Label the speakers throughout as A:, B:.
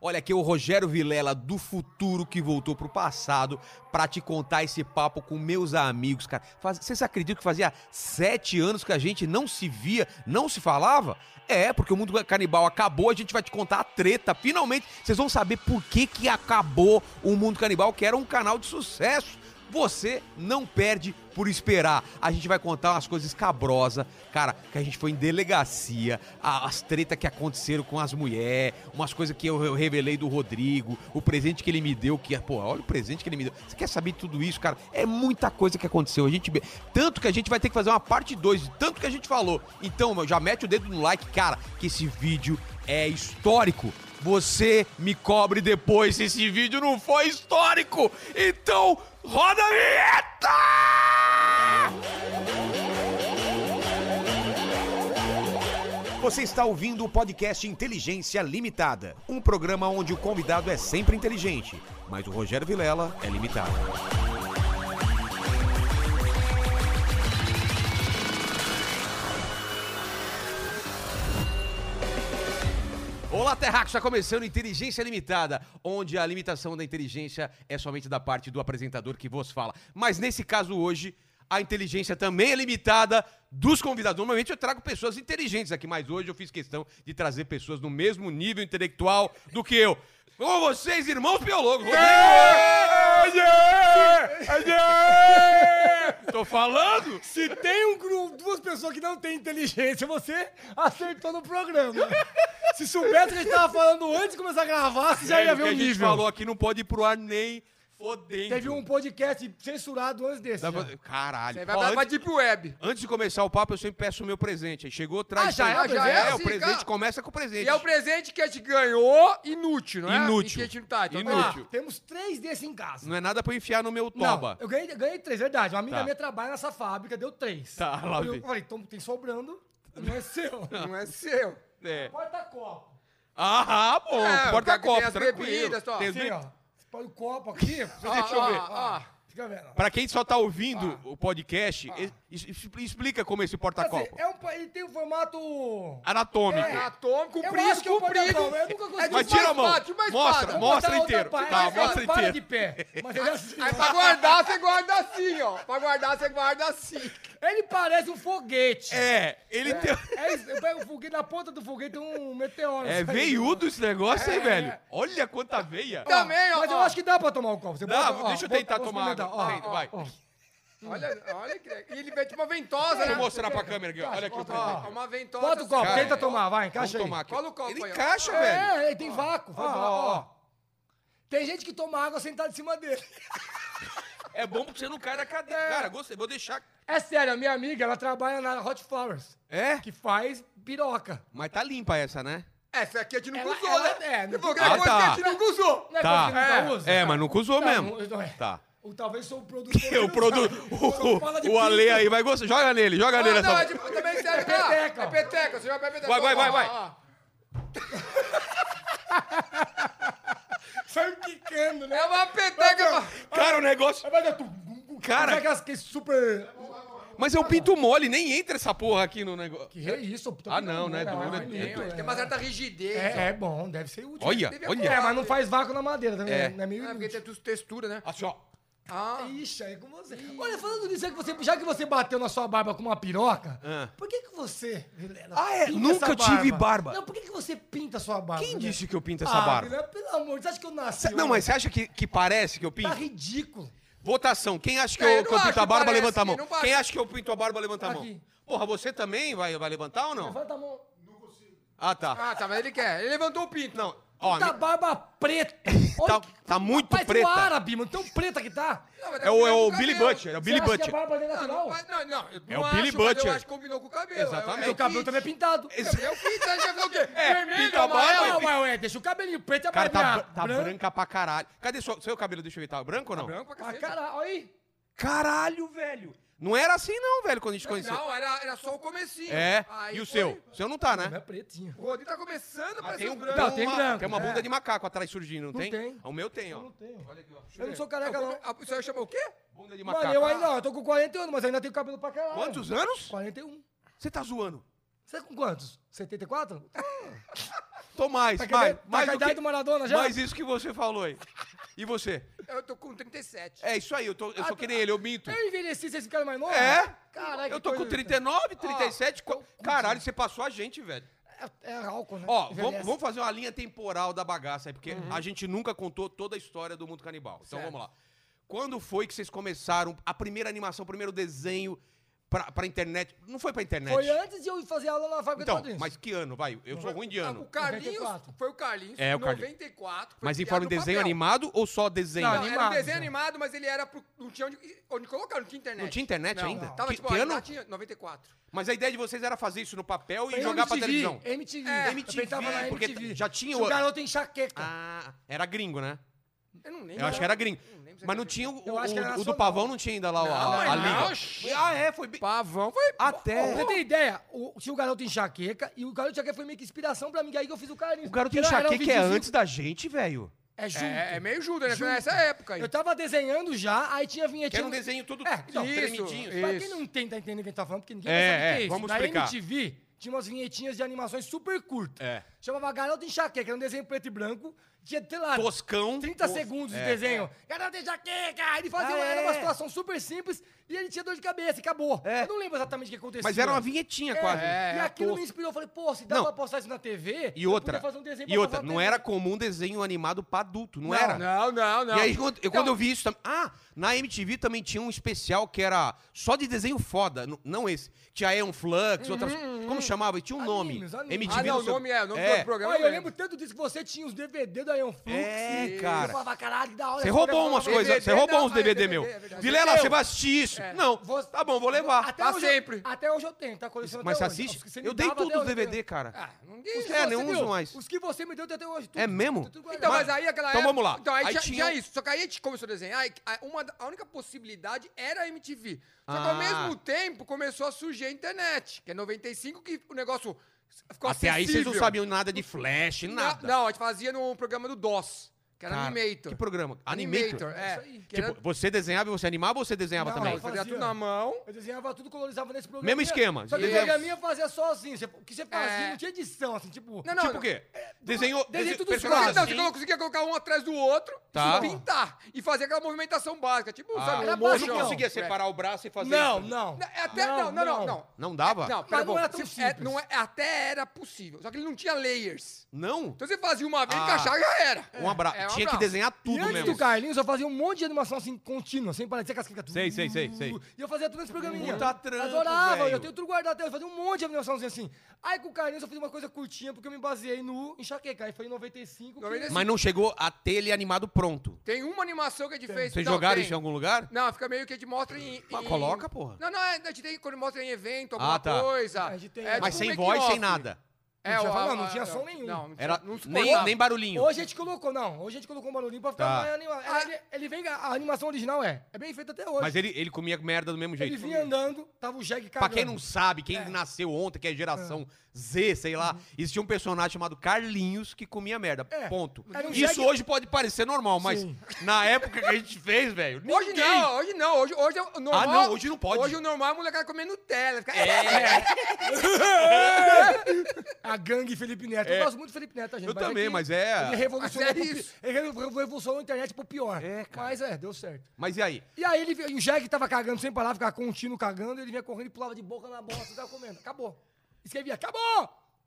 A: Olha aqui é o Rogério Vilela do futuro que voltou pro passado para te contar esse papo com meus amigos, cara. Faz... Vocês acreditam que fazia sete anos que a gente não se via, não se falava? É, porque o mundo canibal acabou, a gente vai te contar a treta. Finalmente, vocês vão saber por que, que acabou o mundo canibal, que era um canal de sucesso você não perde por esperar. A gente vai contar umas coisas escabrosas, cara, que a gente foi em delegacia, a, as tretas que aconteceram com as mulheres, umas coisas que eu, eu, revelei do Rodrigo, o presente que ele me deu, que, é, pô, olha o presente que ele me deu. Você quer saber tudo isso, cara? É muita coisa que aconteceu. A gente Tanto que a gente vai ter que fazer uma parte 2, tanto que a gente falou. Então, meu, já mete o dedo no like, cara, que esse vídeo é histórico você me cobre depois se esse vídeo não foi histórico. Então, roda a vinheta! Você está ouvindo o podcast Inteligência Limitada, um programa onde o convidado é sempre inteligente, mas o Rogério Vilela é limitado. Olá, Terraco! Está começando Inteligência Limitada, onde a limitação da inteligência é somente da parte do apresentador que vos fala. Mas nesse caso hoje, a inteligência também é limitada dos convidados. Normalmente eu trago pessoas inteligentes aqui, mas hoje eu fiz questão de trazer pessoas no mesmo nível intelectual do que eu. Com vocês, irmãos biólogos! Rodrigo! Yeah, yeah, yeah. Tô falando?
B: Se tem um grupo, duas pessoas que não têm inteligência, você acertou no programa. Se soubesse que a gente tava falando antes de começar a gravar, você já ia é, ver o um nível. A gente
A: falou aqui não pode ir pro ar nem fodendo.
B: Teve um podcast censurado antes desse.
A: Pra... Caralho. Você
B: vai pra, antes... Deep Web.
A: Antes de começar o papo, eu sempre peço o meu presente. Aí chegou, traz...
B: Ah, já é, já
A: é? é o presente cara. começa com o presente.
B: E é o presente que a gente ganhou, inútil, não é?
A: Inútil.
B: E que a gente não tá. Então,
A: inútil. Tá
B: Temos três desses em casa.
A: Não é nada pra enfiar no meu toba.
B: Não, eu ganhei, ganhei três, verdade. Uma amiga tá. minha trabalha nessa fábrica, deu três.
A: Tá, lá
B: eu, eu falei, então tem sobrando, não é seu.
A: Não,
B: não é seu.
A: É.
B: Porta-copo.
A: Ah, bom. É, Porta-copo,
B: tranquilo. Bebidas,
A: ó. Tem
B: assim, ó. Você põe o copo aqui.
A: ó, deixa eu ver. Ó, ó. Fica vendo. Pra quem só tá ouvindo
B: Ah.
A: o podcast, es- explica como Ah, é esse porta-copo.
B: Assim, é um, ele tem um formato...
A: Anatômico.
B: É, um anatômico,
A: eu
B: comprido,
A: acho
B: comprido.
A: Eu, eu nunca consegui. Mas tira a mão.
B: Bate,
A: mostra, mostra inteiro.
B: Parte,
A: tá, mostra
B: é,
A: inteiro. Para
B: de pé. Mas ele é assim. Aí
C: pra guardar, você guarda assim, ó. Pra guardar, você guarda assim.
B: Ele parece um foguete.
A: É, ele
B: é,
A: tem.
B: É, eu pego o foguete, na ponta do foguete tem um meteoro.
A: É veiudo esse negócio, é, hein, velho? Olha quanta veia.
B: Também, ó. Mas eu acho que dá pra tomar um copo. Você
A: dá, bota, deixa ó, eu tentar bota, tomar água. Ó, Tenta, ó, vai. Ó.
C: Olha, olha que. E ele mete uma ventosa, né?
A: Vou mostrar pra câmera aqui, ó. Olha aqui o
C: presente. Uma ventosa. assim.
B: Bota o copo, cara, tenta tomar, vai, encaixa aí.
A: Tomar aqui.
C: Cola o copo
A: ele
C: aí.
A: Encaixa, velho.
B: É, ele tem vácuo. Vai, ó, ó. Tem gente que toma água sentada em cima dele.
A: É bom porque você não cai da cadeira. É. Cara, gostei, vou deixar.
B: É sério, a minha amiga, ela trabalha na Hot Flowers.
A: É?
B: Que faz piroca.
A: Mas tá limpa essa, né?
C: Essa aqui a gente não usou, né?
B: É, não
C: Qualquer ah, coisa tá. que a gente nunca usou.
A: Não é tá. coisa que nunca usa. É, mas nunca usou
B: tá,
A: mesmo.
B: Não, não é.
A: Tá.
B: Ou talvez sou o produtor.
A: o produto.
B: é
A: O, o, o Ale aí vai gostar. Joga nele, joga
C: ah,
A: nele
C: não,
A: essa.
C: É, tipo, também serve. É peteca. É peteca, você já vai peteca.
A: Vai, vai, vai, vai. Ó,
B: Saiu quicando, né?
C: É uma peteca. Mas,
A: cara, o negócio.
B: Vai dar tum,
A: Cara.
B: Sabe aquelas super.
A: Mas é o pinto mole, nem entra essa porra aqui no negócio.
B: Que é isso?
A: Ah, não, né?
C: Não,
A: não,
C: é duro.
A: É,
C: Tem uma certa rigidez.
B: É, é bom, deve ser útil.
A: Olha,
B: Deve
A: olha.
B: É, mas não faz vácuo na madeira também.
A: É.
B: né? Não é meio.
C: É porque
B: inútil.
C: tem tudo textura, né?
A: Assim, ó.
C: Ah,
B: Ixi, é com você. Olha, falando nisso, é que você, já que você bateu na sua barba com uma piroca,
A: Ah.
B: por que, que você, Vilela,
A: Ah, é?
B: pinta
A: Nunca
B: essa
A: tive barba.
B: Não, por que, que você pinta a sua barba?
A: Quem
B: Vilela?
A: disse que eu pinto essa
B: Ah,
A: barba?
B: Vilela, pelo amor, você acha que eu nasci?
A: Cê- Não,
B: homem?
A: mas você acha que, que parece que eu
B: Tá
A: pinto?
B: ridículo.
A: Votação. Quem acha que
C: É,
A: eu,
C: eu não
A: que eu pinto
C: acho
A: a barba,
C: que
A: levanta a mão.
C: parece, não parece.
A: Quem acha que eu pinto a barba, levanta a mão.
B: Aqui.
A: Porra, você também vai, vai levantar ou não?
B: Levanta a mão.
A: Ah, tá.
C: ah, tá, mas ele quer. Ele levantou o pinto.
A: Não. Ó,
B: Puta
A: me-
B: Tá barba preta.
A: Tá-
B: que-
A: tá muito
B: Parece
A: preta.
B: um árabe, mano. Tão preta que tá.
C: Não, mas
A: é o, é
C: combinou
A: o
C: com
A: Billy
C: cabelo.
A: Butcher. É o Billy
B: Você acha que
A: Butcher.
B: a barba dele é
C: Não,
B: natural?
C: não, faz- não, não, eu
A: É o
C: não
A: Billy
C: acho, mas
A: Butcher.
C: Eu acho que combinou com o cabelo. é-
A: Exatamente.
C: É,
B: o cabelo também é pintado.
A: Esse-
C: É o pinto, aí você vai fazer o quê?
A: É, pinta
C: Vermelho,
A: a barba
C: amarelo.
B: Não, mas é, ué, deixa o cabelinho preto e a
A: Cara, tá,
B: barba
A: br- tá branca pra caralho. Cadê seu, seu cabelo? Deixa eu ver. Tá branco ou não?
C: Branco pra
B: Ah,
C: cacete.
B: caralho, olha aí.
A: Caralho, velho. Não era assim não, velho, quando a gente conheceu.
C: Não, era, era só o comecinho.
A: É.
C: Aí
A: e o
C: foi-
A: seu? O seu não tá,
B: Não é
A: né?
B: pretinho.
C: O Rodrigo tá começando a parecer
A: Tem,
C: um
A: um,
C: branco.
B: Não,
A: tem,
B: tem
A: uma,
B: branco,
A: tem uma
B: é.
A: bunda de macaco atrás surgindo, não,
B: Não
A: tem? É
B: tem.
A: O meu tem, ó.
B: Eu
C: Deixa
B: não
C: ver.
B: sou careca, não.
A: Tá.
C: Ah, Isso aí chama o quê?
A: Bunda de macaco.
B: Mano, eu ainda, ó, eu tô com 40 anos, mas ainda tenho cabelo pra caralho.
A: Quantos anos?
B: 41.
A: Você tá zoando?
B: Você é com quantos? 74?
A: Tô mais,
B: Tá
A: mais.
B: querendo- tá
A: mais
B: com a
A: do
B: idade
A: que-
B: do Maradona já?
A: Mais isso que você falou aí. E você?
C: Eu tô com 37.
A: É isso aí, eu, tô, eu
B: Ah,
A: sou
B: tá.
A: que nem ele, eu minto.
B: Eu envelheci, vocês ficaram mais novos?
A: É?
B: Caralho,
A: Eu
B: que
A: tô
B: coisa- Ah,
A: com 39, 37.
B: Ó,
A: co- Caralho, você passou a gente, velho.
B: É, é álcool, né?
A: Ó,
B: Envelhece.
A: vamos, vamos fazer uma linha temporal da bagaça aí, porque a gente nunca contou toda a história do mundo canibal. Então
B: Certo.
A: vamos lá. Quando foi que vocês começaram a primeira animação, o primeiro desenho pra, pra internet? Não foi pra internet.
B: Foi antes de eu fazer aula na fábrica
A: Então,
B: de quadrinhos.
A: mas que ano, vai? Eu sou ruim de
C: Ah,
A: ano.
C: O Carlinhos,
B: 94.
C: foi o Carlinhos,
A: É, o Carlinhos.
C: 94. foi
A: Mas em
C: criado
A: forma de
C: no
A: desenho
C: papel.
A: animado ou só desenho?
B: Não,
C: Não, era um
B: animado,
C: desenho
B: já.
C: animado, mas ele era pro... Não tinha onde, onde colocar, não tinha internet.
A: Não tinha internet ainda?
C: Tava
A: Que-
C: tipo,
A: que
C: ó,
A: ano?
C: lá tinha 94.
A: Mas a ideia de vocês era fazer isso no papel e
B: Foi
A: jogar pra
B: MTV,
A: televisão.
B: MTV.
C: É,
A: MTV,
B: Eu tava na
A: porque
B: MTV.
A: já tinha
B: o
A: o-
B: garoto enxaqueca.
A: Ah, era gringo, né?
C: Eu não Hum, lembro.
A: Eu acho que era gringo.
C: Não lembro se
A: Mas não
C: era
A: tinha o,
B: Eu acho que era
A: o- o do
B: nacional.
A: Pavão, não tinha ainda lá o-
C: Não,
A: a, a,
C: mas não,
A: liga. Ah, é, foi bem...
C: Pavão foi...
A: Até...
B: Você tem ideia? O, tinha o garoto enxaqueca e o garoto enxaqueca foi meio que inspiração pra mim, que aí que eu fiz o carinho.
A: O garoto
B: Porque era- era um
A: enxaqueca é
B: videozinho-
A: antes da gente, velho.
B: É junto.
C: É, é meio Judas, né? Foi
B: Junto.
C: nessa época aí.
B: Eu tava desenhando já, aí tinha vinheta.
A: Que era um desenho todo
B: É,
A: então,
C: isso,
A: tremidinho.
C: isso.
B: Pra quem não tem, tá entendendo o que a gente tá falando, porque ninguém
A: É,
B: vai saber o que
A: é,
B: é isso.
A: vamos
B: Na
A: explicar.
B: MTV tinha umas vinhetinhas de animações super curtas.
A: É.
B: Chamava Garota Enxaqueca, era um desenho preto e branco, tinha, sei lá,
A: Toscão.
B: 30
A: Tosco.
B: segundos de
A: É.
B: desenho. Garota Enxaqueca! Ele fazia
A: Ah,
B: uma- era uma
A: é.
B: situação super simples e ele tinha dor de cabeça, e acabou.
A: É.
B: Eu não lembro exatamente o que aconteceu.
A: Mas era uma vinhetinha quase.
B: É, e aquilo
A: tosco.
B: me inspirou. Eu falei, pô, se dá
A: Não.
B: pra postar isso na TV,
A: E
B: eu
A: outra,
B: podia fazer um desenho pra
A: e outra,
B: passar na
A: não
B: TV.
A: era comum um desenho animado pra adulto, não,
B: Não,
A: era?
C: Não, não, não.
A: E aí, quando, eu, quando eu vi isso também. Ah, na MTV também tinha um especial que era só de desenho foda, n- não esse. Tinha Aeon Flux, outras. Como chamava? E Tinha um
B: Animes,
A: nome.
B: animes.
A: MTV
C: Ah, não, o
A: sei-
C: nome é, o nome do programa.
B: Olha, eu
C: mesmo.
B: lembro tanto disso que você tinha os DVD da Ion Flux.
A: É,
B: e
A: cara.
B: Eu um falava, caralho, que da hora.
A: Você
B: esse
A: roubou
B: programa,
A: umas
B: mano."
A: coisas, você
C: DVD,
A: roubou
C: não,
A: uns
C: é
A: DVD
C: DVD,
A: meu.
C: é verdade.
A: Vilela,
B: Meu.
A: você vai assistir isso. Não,
B: Vou-
A: tá bom, vou levar.
B: Até
C: Tá
B: hoje,
C: sempre.
B: Eu, até hoje eu tenho, tá colecionando
A: Mas você
B: até hoje. Os que
A: assiste?
B: você me
A: Eu dei
B: dava, até
A: tudo os
B: hoje eu tenho.
A: DVD, cara.
C: Ah, não diz.
B: Os que
A: É,
B: você
A: nem
B: me
A: uso
B: deu,
A: mais.
B: Os que você me deu até hoje. tudo,
A: É
B: tudo,
A: mesmo?
B: tudo, tudo
C: Então,
B: guardado.
C: mas aí aquela
A: Então,
C: época-
A: vamos lá.
C: Então, aí,
A: Aí
C: tinha,
A: tinha um-
C: tinha
A: o-
C: isso. Só que aí a gente começou a desenhar. aí a- uma da- a única possibilidade era a MTV. Só que
A: Ah.
C: ao mesmo tempo começou a surgir a internet, que é 95 que o negócio
B: Ah,
C: ficou
A: Até aí vocês
C: acessível.
A: não sabiam nada de flash,
C: Na-
A: nada.
C: Não, a gente fazia no programa do DOS, que era
A: Cara,
C: Animator.
A: Que programa? Animator.
C: é.
B: Isso aí, que
C: Que era-
A: Tipo, você desenhava e você animava ou você desenhava
B: Não,
A: também?
C: Não, fazia
B: Fazia.
C: tudo na mão.
B: Eu desenhava tudo, colorizava nesse programa.
A: Mesmo esquema, é-
B: Só que o
A: desenhava-
B: programa eu fazia sozinho. você- O que você fazia
C: É.
B: não tinha edição, assim, tipo...
C: Não, não.
A: tipo o quê? Desenhou.
B: desenho
A: dese-
B: tudo
A: personagem
B: zoado.
C: Não, você
A: assim?
C: colo- conseguia colocar um atrás do outro
A: Tá.
C: e pintar. E fazer aquela movimentação básica. Tipo,
A: Ah,
C: sabe,
B: Era
C: um
A: você
B: básico,
A: não
C: motion.
A: conseguia
C: É.
A: separar o braço e fazer
B: Não,
A: isso?
B: não.
C: Não, é Até, não, não, não, não.
A: Não dava?
C: Não,
B: Mas
C: pera,
B: não
C: bom,
B: era tão
C: se- é,
B: simples.
C: não é- até era possível. Só que ele não tinha layers.
A: Não?
C: Então você fazia uma vez,
A: Ah.
C: encaixava e já era.
A: Um abraço.
C: É, é um
A: Tinha que
C: abraço.
A: desenhar
B: E
A: tudo
B: antes
A: mesmo.
B: do Carlinhos, eu fazia um monte de animação assim, contínua, sem parar de ser casquinha.
A: Sei, sei, sei, sei.
B: E eu fazia tudo nesse programinha.
A: Puta trampo,
B: Adorava,
A: velho.
B: eu tenho tudo guardado até hoje, fazia um monte de animaçãozinha assim. Aí com o Carlinhos eu fiz uma coisa curtinha, porque eu me baseei no enxaqueca. Aí foi em 95. que-
C: 95.
A: Mas não chegou a ter ele animado pronto.
C: Tem uma animação que a gente fez.
A: Vocês
C: não,
A: jogaram
C: tem.
A: isso em algum lugar?
C: Não, fica meio que a gente mostra em.
A: Mas
C: em-
A: coloca, porra.
C: Não, não, é, a gente tem quando mostra em evento,
A: Ah,
C: alguma
A: tá.
C: coisa.
B: A gente tem-
C: É
A: Mas
C: tipo um
A: sem voz,
C: making-off.
A: sem nada.
C: É,
B: Não
C: o-
B: tinha
C: a-
B: som- não, não tinha
C: a-
B: som nenhum.
C: Não, não
A: Era
C: tinha- não se
A: nem,
C: portava.
A: nem barulhinho.
B: Hoje a gente colocou, não, hoje a gente colocou um barulhinho pra ficar
A: Tá.
B: mais animado.
C: Ah.
B: Ele, ele vem, a animação original é, é bem feita até hoje.
A: Mas ele, ele comia merda do mesmo
B: ele
A: jeito.
B: vinha andando, tava o Jack
A: Pra
B: cagando.
A: quem não sabe, quem nasceu ontem, que é geração Z, sei lá, existia um personagem chamado Carlinhos que comia merda.
B: É.
A: Ponto.
B: Era um
A: Isso
B: jegue-
A: hoje pode parecer normal, mas
B: Sim.
A: na época que a gente fez, velho.
C: Hoje
A: ninguém- Ah,
C: não, hoje não. Hoje, hoje é o normal.
A: não, hoje não pode. É.
C: Hoje o normal é a molecada comer Nutella. Fica...
B: A gangue Felipe Neto. Eu gosto muito do Felipe Neto, tá, gente.
A: Eu
B: é
A: também,
B: que
A: mas é-
B: Ele revolucionou,
C: Mas é
B: pro pi-
C: isso.
B: ele revo- revolucionou a internet pro pior.
A: É, cara.
B: Mas é, deu certo.
A: Mas e aí?
B: E aí ele, veio- e o Jack tava cagando sem parar, ficava contínuo cagando, ele vinha correndo e pulava de boca na bosta e tava comendo. Acabou. Escrevia, acabou!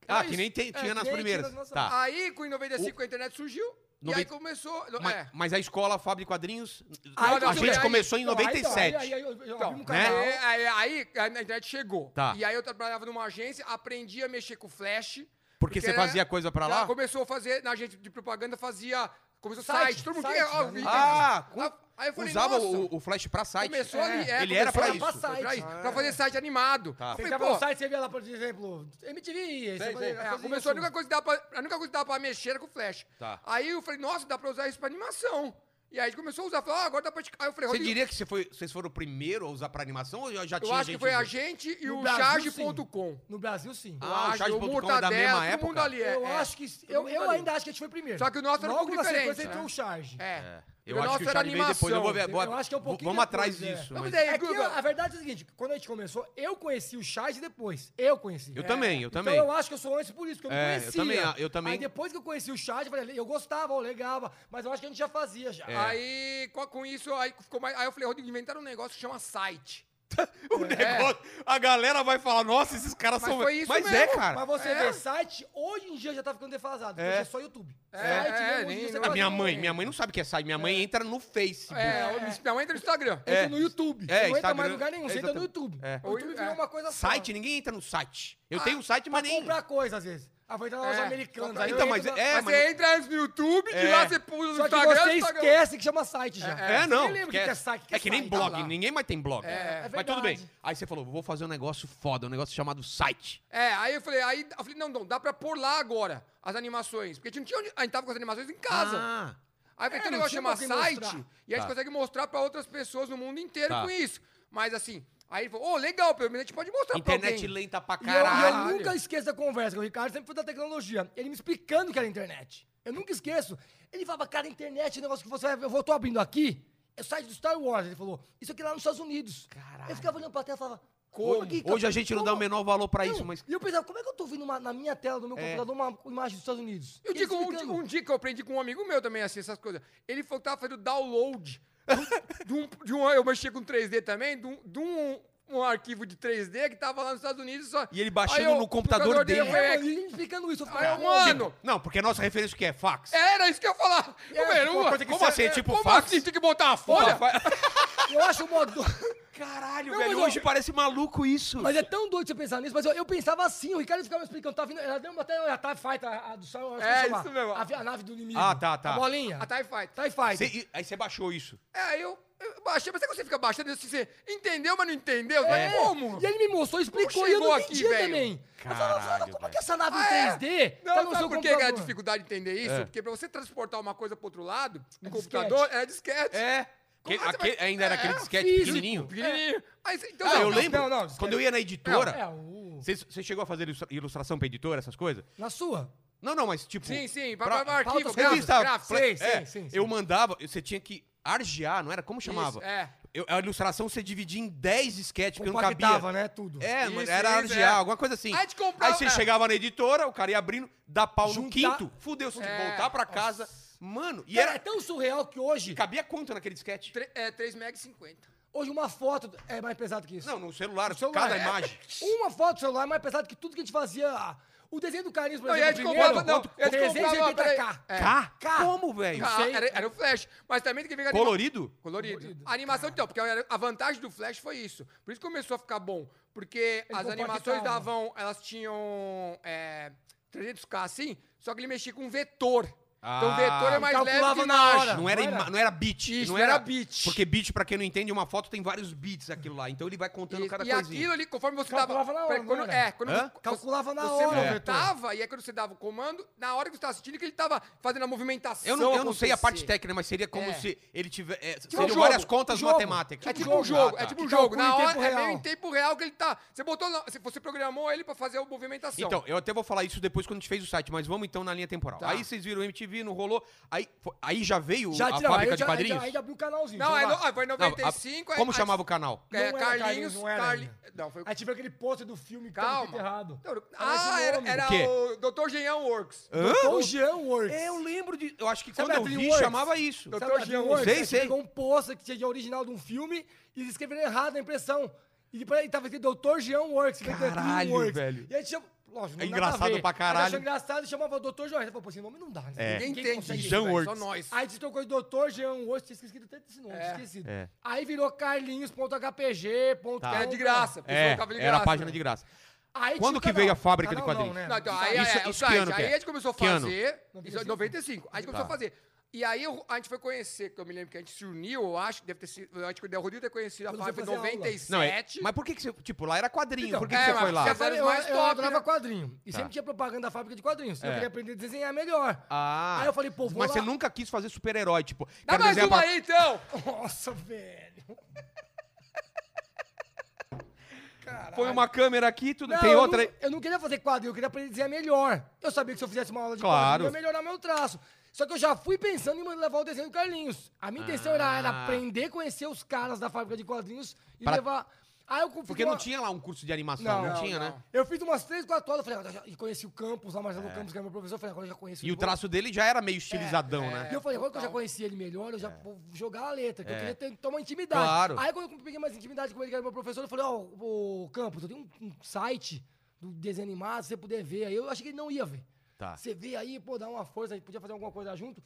B: Era
A: Ah, que
B: isso.
A: nem tem-
B: É,
A: tinha nas
B: que nem
A: primeiras.
B: nas nossas-
A: Tá.
C: Aí, com em 95, a internet surgiu. E aí
A: Noventa-
C: começou.
A: Mas,
C: é.
A: mas a escola, a Fábio de Quadrinhos,
B: Aí
A: a
B: tudo
A: gente
B: bem.
A: começou em
B: Não, aí, então,
A: 97.
B: Aí, aí eu, eu
C: Então,
B: abri um
A: né?
B: canal.
C: é, aí, aí a internet chegou.
A: Tá.
C: E aí eu trabalhava numa agência, aprendi a mexer com flash.
A: Porque você fazia coisa pra lá?
C: Tá, Começou a fazer, na agência de propaganda, fazia. Começou
B: Site,
C: site, todo mundo
B: site,
C: tinha. ó,
B: né?
C: vídeo.
A: Ah,
C: Aí-
A: com-
C: aí eu falei,
A: usava
C: nossa,
A: o, o flash pra site.
C: Começou ali, é,
A: Ele era pra
C: começou
A: isso.
B: pra
C: Foi pra
B: site.
C: isso, pra fazer site animado.
A: Tá.
C: Eu
B: Você
C: falei,
B: entrava
C: pô,
B: É. no site, você via lá, por exemplo, MTV. você
A: Sei,
B: fazia-
A: sei.
C: é,
B: fazia
C: começou, a
B: isso.
C: única, coisa que dava pra, a única coisa que dava pra mexer era com flash.
A: Tá.
C: Aí eu falei, nossa, dá pra usar isso pra animação. E aí a gente começou a usar, falou, ah, agora dá pra... te- Aí eu falei,
A: Você
C: Rodrigo,
A: diria que você foi- vocês foram o primeiro a usar pra animação ou já
C: eu
A: tinha
C: acho que foi a
A: usando?
C: gente e
B: No
C: o
B: Brasil,
C: charge.com.
B: sim. No Brasil, sim.
A: Ah, o
C: Acho,
A: Charge.com é da mesma
C: todo mundo
A: época?
C: ali. é,
B: eu
C: é.
B: acho que. Eu,
C: mundo
B: eu
C: ali.
B: ainda acho que a gente foi primeiro.
C: Só que o nosso era um
B: Logo
C: pouco
B: na
C: diferente,
B: sequência entrou
C: né?
B: o Charge.
C: É.
A: É. Eu acho que o Charlie veio depois. Eu vou ver.
B: Eu
A: bora-
B: acho que é um
A: v-
B: pouquinho
A: Vamos
B: depois,
A: atrás
B: é.
A: disso.
C: Vamos
A: mas-
C: aí,
B: É que eu-
C: Guga.
B: a verdade é o seguinte, quando a gente começou, eu conheci o Charles depois. Eu conheci.
A: Eu também, eu
B: Então
A: também.
B: eu acho que eu sou antes por isso, porque eu não
A: É, eu
B: conhecia.
A: também, eu também-
B: Aí depois que eu conheci o Charles, eu falei, eu gostava, eu legava, mas eu acho que a gente já fazia
A: é.
B: já. Ah,
C: Aí, co- com isso, aí ficou mais. Aí eu falei, Rodrigo, inventaram um negócio que chama site.
A: O
B: É.
A: negócio. A galera vai falar, nossa, esses caras
C: Mas
A: são.
C: foi isso
A: Mas
C: mesmo,
A: é, cara.
B: Mas você
C: É.
B: vê, site hoje em dia já tá ficando defasado,
A: É.
B: hoje é só YouTube.
C: É,
B: Site,
C: é,
B: mesmo hoje em
C: nem-
B: dia, você
C: não-
A: A
B: faz
A: minha
B: no-
A: mãe, minha mãe não sabe o que é site. Minha mãe entra no Facebook.
C: É, o- minha mãe entra no Instagram.
B: Entra
A: É.
B: no
A: É,
B: YouTube. você não entra mais
A: Instagram,
B: em lugar nenhum, você entra no YouTube.
A: É.
B: O YouTube virou
C: É.
B: uma coisa só.
A: Site, ninguém entra no site. Eu
C: Ah,
A: tenho um site,
B: pra
A: mas nem.
B: comprar coisa, às vezes. Ah, vou entrar na loja
C: É.
B: americana.
C: Comprar-
B: aí eu
A: Então,
B: entro
A: mas
B: na-
A: é,
C: mas
A: mas-
C: você entra antes no YouTube, de
A: É.
C: lá você pula no
B: Só que
C: Instagram.
B: você
C: no Instagram.
B: esquece que chama site já.
A: É, não.
B: Você lembra o que, que é
A: esquece.
B: site?
A: É que nem
B: site?
A: blog,
C: Tá lá.
A: ninguém mais tem blog.
C: É,
B: é
A: Mas tudo bem.
B: verdade.
A: Aí você falou, vou fazer um negócio foda, um negócio chamado site.
C: É, aí eu falei, aí eu falei, não, não, dá pra pôr lá agora as animações. Porque a gente não tinha onde. A gente tava com as animações em casa.
A: Ah,
C: Aí vai
B: É,
C: ter um
B: não
C: negócio
B: tinha
C: chamar
B: pra quem
C: site
B: mostrar.
C: e a gente
A: Tá.
C: consegue mostrar pra outras pessoas no mundo inteiro
A: Tá.
C: com isso. Mas assim, aí ele falou, ô, legal, pelo menos a gente pode mostrar pra
A: internet
C: alguém.
A: lenta pra
B: Tá E eu- e eu,
A: caralho.
B: nunca esqueço da conversa com o Ricardo, sempre foi da tecnologia. Ele me explicando o que era internet. Eu nunca esqueço. Ele falava, cara, internet é um negócio que você vai. Eu vou- tô abrindo aqui, é o site do Star Wars. Ele falou, isso aqui é lá nos Estados Unidos.
A: Caralho.
B: Eu ficava olhando pra tela e falava, como?
A: Como?
B: que-
A: Hoje a gente não dá o
B: como?
A: menor valor pra
B: tá Não,
A: isso, mas. É.
B: E eu pensava, como é que eu tô vendo uma- na minha tela do meu computador uma imagem dos Estados Unidos?
C: Eu
B: Ele
C: digo um,
B: explicando.
C: um dia que eu aprendi com um amigo meu também, assim, essas coisas. Ele falou que tava fazendo download do- de um, de um- Eu mexia com 3D também, de um. de um- um arquivo de 3D que tava lá nos Estados Unidos só.
A: E ele baixando
C: Aí eu-
A: no computador
B: É,
A: dele.
C: eu falei,
B: mano, ele me explicando isso. Eu falei,
C: Aí eu,
B: "Como?"
C: mano,
A: Não, porque a nossa referência o que é fax.
C: era isso que eu ia falar.
B: É,
C: Número
B: uma
C: um,
B: coisa que
A: Como assim? Tipo
C: como
A: fax?
C: assim? Tem que botar a folha?
B: Eu acho o modo.
A: Caralho,
B: Não,
A: velho.
B: mas eu-
A: Hoje parece maluco isso.
B: Mas é tão doido você pensar nisso, mas eu, eu pensava assim, o Ricardo ficava me explicando, tá vindo, ela deu uma até a TIE Fighter, a, a do Star Wars, como
C: É,
B: chama?
C: isso mesmo.
B: A, vi- a nave do inimigo.
A: Ah, tá, tá.
B: A bolinha.
C: A TIE Fight.
B: TIE Fighter.
A: Cê- e- aí você baixou isso.
C: É, aí eu, eu baixei, mas sabe quando você fica baixando assim, você entendeu, mas não entendeu?
B: É,
C: Mas como?
B: E ele me mostrou, explicou, e eu
C: chegou
B: não
C: aqui,
B: entendia
C: velho?
B: também. eu falava,
A: Caralho,
B: "Fala, como é
A: velho.
B: que essa nave
C: Ah, é?
B: em 3D
C: Não,
B: tá no
C: sabe
B: seu
C: por que que é a
B: computador?"
C: dificuldade de entender isso?
A: É.
C: Porque pra você transportar uma coisa pro outro lado, no
B: É
C: computador, é disquete.
A: É. Que-
C: Como você
A: aquele-
C: vai-
A: ainda era
C: É,
A: aquele disquete
B: físico.
A: pequenininho.
C: Pequenininho. Aí você- então,
A: Ah,
C: não,
A: eu
C: não,
A: lembro.
B: não, não, esquece.
A: quando eu ia na
B: É,
A: editora,
B: o...
A: você você chegou a fazer ilustra- ilustração pra editora, essas coisas?
B: Na sua.
A: Não, não, mas tipo.
C: Sim, sim, pra,
A: pra-
C: pra, pra arquivo,
B: pautas,
C: gráficos,
A: Revista,
C: gráficos.
A: Fle-
B: sim, sim,
A: é,
B: sim, sim.
A: Eu mandava, você tinha que argear, não era? Como chamava?
C: Isso, é.
A: Eu- a ilustração você dividia em 10 sketches, porque não cabia.
B: Compactava, né, tudo.
A: É,
C: Isso,
A: mano, era
C: isso,
A: argear,
C: é.
A: alguma coisa assim.
C: Aí te comprava-
A: você
C: é.
A: chegava na editora, o cara ia abrindo, dá pau no
B: Juntar-
A: quinto, fudeu, você tem que
C: É.
A: voltar pra casa. Mano, e
B: E era
A: era.
B: é tão surreal que hoje,
A: Cabia quanto naquele sketch?
C: Tre- É, 3 MB 50.
B: hoje uma foto é mais pesada que isso.
A: Não, no celular,
B: celular,
A: cada
B: é.
A: imagem.
B: Uma foto do celular é mais pesada que tudo que a gente fazia. ah, O desenho do Carlinhos, por
C: Não, e
B: exemplo,
C: aí te
B: primeiro,
C: comprava- não,
B: quanto-
C: e aí te comprava-
B: 380k.
C: É.
A: K?
B: K.
A: Como, velho? é
C: Ah,
B: sei.
C: era, era o Flash. Mas também tem que ver com a
A: Colorido?
C: Colorido.
B: Colorido.
C: A animação, então, porque era- a vantagem do Flash foi isso. Por isso que começou a ficar bom. Porque as animações
B: compactava.
C: davam. Elas tinham. é, 300k assim, só que ele mexia com vetor. então
A: Ah.
C: vetor é mais leve
B: Calculava
C: que
B: na
C: imagem.
B: hora.
A: Não era,
B: Não
A: ima-
B: era?
A: não era bit.
C: Isso,
A: não
C: não era
A: era,
C: bit.
A: Porque bit, pra quem não entende, uma foto tem vários bits aquilo lá. Então ele vai contando
C: E,
A: cada
C: e
A: coisinha.
C: aquilo ali, conforme você
B: Calculava
C: dava.
B: na hora, né,
C: pra- quando-
B: não era?
C: é, quando
A: Hã?
C: você-
B: Calculava na hora,
C: você
B: o vetor.
C: montava, e aí quando você dava o comando, na hora que você estava assistindo, que ele tava fazendo a movimentação.
A: Eu não, eu não sei a parte
C: é acontecer.
A: técnica, mas seria como
C: É.
A: se ele tivesse. É,
C: um
A: seriam
C: jogo,
A: várias contas
B: jogo.
A: matemáticas.
C: É
B: Tipo
C: tipo um jogo,
A: Ah, tá.
C: é tipo um
B: Que
C: jogo.
B: calcula
C: Na
B: em
C: hora
B: tempo
C: é meio
B: real.
C: em tempo real que ele tá. Você botou, lá- você- você programou ele pra fazer a movimentação.
A: Então, eu até vou falar isso depois quando a gente fez o site, mas vamos então na linha temporal.
C: Tá.
A: Aí vocês viram o MTV, não rolou. Aí, fo- aí já veio
B: Já
A: a
B: tira- aí
A: fábrica de
B: já- aí já-
A: quadrinhos?
B: Aí já abriu o canalzinho.
C: Não,
B: sei
C: aí
B: lá.
C: no- ah, foi em
A: Não, a-
C: 95. aí-
A: como
C: aí-
A: chamava o canal?
B: Não
C: É,
B: era
C: Carlinhos.
B: não era
C: Carli-
B: ainda.
C: Não, foi o.
B: Aí tive aquele pôster do filme que tava
C: Calma.
B: escrito errado.
C: Não,
B: Era esse
C: Ah, era,
B: nome.
C: era
A: O quê?
C: o Dr. Genhão Works.
A: Hã?
B: Doutor Jean Works.
A: É, eu lembro de. Eu acho que
B: Sabe
A: quando
B: a
A: eu vi,
B: DreamWorks?
A: chamava isso.
C: Doutor
B: Sabe a
C: Jean
B: DreamWorks?
A: Works. Sei,
B: Aí
A: sei.
B: Pegou um pôster que tinha de original de um filme e eles escreveram errado na impressão. E depois ele tava escrito Dr. Jean Works. que é
A: Caralho,
B: DreamWorks.
A: velho.
B: E aí chama... Lógico, não
A: É
B: nada a
A: engraçado
B: ver.
A: pra caralho.
B: Aí achou engraçado e chamava Dr. Jean. Ele falou, pô, esse nome não dá. né?
A: É.
C: Ninguém entende
B: consegue
C: isso,
A: Jean
C: velho, só
A: Works.
C: nós.
B: Aí "Então, se trocou de Dr. Jean Works, tinha esquecido até desse nome,
C: É.
B: esquecido.
A: É.
B: Aí virou carlinhos.hpg.
A: Tá.
C: Era de graça. porque
A: É,
C: colocava de
A: era a
C: graça,
A: página
C: né?
A: de graça.
B: né? Aí
A: Quando
B: tinha o
A: que veio a
B: canal.
A: fábrica de
B: Canal
A: quadrinhos?
B: não, né?
C: Não, então,
A: Isso-
C: aí, é, é, o
A: isso que
C: site,
A: ano que
C: aí
A: é?
C: a gente começou a
A: Que ano?
C: fazer. Isso é
B: 95.
C: 95. Aí a gente começou
A: Tá.
C: a fazer. E aí eu- a gente foi conhecer, que eu me lembro que a gente se uniu, eu acho, deve ter sido. Eu acho que o Rodrigo ter conhecido a
B: Quando você
C: Fábrica em
B: fazia aula.
C: 97.
A: Não, é, mas por que, que você. Tipo, lá era quadrinho.
B: Então,
A: por que, que
C: é,
A: você
C: mas
A: foi lá?
C: porque
B: Eu, falei, eu,
C: mais
B: eu
C: top,
B: adorava
C: né?
B: quadrinho. E
A: Tá.
B: sempre tinha propaganda da fábrica de quadrinhos. Eu
A: É.
B: queria aprender a desenhar melhor.
A: Ah.
B: Aí eu falei, pô, vou
A: Mas
B: lá.
A: você nunca quis fazer super-herói, tipo.
C: Dá
A: quero
C: mais
A: desenhar
C: uma
A: pra-
C: aí, então!
B: Nossa, velho.
A: Põe uma câmera aqui, tudo.
B: Não,
A: Tem
B: eu
A: outra
B: não-
A: aí.
B: Eu não queria fazer quadrinho, eu queria aprender a desenhar melhor. Eu sabia que se eu fizesse uma aula de
A: Claro.
B: quadrinho, eu ia melhorar meu traço. Só que eu já fui pensando em mandar levar o desenho do Carlinhos. A minha intenção era, era
A: Ah.
B: aprender a conhecer os caras da fábrica de quadrinhos e
A: Pra-
B: levar. Aí eu fiz
A: Porque
B: uma-
A: não tinha lá um curso de animação, não,
B: Não,
A: tinha, né?
C: não.
B: Eu fiz umas três, quatro aulas, falei, ah, eu já- e conheci o Campos, lá, Marcelo Campos, que era meu professor, eu falei, "Ah, agora eu já conheci
A: É. E o traço dele já era meio estilizadão, né? É.
B: E eu falei, agora que eu já
C: total.
B: conheci ele melhor, eu já vou jogar a letra, que eu queria ter, ter uma intimidade.
A: Claro.
B: Aí quando eu peguei mais intimidade com ele, que era meu professor, eu falei, ó, ô, Campos, eu tenho um, um site do desenho animado, se você puder ver. Aí eu achei que ele não ia ver.
A: Tá.
B: Você vê aí, pô, dá uma força, a gente podia fazer alguma coisa junto.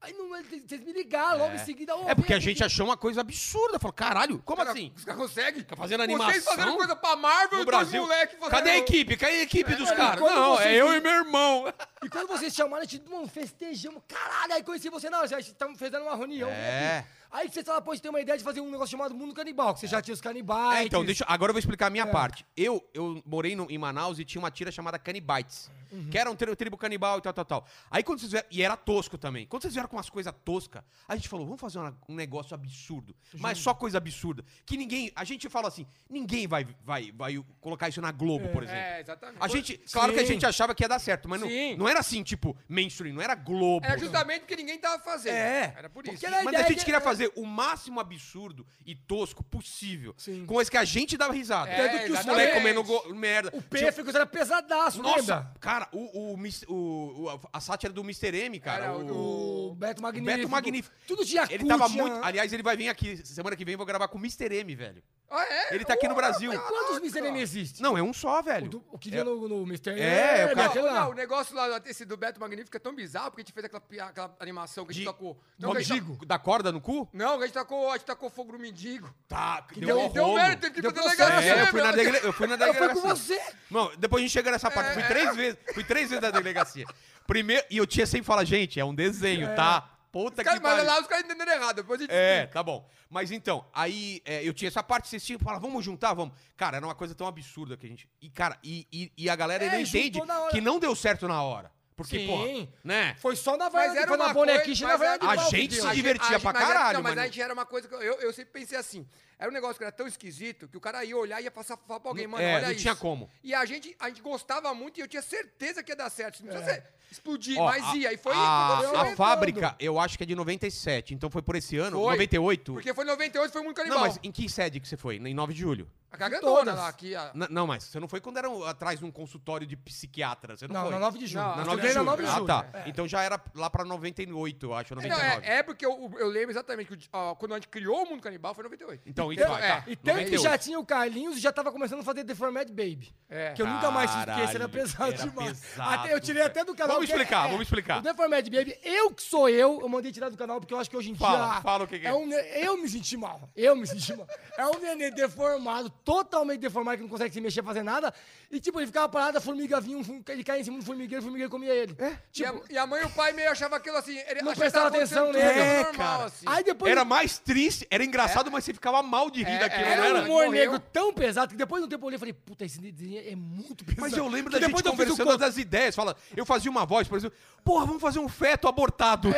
B: Aí não, ele- vocês me ligaram logo em seguida. ô,
A: É porque
B: vem
A: a
B: aqui.
A: gente achou uma coisa absurda. Falou, caralho, como
C: Cara,
A: assim?
C: Os caras conseguem? Tá
A: fazendo
C: Vocês
A: animação?
C: fazendo coisa pra Marvel
A: No
C: e dois
A: Brasil.
C: moleques fazendo...
A: Cadê a equipe? Cadê a equipe dos
B: É,
A: caras?
B: quando
A: Não,
B: vocês-
A: é eu e meu irmão.
B: E quando vocês chamaram, a gente, mano, festejamos. Caralho, aí conheci você na hora, já estamos fazendo uma reunião. vem
A: É.
B: aqui. Aí vocês falaram, pô, você tem uma ideia de fazer um negócio chamado Mundo Canibal, que você já tinha os canibais.
A: É, então, deixa, agora eu vou explicar a
C: É.
A: minha parte. Eu, eu morei no- em Manaus e tinha uma tira chamada Canibites,
C: Uhum.
A: que era um tri- tribo canibal e tal, tal, tal. Aí quando vocês vieram, e era tosco também. Quando vocês vieram com umas coisas toscas, a gente falou, vamos fazer uma- um negócio absurdo, mas só coisa absurda. Que ninguém, a gente fala assim, ninguém vai, vai, vai colocar isso na Globo, por exemplo.
C: É, exatamente.
A: A gente, claro que a
B: Sim.
A: gente achava que ia dar certo, mas não,
C: Sim.
A: não era assim, tipo, mainstream, não era Globo.
C: Era justamente porque ninguém tava fazendo.
A: É.
C: Era por isso.
B: Porque era-
A: Mas
B: ideia
A: a gente
B: de-
A: queria fazer o máximo absurdo e tosco possível.
B: Sim.
A: Com esse que a gente dava risada.
C: É,
A: Tanto que os
C: exatamente.
A: moleques comendo go- merda. Tinha-
B: O Pêfricos era pesadaço,
A: Nossa,
B: lembra?
A: cara, o, o, mis- o- o- a sátira do Mr. M, cara.
C: Era
A: o,
B: O Beto Magnífico.
A: Beto Magnífico.
B: Tudo tinha
A: ele
B: cu,
A: tava
B: tinha-
C: né?
A: muito. Aliás, ele vai vir aqui. Semana que vem eu vou gravar com o Mr. M, velho.
C: Ah, é?
A: Ele tá aqui no
C: Uau,
A: Brasil.
C: cara.
B: Quantos Mr. M existem?
A: Não, é um só,
B: O,
A: velho.
B: do- o que vinha no, no Mr. M.
A: É, o cara-
B: aquele
C: Não,
B: lá.
C: não, o negócio lá, esse do Beto Magnífico é tão bizarro porque a gente fez aquela, pia- aquela animação que a gente
A: De-
C: tocou.
A: Do
C: que a gente
A: mendigo? Da corda no cu?
C: to- Não, que a gente tocou, a gente tocou fogo no mendigo.
A: Tá, que
C: Deu,
A: um
C: deu,
A: rolo.
C: merda, teve que
B: Deu
C: fazer
B: processo.
C: delegacia,
A: É, eu fui na
C: meu.
A: dele- eu fui na
B: Eu fui
A: delegacia.
B: com você.
A: Não, depois a gente chega nessa parte. Fui
C: É.
A: três vezes. Fui três vezes na delegacia. Primeiro, e eu tinha sempre fala, gente, é um desenho, tá? Puta
C: Os caras-
A: que
C: mas
A: pariu.
C: lá os caras entenderam errado, depois a gente...
A: É, tá bom. Mas então, aí é, eu tinha essa parte, vocês tinham falaram, vamos juntar, vamos. Cara, era uma coisa tão absurda que a gente. E, cara, e, e, e a galera
B: É,
A: não
B: juntou
A: entende
B: na hora.
A: que não deu certo na hora. Porque,
B: Sim.
A: pô, né?
B: Foi só na vaiana,
C: Mas era
B: foi na
C: uma
B: bonequiche e na
C: coisa-
B: vaiana de
A: mas
B: pau
A: a
B: que
A: gente
B: deu.
A: se
C: A gente-
A: divertia
C: a
A: pra
C: gente- mas era-
A: caralho,
C: Não, mas
A: mano.
C: a gente era uma coisa que eu, eu, eu sempre pensei assim. Era um negócio que era tão esquisito que o cara ia olhar e ia passar falar pra alguém, mano,
A: é,
C: olha
A: não
C: isso.
A: tinha como.
C: E a gente, a gente gostava muito e eu tinha certeza que ia dar certo. Não precisa ser explodir,
A: É. Ó,
C: mas
A: a-
C: ia. E foi...
A: a,
C: aconteceu.
A: a fábrica, eu acho que é de 97, então foi por esse ano,
C: Foi.
A: 98.
C: Porque foi 98, foi muito canibal.
A: Não, mas em que sede que você foi? Em 9 de julho?
C: A cagadona
B: Todas.
C: lá, aqui, a...
A: Na- não, mas você não foi quando era um- atrás de um consultório de psiquiatra. Você não,
B: Não,
A: foi?
B: na 9 de julho.
C: Não,
A: Na
B: Eu
A: 9
B: estudei
A: de
B: na
A: julho.
B: 9 de
A: Ah,
B: julho.
A: tá. Então já era lá pra 98, eu acho,
C: Não, é,
A: 99.
C: é porque eu, eu lembro exatamente que o- ó, quando a gente criou o Mundo Canibal foi em 98.
A: Então,
C: E
A: então,
C: tanto-
A: vai, tá.
C: é,
B: E tanto que já
A: 98.
B: tinha o Carlinhos e já tava começando a fazer The Format Baby.
C: É.
B: Que eu nunca mais esqueci, era
A: Caralho,
B: pesado
A: era
B: demais.
A: pesado,
B: Até eu tirei
A: velho.
B: até do canal.
A: Vamos
B: porque- é,
A: explicar, vamos explicar.
B: O The Format Baby, eu que sou eu, eu mandei tirar do canal porque eu acho que hoje em
A: Fala,
B: dia.
A: fala o que que é.
B: um ne- eu me senti mal. Eu me senti mal. É um neném deformado, totalmente deformado, que não consegue se mexer, fazer nada. E tipo, ele ficava parado, a formiga vinha, um fun- ele caía em cima do formigueiro, o formigueiro comia ele. É?
C: e,
A: Tipo-
C: a, e a mãe e o pai meio achavam aquilo assim. Ele
B: Não
C: achava que
B: prestava
C: tava acontecendo
B: atenção
C: tudo
B: nele.
A: É,
C: normal,
A: cara.
C: assim.
B: Aí depois. É.
A: Era mais triste, era engraçado, mas você ficava mal de rir
C: É,
A: daquilo,
C: era
A: não
B: Era
A: era?
B: um humor
C: Morreu.
B: negro tão pesado que depois de um tempo eu olhei e falei, puta, esse desenho é muito pesado.
A: Mas eu lembro
B: Que
A: da gente
B: depois eu fiz um o
A: conversando das ideias. Fala, eu fazia uma voz, por exemplo, porra, vamos fazer um feto abortado.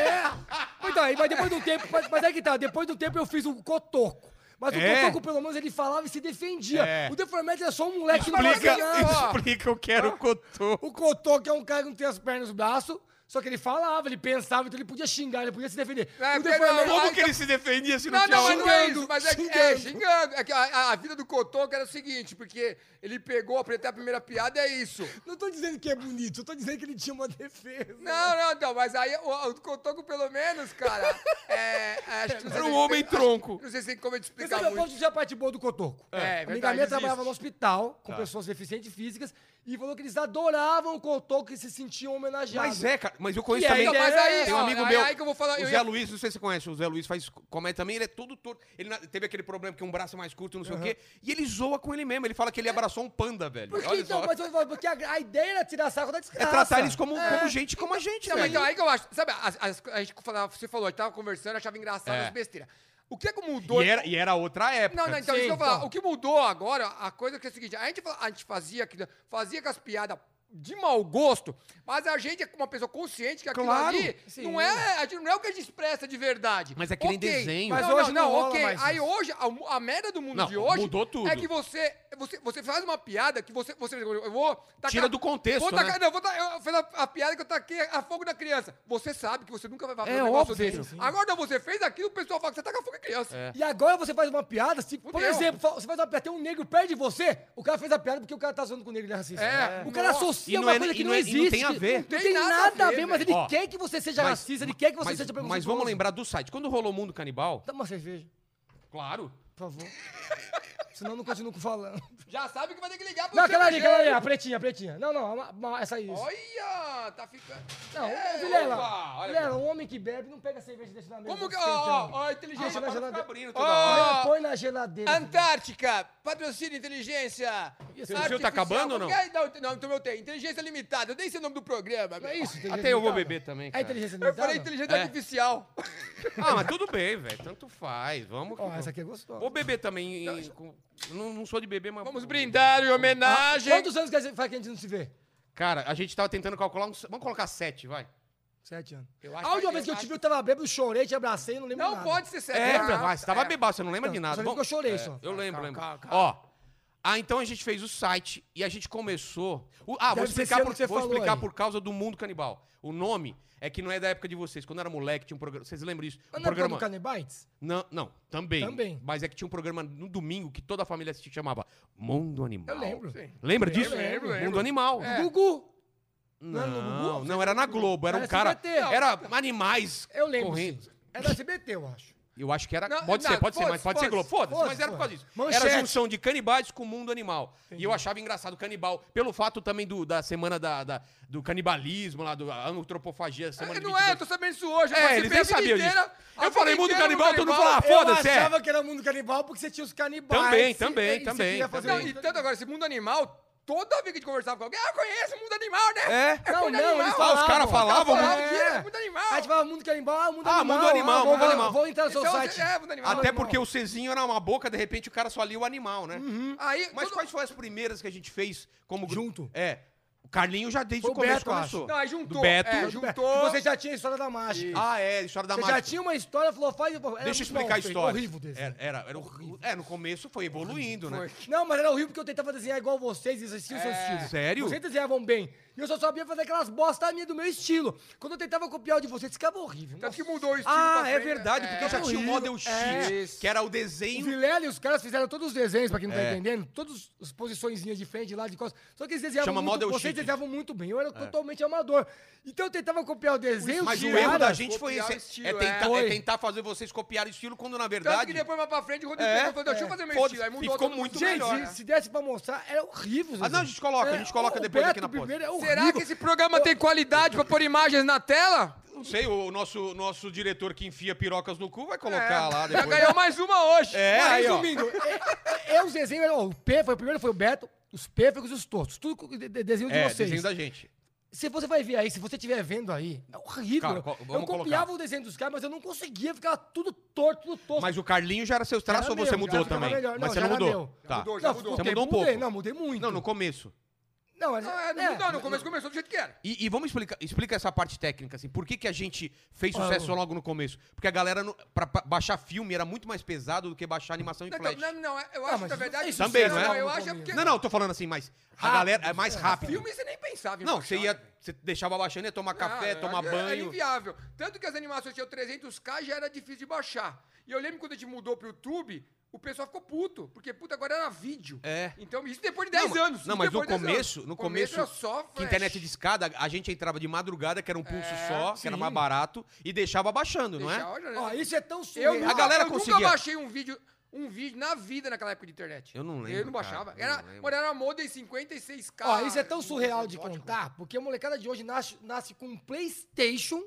B: Mas Então, aí, mas depois de um tempo, mas, mas é que tá, depois de um tempo eu fiz o cotoco. Mas o
A: É.
B: cotoco, pelo menos, ele falava e se defendia.
A: É.
B: O Deformed é só um moleque que não vai
A: Explica,
B: ganhar.
A: explica o que era o cotô.
B: O cotoco é um cara que não tem as pernas e os braços, só que ele falava, ele pensava, então ele podia xingar, ele podia se defender.
C: É,
B: o
C: porque não,
B: Deformed...
A: Como que ele se defendia se não,
C: Não,
A: tinha um
C: não, mas não é
B: xingando,
C: isso. Mas é, que- é, xingando. É que a, a- a vida do Cotoco era o seguinte, porque ele pegou, até a primeira piada, é isso.
B: Não tô dizendo que é bonito, eu tô dizendo que ele tinha uma defesa.
C: Não, não, não, mas aí o, o Cotoco, pelo menos, cara, é... acho que não sei
A: Era
C: se-
A: um homem
C: acho que-
A: tronco.
C: Não sei se tem como eu te
B: Você
C: explicar
B: sabe, eu posso
C: muito.
B: dizer a parte boa do cotoco.
C: É,
B: A amiga
C: verdade,
B: minha
C: existe.
B: trabalhava no hospital com
A: Tá.
B: pessoas deficientes físicas e falou que eles adoravam o cotoco e se sentiam homenageados.
A: Mas é, cara, mas eu conheço
B: E aí,
A: também.
B: não, mas aí,
A: tem um
C: ó,
A: amigo
C: Então, aí-
A: meu.
C: aí que eu vou falar,
A: o
C: eu
A: Zé
C: ia-
A: Luiz, não sei se você conhece, o Zé Luiz faz comédia também, ele é todo torto. Ele na- teve aquele problema que um braço é mais curto, não sei o quê. E ele zoa com ele mesmo. Ele fala
C: É.
A: que ele abraçou um panda, velho.
B: Porque,
A: Olha
B: então,
A: só.
B: mas, mas- porque a, a ideia era tirar sarro da
A: É
B: desgraça. É.
A: tratar eles como, como gente, como a gente,
C: Não, mas então,
A: velho.
C: aí que eu acho. Sabe, as- as- a gente falava, você falou, a gente tava conversando, achava engraçado
A: É.
C: as besteiras. O que é que mudou?
A: E era, e era outra época.
C: Não, não, então,
B: Sim,
C: isso que eu vou falar.
B: então.
C: O que mudou agora, a coisa que é o seguinte, a gente, fa- a gente fazia, que- fazia com as piadas de mau gosto, mas a gente é uma pessoa consciente que aquilo
A: Claro.
C: ali
B: Sim.
C: não é, a gente- não é o que a gente expressa de verdade.
A: Mas é que nem
C: Ok.
A: desenho.
B: Mas
C: não,
B: hoje não
C: não, não,
B: rola
C: ok.
B: mais
C: Aí
B: isso.
C: hoje, a, a merda do mundo
A: Não,
C: de hoje
A: mudou tudo.
C: é que você, você, você faz uma piada que você, você eu vou tacar-
A: Tira do contexto,
C: Vou tacar,
A: né?
C: não, vou tacar, eu fiz a, a piada que eu taquei a fogo na criança. Você sabe que você nunca vai fazer
A: É
C: um negócio
A: óbvio.
C: desse.
A: Sim,
C: Agora não, você fez aquilo, o pessoal fala que você taca fogo na criança.
A: É.
B: E agora você faz uma piada, se, por
C: Fudeu.
B: exemplo, fa- você faz uma piada, tem um negro perto de você, o cara fez a piada porque o cara tá zoando com o negro, ele é racista.
C: É.
B: O cara
C: Nossa.
A: E
B: associa
A: não
B: uma
A: é-
B: coisa
A: e
B: que
A: não
B: não
A: é- e
B: existe.
A: não tem a ver.
B: Não tem nada a ver, mas ele
A: velho. Ó,
B: quer que você seja
A: Mas-
B: racista, ele quer que você
A: mas-
B: seja preconceituoso.
A: Mas vamos lembrar do site. Quando rolou o Mundo Canibal,
B: Dá uma cerveja,
A: claro,
B: por favor. Senão eu não continuo falando.
C: Já sabe que vai ter que ligar pro
B: Não, aquela ali,
C: cervejeiro.
B: aquela ali, a pretinha, a pretinha. Não, não, uma- uma- essa aí. isso.
C: Olha, tá ficando.
B: Não,
C: É, opa,
B: Vilela,
C: olha
B: Vilela, um homem que bebe não pega cerveja e deixa na mesa.
C: Como que. Ó, ó,
B: esquentando.
C: ó, inteligência.
B: Deixa na geladeira.
A: abrindo
C: toda hora.
B: Põe- Põe na geladeira.
C: Antártica, patrocínio inteligência.
B: Esse
A: seu tá
C: artificial.
A: acabando ou não?
C: Ai, Não, não, então eu tenho. Inteligência limitada. Eu nem sei o nome do programa.
B: Não é
C: velho.
B: isso, inteligência
A: Até eu vou
B: limitada?
A: beber também,
B: É
A: cara.
B: inteligência
C: Eu
B: limitada?
C: falei inteligência
A: É.
C: artificial.
A: Ah, mas tudo bem, velho. Tanto faz. Vamos. que
B: Ó,
A: vamos.
B: essa aqui é gostosa.
A: Vou beber também. em- com- Não, não sou de beber, mas.
C: Vamos brindar em homenagem.
A: Ah,
B: Quantos anos que a gente- faz que a gente não se vê?
A: Cara, a gente tava tentando calcular. Uns... Vamos colocar sete, vai.
B: Sete anos.
C: Eu acho
B: A última
C: que-
B: vez que eu
C: acho-
B: te vi, eu tava bêbado, chorei, te abracei, não lembro
C: Não
B: nada.
C: pode ser sério.
A: É,
C: Ah,
A: vai. Você tava
C: é.
A: bebado, você não lembra de
B: Não,
A: nada.
B: só
A: Bom,
B: lembro
A: é,
B: que eu chorei só.
A: Eu lembro, lembro.
C: calma, calma.
A: Ó. Ah, então a gente fez o site e a gente começou. o- ah, vou
B: Deve ser
A: explicar,
B: esse
A: por,
B: ano que você
A: vou
B: falou
A: explicar
B: aí.
A: por causa do mundo canibal. O nome é que não é da época de vocês. Quando eu era moleque, tinha um programa. Vocês lembram disso?
B: Mas
A: Um
B: não é
A: programa.
B: do Canibites?
A: Não, não, também.
B: Também.
A: Mas é que tinha um programa no domingo que toda a família assistia, chamava Mundo Animal.
B: Eu lembro.
C: Sim.
A: Lembra disso?
C: lembro, lembro.
A: Mundo Animal.
C: É.
B: Gugu. Não era no
A: Não,
B: Gugu?
A: não, era na Globo, era um
B: Era
A: cara.
B: SBT.
A: Era animais
B: Eu lembro.
A: correndo.
B: sim. É da SBT, eu acho.
A: Eu acho que era.
C: Não,
A: pode ser,
C: não,
A: pode ser, mas
C: foda-se,
A: pode ser Globo. Foda-se,
B: foda-se,
A: mas era por causa disso.
B: foda-se. Manchete.
A: Era a junção de canibais com o mundo animal. E eu achava engraçado o canibal, pelo fato também do, da semana da, da- do canibalismo, lá, do a antropofagia, semana
C: É,
A: de
C: Não
A: 22.
C: é, eu tô sabendo isso hoje. eu
A: É,
C: participei
A: eles
C: a
A: nem
C: vida
A: sabiam disso.
C: inteira, a
A: Eu falei
C: vida
A: mundo
C: inteira no
A: canibal, todo mundo
C: canibal.
A: falava, foda-se,
B: Eu
A: é.
B: achava que era mundo canibal porque você tinha os canibais.
A: Também,
B: e-
A: também,
B: e você
A: também,
B: queria fazer
A: também.
C: Não,
B: isso.
C: Então, e tanto agora, esse mundo animal, toda vez que a gente conversava com alguém, ah, eu conheço o mundo animal, né?
A: É.
B: Não,
C: mundo
B: não,
C: animal.
B: eles
A: Ah,
B: falavam.
A: os caras falavam
C: Os
A: muito.
C: caras falavam que era mundo animal.
B: Aí falava mundo canibal, ah, mundo
A: Ah,
B: animal.
A: mundo animal,
B: vou-
A: mundo
B: vou-
A: animal.
B: Vou entrar no seu
C: Então,
B: site.
C: é, mundo animal.
A: Até
B: animal.
A: porque o Czinho era uma boca, de repente o cara só lia o animal, né?
C: Aí,
A: Mas
C: todo-
A: quais foram as primeiras que a gente fez como grupo?
B: Junto.
A: É. O Carlinho já desde o
B: Foi o
A: começo
B: Beto,
A: começou.
B: acho.
C: Não, aí juntou.
A: Do Beto.
C: É,
B: Que
C: juntou.
B: Você já tinha a história da mágica.
A: Ah, é, história da
B: Você
A: mágica.
B: já tinha uma história, falou, faz. era
A: Deixa eu
B: muito
A: explicar
B: mal
A: a
B: feito,
A: história.
B: Horrível desse.
A: Era, era, era horrível. É, no começo foi evoluindo, né?
B: Não, mas era horrível porque eu tentava desenhar igual vocês e existiam seus estilos.
A: É. sério?
B: Vocês desenhavam bem. E eu só sabia fazer aquelas bosta minha do meu estilo. Quando eu tentava copiar o de vocês, ficava horrível.
C: Tanto
B: Nossa.
C: que mudou o estilo
A: Ah,
C: pra
A: é
C: frente. né?
A: verdade, porque eu já tinha o
B: horrível.
A: Model X,
C: É.
A: que era o
B: O
A: desenho.
B: Vilela e os caras fizeram todos os desenhos, pra quem não
A: um É.
B: tá entendendo, todas as posiçõezinhas de frente, lá de costas. Só que eles desenhavam
A: Chama
B: muito,
A: model
B: vocês
A: sheet.
B: desenhavam muito bem, eu era totalmente amador. Então eu tentava copiar o desenho,
A: Mas o
B: cara,
A: erro da gente foi
C: copiar
A: esse.
C: o estilo,
A: é,
C: é.
A: tentar, é
B: Foi.
A: tentar fazer vocês copiar o estilo, quando na
C: Tanto que
A: verdade.
C: depois, mais pra frente, o Rodrigo
A: É,
C: falou, deixa eu
B: é.
C: fazer meu
A: Foda-se,
C: estilo. Aí
A: e
C: mudou
A: ficou
C: todo
A: muito
C: mundo
B: Gente,
A: melhor,
B: se,
A: né?
B: se desse pra mostrar, era horrível.
A: Ah,
B: os
A: não, a
B: desenhos.
A: gente coloca, a gente coloca
B: o
A: depois aqui
B: Beto
A: na posta.
B: primeiro é
C: né? Será
B: horrível.
C: que esse programa tem qualidade pra pôr imagens na tela?
A: Não sei, o nosso, nosso diretor que enfia pirocas no cu vai colocar
C: É.
A: lá
C: Já
A: depois.
C: ganhou mais uma hoje.
A: É,
B: Mas,
A: aí, ó.
B: resumindo, é- é- é os desenhos, eram, ó, o P foi o primeiro, foi o Beto, os pêfagos e os tortos. Tudo co- de- de- desenho um de
A: É,
B: vocês.
A: desenho da gente.
B: Se você vai ver aí, se você estiver vendo aí, é horrível.
A: Cara, co-
B: eu
A: vamos
B: copiava
A: colocar.
B: o desenho dos caras, mas eu não conseguia, ficava tudo torto, tudo tosco.
A: Mas o Carlinho já era seus traços
B: Era
A: ou você
B: meu,
A: mudou
B: já ficava
A: também?
B: melhor.
A: Mas
B: Não,
A: você
B: já
A: não
B: era
A: mudou.
B: meu.
A: Tá.
C: mudou, já
B: não,
C: mudou.
A: Você
B: mudei,
A: mudou um
B: mudei,
A: pouco.
B: Não, mudei muito.
A: Não, no começo.
B: Não, mas-
C: Ah, é, não
B: é.
C: mudou, no começo começou do jeito que era.
A: E, e vamos explicar, explica essa parte técnica, assim, por que, que a gente fez sucesso
B: Ah,
A: logo no começo? Porque a galera, não- pra, pra baixar filme, era muito mais pesado do que baixar animação em
C: Não,
A: flash.
C: então, não, não, eu acho que
B: mas
C: na verdade...
B: isso um
A: Também, não é?
C: Eu acho é porque...
A: Não, não, tô falando assim, mas a galera é mais rápido.
C: Filme você nem pensava em
A: não,
C: baixar,
A: você ia,
C: né?
A: você deixava baixando, ia tomar café,
C: Cara,
A: tomar
C: é- É
A: banho.
C: inviável. Tanto que as animações tinham 300k já era difícil de baixar. E eu lembro quando a gente mudou pro YouTube, o pessoal ficou puto. Porque, puta, agora era vídeo.
A: É.
C: Então, isso depois de
A: Não,
C: 10
A: mas-
C: anos.
A: Não,
C: isso
A: mas no
C: depois de 10
A: começo,
C: anos.
A: no começo,
C: era só
A: que
C: flash.
A: internet de escada, a gente entrava de madrugada, que era um pulso só, que era
B: sim.
A: mais barato, e deixava baixando, não é?
C: Deixar, olha,
B: Ó,
C: né?
B: isso é tão
C: Eu,
B: surreal.
A: a galera
C: eu
A: conseguia.
C: nunca baixei um vídeo, um vídeo na vida naquela época de internet.
A: Eu não
C: Eu
A: lembro,
C: não
A: cara,
C: baixava.
A: eu não
C: Era,
A: lembro.
C: quando era modem 56k.
B: Ó, isso é tão surreal de
C: exótico.
B: contar, porque a molecada de hoje nasce, nasce com um Playstation,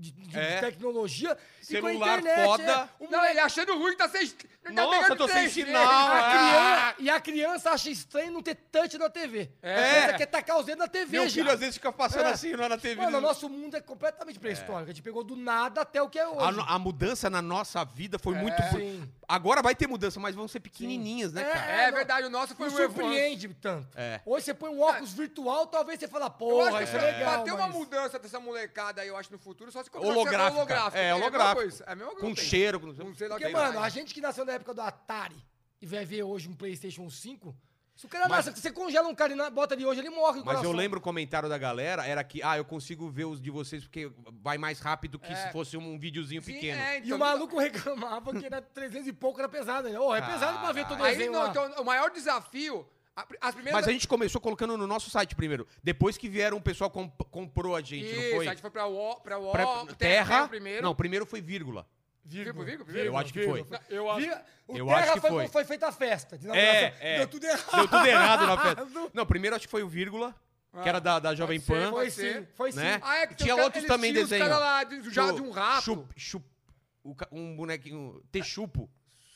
B: de, de
A: É.
B: tecnologia e com a
A: Celular
B: internet.
A: foda.
B: É. O
C: Não, ele achando ruim, tá sem. Tá
A: Nossa,
C: pegando
A: tô sem
C: 3G.
A: sinal.
B: A
C: é.
A: Ah.
B: criança- e a criança acha estranho não ter touch na TV.
C: É.
B: A criança quer tacar os dedos na TV,
A: Meu
B: já.
A: filho às vezes fica passando
B: É.
A: assim lá na TV.
B: Mano, o
A: né?
B: nosso mundo é completamente pré-histórico. A gente pegou do nada até o que é
C: Ah,
A: a,
B: hoje.
A: no- a mudança na nossa vida foi muito.
B: Sim.
A: Agora vai ter mudança, mas vão ser pequenininhas, né,
B: É.
A: cara?
C: É verdade, o nosso foi
B: Não
C: um avanço.
B: surpreende tanto.
A: É.
B: Hoje você põe um óculos virtual, talvez você fala,
C: Eu acho
B: porra,
C: que
B: isso
C: se
B: é legal.
C: bater uma
B: mas-
C: mudança dessa molecada aí, eu acho, no futuro, só se começar
A: Holográfica.
C: holográfico.
A: É, holográfico.
C: É a mesma coisa.
A: Com cheiro. Com...
C: Não sei lá
B: Porque,
C: quem
B: mano, a
C: vai.
B: gente que nasceu na época do Atari e vai ver hoje um PlayStation 5, se o cara nasce, você congela um cara e na- bota de hoje, ele morre. do
A: Mas eu
B: coração.
A: lembro o comentário da galera, era que, ah, eu consigo ver os de vocês porque vai mais rápido que se fosse um videozinho
C: É. Sim,
A: pequeno.
C: é,
B: E o
C: então-
B: maluco reclamava que era 300 e pouco, era pesado. Ele, Ô, é pesado pra ver todo
C: Aí,
B: desenho
C: não,
B: lá.
C: então, o maior desafio. a- As primeiras.
A: Mas a gente começou colocando no nosso site primeiro. Depois que vieram, o pessoal comp- comprou a gente,
C: Isso,
A: não foi?
C: a gente foi pra UOL, pra UOL
A: Pra-
C: Terra,
A: terra.
C: primeiro.
A: Não, primeiro foi vírgula.
C: Vírgula, vírgula,
A: Eu
C: vírgula,
A: acho que foi.
C: Não, Eu acho.
B: Vira- O
A: Eu
B: Terra
A: acho que
B: foi,
A: foi.
B: foi feita a festa. de
A: É,
B: inauguração.
A: é.
B: Deu tudo errado.
A: Deu tudo errado na festa. Não, primeiro acho que foi o vírgula, que era da, da Jovem
C: Ah, pode ser,
A: Pan.
B: Foi
C: pode
B: sim,
C: ser.
B: foi sim.
A: né?
C: Ah, é que tem
A: Tinha
C: os ca-
A: outros
C: eles
A: também
C: tinham os
A: desenho.
C: cara lá de- já de um rato.
A: Chup, chup, o ca- um bonequinho. Texupo.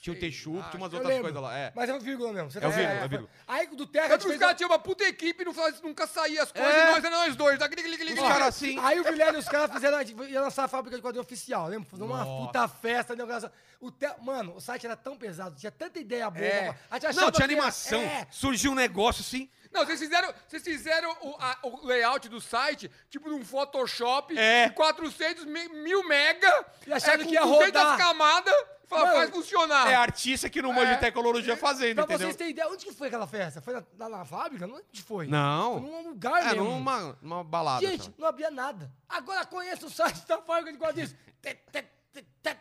A: Tinha o Texupo, tinha umas
B: Eu
A: outras
B: lembro.
A: coisas lá. É.
B: Mas é um vírgula mesmo. Você
A: É o vírgula,
B: certo.
A: é o vírgula.
B: Aí do Terra... a gente
C: Tanto que os
B: fez
C: caras tinham uma puta equipe, não faz, nunca saía as coisas,
A: É.
C: e nós era nós dois. Tá, clic, clic, clic,
A: Os
C: clic.
A: caras assim.
B: Aí o Guilherme e os caras fizeram, a- ia lançar a fábrica de quadrinho oficial, lembra? Fazer uma
A: Nossa.
B: puta festa, negócio. O te- Mano, o site era tão pesado, tinha tanta ideia boa.
C: É.
B: A gente achava
A: Não, tinha
B: que era-
A: animação.
B: É.
A: Surgiu um negócio assim.
C: Não, vocês fizeram, vocês fizeram o, a- o layout do site, tipo num Photoshop,
A: É.
C: de 400 mi- mil mega,
B: E achando
C: é, com
B: que ia
C: 200
B: rodar.
C: camadas, e fala,
B: Mano,
C: faz funcionar.
A: É artista que não manja de tecnologia fazendo,
B: Pra
A: entendeu?
B: vocês terem ideia, onde que foi aquela festa? Foi na, lá na fábrica? Não, onde foi?
A: Não.
B: Foi num lugar
A: Era
B: mesmo.
A: uma, uma É, balada.
B: Gente,
A: sabe?
B: não abria nada. Agora conheço o site da fábrica de quadrinhos. Tê, tê, tê, tê, tê,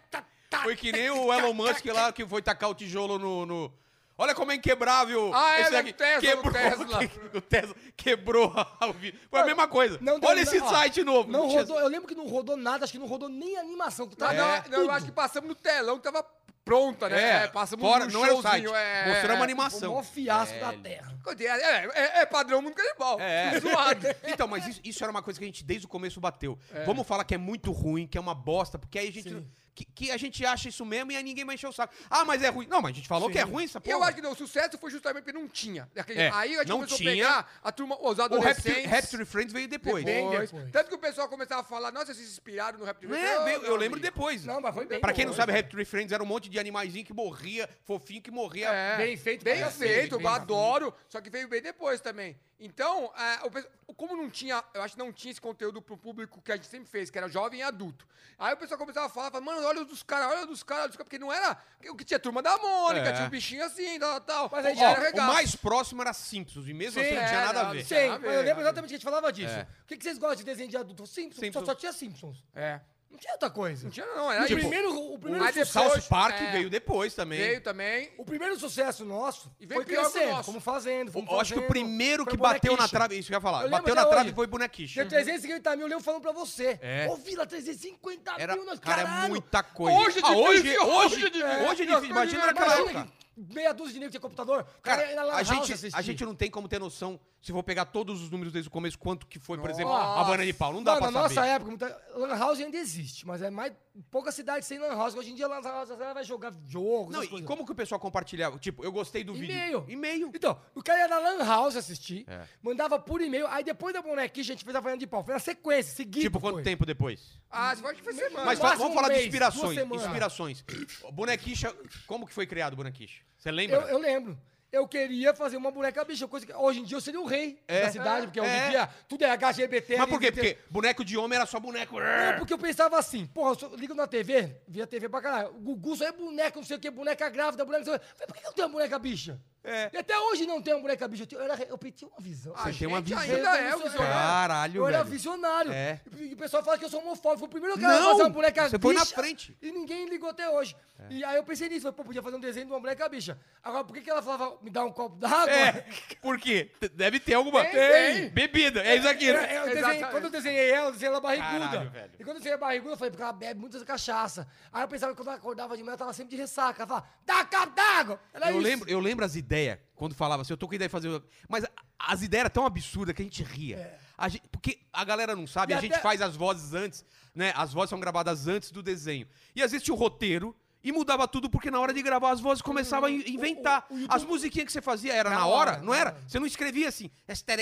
B: tê.
A: Foi que nem o Elon Musk lá que foi tacar o tijolo no. no- Olha como é inquebrável.
C: Ah, é,
A: daqui.
C: o Tesla, o
A: quebrou,
C: Tesla.
A: o Tesla quebrou o vídeo. Foi a mesma coisa.
B: Não deu
A: Olha esse
B: nada. Ó,
A: site novo.
B: Não
A: tinha-
B: rodou, eu lembro que não rodou nada, acho que não rodou nem a animação. Que
C: Mas
B: tava,
C: não,
A: É.
C: não, eu acho que passamos no telão que tava pronta, né?
A: É, fora-
C: num
A: não era o site.
C: showzinho, é,
A: Mostramos
C: é.
A: a animação.
B: o maior fiasco da terra.
C: É, é, é padrão mundo canibal.
A: É.
C: Zoado.
A: Então, mas isso, isso era uma coisa que a gente desde o começo bateu. Vamos falar que é muito ruim, que é uma bosta, porque aí a gente. Que, que a gente acha isso mesmo e aí ninguém mais encheu o saco. Ah, mas é ruim. Não, mas a gente falou que é ruim essa
C: E
A: porra.
C: eu acho que não, o sucesso foi justamente porque não tinha. Aquele-
A: É,
C: Aí a gente
A: não
C: começou
A: tinha.
C: a pegar a turma, os
A: o
C: adolescentes.
A: Raptor, Raptor Friends veio depois.
B: Bem
C: Depois.
B: depois.
C: Tanto que o pessoal começava a falar, nossa, vocês se inspiraram no Raptor
A: Né?
C: Não,
A: Veio-
C: meu
A: eu lembro
C: amigo.
A: depois.
B: Não, mas foi bem
A: Pra quem não
B: depois.
A: sabe, Raptor Friends era um monte de animaizinho que morria, fofinho que morria.
C: É.
B: Bem feito pra
C: Bem
B: cacete,
C: feito,
B: bem
C: eu adoro. Só que veio bem depois também. Então, é, o pe- como não tinha, eu acho que não tinha esse conteúdo pro público que a gente sempre fez, que era jovem e adulto. Aí o pessoal começava a falar, falava, mano, olha os dos caras, olha os dos caras, olha os dos caras", porque não era. O que tinha turma da Mônica,
A: É.
C: tinha um bichinho assim, tal, tal.
B: Mas
C: Mas
B: aí
C: aí
A: Ó,
B: já era
A: é o
C: legal.
A: mais próximo era Simpsons, e mesmo assim não
C: é,
A: tinha nada a
C: não,
A: ver.
B: Sei,
C: Nada a ver,
B: mas eu lembro
C: nada a
B: exatamente que a gente falava disso.
A: É.
B: O que, que vocês gostam de desenho de adulto? Simpsons.
A: Simpsons.
B: Só, só tinha Simpsons.
C: É.
B: Não tinha outra coisa.
C: Não tinha, não. Era
B: o,
A: Tipo,
B: primeiro, o, primeiro
C: Aí
A: O
B: su-
C: depois-
A: South Park
C: é.
A: veio depois também.
C: Veio também.
B: o primeiro sucesso nosso
C: E veio
B: foi
C: pior que o
B: crescendo,
C: nosso.
B: fomos fazendo, fomos
A: Eu acho que o
B: fazendo.
A: primeiro
B: Foi
A: que bateu na
B: Bonequiche.
A: trave. Isso que eu ia falar.
B: Eu
A: bateu
B: lembro
A: na
B: até
A: trave
B: hoje.
A: foi bonequiche.
B: Deu 350 mil, eu falando pra você.
A: É.
B: Ô, Vila, 350
A: Era,
B: mil, nós,
A: cara,
B: caralho.
A: é muita coisa.
C: Hoje é
A: Ah, hoje,
C: difícil,
A: hoje,
C: hoje
A: hoje,
C: é difícil.
A: é,
C: Não,
A: difícil. Imagina
C: imagina
A: naquela
B: Imagina
A: época.
B: que meia dúzia de nego tinha computador. o cara ia na
A: Cara,
B: lan
A: a
B: house
A: gente,
B: assistir.
A: a gente não tem como ter noção, se for pegar todos os números desde o começo, quanto que foi, por
C: Nossa.
A: exemplo, a banana de pau. Não dá
B: Mano,
A: pra
B: na nossa
A: saber.
B: época, muita... Lan House ainda existe, mas é mais pouca cidade sem Lan House. Hoje em dia, Lan House a galera vai jogar jogos,
A: Não,
B: essas
A: e
B: coisas.
A: como que o pessoal compartilhava? Tipo, eu gostei do vídeo.
B: E-mail.
A: E-mail.
B: Então, o cara ia na Lan House assistir,
A: É.
B: mandava por e-mail, aí depois da bonequinha a gente fez a banana de pau. Foi na sequência, seguida.
A: Tipo, quanto
B: foi.
A: tempo depois?
C: Ah, acho que foi semana.
A: Mas
B: No
A: fa-
B: máximo
A: vamos
B: um
A: falar de
B: mês, duas
A: inspirações.
B: semanas. Ah.
A: Inspirações. O Bonequicha, como que foi criado o Bonequicha? Você lembra?
B: Eu, eu lembro. Eu queria fazer uma boneca bicha, coisa que hoje em dia eu seria o rei
A: É.
B: da cidade, porque hoje
A: É.
B: em dia tudo é HGBT.
A: Mas por quê?
B: LGBT.
A: Porque boneco de homem era só boneco.
B: Não, porque eu pensava assim, porra, eu só ligo na TV, via TV pra caralho, o Gugu só é boneca, não sei o que, boneca grávida, boneca... não sei o quê. Eu Falei, por que eu não tenho uma boneca bicha?
A: É.
B: E até hoje não tenho uma boneca bicha, eu, tinha- eu, era, eu tinha uma visão.
C: A
A: Você tem uma
C: gente
A: visão.
C: ainda é
B: Eu
C: o
B: sou-
C: visionário.
A: Caralho,
B: eu era
A: velho.
B: visionário.
A: É.
B: E o pessoal fala que eu sou homofóbico. O primeiro cara
A: Não,
B: a fazer uma boneca
A: você
B: bicha.
A: foi na frente. É.
B: E ninguém ligou até hoje. E aí eu pensei nisso, falei, pô, podia fazer um desenho de uma boneca bicha. Agora, por que, que ela falava, me dá um copo d'água?
A: É, por quê? T- Deve ter alguma.
C: Tem, tem.
A: Bebida, é isso aqui.
B: Eu-
A: né?
B: eu desenhei-
C: Exatamente.
B: quando eu desenhei ela, eu desenhei ela barriguda.
A: Caralho, velho.
B: E quando eu desenhei a barriguda, eu falei, porque ela bebe muitas cachaça. Aí eu pensava que quando ela acordava de manhã, ela tava sempre de ressaca. Ela falava, dá cabo d'água! Era
A: Eu
B: É isso.
A: lembro, eu lembro as ideias, quando falava assim, eu tô com ideia de fazer... Mas a- as ideias eram tão absurdas que a gente ria. A gente- porque a galera não sabe,
B: É. E
A: a
B: até-
A: gente faz as vozes antes, né? As vozes são gravadas antes do desenho. E às vezes tinha o roteiro e mudava tudo, porque na hora de gravar as vozes começava a in- inventar.
B: Uhum. o- o
A: As
B: YouTube-
A: musiquinhas que você fazia era
B: Na
A: na, hora,
B: hora,
A: não era?
B: na hora.
A: Você não escrevia assim.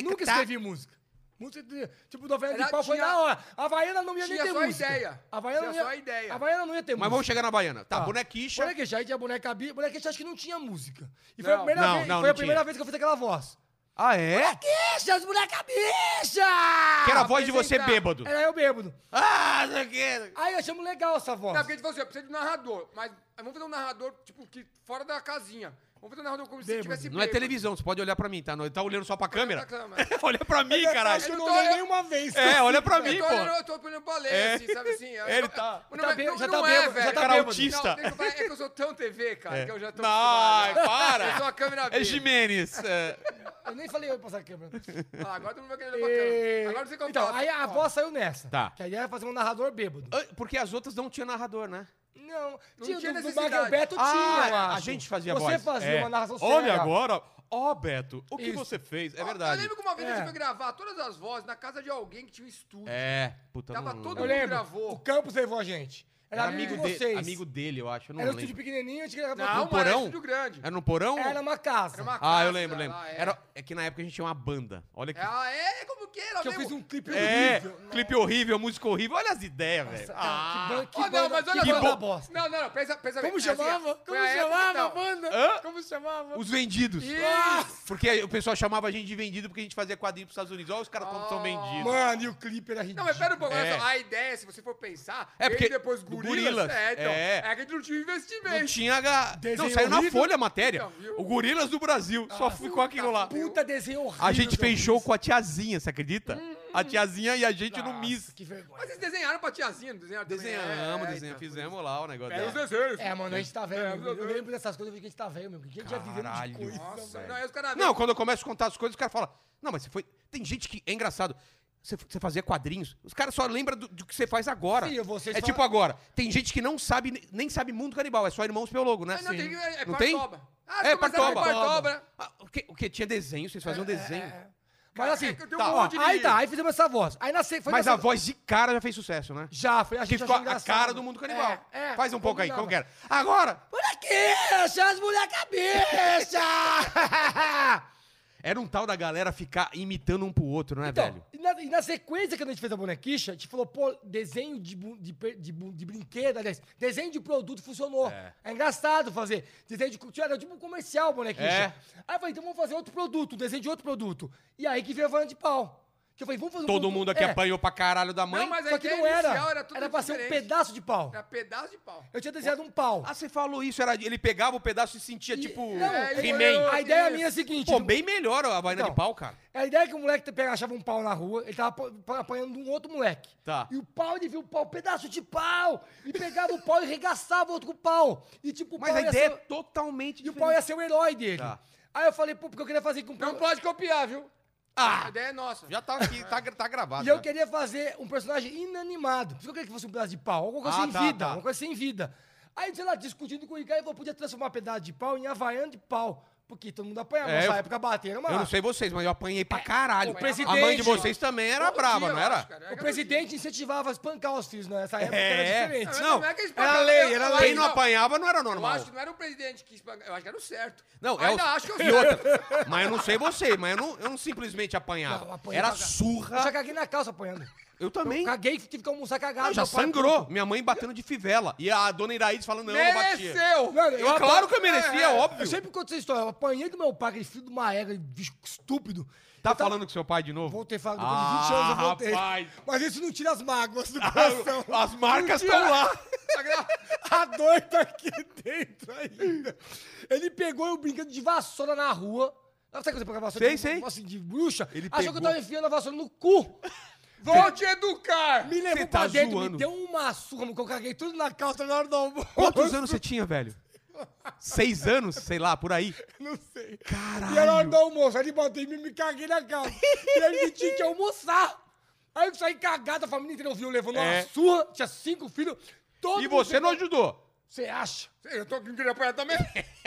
B: Nunca escrevi música. Música de, tipo, novela
C: Tá. Era-
B: de pau foi
C: tinha-
B: na hora. A Havaiana não ia nem
C: tinha
B: ter
C: só
B: música.
C: ideia.
B: A Havaiana
C: Tinha
B: não ia,
C: só ideia.
B: A Havaiana não ia ter
A: Mas vamos
B: música.
A: chegar na baiana.
B: Ah.
A: Tá, bonequicha.
B: Bonequicha, aí tinha boneca bi, bonequicha acho que não tinha música. E foi a
C: Não,
B: primeira,
A: não,
B: vez,
A: não,
B: foi
A: não
B: a primeira
A: tinha.
B: vez que eu fiz aquela voz.
A: Ah, é?
B: Bonequicha, as boneca bicha!
A: Que
B: Ah,
A: era a voz de você
C: apresentar.
A: bêbado.
B: Era eu bêbado.
A: Ah, isso aqui.
B: Aí achamos legal essa voz.
C: Não, porque a gente falou assim, eu preciso de um narrador, mas vamos fazer um narrador, tipo, que fora da casinha. Vamos fazer um narrador como se
B: Bêbado.
C: tivesse
A: Não é
C: bêbado.
A: televisão, você pode olhar pra mim, tá? Não tá olhando só pra câmera?
C: pra câmera.
A: Olha pra mim,
B: Acho que
A: caralho.
B: eu
C: Eu
B: não
C: tô-
B: olhei
C: eu-
B: nenhuma vez.
A: É, olha pra
C: Eu
A: mim,
C: tô olhando,
A: pô.
C: eu tô olhando pra ler,
A: É.
C: assim, sabe assim?
A: Ele tá-
C: Não,
B: já tá
C: é-
B: bê-
C: não-
B: já tá
C: não é,
B: bêbado, já
C: velho.
B: tá
A: Cara
B: bêbado.
A: autista.
C: Não, tem que falar- é que eu sou tão TV, cara, que eu já tô
A: É. Não,
C: acostumado.
A: para.
C: Eu sou a câmera
A: É
C: B.
A: Jimenez. é.
B: Eu nem falei eu ia passar a câmera.
C: Ah, agora todo mundo vai querer levar a
A: É.
B: E-
C: câmera. Agora é não sei como
B: Então,
C: faço.
B: aí a voz saiu nessa.
A: Tá.
B: Que aí era fazer um narrador bêbado.
A: Ah, Porque as outras não tinha narrador, né?
B: Não,
C: Não
B: tinha,
C: tinha
B: do, do
C: necessidade.
B: Magno Beto
A: Ah,
B: tinha, eu
A: a
B: acho.
A: gente fazia
B: Você
A: voz.
B: fazia
A: É.
B: uma narração
A: Olha
B: séria.
A: agora. Ó, Beto, o que
B: Isso.
A: você fez? É
C: Eu
A: verdade.
C: lembro que uma vez a
B: É.
C: gente foi gravar todas as vozes na casa de alguém que tinha um estúdio.
A: É, puta,
C: Tava
A: não-
C: todo
B: Eu
C: mundo
B: lembro.
C: gravou.
B: O Campos levou a gente. Era
A: Era
B: amigo de
A: dele-
B: vocês.
A: Amigo dele, eu acho. eu não
B: Era um
A: lembro.
B: estúdio pequenininho, a gente gravava
C: Não, é um
A: No
B: tudo.
C: mas
A: Um
C: era
A: porão?
C: estúdio grande.
A: Era no porão?
B: Era uma casa.
C: Era uma
A: Ah, eu
C: casa
A: lembro, lembro.
C: lá, é.
A: Era... É que na época a gente tinha uma banda. Olha que.
C: Ah, é? Como que era
B: Que eu
C: mesmo?
B: fiz um clipe
A: É,
B: horrível. né?
A: clipe horrível, música horrível. Olha as ideias, velho.
B: Nossa,
A: Ah,
B: cara, que ban- que
C: Ó,
B: banda,
C: não, mas
B: que
C: olha só.
B: banda bosta.
C: Não, não, não, pensa, pensa
B: Como
C: bem. É assim,
B: chamava?
C: ó, foi
B: Como
C: a época e
B: chamava a
C: tal.
B: banda?
A: Hã?
B: Como chamava?
A: Os vendidos.
C: Isso.
A: Porque aí o pessoal chamava a gente de vendido porque a gente fazia quadrinho pros Estados Unidos. Olha os caras como são vendidos.
B: Mano, e o clipe era
C: Não,
B: ridículo.
C: mas pera um pouco, olha
A: É.
C: só, a ideia, se você for pensar,
A: É porque-
C: ele depois
A: do
C: gorilas,
A: Gorilas,
C: é, então,
A: é.
C: é. que a gente não tinha investimento.
A: Não tinha. H... Não,
B: Desenho
A: saiu na
B: horrível.
A: Folha a matéria.
C: Então, Ah, viu?
A: o Gorilas do Brasil. só ficou aquilo lá.
B: Puta desenho horrível.
A: A
C: é
A: gente
C: um
B: que eu
A: fez
B: fiz.
A: show com a tiazinha, você acredita? A tiazinha e a gente no
B: Nossa,
A: Miss.
B: Que vergonha.
C: Mas vocês desenharam pra tiazinha, não desenharam também?
A: Desenhamos,
C: É, é,
A: desenhamos,
C: então.
A: fizemos lá o negócio
C: É, os
A: dela.
C: desenhos.
B: É, mano, a gente tá velho.
C: É,
B: meu. eu lembro dessas coisas, eu vejo que a gente tá velho, meu. Que a gente já viveu de
A: Caralho.
B: coisa.
C: Nossa,
A: velho.
C: não, aí os caras...
A: Não, quando eu começo a contar as coisas, o cara fala: Não, mas você foi. Tem gente que. É engraçado. Você, você fazia quadrinhos. Os caras só lembram do, do que você faz agora.
B: Sim, vocês
A: é
B: só-
A: tipo agora. Tem gente que não sabe, nem sabe Mundo Canibal. É só Irmãos Pelogo, né?
C: Mas não tem, é, é
A: Não tem?
C: Partoba. Ah,
A: É,
C: é, Partoba.
A: Partoba.
C: Partoba.
A: Ah, o, que, o que? Tinha desenho, vocês faziam desenho.
B: Mas
C: Cara,
B: assim,
C: é que eu tenho
B: tá,
C: um
B: ó,
C: monte de-
B: aí tá, aí fizemos essa voz. Aí nasceu, foi
A: Mas
B: nessa-
A: a voz de cara já fez sucesso, né?
B: Já, foi a
A: Que
B: gente
A: ficou
B: achou
A: a
B: engraçado.
A: cara do mundo canibal.
B: É, é,
A: Faz um pouco aí, como que
B: combinava.
A: era? Agora!
B: Bonequicha, as mulher cabeça!
A: Era um tal da galera ficar imitando um pro outro, não é,
B: então,
A: velho?
B: e na, e na sequência que a gente fez a bonequicha, a gente falou, pô, desenho de, bu- de, per- de, bu- de brinquedo, aliás, desenho de produto funcionou. É, engraçado fazer. Desenho de. cu- Era tipo um comercial, bonequicha.
A: É.
B: Aí eu falei, então vamos fazer outro produto, desenho de outro produto. E aí que veio a vana de pau. Que eu falei, vamos fazer um
A: Todo
B: produto-
A: mundo aqui
B: é,
A: apanhou pra caralho da mãe.
C: Não, mas a
B: Só que
C: ideia
B: não era.
C: inicial era tudo
B: Era pra ser um
C: diferente.
B: pedaço de pau.
C: Era né? É Assim, pedaço de pau.
B: Eu tinha desenhado um pau.
A: Ah, você falou isso, era, ele pegava o pedaço e sentia,
B: E-
A: tipo,
B: não,
C: é,
A: He-Man.
C: eu-
B: A ideia
C: Isso.
B: minha é a seguinte.
A: Pô, bem melhor a vaina
B: Então.
A: de pau, cara.
B: A ideia é que o moleque pega, achava um pau na rua, ele tava apo- pa- apanhando de um outro moleque.
A: Tá.
B: E o pau, ele viu o pau, um pedaço de pau! E pegava o pau e regaçava o outro com o pau. E tipo, o
A: Mas
B: pau
A: a
B: ia
A: ideia é
B: ser...
A: totalmente
B: E o pau ia ser o herói dele.
A: Tá.
B: Aí eu falei, pô, porque eu queria fazer com o pau.
C: Não pode copiar, viu?
A: Ah!
C: A ideia é nossa.
A: Já tá aqui, tá, tá gravado.
B: E eu
A: né?
B: queria fazer um personagem inanimado. Por isso que eu queria que fosse um pedaço de pau. Alguma coisa
A: Ah,
B: sem
A: tá,
B: vida.
A: tá.
B: Uma coisa sem vida. Aí, sei lá, discutindo com o Ricardo, eu falei, podia transformar um pedaço de pau em havaiano de pau. Porque todo mundo apanhava.
A: É,
B: Nessa
A: eu-
B: época bateram, mas...
A: Eu não sei vocês, mas eu apanhei pra caralho.
B: É, o
A: a mãe de
B: presidente-
A: vocês também era
C: Todo
A: brava,
C: dia,
A: não
C: eu
A: era?
C: acho, cara. É
B: O
C: que
B: presidente incentivava a espancar os filhos né? nessa época,
A: É.
B: era diferente.
A: Não, não
C: é que eles
B: era
C: pagavam-
B: lei,
C: eu-
B: era
C: eu-
B: lei.
A: Quem não apanhava não era
C: Eu
A: normal.
C: acho que não era o presidente que espanca- Eu acho que era o certo.
A: Não, é
C: Ainda
A: o-
C: acho que eu
A: E outra, mas eu não sei você, mas eu não, eu não simplesmente apanhava.
B: Não, apanhei
A: Era
B: pra caralho.
A: surra.
B: Eu já caguei na calça apanhando.
A: Eu também.
B: Caguei, tive que almoçar cagado.
A: Não, já
B: meu pai-
A: sangrou. Minha mãe batendo de fivela. E a dona Iraíde falando, não, não batia.
C: Mereceu!
B: Mano, eu
A: Eu, claro
B: apan-
A: que eu merecia,
C: É,
A: óbvio.
B: Eu sempre conto essa história. Eu apanhei do meu pai, aquele filho de uma égua, bicho estúpido.
A: Tá
B: Eu tava-
A: falando com seu pai de novo?
B: Voltei a falar, depois de 20 anos eu voltei.
A: Ah, rapaz. Ah,
B: Mas isso não tira as mágoas do coração.
A: As marcas estão lá.
C: Tá gra-
B: A dor tá aqui dentro ainda. Ele pegou eu brincando de vassoura na rua. Sabe quando você pega vassoura?
A: Sei,
B: de,
A: sei.
B: Assim, de bruxa.
A: Ele
B: Achou que eu
A: pegou.
B: tava enfiando a vassoura no cu.
C: Vou te educar!
B: Me levou
A: tá
B: pra dentro,
A: zoando.
B: me deu uma surra, que eu caguei tudo na calça na hora do almoço.
A: Quantos anos você tinha, velho? Seis anos, sei lá, por aí.
B: Não sei.
A: Caralho.
B: E era hora do almoço, aí ele bateu em mim e me caguei na calça. e aí ele tinha que almoçar. Aí eu saí cagado, a família inteira ouviu, levando
A: É.
B: uma surra, tinha cinco filhos. Todo
A: E
B: mundo
A: você não
B: sentou-
A: ajudou.
B: Você acha?
C: Eu tô aqui querendo apanhar também.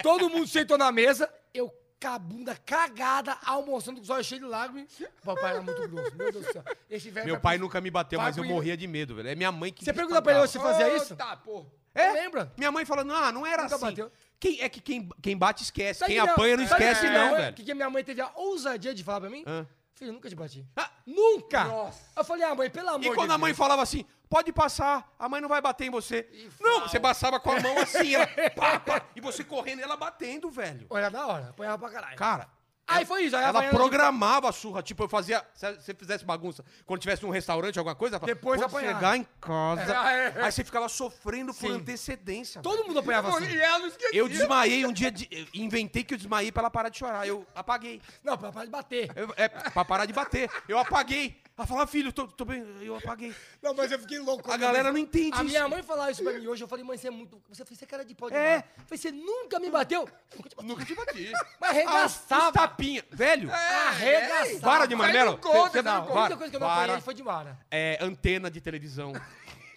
B: Todo mundo sentou na mesa, eu com a bunda cagada, almoçando com os olhos cheios de lágrimas. Papai era muito grosso, meu Deus do céu. Esse velho
A: Meu
B: vai
A: pai
B: pro-
A: nunca me bateu,
B: é vai
A: mas eu
B: pro-
A: morria de medo, velho. É minha mãe que.
B: Você
A: me
B: pergunta pra ele hoje se
A: espantava.
B: fazia
C: Ô,
B: isso?
C: Tá, pô.
A: É?
B: Lembra?
A: Minha mãe falando, ah, não era
B: Nunca
A: assim.
B: bateu. Tá
A: Quem, é que quem, quem bate esquece.
B: Sabe
A: quem
B: que minha-
A: apanha não
B: sabe
A: esquece,
B: que
A: não,
B: minha mãe-
A: velho.
B: que que minha mãe teve a ousadia de falar pra mim?
A: Hã?
B: Filho, eu nunca te bati.
A: Ah,
B: Nunca!
C: Nossa.
B: Eu falei, ah, mãe, pelo amor
A: E quando
B: de
A: a mãe
B: Deus.
A: falava assim, pode passar, a mãe não vai bater em você.
C: E
A: Não,
C: fala.
A: você passava com a mão assim, ela, pá, pá, e você correndo e ela batendo, velho.
B: Olha, da hora, apanhava pra caralho.
A: Cara,
B: Aí foi isso, aí a
A: ela
B: Havaiana-
A: programava a surra, tipo, eu fazia, se você fizesse bagunça, quando tivesse num restaurante, alguma coisa, ela falava,
B: Depois
A: quando
B: apanhar.
A: chegar em casa,
C: É, é.
A: aí você ficava sofrendo por
B: Sim.
A: antecedência. velho.
B: Todo mundo apanhava assim.
C: E ela não esquecia.
A: Eu desmaiei um dia, de- eu inventei que eu desmaiei pra ela parar de chorar, eu apaguei.
B: Não, pra parar de bater.
A: Eu- é, pra parar de bater, eu apaguei. Ela falava, "Ah, filho, tô, tô bem, eu apaguei.
B: Não, mas eu fiquei louco.
A: A galera não entende
B: A
A: isso.
B: minha mãe falava isso pra mim hoje. Eu falei, mãe, você é muito. Você fez cara de pau de
A: É.
B: mar. Eu falei, você nunca me bateu. Nunca te bateu.
A: Nunca te bati. Arregaçava.
B: Mas arregaçava.
A: Ah, tapinha. Velho,
B: É. Arregaçava.
A: para de marmelo.
C: Mas não conta,
A: Cê- cê-
C: não
B: A
A: para,
B: única coisa que eu não apanhei
A: para.
B: foi de Mara.
A: É, antena de televisão.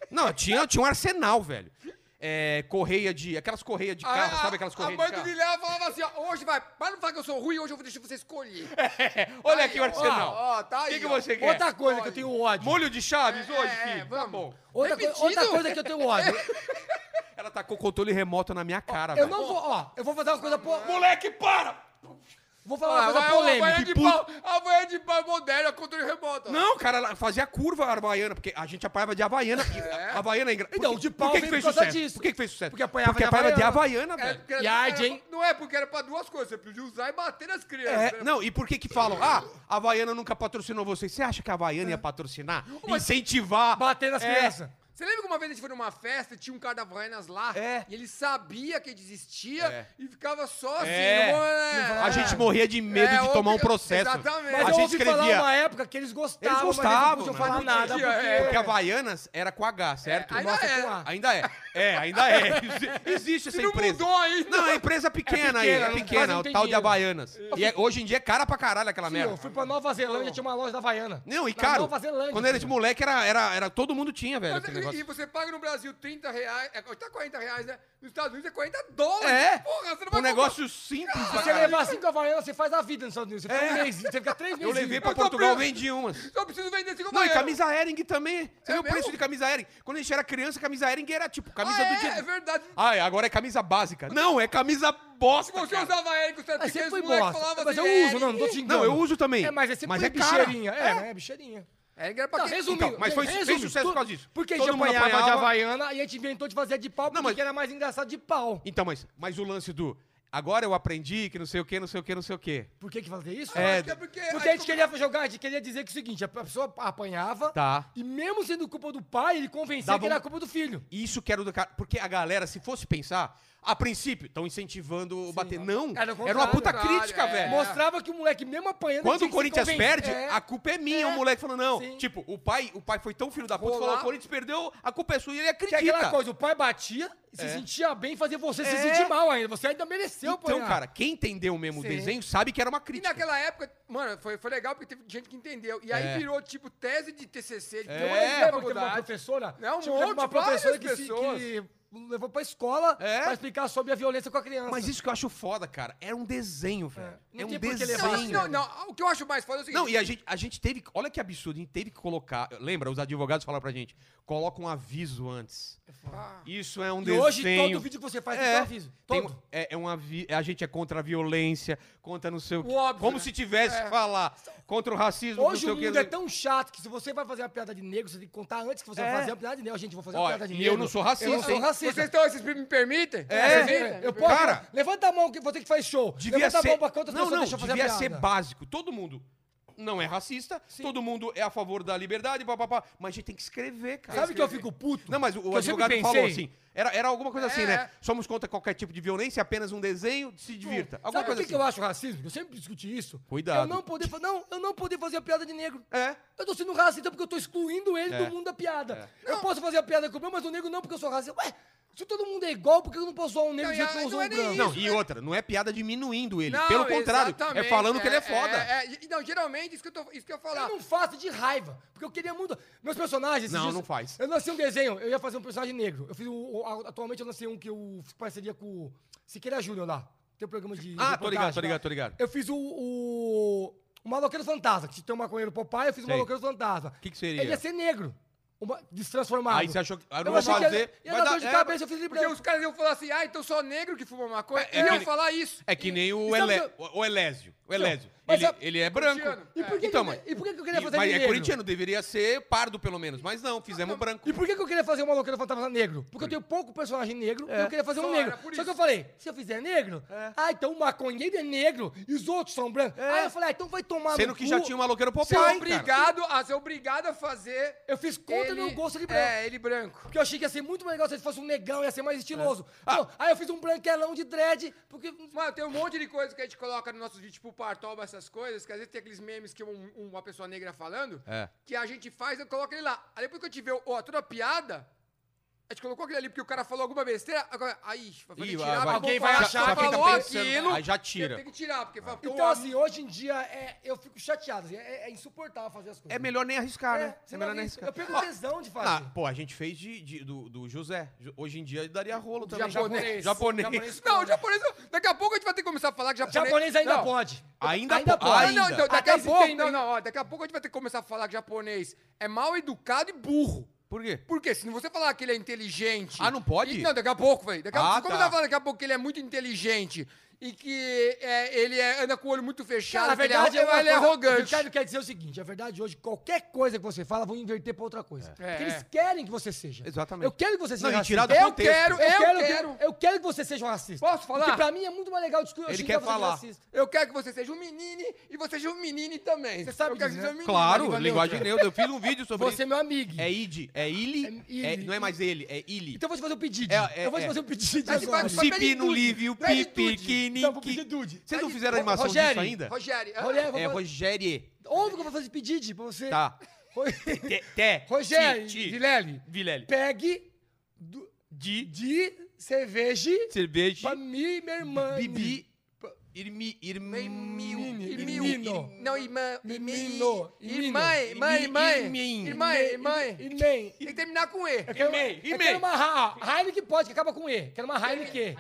A: Não, tinha, tinha um arsenal, velho. É, correia de... Aquelas correias de
C: A-
A: carro,
C: Ah, é, a-
A: sabe aquelas
C: A
A: correias
C: mãe
A: de
C: do
A: carro?
C: Guilherme falava assim, ó, hoje vai, para não falar que eu sou ruim, hoje eu vou deixar você escolher.
A: É, Olha aqui o
C: ó,
A: arsenal.
C: ó, tá
A: O que
C: aí,
A: que
C: ó.
A: você quer?
B: Outra coisa que eu tenho ódio.
A: Molho de chaves hoje,
C: é,
A: filho? Tá
C: vamos.
A: bom.
B: Outra, coi-
C: Repetido?
B: outra coisa que eu tenho ódio.
A: Ela tacou controle remoto na minha cara,
B: Eu
A: velho.
B: não vou, ó, eu vou fazer uma coisa, po...
A: Moleque, para!
B: vou falar uma
C: Ah,
B: coisa
C: vai, ó, a
B: polêmica.
C: banha de pau, a banha de pau moderna, controle remoto. ó.
A: Não, cara, ela fazia curva a Havaiana, porque a gente apanhava de Havaiana. E a Havaiana é engraçada.
B: Então,
A: por que,
B: de pau
A: por que que
B: vem
A: fez
B: por causa
A: sucesso?
B: disso.
A: Por que, que fez sucesso?
B: Porque apanhava
A: porque
B: de
A: apanhava de Havaiana,
C: Era
A: velho.
C: É, porque era-
B: E arte,
C: era-
B: hein?
C: Não é porque era pra duas coisas, você podia usar e bater nas crianças.
A: É,
C: né?
A: não, e por que que falam? Ah, a Havaiana nunca patrocinou vocês. Você acha que a Havaiana ia patrocinar? Incentivar?
B: Bater nas
A: É.
B: crianças.
C: Você lembra que uma vez a gente foi numa festa e tinha um cara da Havaianas lá?
A: É.
C: E ele sabia que a gente existia
A: É.
C: e ficava só assim.
A: É.
C: mano,
A: A gente morria de medo
C: É,
A: de tomar um
C: ouvi-
A: processo.
C: exatamente.
A: A
B: Mas
A: gente
B: eu ouvi falar
A: escrevia.
B: uma época que eles gostavam,
A: Eles
B: mas
A: gostavam, né?
B: eles não podiam
A: mas
B: falar
A: não
B: nada.
C: podia,
B: porque-
C: é.
A: Porque Havaianas era com H, certo?
C: É, ainda
A: Nossa,
C: é.
A: com A. Ainda é. É, ainda é. Exi- Existe essa
C: E não
A: empresa.
C: mudou ainda.
A: Não, é empresa pequena, aí.
B: pequena,
A: É
B: não- quase
A: pequena,
B: não
A: o
B: tem
A: tal de
B: dinheiro.
A: Havaianas. E é- hoje em dia é cara pra caralho aquela
B: Sim, eu
A: merda.
B: fui pra Nova Zelândia, tinha uma loja da Havaiana.
A: Não, e
B: Na
A: caro.
B: Nova Zelândia.
A: Quando era de
B: filho.
A: moleque, era, era, era, todo mundo tinha, velho,
C: Mas,
A: aquele
C: e, e
A: negócio.
C: você paga no Brasil 30 reais, é, tá 40 reais, né? Nos Estados Unidos é 40 dólares.
A: É.
C: Porra, você não
A: Um
C: vai
A: negócio simples. pra
B: Você
A: caralho.
B: levar assim cinco Havaianas, você faz a vida nos Estados Unidos. Você fica um mês, você fica três meses.
A: É.
B: É
A: Eu levei pra
C: Eu tô
A: Portugal,
C: preso.
A: vendi umas.
C: Eu preciso vender 5
A: Não, e camisa Hering também. Você
C: É
A: viu o preço
C: mesmo?
A: de camisa Hering? Quando a gente era criança, camisa Hering era tipo camisa
C: ah,
A: do
C: é,
A: dia.
C: É verdade.
A: Ah, é, agora é camisa básica. Não, é camisa
C: Se
A: bosta.
C: você
B: Tipo,
A: cara.
C: usava Eric, você era
B: Aí
C: pequeno,
B: você foi
C: os moleques
B: bosta.
C: falavam
B: Mas eu
C: assim,
B: uso, não, não tô te
C: Eric.
B: enganando.
A: Não, eu uso também.
B: É, mas é sempre
A: Mas é cara.
B: bicheirinha. É, é, bicheirinha.
C: Eric era pra
B: Tá,
C: quê?
B: resumindo.
A: Então, mas foi- fez
B: resumindo,
A: sucesso por
B: tu-
A: causa disso.
B: Porque a
A: Todo
B: gente
A: mundo
B: apanhava de
A: apanhava.
B: Havaiana e a gente inventou de fazer de pau porque
A: mas-
B: era mais engraçado de pau.
A: Então, mas, mas o lance do. Agora eu aprendi que não sei o que, não sei o que, não sei o que.
B: Por que que fazer isso?
A: É,
C: Acho que é porque...
B: Porque a
C: aí
B: gente queria jogar, a gente queria dizer que é o seguinte, a pessoa apanhava
A: Tá.
B: e mesmo sendo culpa do pai, ele convencia
A: Dava
B: que era
A: um-
B: culpa do filho.
A: Isso que era o do cara. Porque a galera, se fosse pensar, a princípio, estão incentivando o bater. Não.
B: Era
A: Era, uma
B: o contrário.
A: puta
C: Contrário,
A: crítica,
C: é.
A: velho.
B: Mostrava que o moleque mesmo apanhando...
A: Quando
B: tinha
A: o
B: que se
A: Corinthians
B: conven-
A: perde,
B: É.
A: a culpa é minha.
B: É.
A: O moleque falou, não.
B: Sim.
A: Tipo, o pai, o pai foi tão filho da puta,
C: Rolar.
A: falou, o Corinthians perdeu, a culpa é sua e ele
B: Que é
A: acredita.
B: aquela coisa, o pai batia, se
A: É.
B: sentia bem, fazia você se
A: É.
B: sentir mal ainda. Você ainda mereceu
A: então,
B: apanhar.
A: cara, quem entendeu mesmo
B: Sim.
A: o desenho sabe que era uma
C: E
A: crítica.
C: naquela época, mano, foi, foi legal porque teve gente que entendeu. E aí
A: É.
C: virou, tipo, tese de TCC, de né,
B: Eu
A: É,
B: lembro que teve uma
C: faculdade.
B: professora.
C: É um
B: tipo, teve
C: monte,
B: uma professora
C: várias
B: que, se,
C: pessoas.
B: que levou pra escola
A: É.
B: pra explicar sobre a violência com a criança.
A: Mas é isso que eu acho foda, cara. Era um desenho, velho.
B: Não
A: É, um
B: tinha por que
A: desenho.
B: levar.
C: Não, não, não, o que eu acho mais foda é o seguinte.
A: Não, e a gente, a gente teve. Olha que absurdo, a gente teve que colocar. Lembra, os advogados falaram pra gente: coloca um aviso antes.
C: Ah,
A: Isso é um
B: E
A: desenho.
B: hoje todo vídeo que você faz tem
A: É.
B: um aviso.
A: Tem
B: Todo.
A: um- é, é um avi- A gente é contra a violência, contra não sei o que.
C: O óbvio,
A: Como
C: né?
A: se tivesse que
C: É.
A: falar. Contra o racismo,
B: Hoje o
A: não sei
B: mundo
A: o que.
B: é tão chato que se você vai fazer uma piada de negro, você tem que contar antes que você
A: É.
B: vai fazer uma piada de negro. Gente, eu vou fazer
A: Ó,
B: uma piada de
A: e
B: negro.
A: eu não sou racista,
B: Eu não sou
A: hein?
B: racista.
C: Vocês estão, vocês me permitem?
A: É.
C: Vocês
B: Você-
C: me-
B: eu posso?
A: Cara.
B: levanta a mão, que você que faz show.
A: Devia
B: levanta
A: ser.
B: a mão pra quantas
A: não,
B: pessoas
A: não,
B: deixa eu fazer a
A: devia
B: piada.
A: ser básico. Todo mundo não é racista, todo mundo é a favor da liberdade, papapá. Mas a gente tem que escrever, cara.
B: Sabe que eu fico puto?
A: Não, mas o,
B: Que eu
A: o
B: sempre
A: advogado falou
B: pensei-
A: assim. Era, era alguma coisa assim,
C: É.
A: né? Somos contra qualquer tipo de violência, apenas um desenho, se divirta. Alguma
B: Sabe o
A: coisa
B: que,
A: assim.
B: que eu acho racismo? Eu sempre discuti isso.
A: Cuidado.
B: Eu não poder, fa- não, eu não poder fazer a piada de negro.
A: É.
B: Eu tô sendo racista porque eu tô excluindo ele
A: É.
B: do mundo da piada. Eu posso fazer a piada com o meu, mas o negro não, porque eu sou racista. Ué, se todo mundo é igual, por que eu não posso zoar um negro do
C: Não,
B: jeito
C: e
B: que eu
C: não
B: sou
C: é
B: um
C: nem
B: branco?
C: isso.
A: Não, e outra, não é piada diminuindo ele.
C: Não,
A: Pelo contrário, é
C: exatamente,
A: falando que ele é foda.
C: é, é. E, não, geralmente, isso que eu, tô, isso que eu ia falar.
B: Eu não faço de raiva, porque eu queria muito. Meus personagens. esses
A: Não, não faz.
B: Eu lancei um desenho, eu ia fazer um personagem negro. Eu fiz um, o- a- atualmente eu lancei um que eu fiz parceria com o Siqueira Júnior lá. Tem um programa de.
A: Ah, tô
B: reportagem
A: ligado, tô
B: e tal.
A: ligado, tô ligado.
B: Eu fiz o. O, o Maloqueiro Fantasma, que tem um maconheiro Popeye, eu fiz o
A: Sei.
B: Maloqueiro Fantasma.
A: Que que seria?
B: Ele ia ser negro. Uma, destransformado.
A: Aí você achou que- ah, não
B: Eu
A: vou
B: achei que
A: fazer,
B: era- e era
A: vai dar-
B: dor de
A: é,
B: cabeça, eu fiz ele
C: Porque
B: branco.
C: os caras iam falar assim, ah, então só negro que fuma maconha.
A: É, é
C: iam
A: que nem-
C: falar isso.
A: É que nem o,
B: E sabe
A: Elé-
B: que
A: o Elésio. O Elésio.
B: mas
A: Ele,
B: sabe-
A: ele é branco.
C: Corintiano.
B: E por que,
A: Então,
B: que, eu-
A: mas-
B: e por que que eu queria
A: E-
B: fazer
A: mas
B: ele
A: é
B: negro?
A: corintiano, deveria ser pardo pelo menos. Mas não, fizemos branco.
B: E por que, que eu queria fazer o Maloqueiro Fantasma negro? Porque eu tenho pouco personagem negro
A: É.
B: e eu queria fazer
C: Só
B: um negro.
C: era por
B: Só
C: isso.
B: que eu falei, se eu fizer negro, ah, então o maconheiro é negro e os outros são brancos. Aí eu falei, ah, então vai tomar
A: É. Sendo
B: no
A: que
B: cu.
A: já tinha o maloqueiro
C: Ser
A: Popeye, cara.
C: obrigado a ser obrigado a fazer.
B: Eu fiz contra o meu gosto de branco.
C: É, ele branco.
B: Porque eu achei que ia ser muito mais legal se ele fosse um negão, ia ser mais estiloso. Não, aí eu fiz um branquelão de dread, porque...
C: Mano, tem um monte de coisa que a gente coloca nos nossos vídeos, tipo Partoba, essas coisas, que às vezes tem aqueles memes que um- um- uma pessoa negra falando,
A: É.
C: que a gente faz, eu coloco ele lá. Aí depois que eu te ver, ó, toda a piada, a gente colocou aquele ali porque o cara falou alguma besteira, agora, aí, vai
A: Ih,
C: tirar,
A: vai-
C: porque
A: alguém
C: eu
A: vai
C: vou
A: achar
C: falar,
A: que tá
C: falou
A: pensando.
C: aquilo,
A: Aí já tira. Ah.
C: Tem que tirar, porque fala, porque
B: Então,
C: eu-
B: assim, hoje em dia, é, eu fico chateado. assim, É, é insuportável fazer as coisas.
A: É melhor nem arriscar,
B: É,
A: né?
B: você não arrisca. Eu perco
A: Ó,
B: tesão de
A: Ah,
B: fazer.
A: pô, a gente fez de, de- do, do José. Jo- Hoje em dia daria rolo também.
C: Japonês.
A: Japonês.
B: Japonês.
C: Não, o japonês. Daqui a pouco a gente vai ter que começar a falar que japonês.
B: é. Japonês ainda
C: não.
B: pode.
A: Ainda po-
C: Ah,
A: ainda.
C: não, então, daqui a
B: Até
C: pouco.
B: existem-
C: Não, não, ó, daqui a pouco a gente vai ter que começar a falar que japonês é mal educado e burro.
A: Por quê?
C: Por quê? Se você falar que ele é inteligente.
A: Ah, não pode?
C: E- não, daqui a pouco, velho. Daqui a
A: Ah,
C: pouco. Como
A: tá.
C: você vai falar daqui a pouco que ele é muito inteligente e que é, ele é- anda com o olho muito fechado,
B: Cara, a
C: que ele
B: verdade
C: é,
B: é, uma
C: ele é
B: coisa- O
C: arrogante.
B: Ricardo quer dizer o seguinte: a verdade hoje, qualquer coisa que você fala, vão inverter pra outra coisa.
C: É.
B: Porque
C: É,
B: eles
C: é.
B: querem que você seja.
A: Exatamente.
B: Eu quero que você seja.
A: Não, e
B: racista.
A: tirar do
B: eu,
C: Eu
A: contexto.
C: quero,
B: eu,
C: eu
B: quero,
C: quero.
B: Que, eu quero que você seja um racista.
C: Posso falar?
B: Porque pra mim é muito mais legal discutir.
A: Ele quer falar.
C: Eu quero que você seja um menino e você seja um menino também.
B: Você sabe
C: eu quero que
B: disso,
C: você
B: né?
C: seja um menino.
A: Claro,
B: língua
A: linguagem neutra. Eu fiz um vídeo sobre
B: Você é meu amigo.
A: isso. É id, é ili,
B: É ili.
A: é- não é mais ele, é ili.
B: Então eu vou te fazer um pedido.
A: É, é,
B: eu vou te
A: é.
B: fazer um pedido.
C: Mas você
B: agora.
C: vai-
A: Se pi no
C: Dude.
A: livre, o
C: Não é
A: pi
C: de Dude.
A: piquinique.
B: Não, vou pedir Dude.
A: Vocês não
B: Vai de-
A: fizeram animação disso
B: Rogério,
A: ainda?
C: Rogério, ah,
B: Rogério,
A: É
B: vou-
A: Rogério.
B: Óbvio que eu vou fazer pedido pra você.
A: Tá. Te- te-
B: Rogério,
A: ti- ti-
B: Vilelli,
A: Vilelli.
B: pegue do-
A: Di,
B: de cerveja
A: cerveja,
B: pra mim e minha irmã.
A: bibi, irmi, irmi,
C: Irmil,
B: Irmil.
C: irmil, não, irmã,
B: Menino.
C: irmão, irmã, irmã,
A: Irmin.
C: irmã, irmã, irmã,
B: Irmã.
C: tem que terminar com E.
B: Eu quero,
A: Irmei,
B: eu
A: irmei.
B: quero uma ha- ah, Heineken pode, que acaba com E. Quero
A: É.
B: uma Heineken.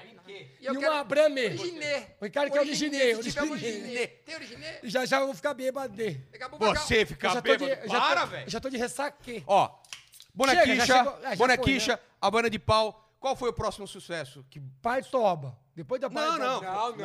B: E, uma Brahme.
A: um
C: Originê.
B: O Ricardo quer um originê,
C: Se tiver
B: originê.
C: originê. Tem originê?
B: E Já já eu vou ficar bêbado. de.
C: Daqui a pouco acaba-
A: Você
B: Eu
A: fica
B: já tô
A: bêbado.
B: de, eu já
A: Para,
B: tô-
A: velho.
B: eu já tô de ressaque.
A: Ó,
B: Chega,
A: Bonequicha,
B: já chegou- ah, já
A: Bonequicha,
B: foi,
A: a banda de pau. Qual foi o próximo sucesso? Que...
B: Partoba. Depois da
A: Não, não.
C: Não,
A: Não.
C: não.
B: teve-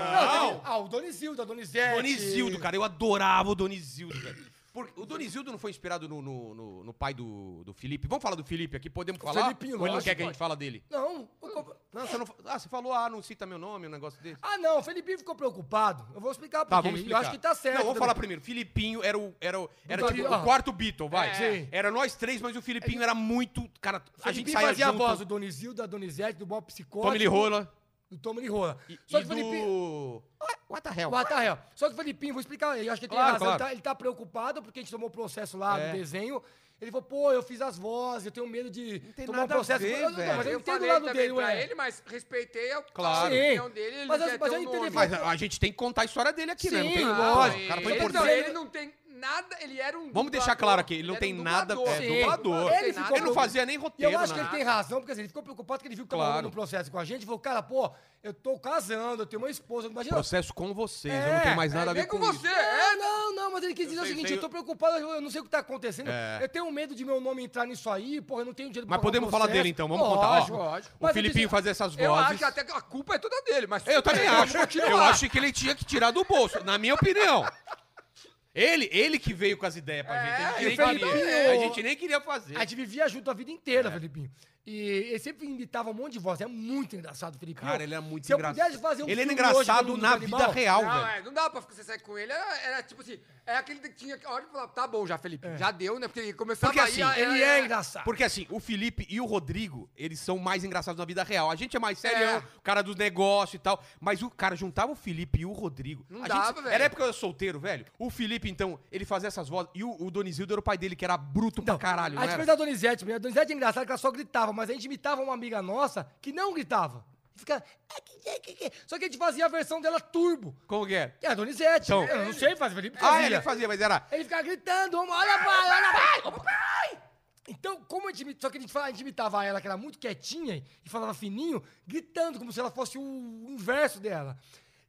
B: Ah, o Donizildo, a Donizete.
A: Donizildo, cara. Eu adorava o Donizildo, velho. Porque o Donizildo não foi inspirado no, no, no- no pai do, do Felipe? Vamos falar do Felipe aqui? Podemos falar?
B: Felipinho,
A: Ou ele não
B: lógico,
A: quer que a gente
B: pode.
A: fala dele?
B: Não. o-
A: Não, você não... fa- Ah, você falou, ah, não cita meu nome, um negócio desse.
B: Ah, não. O Felipinho ficou preocupado. Eu vou explicar por
A: Tá,
B: quê.
A: vamos
B: Eu
A: explicar.
B: acho que tá certo.
A: Não, vamos
B: também.
A: falar primeiro. Filipinho era o, era, o- era
B: Tá,
A: tipo,
B: ó.
A: o quarto Beatle, vai.
B: É. Sim.
A: Era nós três, mas o Filipinho era muito... Cara, a gente
B: Felipinho
A: saía
B: fazia
A: junto.
B: a voz do Donizildo, da Donizete, do Bob Psicótico.
A: Tommy Lee Rola.
B: Do Tommy Lee Rola.
A: E,
B: Só
A: e
B: que o Felipinho...
A: do... What the hell?
B: O Atarrel. Só que o Felipinho, vou explicar, eu acho que ele tem
A: Claro,
B: razão.
A: claro.
B: Ele, tá, ele tá preocupado porque a gente tomou o processo lá
A: É.
B: do desenho. Ele falou, pô, eu fiz as vozes, eu tenho medo de
A: tem
B: tomar um
A: nada a
B: processo.
A: ver,
B: Eu- eu- não,
A: velho.
B: mas eu,
C: Eu
B: entendo o
C: falei
B: lado dele,
C: também pra
B: ué.
C: ele, mas respeitei a a
A: Claro.
B: Sim.
C: opinião dele, ele
B: Mas
C: não
B: eu-
C: quer
B: mas
C: ter
B: eu
C: um
B: entendi,
C: nome.
A: Mas Ah, então, a, a gente tem que contar a história dele aqui, né? Não
B: Sim,
A: tem
B: lógico.
A: lógico. O cara foi
B: Ele- é
A: importante.
C: Então, ele não tem nada, ele era um
A: Vamos deixar claro aqui, ele não tem nada- é,
C: Ele era um
A: dublador.
B: Ele ficou
C: Ele
A: Ele não
B: preocupado.
A: fazia nem
B: E eu
A: roteiro, né?
B: acho que ele
A: nada.
B: tem razão, porque assim, ele ficou preocupado que ele viu que tava
A: Claro.
B: rolando um processo com a gente. Ele falou, cara, pô, eu tô casando, eu tenho uma esposa. Imagina,
A: Processo com vocês, eu não
B: É,
A: tenho mais nada a
C: Vem
A: ver
C: com
A: com,
C: você,
A: isso.
C: é,
B: É, não, não, mas ele quis dizer o
A: sei,
B: seguinte,
A: sei.
B: eu tô preocupado, eu eu não sei o que tá acontecendo.
A: É.
B: Eu tenho medo de meu nome entrar nisso aí, porra, eu não tenho dinheiro pra
A: Mas
B: pagar o
A: podemos falar
B: processo.
A: dele então, vamos contar. Ó,
B: Lógico, lógico.
A: O
B: Mas eu
A: Filipinho
B: disse-
A: fazia essas
C: Eu acho
A: vozes.
C: que até que a culpa é toda dele, mas
A: Eu também acho. Eu
C: continuar.
A: acho que ele tinha que tirar do bolso, na minha opinião. Ele, ele que veio com as ideias pra gente. A
B: e
A: gente,
B: o
A: nem queria,
B: Felipinho-
A: a gente nem queria fazer.
B: A gente vivia junto a vida inteira,
A: É.
B: Felipinho. E ele sempre imitava um monte de voz. É muito engraçado, Felipinho.
A: Cara, ele é muito
B: Se
A: engraçado.
B: eu pudesse fazer um
A: ele era
B: filme hoje
A: engraçado
B: pelo mundo
A: na
B: do
A: vida
B: animal,
A: real,
C: Não,
A: velho.
C: é, não dá pra você sair com ele. Era, era tipo assim, é aquele que tinha que. Olha e falar, tá bom já, Felipe. Já deu, né? Porque ele começava
A: Porque assim,
C: aí, aí,
B: É. Ele
C: aí,
B: é
C: aí.
B: engraçado.
A: Porque assim, o Felipe e o Rodrigo, eles são mais engraçados na vida real. A gente é mais sério,
C: É.
A: o cara dos negócios e tal. Mas o cara juntava o Felipe e o Rodrigo.
C: Não
A: a
C: dava,
A: gente,
C: velho.
A: Era época que eu era solteiro, velho. O Felipe, então, ele fazia essas vozes. E o, o Donizildo era o pai dele, que era bruto pra caralho,
B: Então, A
A: né?
B: gente fez a Donizete, mesmo. a Donizete é engraçada que ela só gritava, mas a gente imitava uma amiga nossa que não gritava. E ficava... Só que a gente fazia a versão dela turbo.
A: Como que é?
B: É a Donizete.
A: Então-
B: eu não sei fazer, Felipe
A: Ah,
B: fazia.
A: ele fazia, mas era...
B: Ele ficava gritando, "Vamos, olha pai, olha pai, olha pai. Então, como a gente, imi- só que a gente, fala- a gente imitava ela, que era muito quietinha e falava fininho, gritando, como se ela fosse o inverso dela.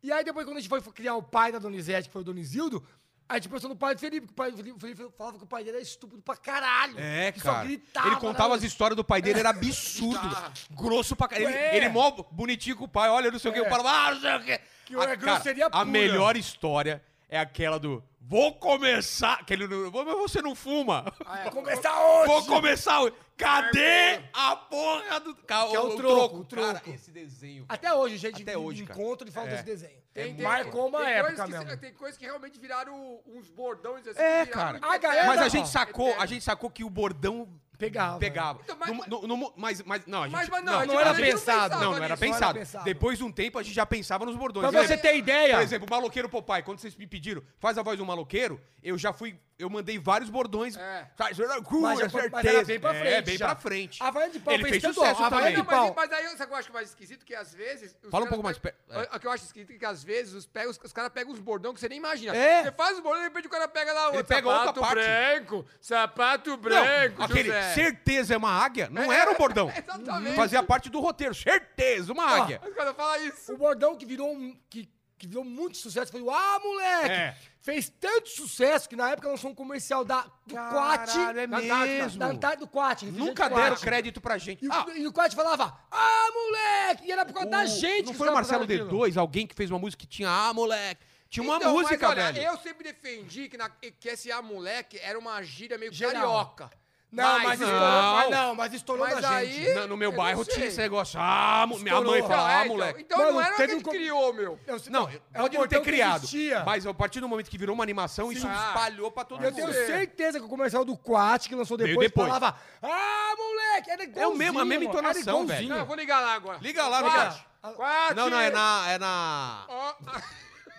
B: E aí depois, quando a gente foi criar o pai da Donizete, que foi o Donizildo, a gente pensou no pai do Felipe, que o pai do Felipe, o Felipe falava que o pai dele era estúpido pra caralho.
A: É,
B: que
A: cara.
B: Só gritava,
A: ele contava
B: né?
A: as histórias do pai dele, era absurdo.
C: Tá.
A: grosso pra caralho. Ele,
B: É.
A: ele mó bonitinho com o pai, olha, não sei o que, o pai fala, ah, não sei o que.
B: Que era grosseria
A: A
B: pura.
A: melhor história é aquela do, vou começar, aquele, do, mas você não fuma.
C: Ah, é.
B: Vou começar hoje!
A: Vou começar hoje. Cadê a porra do... Ca-
B: Que é o troco, o
A: Cara,
B: troco.
A: esse desenho.
B: Até hoje, gente.
A: Até hoje, cara.
B: Encontro e fala
A: É.
B: desse desenho.
C: Tem- tem-
B: Marcou uma
C: tem coisas
B: época
C: que,
B: mesmo.
C: Tem coisas que realmente viraram uns bordões assim.
A: É,
C: que viraram
A: cara.
C: muito
B: Ah, galera,
C: eterno.
A: Mas a
B: ó.
A: gente sacou,
C: Eterno.
A: a gente sacou que o bordão
B: É, Pegava.
A: pegava.
C: Então, mas-
A: No- no- no mo- mas, mas não, a gente
C: Mas- mas não, a gente-
B: não era
A: a gente
B: pensado.
A: Não, não era
C: nisso, não
A: pensado.
B: era pensado.
A: Depois de um tempo a gente já pensava nos bordões.
B: Pra
A: Eu
B: você
A: lembro-
B: ter ideia.
A: Por exemplo, o maloqueiro Popeye, quando vocês me pediram, faz a voz do maloqueiro, eu já fui, eu mandei vários bordões.
C: É.
A: Faz- cu,
B: Mas já
A: é
B: foi- mas
A: certeza.
B: era bem pra
A: É,
B: frente
A: bem
B: já.
A: pra frente.
B: A Havaiana de Pau
A: Ele
B: fez né?
A: fez
B: tanto,
A: sucesso
B: a
A: também.
B: Havaiana
C: Não,
B: de
C: mas,
B: pau.
C: mas aí sabe o que eu acho mais esquisito? Que às vezes.
A: Fala
C: os
A: um
C: caras
A: pouco mais
C: pegam-
A: perto,
C: O que eu acho esquisito é que às vezes os, pega, os, os caras pegam uns bordão que você nem imagina.
A: É.
C: Você faz os bordão e de repente o cara pega lá outro.
A: pega outra
C: sapato
A: parte.
C: branco, sapato
A: Não,
C: branco.
A: aquele
C: José.
A: certeza é uma águia, não
C: É,
A: era um bordão.
C: Exatamente.
A: Fazia parte do roteiro, certeza, uma águia.
C: Os caras falam isso.
B: O bordão que virou, um- que, que virou muito sucesso foi o Ah, moleque!
A: É.
B: Fez tanto sucesso que na época lançou um comercial da, do
A: Caralho,
B: Quat.
A: é
B: da Antártica,
A: mesmo.
B: Da Antártica do Quat. refrigerante
A: Nunca deram
B: Quat.
A: crédito pra gente.
B: E, o-
A: Ah,
B: e o Quat falava, ah, moleque! E era por causa É da
A: o-
B: gente
A: Não
B: que tá
A: foi o
B: os caras
A: Marcelo
B: botaram aquilo.
A: D2, alguém que fez uma música que tinha, ah, moleque. Tinha uma
C: Então, mas
A: música,
C: olha,
A: velho.
C: Eu sempre defendi que, na, que esse A moleque era uma gíria meio
B: Geral.
C: carioca.
B: Não, mas,
A: Não.
B: estourou, mas não, mas estourou
C: Mas
B: da
C: aí-
B: gente.
A: Na- no
C: eu
A: meu
C: não
A: bairro
C: sei.
A: tinha esse negócio. Ah, mo- minha
B: Estourou.
A: mãe fala, ah,
C: é, então-
A: moleque.
C: Então,
B: Mano,
C: não era o que a
B: teve um
C: gente
B: co-
C: criou, meu.
B: Eu-
A: Não,
B: é um
A: então, pode não ter
B: bordão que
A: criado.
B: existia.
A: Mas a partir do momento que virou uma animação, isso
C: Ah.
A: espalhou pra todo
B: E Eu
A: mundo.
B: tenho
C: Você.
B: certeza que o comercial do Quat, que lançou
A: Veio
B: depois,
A: depois. É
B: falava: Ah, moleque! Era igualzinho,
A: mesmo- a mesma
B: mano,
A: entonação,
B: era igualzinho.
C: Não, eu vou ligar lá agora.
A: Liga lá,
C: Quatro.
B: Miguel.
C: Quatro.
A: Não, não, é na. É na...
C: Ó,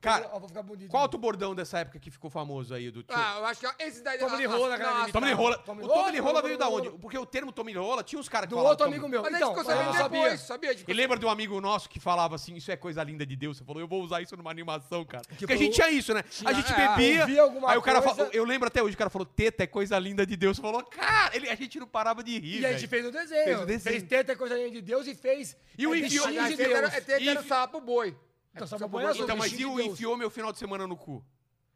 A: Cara,
B: Ó, vou ficar bonito.
A: qual outro bordão dessa época que ficou famoso aí do tio?
C: Ah, eu acho que esse daí...
B: Toma
C: ah,
B: de
C: ah,
B: rola, cara,
C: não,
B: de
A: Toma de rola.
B: Toma de
A: O toma
B: rola,
A: de rola
B: toma
A: veio
B: de
A: da
B: rola.
A: onde? Porque o termo toma de rola tinha uns caras que
B: Do
A: falavam
B: outro
A: toma-
B: amigo meu.
C: Mas a gente
B: então, mas
C: ficou
B: eu
C: sabendo
B: não sabia.
C: depois, sabia? Tipo, De
A: E lembra de um amigo nosso que falava assim, isso é coisa linda de Deus? Você falou, eu vou usar isso numa animação, cara. Porque a gente tinha isso, né? a gente
C: é,
A: bebia,
B: ouvia alguma
A: aí o cara
B: coisa.
A: falou, eu lembro até hoje, o cara falou, teta é coisa linda de Deus. Você falou, cara, ele, a gente não parava de rir,
B: E a gente
A: velho.
B: fez o desenho.
A: Fez o desenho.
B: Fez teta coisa linda de Deus e fez.
A: E o
B: é,
A: envio-
B: bichinho
C: Mas
B: de
C: esse era-
B: Deus.
C: é ter- era
A: E-
C: sapo boi.
B: Então, sabe
C: Sabe
B: o
C: o
B: é
A: Então, mas e
B: bichinho
A: o
B: de Deus.
A: enfiou meu final de semana no cu?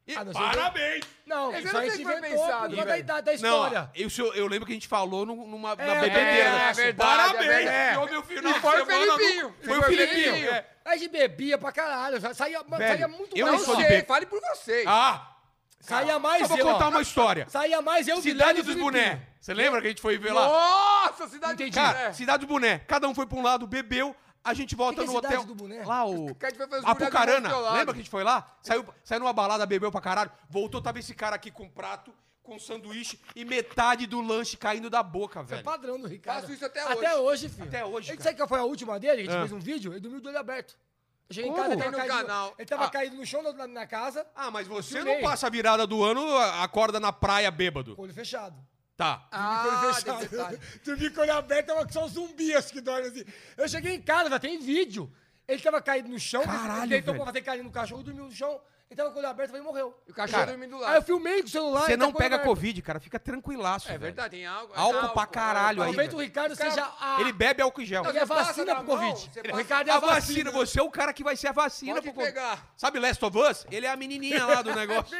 A: E-
B: Ah, não sei
A: parabéns!
B: Não,
C: Esse
B: isso
C: eu
B: aí
C: não
B: se
C: sei se foi
B: inventou por
C: pensado,
B: causa da,
C: velho.
B: da, da é história.
A: Não, isso eu, eu lembro que a gente falou num- numa na
B: É,
A: bebedeira.
B: é,
A: né?
B: é
C: verdade,
A: Parabéns!
C: é verdade.
A: enfiou meu final
C: E
A: de
C: foi o
A: semana no-
C: Felipinho.
A: Foi o
C: E foi o
A: Felipinho!
C: Felipinho.
A: é.
B: A gente bebia pra caralho. já Saía, saía muito
A: eu
C: Não
B: mais.
A: sou de
B: ó.
C: sei,
A: bebê.
C: fale por vocês.
A: Ah!
B: Saía
A: Eu
B: mais
A: vou
B: eu.
A: contar
B: ó.
A: uma história.
B: Saía mais eu, Vilela
A: Cidade
B: e
A: dos
B: Filipinho.
A: Boné. Você lembra que a gente foi ver lá?
C: Nossa, cidade
B: Entendi.
A: Cara,
C: É.
A: Cidade do Boné. Cada um foi pra um lado, bebeu, a gente volta
B: Que que é
A: no
B: Cidade
A: hotel.
B: do Boné?
A: Lá o.
C: Que a gente vai fazer os
A: Apucarana.
C: bonequinhos do teu lado.
A: Lembra que a gente foi lá? Saiu, saiu numa balada, bebeu pra caralho. Voltou, tava esse cara aqui com um prato, com um sanduíche e metade do lanche caindo da boca,
B: Isso é
A: velho.
B: padrão do Ricardo.
C: Faço isso até
B: Até hoje, filho.
A: Até hoje,
B: Ele
A: cara.
B: sabe qual foi a última dele? Que a gente
A: Ah.
B: fez um vídeo, ele dormiu de olho aberto. Eu cheguei
A: Como?
B: em casa, ele
C: Tem
B: tava,
C: no
B: caído,
C: canal.
B: Ele tava
A: Ah.
B: caído no chão na, na- na casa,
A: Ah, mas você
B: Jurei.
A: não passa a virada do ano, a- acorda na praia bêbado.
B: com o olho fechado.
A: Tá.
C: Ah,
B: Dormi com o olho
C: detalhe.
B: fechado. Dormi com o olho aberto, tava só um zumbi acho que dorme assim. Eu cheguei em casa, já tem vídeo. Ele tava caído no chão,
A: Caralho,
B: ele deitou
A: velho.
B: pra fazer carinho no cachorro, dormiu no chão, ele tava com o olho aberto e morreu.
C: E o cachorro
A: Cara,
C: dormindo lá.
B: Aí eu filmei com o celular.
A: Você
B: ele tá
A: não
B: com o olho
A: pega
B: aberto.
A: Covid, cara. Fica tranquilaço.
C: É
A: velho.
C: verdade, tem álcool.
A: Álcool pra caralho aí,
B: Talvez o
A: velho.
B: Ricardo
C: Cara,
B: seja a...
A: Ele bebe álcool em gel.
B: Ele é
C: Você passa
B: vacina
C: na
B: pro
C: mão,
B: Covid.
C: você
B: O
C: passa-
B: Ricardo é
A: a
B: a
A: vacina,
B: vacina.
A: você é o cara que vai ser a vacina.
C: Pode
A: pro-
C: pegar. É
A: Sabe Last of Us? Ele é a menininha lá do negócio.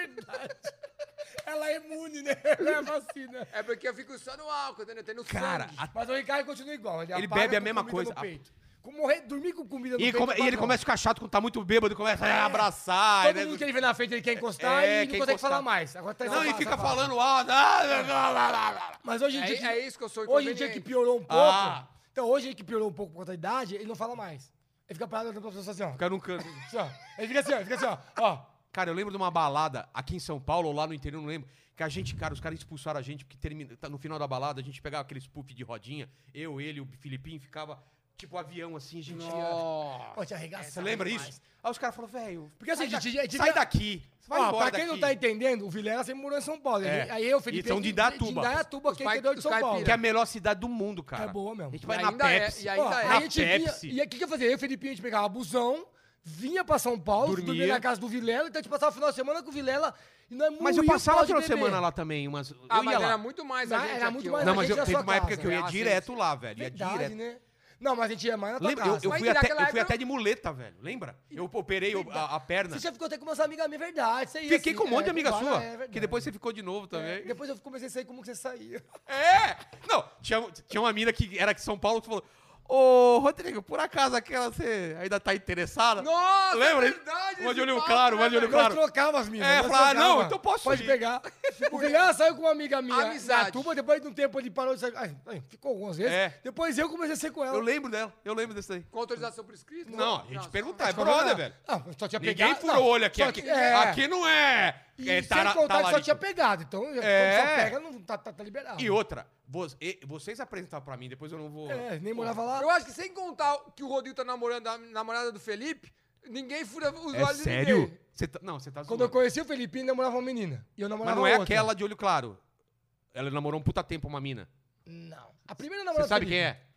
B: Ela é imune, né? Ela é a vacina.
C: É porque eu fico só no álcool, entendeu? Tem no
A: Cara,
C: sangue.
A: a-
B: Mas o Ricardo continua igual. Ele,
A: Ele
B: apaga
A: bebe a
B: com
A: mesma
B: comida
A: coisa.
B: no peito. Com morrer, dormir com comida no
A: E,
B: peito.
A: come-
B: é
A: e ele
B: padrão.
A: começa a ficar chato quando tá muito bêbado, começa a abraçar.
B: É. Todo
A: né?
B: mundo que ele vê na frente, ele quer encostar
A: É,
B: e não
A: quer
B: consegue
A: encostar.
B: falar mais. Agora tá
A: Não,
B: essa
A: e
B: fa-
A: fica
B: essa fala.
A: falando alto. Ah,
B: Mas hoje em
C: É,
B: dia. que-
C: é isso que eu sou
B: Hoje em dia que
C: inconveniente.
B: piorou um pouco.
A: Ah.
B: Então, hoje em dia que piorou um pouco por conta da idade, ele não fala mais. Ele fica parado olhando pra pessoa assim, ó.
A: Fica num canto.
B: Assim, ó. Ele fica assim, ó. Ele fica assim, ó. ó.
A: Cara, eu lembro de uma balada aqui em São Paulo, ou lá no interior, não lembro. Que a gente, cara, os caras expulsaram a gente, porque termina, tá no final da balada, a gente pegava aqueles puff de rodinha, eu, ele, o Filipinho, ficava tipo avião assim, a gente. ia-
C: Nossa.
B: Pô, te arregaça.
A: Você lembra isso? Aí os caras falaram, velho.
B: Porque assim,
A: sai,
B: gente,
A: da-
B: gente-
A: sai daqui. Vai
B: Ó,
A: embora
B: pra quem não
A: daqui.
B: tá entendendo, o Vilela sempre morou em São Paulo.
A: É.
B: Aí eu,
A: E
B: Felipe.
A: são de Indaiatuba.
B: De Indaiatuba, que é
C: pai-
B: interior de
C: os
B: São Paulo.
A: Que é a melhor cidade do mundo, cara.
B: É boa mesmo.
A: A gente vai
C: E
A: na
C: ainda é-
A: Pepsi.
C: e
B: Ó,
C: ainda é.
B: aí a
A: Na
B: gente vinha-
A: Pepsi.
B: e aí o que, que eu fazia? Eu e o Felipinho, a gente pegava busão, vinha pra São Paulo, dormia,
A: Dormia.
B: na casa do Vilela, então a gente passava o final de semana com o Vilela Um e nós
A: Mas eu passava o final de semana lá também, umas.
C: Ah,
A: eu
C: mas
A: ia lá.
C: era muito mais a
B: Não,
C: gente
B: era
C: aqui,
B: muito
C: ó.
B: mais
A: Não,
B: a
A: mas
B: gente
A: eu,
B: na
A: teve
B: sua
A: uma época
B: casa. né?
A: que eu ia
C: Ah, sim,
A: direto lá, velho.
B: Verdade,
A: ia direto.
B: né? Não, mas a gente ia mais na tua
A: Lembra? Eu,
B: casa.
A: eu
C: Mas
A: fui, até,
C: naquela
A: eu fui
C: época-
A: até de muleta, velho. Lembra? Eu operei o- a, a perna.
B: Você já ficou até com umas amigas minhas, é verdade. Você ia
A: Fiquei
B: assim,
A: com um monte
B: é,
A: de amiga
B: com
A: sua.
B: várias, é verdade. É,
A: que depois você ficou de novo também.
B: Depois eu comecei a sair como que você saía.
A: É! Não, tinha, tinha uma mina que era de São Paulo que falou: Ô, Rodrigo, por acaso aquela você ainda tá interessada?
C: Nossa,
A: Lembra?
C: é verdade.
A: Uma de
C: esse
A: olho
C: papo,
A: claro, uma de
C: né,
A: olho
C: velho?
A: Claro.
B: Nós trocava as minas.
A: É,
B: nós
A: falar,
B: trocava.
A: não, então posso
B: Pode
A: ir.
B: pegar. O Vilhar saiu com uma amiga minha.
C: Amizade.
B: Na tuba, depois de um tempo ele parou de sair. Ai, ai, ficou algumas vezes.
A: É.
B: Depois eu comecei a ser com ela.
A: Eu lembro dela, eu lembro dessa aí.
C: Com autorização por escrito?
A: Não, a gente
C: Nossa.
A: perguntar, é
B: Só
A: brother,
B: pegar-
A: velho.
B: Não, "Ah, só tinha
A: Ninguém
B: pegado.
A: furou
B: não,
A: o olho aqui.
B: só
A: Aqui,
B: que- é.
A: aqui não é. é
B: E
A: tara-
B: sem contar que só
A: talarico.
B: tinha pegado. Então,
A: É.
B: quando só pega, não tá, tá, tá liberado.
A: E outra, vo- e- vocês apresentaram pra mim, depois eu não vou.
B: É, nem morava lá.
C: Eu acho que sem contar que o Rodrigo tá namorando a namorada do Felipe, ninguém fura os
A: É
C: olhos de ninguém.
A: sério? Você tá- não, você tá
B: Quando eu
A: zoando.
B: conheci o Felipe, ele namorava uma menina. E eu namorava
A: Mas não é
B: outra.
A: aquela de olho claro. Ela namorou um puta tempo uma mina.
B: Não. A primeira
A: Você
B: namorada
A: sabe
B: do
A: quem
B: Felipe-
A: é?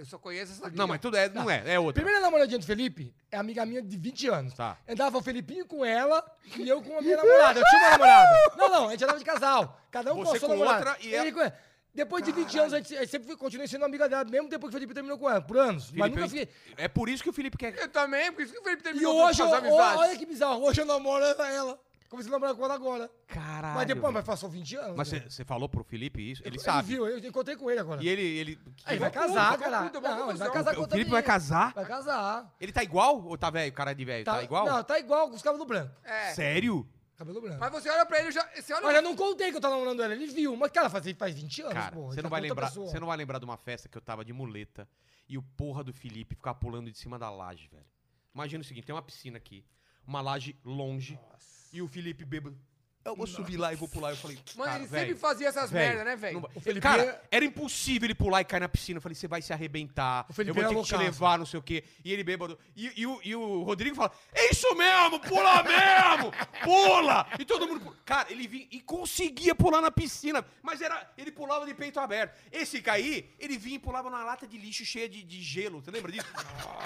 C: Eu só conheço essa aqui.
A: Não,
C: ó.
A: mas tudo é, não é, é
B: A
A: outra.
B: primeira namoradinha do Felipe é amiga minha de 20 anos.
A: Tá.
B: Andava o Felipinho com ela e eu com a minha namorada. Eu tinha uma namorada. Não, não, a gente andava de casal. Cada um
A: Você
B: a sua
A: com
B: namorada.
A: outra e ela-
B: Ele com- Depois de 20 anos, a gente, a gente sempre foi- continuei sendo amiga dela, mesmo depois que o Felipe terminou com ela, por anos.
A: Felipe,
B: mas nunca
A: eu-
B: fiquei.
A: É por isso que o Felipe quer.
C: Eu também, por isso que o Felipe
B: E
C: terminou com
B: hoje, eu,
C: as
B: ó,
C: amizades.
B: olha que bizarro. Hoje eu namoro ela. Comecei a namorar com ela agora.
A: Caralho.
B: mas depois,
A: velho.
B: mas passou 20 anos.
A: Mas
B: né?
A: você você falou pro Felipe isso? Ele
B: Ele
A: sabe.
B: viu, eu encontrei com ele agora.
A: E ele. ele
B: Aí
A: que-
B: vai
C: loucura,
B: casar,
C: loucura,
B: cara.
C: loucura,
B: Não, ele vai
C: loucura.
B: casar com
A: O
B: outra
A: Felipe vai
B: menina.
A: casar?
B: Vai casar.
A: Ele tá igual ou tá velho, cara de velho? Tá, igual?
B: Não, tá igual com os cabelos branco.
C: É.
A: Sério?
B: Cabelo branco.
C: Mas você olha pra ele, já, você olha
B: Mas eu não contei que eu tava namorando ela, ele viu. Mas, cara, faz, faz 20 anos,
A: Cara,
B: porra.
A: você
B: ele
A: não
B: tá
A: vai
B: com outra
A: lembrar,
B: pessoa.
A: você não vai lembrar de uma festa que eu tava de muleta e o porra do Felipe ficar pulando de cima da laje, velho. Imagina o seguinte, tem uma piscina aqui, uma laje longe e o Felipe bêbado. Eu vou subir lá e vou pular. Eu falei,
C: Mano,
A: cara,
C: ele sempre
A: velho,
C: fazia essas
A: velho,
C: merdas, né, velho?
A: não vai-
B: O Felipe
A: Cara,
B: é-
A: era impossível ele pular e cair na piscina. Eu falei, você vai se arrebentar.
B: O
A: Eu
B: Felipe
A: vou
B: era
A: ter que te
B: loucaço.
A: levar, não sei o quê. E ele bêbado. E, e o, e o Rodrigo fala, é isso mesmo, pula mesmo, pula. E todo mundo... pula. Cara, ele vinha e conseguia pular na piscina. Mas era ele pulava de peito aberto. Esse cair, ele vinha e pulava na lata de lixo cheia de, de gelo. Você lembra disso?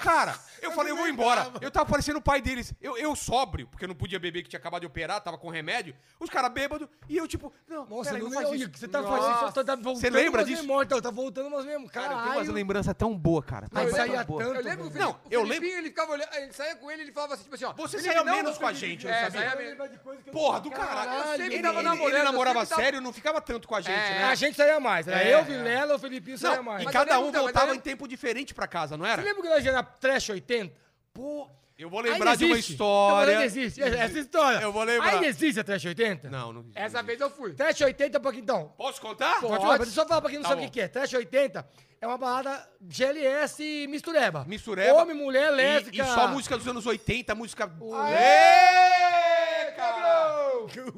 A: Cara, eu falei, eu vou embora. Eu tava parecendo o pai deles. Eu, eu sóbrio, porque eu não podia beber, que tinha acabado de operar, tava com remédio. Os caras bêbados. E eu tipo, não,
B: Nossa,
A: peraí,
B: não
A: faz
B: lembra.
A: isso.
B: Olha, Você tá
C: Nossa.
B: fazendo. Você tá voltando
A: Você lembra
B: umas
A: disso?
B: memórias, tá- tá voltando umas mesmo.
A: Cara, eu é tenho umas
B: Caralho.
A: lembranças tão boas, cara. Tão
B: Mas
A: boa,
B: saía
A: tão boa.
B: tanto.
C: Eu lembro que o Felipe,
A: Não,
C: o
A: eu
C: Felipinho,
A: lembro-
C: Ele, ficava olhando, ele saía com ele e ele falava assim, tipo assim, ó.
A: Você
C: Felipe,
A: saía
C: não,
A: menos
C: não,
A: com a
C: Felipe.
A: gente, eu
C: é,
A: sabia.
C: saía
B: Eu
C: menos.
B: lembro de coisa que eu-
A: Porra, do caralho.
B: Caralho.
A: Eu sempre
C: Ele-
A: tava
C: ele-
A: namorando,
C: ele
A: eu
C: namorava
A: sempre tava-
C: sério,
A: não ficava tanto com a gente,
C: É.
B: A gente saía mais. Era
A: É.
B: eu, Vilela, o Felipinho saía
A: Não,
B: mais.
A: e
B: Mas,
C: Mas
A: cada
C: eu lembro
A: um
C: também,
A: voltava
C: mas eu
A: em tempo diferente pra casa, não
B: Você
A: era?
B: lembra que nós ia na Trash 80? Pô.
A: Eu vou
B: ainda
A: lembrar de uma
B: existe?
A: história.
B: Não, ainda existe. Essa história.
A: Eu vou lembrar.
B: Ainda existe a Trash 80?
A: Não, não existe.
C: Essa vez eu fui.
B: Trash 80 pra quem. Então,
A: Posso contar?
B: Continua, mas deixa eu só falar pra quem não
A: Tá
B: sabe o
A: bom.
B: que que é. Trash 80 é uma balada GLS e mistureba.
A: Mistureba.
B: Homem, mulher,
A: E-
B: lésbica.
A: E só música dos anos 80, música... Ê, cara!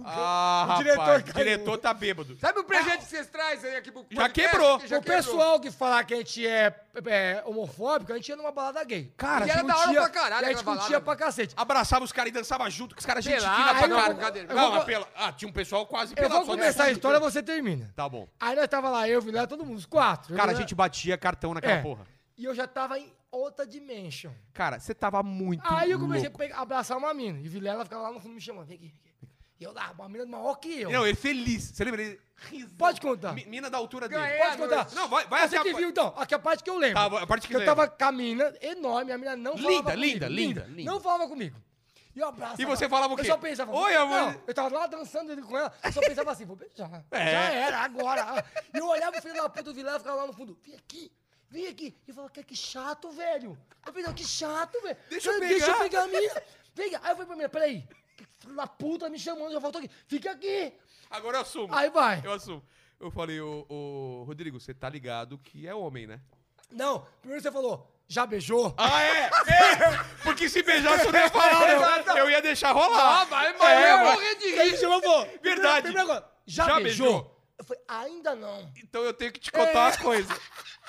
A: Ah,
B: O diretor
A: rapaz, o
B: caiu.
A: diretor tá bêbado.
C: Sabe o presente que vocês trazem aí aqui pro podcast?
A: quebrou.
C: Que
B: O pessoal que falar que a gente é, é, homofóbico, a gente ia numa balada gay.
A: Cara,
B: E era
C: da hora
B: discutia-
C: pra caralho
B: e a gente
C: aquela
B: discutia
C: balada.
B: pra cacete.
A: Abraçava os caras e dançava junto, que os caras gente
C: Pelado,
A: fina pra
B: né? aí eu vou-
A: caralho.
B: eu
A: Não,
B: vou-
A: mas pela- Ah, tinha um pessoal quase
B: Eu
A: pelado.
B: vou
A: só que-
B: começar a história, você termina.
A: Tá bom.
B: Aí nós tava lá, eu, Vilela, todo mundo, os quatro.
A: Cara, a
B: Eu,
A: gente batia cartão naquela
B: É.
A: porra.
B: E eu já tava em outra dimension.
A: Cara, você tava muito
B: Aí eu
A: Tá
B: comecei
A: louco.
B: a pegar- abraçar uma mina. E Vilela ficava lá no fundo me chamando. Vem aqui, vem aqui. E eu lá, uma mina maior que eu.
A: Não, ele feliz. Você lembra? Ele...
B: Pode contar.
A: Mi- Mina da altura dele.
C: Ganhei.
B: Pode contar.
A: Não, vai- vai até
B: Você
A: a
B: que
A: pa-
B: viu, então. Aqui a parte que eu lembro.
A: Tá, a parte que
B: eu
A: lembra.
B: tava com a mina enorme, a mina não
A: Linda,
B: falava
A: linda,
B: comigo.
A: linda, linda.
B: Não falava comigo. E eu abraçava.
A: E você falava o quê?
B: Eu só pensava...
A: Oi, amor.
B: Não, eu tava lá dançando ele com ela, eu só pensava assim, vou beijar.
A: É.
B: Já era, agora. E eu olhava o filho da puta do Vilela, ficava lá no fundo, vem aqui. Vem aqui. E eu falava, que, que chato, velho. Eu pensava, que chato, velho.
A: Deixa eu
B: Deixa eu
A: pegar.
B: pegar a mina. Pega. Aí eu falei pra mina, peraí. que Filho da puta me chamando, já voltou aqui. Fica aqui.
A: Agora eu assumo.
B: Aí vai.
A: Eu assumo. Eu falei, ô, ô, Rodrigo, você tá ligado que é homem, né?
B: Não, primeiro você falou, já beijou?
A: Ah, é? é. Porque se beijasse eu não ia falar, né? Eu ia deixar rolar.
C: Ah, vai, vai,
A: É,
C: eu
A: vai.
C: ia morrer de rir.
B: eu vou.
A: Verdade.
B: já,
A: Já
B: beijou?
A: beijou?
B: Eu falei, ainda não.
A: Então eu tenho que te contar umas coisas.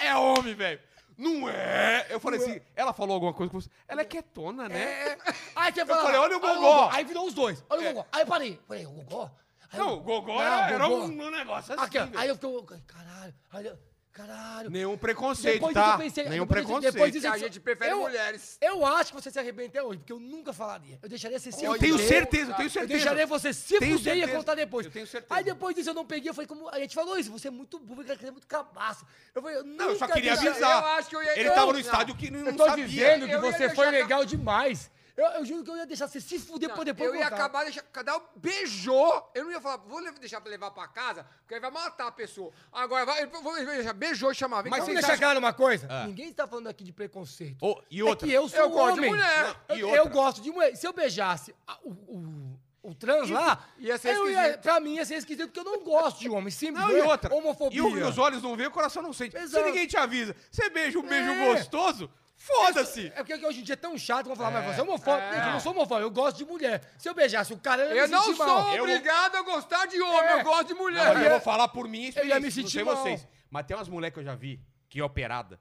A: É homem, velho. Não é. Eu falei assim, ela falou alguma coisa com você. Ela é quietona,
B: é.
A: né?
B: Aí você fala,
A: falei, olha o
B: "Ah,
A: gogó." É.
B: Aí virou os dois. Olha o gogó. Aí eu parei. Falei, o gogó? Aí
A: Não,
B: eu-
A: o Gogó
B: Não,
A: era, era
B: gogó.
A: um, um negócio assim,
B: Aqui, ó.
A: velho.
B: aí eu fiquei, caralho. Aí eu- Caralho.
A: Nenhum preconceito,
B: Depois disso
A: tá?
B: eu pensei-
A: Nenhum
B: depois disso-
A: preconceito.
B: depois
C: Que
B: disso-
C: a gente prefere
B: eu-
C: mulheres.
B: Eu acho que você se arrepende até hoje, porque eu nunca falaria. Eu deixaria você se
A: Eu
C: Olha,
A: tenho
C: eu-
B: fuder.
A: certeza, eu tenho
B: Eu
A: certeza.
B: deixaria você se
A: Tenho
B: fuder e ia
A: certeza.
B: contar depois.
A: Eu tenho certeza.
B: Aí depois disso eu não peguei, eu falei como... A gente falou isso, você é muito burro, você é muito cabaço. Eu falei, eu nunca...
A: Não, eu só queria
B: deixaria-
A: avisar.
C: Eu acho que eu ia-
A: Ele
C: eu-
A: tava no
C: não.
A: estádio que não
B: Eu tô
A: sabia.
B: dizendo que
C: Eu ia
B: você
C: deixar
B: foi
C: ca-
B: legal demais. Eu, eu juro que eu ia deixar você se fuder
A: Tá,
B: pra depois
C: eu ia
B: contar.
C: acabar deixando. Cada um beijou. Eu não ia falar, vou le- deixar pra levar pra casa, porque aí vai matar a pessoa. Agora vai, eu vou deixar, beijou e chamar. Vem
A: Mas
C: cá,
A: você
B: Vamos
C: vem cá.
A: acha
B: deixar claro uma coisa?
A: Ah.
B: Ninguém está falando aqui de preconceito.
A: Ô, e outra?
B: É que eu sou
C: Eu gosto de
B: homem.
C: mulher.
B: Eu,
A: E outra?
B: eu gosto de mulher. Se eu beijasse a- o, o, o trans lá,
C: ia ser
B: eu
C: esquisito.
B: pra mim ia ser esquisito, porque eu não gosto de homem. Simples.
A: Não, e
B: né?
A: outra.
B: Homofobia.
A: E o- e os olhos não veem, o coração não sente. Se
B: Exato.
A: ninguém te avisa, você beija um beijo
B: É.
A: gostoso, foda-se.
B: É porque hoje em dia é tão chato, vão falar, mas você é homofóbico.
C: É.
B: Gente, eu não sou homofóbico, eu gosto de mulher. Se eu beijasse o cara, eu ia
C: Eu
B: me
C: não
B: sentir
C: sou
B: mal.
A: Eu-
C: obrigado a gostar de homem,
B: É.
C: eu gosto de
A: Não,
C: mulher.
A: mas eu vou falar por minha experiência.
B: me
A: não
B: sentir
A: sei
B: mal.
A: vocês. Mas tem umas mulheres que eu já vi, que é operada,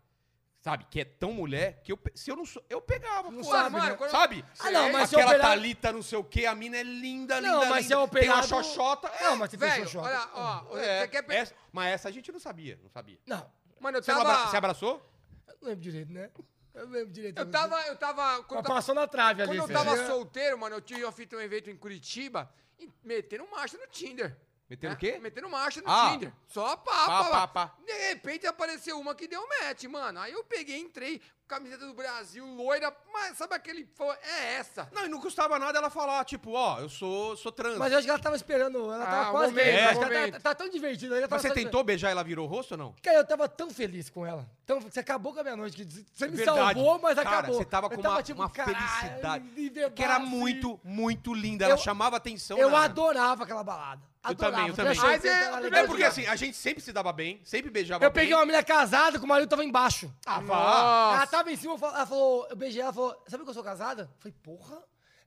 A: sabe? Que é tão mulher que eu, pe- se eu não sou. Eu pegava,
B: Não
A: pô,
B: sabe,
A: mano,
C: né?
A: quando- Sabe?
B: Ah, não, mas se
A: Aquela
B: operar-
A: Thalita, não sei o quê, a mina é linda, linda.
B: Não, mas se
A: linda.
B: é operado...
A: Tem uma xoxota. é,
B: Não, mas você fez
C: Velho,
B: xoxota.
C: olha, ó,
A: é,
C: você quer pe-
A: essa- mas essa a gente não sabia, não sabia.
B: Não,
C: Mano, eu
A: Você, não abra- você
C: tava.
A: abraçou?
B: eu não lembro direito, né? Eu não lembro direito.
C: Eu tava. Eu tava.
A: Tá
C: Quando,
B: Mas
C: eu tava-
B: passou na trave ali.
C: quando eu
B: filho.
A: né?
C: tava solteiro, mano, eu tinha eu fiz um evento em Curitiba e metendo marcha no Tinder.
A: Metendo
C: né?
A: o quê?
C: Metendo marcha no
A: Ah.
C: Tinder. Só a papa.
A: Pá,
C: lá.
A: pá, pá.
C: De repente apareceu uma que deu match, mano. Aí eu peguei, entrei, camiseta do Brasil, loira, mas sabe aquele. fo- É essa.
A: Não, e não custava nada ela falar, tipo, ó, eu sou, sou trans.
B: Mas eu acho que ela tava esperando, ela tava
C: Ah,
B: quase
C: momento,
B: querendo, mas
A: momento.
B: ela tá, tá tão divertida. ela tava
A: Mas você
B: só-
A: tentou beijar e ela virou o rosto ou não?
B: Cara, eu tava tão feliz com ela. Tão, você acabou com a minha noite. que Você me salvou, mas
A: É Cara,
B: acabou.
A: Você tava
B: Eu
A: com uma,
B: tipo,
A: uma
B: "Caralho,
A: felicidade.
B: liberdade."
A: Que era muito, muito linda. Ela
B: Eu-
A: chamava atenção.
B: Eu
A: na-
B: adorava aquela balada.
A: Eu
B: Adorava.
A: também, eu
B: Você
A: também.
B: achou
C: Mas
B: que
C: é-
B: ela
A: É
C: é
B: legal
A: porque
B: demais.
A: assim, a gente sempre se dava bem, sempre beijava
B: Eu
A: bem.
B: peguei uma mulher casada que o marido tava embaixo.
A: Ah, vá.
C: Nossa.
B: Ela tava em cima, eu fal- ela falou, eu beijei ela, falou, sabe que eu sou casada? Eu falei, porra?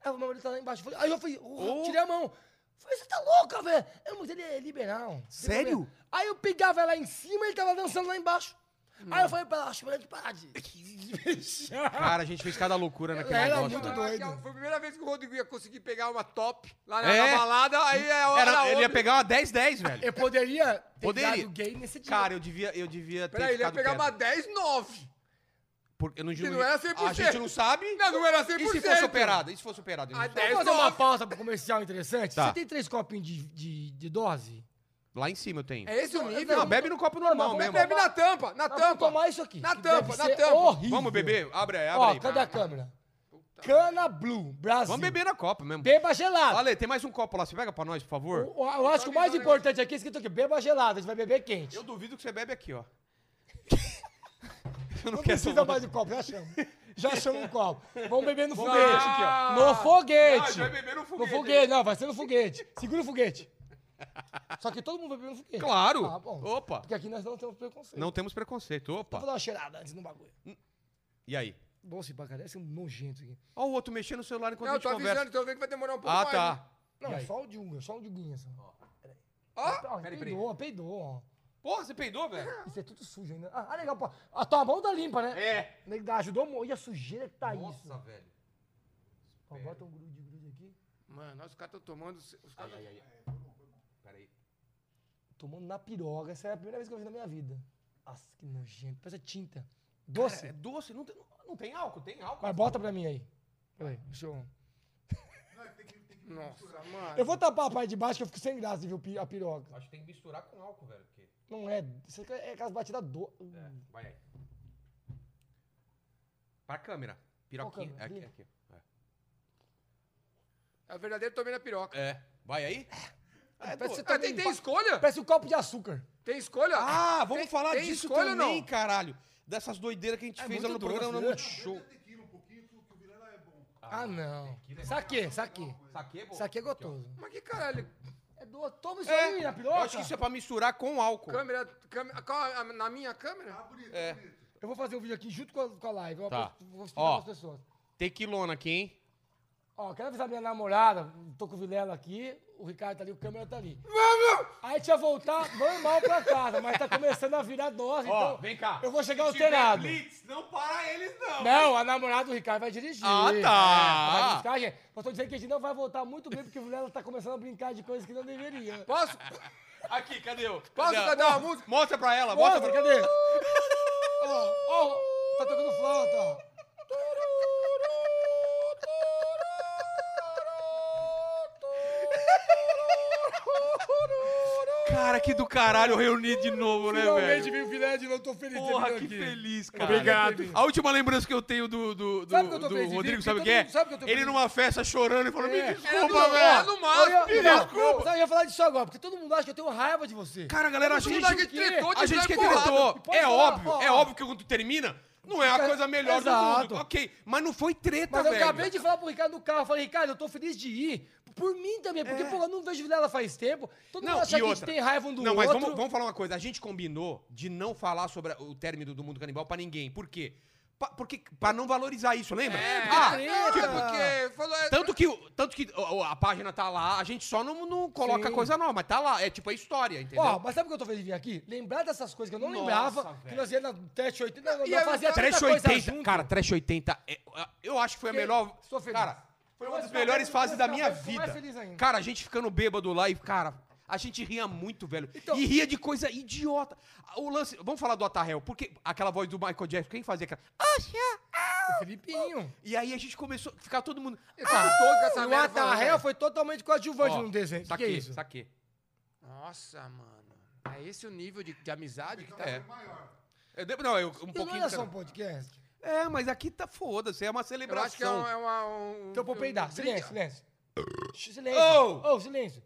B: Ela falou, meu marido tá lá embaixo. Eu falei, aí eu falei, oh,
A: Oh.
B: tirei a mão. Eu Falei, você tá louca, velho? Eu, mas ele é liberal.
A: Sério?
B: Aí eu pegava ela em cima e ele tava dançando lá embaixo. Aí eu falei pra ela, acho melhor de parar de de beijar.
A: Cara, a gente fez cada loucura naquele
B: Ela era
A: negócio.
B: muito
A: né?
B: doida.
C: Eu acho que Foi a primeira vez que o Rodrigo ia conseguir pegar uma top lá na,
A: É.
C: na balada, aí é
A: Era-
C: hora.
A: ele ia pegar uma 10-10, velho.
B: Eu poderia ter
A: Poderia.
B: virado gay nesse dia.
A: Cara, eu devia, eu devia ter
C: Peraí, ele ia
A: ficado
C: pegar
A: quieto.
C: uma 10-9.
A: Porque eu não, digo-
C: não era 100%.
A: A gente não sabe.
C: Não, não era 100%.
A: E se fosse operada? E se fosse operada?
C: A
A: A gente não
B: Vamos
A: sabe.
B: fazer uma
C: nove.
B: pausa pro comercial interessante?
A: Tá.
B: Você tem três copinhos de, de, de dose?
A: Lá em cima eu tenho.
C: É esse o
B: Não,
C: nível?
A: Não, bebe no copo normal
B: Não,
A: mesmo.
C: Bebe na tampa, na
B: Nós vamos
C: tampa.
B: tomar isso aqui.
C: Na
B: que deve
C: tampa, na
B: ser
C: tampa.
B: horrível.
A: Vamos beber? Abre aí, abre
B: Ó,
A: aí.
B: cadê a câmera? Cana Blue, Brasil.
A: Vamos beber na copa mesmo.
B: Beba gelado.
A: Ale, tem mais um copo lá. Você pega pra nós, por favor?
B: Eu, eu acho que o mais importante aqui é escrito aqui, beba gelado, a gente vai beber quente.
A: Eu duvido que você bebe aqui, ó.
B: não
A: quero
B: precisa
A: tomar.
B: mais de copo, já chama. Já chama um copo. Vamos beber no foguete.
A: beber aqui,
C: ó.
B: No
A: Ah, a
B: foguete.
A: gente vai beber no
B: no
A: foguete.
B: foguete, não, vai ser no foguete. Segura o foguete. Só que todo mundo vai beber no foguete.
A: Claro.
B: Ah, bom.
A: Opa.
B: Porque aqui nós não temos preconceito.
A: Não temos preconceito.
B: Vou
A: Opa.
B: dar uma cheirada antes no bagulho.
A: E aí?
B: Nossa, pra caralho, esse é um nojento aqui.
A: Ó o outro mexendo no celular enquanto
C: Não,
A: a
C: eu
A: gente
C: tô
A: conversa.
C: avisando, tô vendo que vai demorar um pouco
A: Ah,
C: mais. né?
A: tá.
B: Não,
A: E
B: é
A: aí?
B: só o de um, só o de um. assim.
C: Ó,
B: Ó,
C: peraí, peraí.
B: peidou, peidou, ó.
A: Porra, você peidou, velho?
B: Isso é tudo sujo ainda. Ah, ah, legal, pô. A tua mão tá limpa, né?
A: É.
B: Legal, ajudou muito. E a sujeira que tá isso.
A: Nossa, velho.
B: Ó, bota um grude, grude aqui.
C: Mano, nós, os caras estão tomando. Os caras...
A: É, Peraí.
B: Tomando na piroga. Essa é a primeira vez que eu vi na minha vida. Nossa, que nojento. Parece tinta. Doce.
A: É doce? Não tem, não tem álcool? Tem álcool?
B: Mas bota pra mim aí. Peraí, deixa eu...
C: Nossa, mano.
B: Eu vou tapar a parte de baixo que eu fico sem graça de ver o pi- a piroca.
A: Acho que tem que misturar com álcool, velho. porque-
B: Não é... Isso aqui é aquelas batidas do...
A: É, vai aí. Pra câmera. Piroquinha.
B: câmera?
A: É
B: Ali?
A: aqui, aqui.
C: É o verdadeiro tomei na piroca.
A: É. É. Vai aí? É,
B: Parece
A: do-
B: que
C: Ah, tem, tem escolha?
B: Parece um copo de açúcar.
C: Tem escolha?
A: Ah, vamos
C: Tem-
A: falar
C: tem
A: disso
C: escolha ou
A: também,
C: não?
A: caralho. Dessas doideiras que a gente
B: É
A: fez
B: muito
A: lá no
B: doce,
A: programa no
B: né?
A: Multishow.
B: Ah, não. Saque, saque.
A: Saquei, pô?
B: Saque é gostoso.
C: Mas que caralho?
B: É doce. Toma isso
A: É,
B: aí na
A: eu
B: piroca.
A: acho que isso é pra misturar com álcool.
C: Câmera. câmera qual a- na minha câmera?
A: É.
B: Eu vou fazer um vídeo aqui junto com a, com a live. Eu
A: Tá.
B: aposto- vou
A: Ó.
B: explicar as pessoas.
A: Tequilona aqui, hein?
B: Ó, quero avisar minha namorada, tô com o Vilela aqui, o Ricardo tá ali, o câmera tá ali. Aí a gente ia voltar normal pra casa, mas tá começando a virar dose, então. Eu vou chegar
D: Se tiver
B: alterado.
D: blitz, não para eles, não.
B: Não, a namorada do Ricardo vai dirigir.
A: Ah, tá.
B: É, vai buscar a gente. Mas tô dizendo que a gente não vai voltar muito bem, porque o Vilela tá começando a brincar de coisas que não deveria.
C: Posso?
D: Aqui, cadê o?
C: Posso
D: cadê a-
C: cantar uma música?
A: Mostra pra ela, mostra,
B: Mostra, cadê? Ó, ó, tá tocando flauta, ó.
A: pra ela. Cara, que do caralho reunir de novo, né, velho?
C: veio o Viled, eu tô feliz.
A: Porra, que feliz, cara.
C: Obrigado.
A: A última lembrança que eu tenho do, do, do,
B: Sabe o que eu tô
A: do
B: feliz de
A: Rodrigo,
B: vir?
A: sabe o que
B: Porque
A: é?
B: todo mundo sabe que eu tô
A: Ele
B: feliz. É.
A: numa festa chorando e falando, me desculpa,
C: Desculpa, velho.
A: velho.
C: no máximo,
B: Eu ia-
C: filho.
B: não, não, sabe, eu ia falar disso agora, porque todo mundo acha que eu tenho raiva de você.
A: Cara, a galera acha
C: Todo
A: que
C: mundo
A: a
C: aqui
A: gente,
C: tretou,
A: a gente que
C: de porrada.
A: tretou.
B: Pode
A: É
B: falar,
A: óbvio,
B: ó,
A: é
B: ó.
A: óbvio que quando termina, não é a
B: Fica-
A: coisa melhor do
B: Exato.
A: mundo. Ok, mas não foi treta,
B: Mas eu
A: velho.
B: acabei de falar pro Ricardo no carro. Eu falei, Ricardo, eu tô feliz de ir. Por mim também, porque,
A: É.
B: pô, eu não vejo Vilela faz tempo. Todo mundo acha que a gente tem raiva um do
A: não,
B: outro.
A: mas vamos, vamos falar uma coisa. A gente combinou de não falar sobre a- o término do mundo canibal pra ninguém. Por quê? Pa, porque, pra não valorizar isso, lembra? ah,
C: Não,
B: tipo,
C: é porque falou... é-
A: tanto que, o- tanto que o- a página tá lá, a gente só não, não coloca
B: Sim.
A: coisa nova, mas tá lá. É tipo a história, entendeu?
B: Ó, mas sabe o que eu tô feliz de vir aqui? Lembrar dessas coisas que eu não
A: Nossa,
B: lembrava, que
A: velho. é
B: nós íamos na Trash 80, não,
C: E
B: nós
C: eu-
B: fazia tanta
A: Trash
B: coisa
A: 80,
B: junto.
A: cara, Trash 80, é- eu acho que foi a
B: Fiquei-
A: melhor.
B: sou feliz.
A: Cara, foi uma
B: Mas
A: das
B: tá
A: melhores
B: vendo?
A: fases
B: Mas
A: da
B: tá
A: minha
B: vendo? Tô
A: vida.
B: mais feliz ainda.
A: Cara, a gente ficando bêbado lá e, cara, a gente ria muito, velho.
B: Então-
A: e ria de coisa idiota. O lance, vamos falar do Otarrel, porque aquela voz do Michael Jackson, quem fazia aquela. ah".
B: O Felipinho.
A: E aí a gente começou a ficar todo mundo.
C: Tá todo com essa
B: O
C: merda falando,
B: Atarrel
C: velho.
B: foi totalmente coadjuvante
A: Ó,
B: no desenho. Que que é
A: Saquei,
B: isso?
A: saquei.
C: Nossa, mano. É esse o nível de, de amizade que tá...
A: É. Eu devo- não, eu, um
B: Isso não
A: pouquinho.
B: era só um podcast.
A: É, mas aqui tá foda-se, é uma
C: Eu acho que é,
A: celebração.
C: um, é uma- um-
B: Então eu vou
C: um-
B: peidar.
C: um-
B: Silêncio, silêncio. Shh, Silêncio.
A: Oh!
B: Ô, silêncio.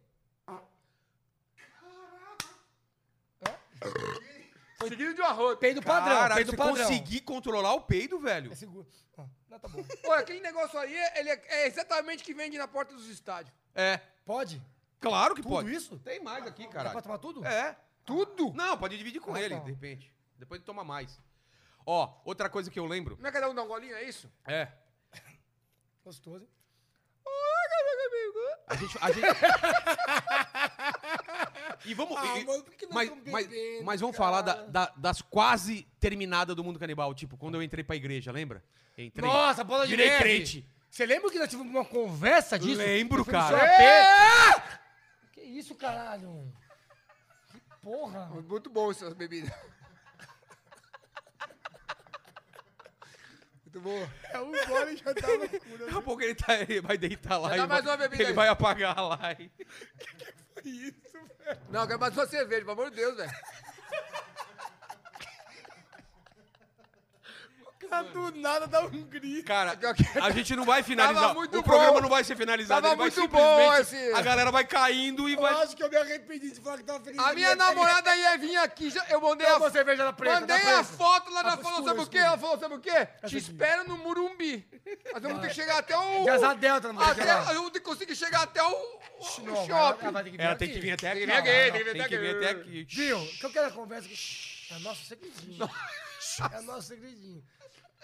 C: Seguido de um arroto.
B: Peido padrão,
A: Caralho,
B: peido
A: você
B: padrão.
A: conseguir controlar o peido, velho.
B: É seguro. Ah, não, tá bom.
C: Pô, aquele negócio aí, ele é, é exatamente o que vende na porta dos estádios.
A: É.
B: Pode?
A: Claro que
B: Tudo
A: pode.
B: isso?
A: Tem mais aqui,
B: Dá pra
A: caralho.
B: tomar tudo?
A: É.
C: Tudo?
A: Não, pode dividir com
B: Ah,
A: ele,
B: tá.
A: de repente. Depois ele toma mais. Ó, outra coisa que eu lembro.
C: Não é cada um dá um golinho, é isso?
A: É.
B: Gostoso. hein?
A: A gente. a gente- e vamos.
B: Ah,
A: e-
B: mano, por que nós
A: mas,
B: estamos
A: mas,
B: bebendo,
A: mas vamos falar da-
B: cara?
A: da- das quase terminadas do mundo canibal. Tipo, quando eu entrei pra igreja, lembra? Entrei.
B: Nossa, bola de
A: Virei
B: neve.
A: crente.
B: Você lembra que nós tivemos uma conversa disso?
A: Lembro,
B: Eu fui no
A: cara. É!
B: seu AP. Que isso, caralho? Que porra.
C: Muito bom essas bebidas. Muito bom.
B: É um gole já tava...
A: Daqui a pouco ele, tá- ele vai deitar lá
C: Vai
A: e
C: dar
A: vai,
C: mais uma bebida
A: ele
C: aí.
A: vai apagar lá. e-
C: Não, eu quero mais uma cerveja, pelo amor de Deus, velho.
B: Do nada dá um grito.
A: Cara, a gente não vai finalizar.
C: Tava muito
A: o programa
C: bom.
A: não vai ser finalizado.
C: Tava
A: ele vai
C: muito
A: simplesmente-
C: bom esse-
A: A galera vai caindo e
B: Eu
A: vai.
B: acho que eu me arrependi de falar que tava feliz.
C: A minha namorada ia vir aqui, já- eu mandei
A: é
B: Deu
C: a
B: uma cerveja na preta.
C: Mandei
B: na
C: a
B: preta.
C: foto
A: Tá
C: lá, ela
B: Ah,
C: falou,
B: escura,
C: sabe o quê?
B: escura.
C: Ela falou, sabe o quê? Te
B: aqui.
C: espero no Murumbi. Nós vamos ter que chegar até o...
B: De asa delta, não vai
C: até,
B: chegar.
C: Eu vou ter que conseguir chegar até o, o
B: Não, mas
C: shopping.
B: ela vai ter que vir
A: Ela tem
B: aqui.
A: que vir até aqui.
C: Tem que vir aqui,
A: ó.
C: tem que vir até aqui.
B: Viu? Que eu quero a conversa que... É nosso segredinho. É nosso segredinho.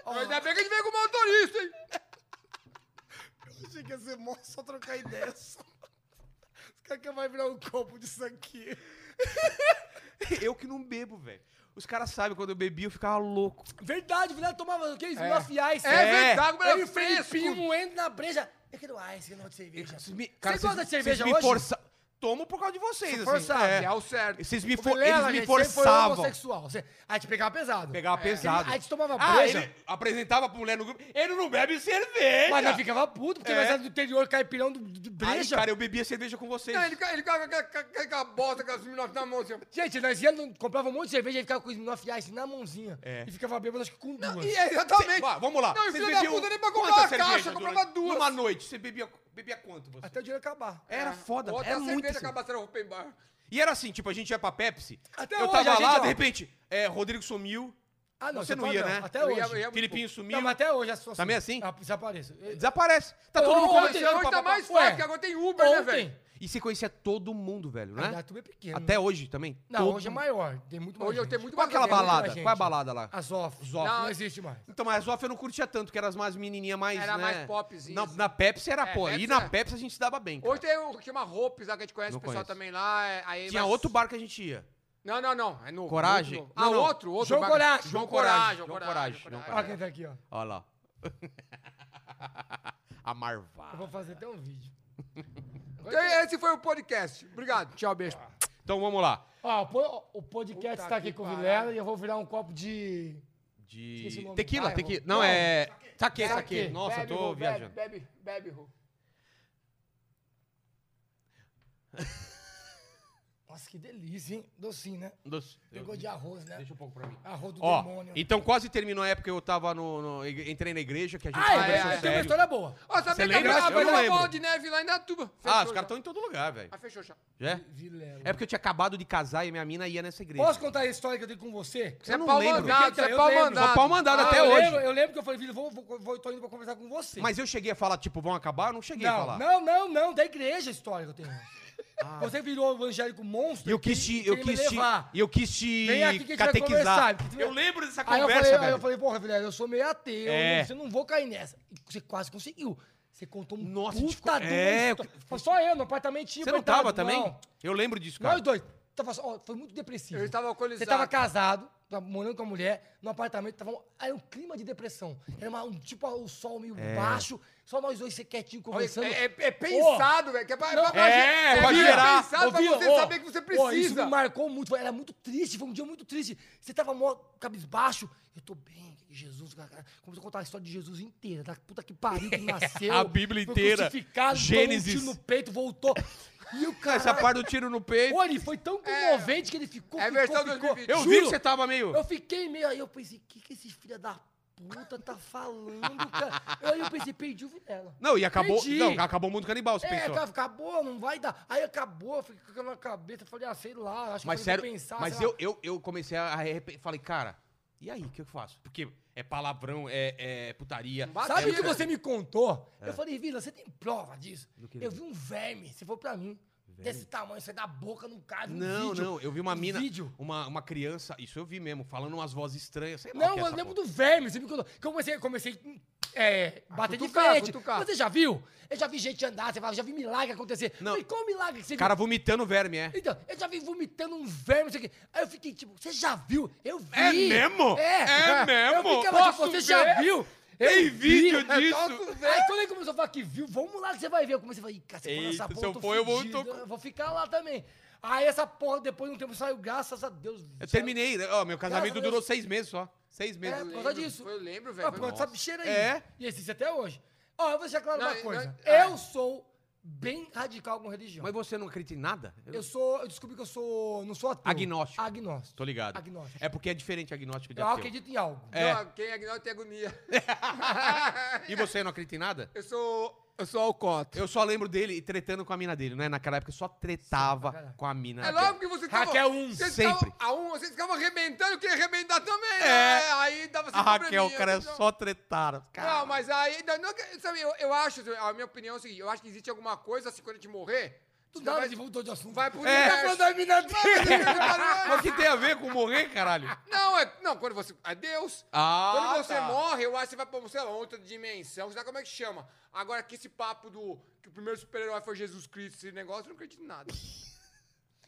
B: Ó,
C: Mas ainda bem que a gente veio com o motorista, hein?
B: achei que ia ser mó só trocar ideia. Só. Os caras que vai virar um copo disso aqui.
A: Eu que não bebo, velho. Os caras sabem, quando eu bebi, eu ficava louco.
B: Verdade, o Vilela tomava o quê? Smurf Ice.
C: É,
A: É.
C: verdade, como
B: Aí
C: era
B: o Felipinho
C: fresco.
B: moendo um na breja. Eu quero ice, eu não gosto de cerveja.
A: Vocês me-
B: Você gosta de cerveja
A: me
B: hoje?
A: força- Tomo por causa de vocês, assim.
B: forçaram,
A: É.
C: É o certo.
A: Vocês me,
B: O
A: for...
B: Vilela,
A: Eles me
B: gente, sempre Foi
A: forçavam.
B: homossexual. Você... Aí te pegava pesado. É.
A: Pegava pesado.
B: Aí te tomava
A: Ah,
B: breja.
A: ele apresentava pra mulher no grupo. Ele não bebe cerveja.
B: Mas nós ficava puto, porque
A: É.
B: nós era do interior, caipirão do, do
A: Aí,
B: breja.
A: cara, eu bebia cerveja com vocês.
C: Não, ele fica- ele fica com a- com a- com aquela bosta, com as meninas na mão, assim. ó.
B: Gente, nós ia, no- comprava um monte de cerveja e ficava com o Smirnoff Ice na mãozinha.
A: É.
B: E ficava bêbado, acho que com duas.
C: E é exatamente.
A: Vá, vamos lá.
C: Não, e
A: Vocês
C: filho da
A: bebiam
C: puta nem pra comprar
A: quantas
C: uma caixa,
A: cervejas
C: comprava
A: durante-
C: duas.
A: Numa noite, você bebia, bebia quanto? Você?
B: Até o dinheiro acabar.
C: É.
A: Era foda,
C: Ou até
A: era
C: a
A: muito
C: cerveja
A: assim.
C: acabasse, era open bar.
A: E era assim, tipo, a gente ia pra Pepsi,
B: Até
A: eu
B: hoje
A: tava
B: a gente,
A: lá,
B: ó.
A: de repente, é, Rodrigo sumiu,
B: Ah,
A: Você não
B: pode
A: ia, né?
B: Até
C: Eu
B: hoje.
C: ia- eu ia-
A: Filipinho sumiu,
B: Não, mas até hoje a situação.
A: Também assim?
B: Ah, desapareço.
C: É.
A: desaparece. Tá
B: Ô,
A: todo mundo
B: ontem-
C: Hoje
A: conversando.
C: hoje
A: pá,
C: tá
A: pá, pá.
C: mais
B: Ué,
C: fácil, porque agora tem Uber, né,
B: ontem.
C: velho?
A: E você conhecia todo mundo, velho,
B: A
A: né?
B: Datuba é pequena.
A: Até hoje também?
B: Não,
A: Todo
B: hoje é
A: mundo.
B: maior. Tem muito mais
C: Hoje eu
B: gente.
C: tenho muito
A: Qual aquela
C: mais-
B: muita
A: balada?
B: gente.
A: Qual é a balada lá?
B: As off.
A: Zof.
B: Não,
C: Não,
B: existe mais.
A: Então, mas a Zoff eu não curtia tanto, que era as mais menininha mais,
C: Era
A: né?
C: mais popzinha,
A: Na,
C: assim.
A: na Pepsi era
C: É,
A: pop. E
C: Pepsi
A: na
C: é.
A: Pepsi a gente se dava bem, cara.
C: Hoje tem o que chama Ropes, lá que a gente conhece
A: Não
C: o pessoal
A: conheço.
C: também lá. é- Aí
A: Tinha
C: vai-
A: outro bar que a gente ia.
C: Não, não, não. É novo.
A: Coragem?
C: muito novo.
A: Não,
C: Ah,
A: não.
C: outro, outro.
B: João
C: bar-
B: Coragem.
C: João
A: João Coragem,
C: Coragem,
A: João
C: João
A: Coragem,
C: Coragem.
A: João
B: Olha
A: Coragem.
B: quem tá aqui, ó.
A: Olha lá. a
B: Eu vou
A: Marvada.
B: fazer até um vídeo.
C: Então, esse foi o podcast. Obrigado. Tchau, beijo.
A: Então vamos lá.
B: Ó, o po- o podcast
C: Puta
B: tá aqui
C: que
B: com o
C: pariu.
B: Vilela e eu vou virar um copo de. Esqueci o
A: De.
B: nome.
A: Tequila,
B: Vai,
A: tequila.
B: Rô.
A: Não,
B: Não,
A: é. Saque, saque.
B: Saquê.
A: Nossa,
C: Bebe,
A: tô
C: Rô,
A: viajando.
C: Bebe, bebe, bebe, Rô.
B: Nossa, que delícia, hein? Docinho, né?
A: Doce.
B: Pegou
A: Um Eu-
B: de arroz, né?
A: Deixa um pouco pra mim.
B: Arroz do
A: Ó,
B: demônio.
A: então quase terminou a época que eu tava no. no- entrei na igreja, que a gente
B: Ah, é,
A: conversou
B: tem
C: é,
B: uma
A: sério.
B: história boa.
C: Ó,
A: Você
C: sabia que
A: lembra?
C: a
A: Eu não
C: primeira
A: lembro.
C: bola de neve lá em Datuba.
A: ah, os caras estão em todo lugar, velho.
C: Ah, fechou já.
A: Já É?
B: Vilela.
A: É porque eu tinha acabado de casar e minha mina ia nessa igreja.
B: Posso contar a história que eu tenho com você?
A: Eu não
C: pau
A: lembro.
C: mandado, você
B: Eu
C: é pau
B: lembro.
C: mandado.
A: Sou pau mandado
C: Ah,
A: até
B: eu
A: hoje.
B: Lembro, eu lembro que eu falei, filho, vou, vou, vou- tô indo pra conversar com você.
A: Mas eu cheguei a falar, tipo, vão acabar? Eu não cheguei a
B: não,
A: falar. Ah.
B: não, não, não, da igreja a história que eu tenho. Você virou evangélico monstro.
A: E eu quis te. Eu
B: queria me
A: quis te.
B: levar.
A: E eu quis te.
B: Vem aqui que a gente vai
A: catequizar.
B: conversar.
A: Eu lembro dessa
B: Aí
A: conversa,
B: eu falei, aí
A: velho.
B: eu falei, porra, Vilela, eu sou meio ateu,
A: É.
B: não- você não vou cair nessa. E você quase conseguiu. Você contou um
A: Nossa, a gente
B: puta
A: ficou-
B: de uma
A: é,
B: história. Foi só eu, no apartamentinho.
A: Você não
B: apertado,
A: tava também?
B: Não.
A: Eu lembro disso, cara.
B: Nós dois. Tava só- ó, foi muito depressivo.
C: Eu estava alcoolizado.
B: Você tava casado, tava morando com a mulher, num apartamento, tava um, era um clima de depressão. Era uma- um tipo o sol meio baixo, só nós dois ser quietinho
C: Olha,
B: conversando.
C: É, é- é pensado, velho. que É pra,
B: Não,
C: pra-
A: é, pra
C: bem
A: gerar.
C: pensado
B: Ô, Vila,
C: pra você
B: ô,
C: saber que você
B: ô, isso
C: precisa.
B: me marcou muito, era muito triste, foi um dia muito triste. Você tava mó cabisbaixo, eu tô bem, Jesus, cara. Começou a contar a história de Jesus inteira, da puta que pariu que nasceu.
A: A Bíblia
B: foi
A: inteira,
B: crucificado,
A: Gênesis.
B: tomou um tiro no peito, voltou. E o cara...
A: Essa parte do tiro no peito.
B: Pô, ele foi tão comovente que ele ficou,
C: É
B: ficou,
C: versão
B: ficou.
C: 2020.
A: Eu
B: Juro,
A: vi que você tava meio.
B: Eu fiquei meio aí, eu pensei, o que, que esse filho da puta tá falando, cara? Aí eu pensei, perdi o Vilela.
A: Não, e acabou.
B: Perdi.
A: Não, acabou o mundo canibal, você
B: É,
A: pensou.
B: cara, acabou, não vai dar. Aí acabou, eu fiquei com aquela cabeça, falei, ah, sei lá, acho
A: Mas
B: que eu
A: sério,
B: vou pensar.
A: mas
B: sei lá.
A: eu, eu, eu comecei a arrepender. Falei, cara, e aí, o que eu faço? Porque é palavrão, é, é putaria.
C: bate-
B: Sabe o
C: É,
B: que
C: cara.
B: você me contou? Eu falei, Vila, você tem prova disso?
A: que
B: Eu vi um verme, você falou pra mim. Desse tamanho, sai da boca, não cai, um
A: Não,
B: vídeo.
A: não, eu vi uma
B: um
A: mina,
B: Vídeo.
A: uma, uma criança, isso eu vi mesmo, falando umas vozes estranhas, sei lá o
B: Não,
A: que é
B: eu
A: essa
B: lembro
A: porra.
B: do verme, você me contou. Que eu comecei, comecei é,
A: Ah,
B: bater de
C: cutucar,
B: frente.
C: cutucar.
B: Você já viu? Eu já vi gente andar, você fala, já vi milagre acontecer.
A: Não.
B: Mas qual milagre que você
A: Cara
B: viu?
A: vomitando verme, é.
B: Então, eu já vi vomitando um verme, não sei o quê. Aí eu fiquei tipo, você já viu? Eu vi.
A: É mesmo?
B: É.
A: É mesmo?
B: Eu ficava tipo,
A: Posso
B: você já
A: ver?
B: viu?
A: Tem vídeo
B: vi.
A: disso?
B: Aí quando ele começou a falar que viu, vamos lá que você vai ver. Eu comecei a falar, ih, cara, se for nessa
A: Eita,
B: porra,
A: se eu
B: tô
A: for, eu vou-
B: fudido,
A: tô-
B: eu vou ficar lá também. Aí essa porra, depois de um tempo, saiu, graças a Deus.
A: Eu
B: saiu-
A: terminei, né? ó, meu casamento
B: Graças a Deus.
A: durou seis meses só, seis
B: É,
A: meses.
B: por
C: Eu
B: causa
C: lembro,
B: disso.
C: foi- eu lembro, velho.
B: Ah,
C: foi-
B: por causa dessa bicheira aí.
A: É.
B: E existe até hoje. Ó, eu vou deixar claro
C: Não,
B: uma
C: não,
B: coisa.
C: ah, é.
B: eu sou bem radical com religião.
A: Mas você não acredita em nada? Eu,
B: eu sou, eu descobri que eu sou, não sou ateu.
A: Agnóstico.
B: Agnóstico.
A: tô ligado.
B: Agnóstico.
A: É porque é diferente agnóstico de
B: eu
A: ateu.
B: acredito em algo.
A: É.
C: Não, quem é agnóstico tem agonia.
A: E você não acredita em nada?
C: eu sou. Eu sou alcoólatra.
A: Eu só lembro dele tretando com a mina dele, né? Naquela época eu só tretava
B: caralho.
A: com a mina
C: É
A: dele.
C: logo que você tava.
B: Raquel um,
C: vocês
A: sempre.
C: ficavam- a um, vocês ficavam arrebentando, eu queria arrebentar também. É. Aí dava
A: A Raquel, o
C: probleminha,
A: cara, é
C: entendeu?
A: só tretaram.
C: Não, mas aí. Não, não, sabe, eu, eu acho, a minha opinião é o seguinte: eu acho que existe alguma coisa assim quando a gente morrer.
B: Do
C: você
B: nada
C: vai-
B: ele voltou de assunto.
C: Vai pro
A: É.
B: Tá falando da
C: universo.
B: mina dele.
A: Mas o que tem a ver com morrer, caralho?
C: Não, é. Não, quando você. É Deus.
A: Ah,
C: quando você
A: tá.
C: morre, eu acho que você vai pra, sei lá, outra dimensão, sei lá como é que chama. Agora, que esse papo do. Que o primeiro super-herói foi Jesus Cristo, esse negócio, eu não acredito em nada.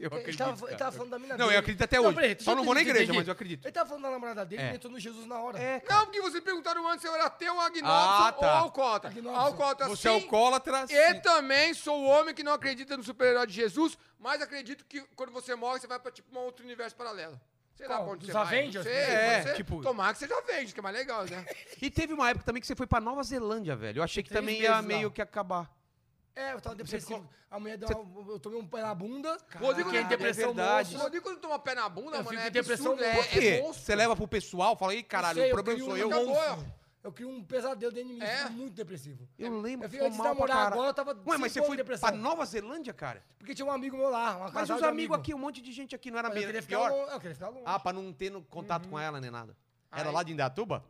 A: Eu
B: Ele
A: acredito,
B: tava, ele
A: cara.
B: tava falando da mina
A: Não, eu
B: dele.
A: acredito até hoje.
B: peraí, deixa
A: Só
B: eu
A: não vou na
B: entender
A: igreja,
B: aqui.
A: mas eu acredito.
B: Ele tava falando da namorada dele
A: É.
B: ele entrou no Jesus na hora.
A: É,
C: Não, porque vocês perguntaram antes se eu era ateu, agnóstico
A: Ah, tá.
C: ou alcoólatra.
B: Agnóstico.
C: Alcoólatra
A: Você é
B: assim,
C: sim.
A: alcoólatra?
C: E
A: sim.
C: também sou o homem que não acredita no super-herói de Jesus, mas acredito que quando você morre, você vai pra tipo um outro universo paralelo. Sei lá
B: Qual?
C: pra onde
B: Dos
C: você vai.
B: Avengers?
C: não Sei,
A: É,
C: pode ser.
A: tipo-
C: Tomar que seja Avengers, que é mais legal, né?
A: E teve uma época também que você foi pra Nova Zelândia, velho. Eu achei que
B: Três
A: também ia
B: meses lá.
A: meio que acabar.
B: É, eu tava depressivo. A mulher deu
A: Você-
B: uma, eu tomei um pé na bunda. né?
C: Caralho,
B: fiquei em
C: é
B: depressão
A: verdade.
B: monstro.
C: Só digo quando toma pé na bunda,
B: Eu
C: mano,
B: fico
C: é
B: em depressão
C: absurdo, é,
A: Por quê?
C: é monstro.
A: você leva pro pessoal, fala, ih, caralho,
B: sei,
A: o problema
B: crio
A: sou
B: um
A: eu.
C: acabou.
B: monstro. Eu crio um pesadelo dentro de mim.
C: É?
B: fico muito depressivo.
A: Eu lembro,
B: Eu fico
A: ficou
B: antes de
A: mal pra
B: namorar
A: caralho.
B: agora, eu tava
A: Ué, mas
B: cinco
A: você
B: anos
A: foi
B: de depressão.
A: pra Nova Zelândia, cara?
B: Porque tinha um amigo meu lá, uma
A: Mas
B: casal
A: os
B: de
A: amigos aqui, um monte de gente aqui, não era
B: Mas eu
A: mesmo.
B: queria
A: era
B: ficar
A: Pior.
B: longe. Eu queria ficar longe.
A: Ah, pra não ter no- contato com ela nem nada. Era
C: Aí-
A: lá de Indatuba?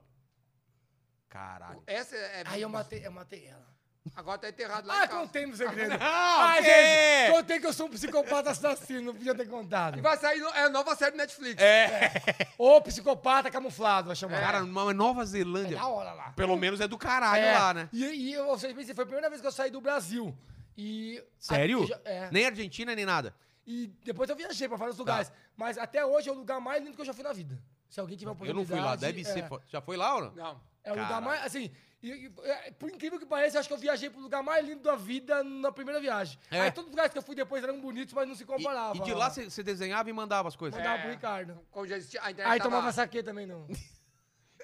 A: Caralho.
C: Essa é... é-
B: Aí eu matei, eu matei ela.
C: Agora tá enterrado lá
B: Ah,
C: em casa.
B: contei meu segredo.
A: Não,
B: ah,
A: que é?
B: gente, contei que eu sou um psicopata assassino, não podia ter contado.
C: E vai sair no- é a nova série do Netflix.
A: É.
B: Ô, psicopata camuflado, vai chamar.
A: Cara, numa Nova
B: é
A: Zelândia.
B: da hora lá.
A: Pelo menos é do caralho
B: É,
A: lá, né?
B: E, e eu, vocês pensam, foi a primeira vez que eu saí do Brasil. E...
A: Sério?
B: Aqui já- é.
A: Nem Tá. Argentina, nem nada.
B: E depois eu viajei pra vários lugares. Mas até hoje é o lugar mais lindo que eu já fui na vida. Se alguém tiver
A: Eu
B: oportunidade...
A: não fui lá, deve
B: é,
A: ser. fo- Já foi lá ou não?
C: Não.
B: É o lugar
A: Caralho.
B: mais. Assim, e- e- é, por incrível que pareça, eu acho que eu viajei pro lugar mais lindo da vida na primeira viagem.
A: É.
B: Aí todos os lugares que eu fui depois eram bonitos, mas não se
A: E,
B: comparava.
A: e de lá você É. você desenhava e mandava as coisas.
B: Mandava pro Ricardo.
C: Quando já existia, a internet
B: Aí
C: tava-
B: tomava saque também, não.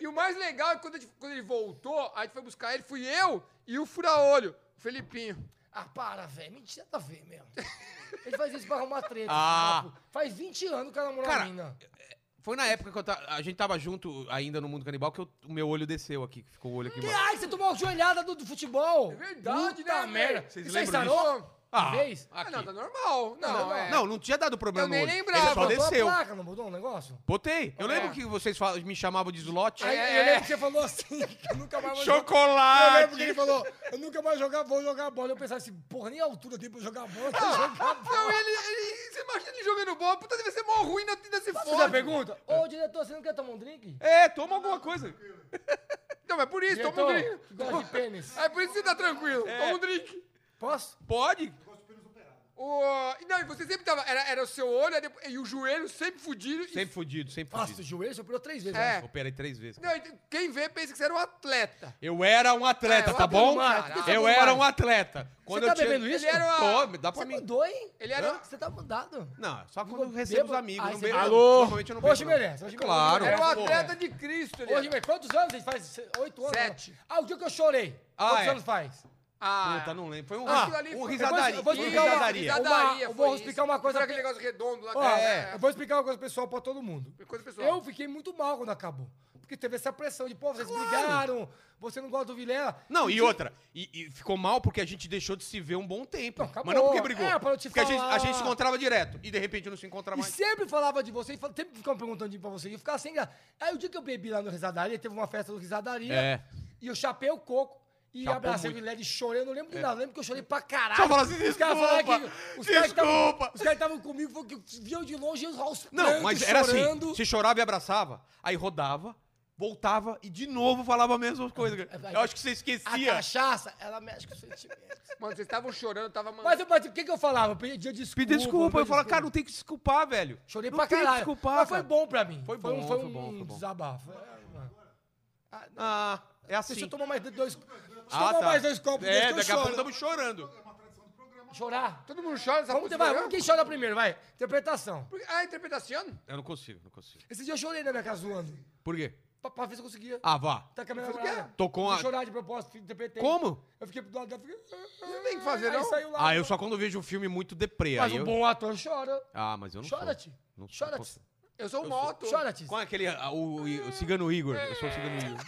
C: E o mais legal é que quando, a gente- quando ele voltou, a gente foi buscar ele, fui eu e o fura-olho, o Felipinho.
B: Ah, para, velho. Mentira tá ver mesmo. Ele faz isso pra arrumar treta.
A: Ah.
B: esse papo. Faz 20 anos que ela namorou
A: Cara,
B: a mina.
A: Foi na época que eu ta- a gente tava junto ainda no Mundo Canibal que eu- o meu olho desceu aqui, que ficou o olho aqui embaixo.
B: Ai, você tomou a joelhada do, do futebol. É
C: verdade, né,
B: merda.
C: velho?
A: Vocês
B: Isso aí
A: lembram
B: sarou?
A: Ah,
B: Ah, vez?
C: Ah,
A: aqui.
C: não, tá normal. Não,
B: Não,
C: é.
A: Não, não tinha dado problema
C: Eu
A: no
C: nem
A: olho.
C: lembrava.
A: Ele só
B: Ah, Botou a
A: desceu.
B: placa, não mudou um negócio?
A: Botei. Eu
C: É.
A: lembro que vocês falam- me chamavam de Slot.
B: Aí
C: É,
B: eu
C: é.
B: lembro que você falou assim, que eu nunca mais vou jogar. Eu lembro que
A: Chocolate!
B: ele falou, eu nunca mais jogar, vou jogar bola. Eu pensava assim, porra, nem a altura tem pra eu jogar bola, eu vou jogar bola.
C: Não, ele, ele- Você imagina ele jogando bola, puta, deve ser mó ruim, ainda, ainda
B: Você
C: se
B: já
C: fode.
B: pergunta? Ô, diretor, você não quer tomar um drink?
A: É, toma alguma coisa.
C: Não, é por isso, toma um
B: Diretor, É.
C: drink.
B: gosta de pênis.
C: É por isso que você tá tranquilo, toma um drink.
B: Posso?
A: Pode?
C: O... e Não, e você sempre tava... Era, era o seu olho aí depois- e o joelho sempre fudido. e-
A: Sempre fudido, sempre
B: Nossa, o
A: fudido.
B: joelho superou três vezes.
C: É.
B: né?
A: Operei três vezes.
C: Não, e quem vê pensa que você era um atleta.
A: Eu era um atleta,
C: É, eu
A: tá
C: até
A: bom?
C: não era, por que você
A: Eu
B: não
A: era
B: vai?
A: um atleta. Quando eu
B: tá
A: tinha...
B: bebendo isso?
A: Ele era uma... Tô, dá pra
B: Você tá
A: mim.
B: mudou, hein?
C: Ele era-
B: Hã? Você tá mudado.
A: Não, só quando
B: Ficou
A: eu recebo os
B: bêbado?
A: amigos.
B: Ah,
A: não
B: você-
A: bebo,
B: Alô?
A: normalmente eu não bebo,
B: Hoje
A: não.
B: merece, hoje merece,
A: claro.
B: hoje
C: Era um
B: merece.
C: atleta de Cristo, ele
B: Hoje,
C: era.
B: mas quantos anos ele faz? Se- Oito anos?
C: Sete.
B: Ah, o dia que eu chorei.
A: Ah,
B: Quantos
A: é.
B: anos faz?
C: Ah,
A: Puta, não lembro. Foi um,
C: Ah,
A: ah,
C: ali
A: um
C: foi-
A: risadaria.
B: Eu vou- eu vou
A: um
B: explicar uma-
A: risadaria.
B: risada-
C: Risadaria,
B: Uma- eu vou
C: foi
B: explicar uma
C: isso.
B: coisa
C: Foi
B: que-
C: aquele negócio redondo lá.
B: Ó,
C: cara,
A: é.
B: eu vou explicar uma coisa pessoal pra todo mundo.
C: Coisa pessoal.
B: Eu fiquei muito mal quando acabou. Porque teve essa pressão de, pô, vocês brigaram, você não gosta do Vilela.
A: Não, e outra. E, e ficou mal porque a gente deixou de se ver um bom tempo.
B: Não,
A: mas não porque
B: acabou.
A: brigou.
B: É, pra eu te
A: porque a gente, a
B: falar.
A: gente se encontrava direto. E de repente não se encontra
B: E
A: mais.
B: sempre falava de você, e fal- sempre ficava perguntando de- pra você. E eu ficava sem graça. Aí o dia que eu bebi lá no Risadaria, teve uma festa do Risadaria.
A: É.
B: E eu chapei o coco. E
A: Chapou
B: abracei
A: muito. É.
B: o Vilela e chorei, eu não lembro de nada. Eu lembro que eu chorei pra caralho.
A: Só fala assim,
B: falaram
A: "Desculpa,
B: os caras que tavam-
A: desculpa."
B: Os caras estavam comigo, foi que viam de longe os aos
A: Não,
B: prantos,
A: mas era
B: chorando.
A: assim. Se chorava e abraçava, aí rodava, voltava e de novo falava a mesma coisa. cara. Eu acho que você
B: A
A: esquecia.
B: cachaça, ela mexe com os sentimentos.
C: Mano, vocês estavam chorando, tava mandando.
B: é Mas, eu- mas o que, que eu falava? Eu pedia desculpa.
A: Pedir desculpa. Eu
B: falava,
A: falava, cara, não tem que se desculpar, velho.
B: Chorei
A: não
B: pra
A: tem que
B: caralho.
A: desculpar,
B: mas foi
A: cara.
B: bom pra mim.
A: Foi
B: um,
A: bom,
B: foi
A: foi
B: um
A: bom, foi bom.
B: desabafo. Ah, não,
A: Ah, é assim.
B: Deixa eu tomar mais dois. Deixa eu
A: Ah,
B: tomar
A: tá.
B: mais dois copos. desse
A: É,
B: que eu
A: daqui a pouco
B: choro.
A: estamos chorando.
B: Chorar?
C: Todo mundo chora nessa
B: Vamos,
C: puta
B: ter, um vai, vamos
C: de programa?
B: Tá quem chora primeiro, vai. Interpretação.
C: Por- Ah, interpretação?
A: Eu não consigo, não consigo.
B: Esse dia eu chorei né, na minha casa zoando.
A: Por quê?
B: Pra, pra ver se eu conseguia.
A: Ah, vá.
B: Tá caminhando
C: Fez o quê?
A: Tocou
B: a...
A: a-
B: chorar de propósito, interpretei.
A: Como?
B: Eu fiquei pro lado dela, fiquei...
C: Não tem o que fazer,
B: Aí
C: não?
B: saiu lá.
A: Ah, eu só quando vejo um filme muito deprê.
B: Mas
A: aí
B: um
A: eu...
B: bom ator chora.
A: Ah, mas eu não sou.
B: Chora-te.
A: Não sou, não
B: Chora-te.
A: consigo.
C: Eu sou o moto.
B: Chora-te.
A: Qual é aquele. ah, O, o Cigano Igor? Eu sou o Cigano
B: É.
A: Igor.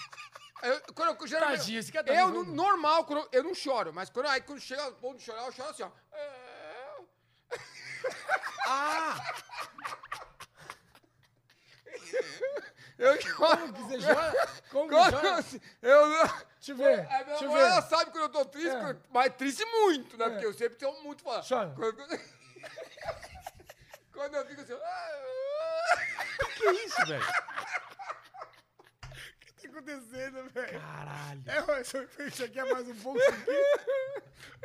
C: Eu, quando eu, geralmente,
B: Tadinho, esse cara tá
C: eu,
B: zoando.
C: no- normal, quando eu, eu não choro, mas quando, aí, quando chega o ponto de chorar, eu choro assim, ó. É.
A: Ah!
C: Eu choro.
B: Como que você chora? Como que
C: Quando
B: chora?
C: eu, eu,
B: Deixa eu ver.
A: É,
C: A minha
B: Deixa eu
C: namorada É, ela
B: ver.
C: sabe quando eu tô triste,
B: É.
C: quando- mas triste muito, né?
B: É.
C: Porque eu sempre tenho muito pra falar.
B: Chora.
C: Quando, quando- quando eu fico assim. "Ah, ah",
A: Que isso, velho?
B: que tá acontecendo, velho?
A: Caralho.
B: É, se eu chegar mais um pouco isso aqui.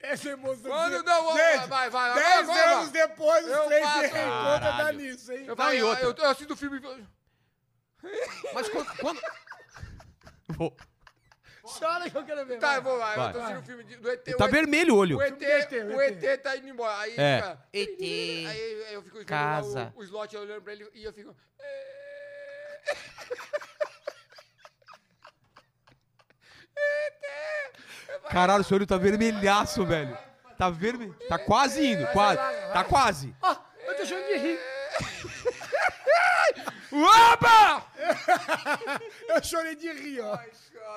B: Essa emoção.
C: Quando não, vamos,
B: Gente,
C: vai, vai, vai.
B: Dez
C: agora, agora,
B: anos depois, os
C: Eu
B: três
C: faço. um
B: se reencontram, dá
A: Caralho.
B: nisso, hein?
C: Eu,
A: Não, e
C: falei,
A: outra?
C: eu, eu assisto o filme. e falo,
A: Mas quando. quando... Pô,
B: Chora que eu quero ver.
C: Tá,
B: vai.
C: eu vou lá, eu
A: Vai.
C: tô assistindo o filme de- do ET. o
A: tá
C: ET
A: vermelho o olho.
C: O ET,
B: ET,
C: o ET tá indo embora. Aí
A: É.
C: fica.
A: ET.
C: Aí eu fico vendo
A: Casa.
C: lá o, o slot olhando pra ele e eu fico. "É,
A: Caralho, seu olho tá vermelhaço, velho. Tá vermelho. Tá quase indo, quase. Tá quase.
B: Ah, eu tô chorando de rir.
A: Opa!
B: Eu chorei de rir, ó.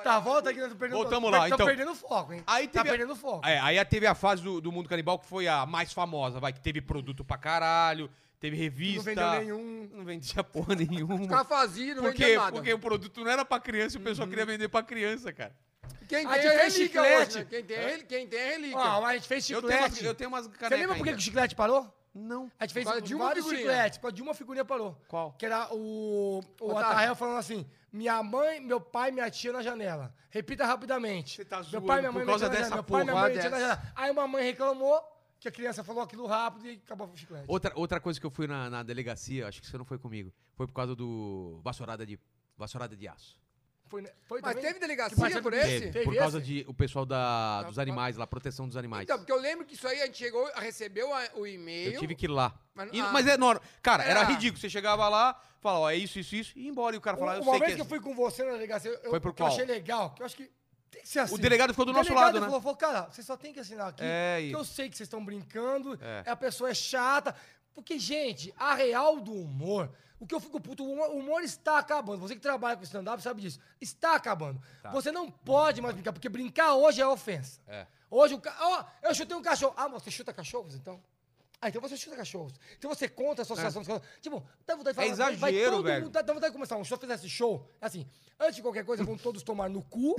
B: Tá, volta aqui, nós estamos perdendo
A: Voltamos lá, então.
B: Tá perdendo o foco, hein?
A: Aí
B: tá
A: teve a-
B: perdendo o foco.
A: É, aí teve a fase do, do mundo canibal que foi a mais famosa, vai, que teve produto pra caralho, teve revista.
B: Não vendeu nenhum.
A: Não vendia porra nenhuma.
C: Tá vazio, não
A: Por
C: vendeu
A: quê?
C: nada.
B: Uhum.
A: Porque o produto não era pra criança e o pessoal queria vender pra criança, cara.
C: Quem
B: A
C: tem
B: gente
C: é
B: fez
C: relíquia hoje, né?
B: chiclete. Ah,
C: Quem tem, é relí- quem tem é relíquia.
B: Ó, a gente fez
A: Eu tenho, umas,
B: chiclete.
A: eu tenho umas canecas.
B: Tipo Você lembra por que que o chiclete parou?
A: Não.
B: A gente fez
C: Por causa de uma
B: É vários
C: figurinha.
B: chicletes, por causa de uma figurinha parou.
A: Qual?
B: Que era o, o
C: Otávio.
B: Atarrel falando assim, minha mãe, meu pai, minha tia na janela. Repita rapidamente.
A: Você tá
B: meu
A: zoando,
B: pai, minha
A: por
B: mãe,
A: causa
B: minha tia
A: dessa
B: na janela. Meu pai, minha mãe, minha tia na
A: porra
B: janela. Aí uma mãe reclamou que a criança falou aquilo rápido e acabou o chiclete.
A: Outra, outra coisa que eu fui na, na delegacia, acho que você não foi comigo, foi por causa do vassourada de, vassourada de aço.
B: Foi, né? Foi
C: Mas
B: também?
C: teve
B: Que parte
C: delegacia
B: é
C: por
B: do-
C: esse?
A: Teve, por
B: Teve
A: causa
B: esse?
A: de o pessoal da, dos
C: Da-
A: animais lá, proteção dos animais.
C: Então, porque eu lembro que isso aí a gente chegou, recebeu a- o
A: eu,
C: e-mail.
A: tive que ir lá.
C: Mas-
A: E-
C: ah.
A: mas é normal. Cara, era
C: Era.
A: ridículo. Você chegava lá, falava, ó, é isso, isso, isso, e ia embora. E o cara falava, eu
B: Um uma
A: sei que
B: vez
A: é
B: que, eu
A: assim.
B: fui com você na delegacia, eu,
A: Foi por
B: o que eu
A: qual?
B: achei legal, que eu acho que tem que ser assim.
A: O delegado ficou do nosso lado, né?
B: falou, falou, cara, vocês só tem que assinar aqui,
A: É,
B: porque
A: e-
B: eu sei que vocês estão brincando,
A: É.
B: a pessoa é chata. Porque, gente, a real do humor, o que eu fico puto, o humor, o humor está acabando. Você que trabalha com stand-up sabe disso. Está acabando. Você não pode mais brincar, porque brincar hoje é ofensa.
A: Tá. É.
B: Hoje o ca... ó, eu chutei um cachorro. Ah, mas você chuta cachorros, então? Ah, então você chuta cachorros. Então você conta a associação dos cachorros. Tipo, dá vontade de falar.
A: É
B: vai- vai
A: exagero,
B: todo
A: velho.
B: mundo- Dá, dá vontade de começar um show, fizesse show, é assim, antes de qualquer coisa, vão todos tomar no cu.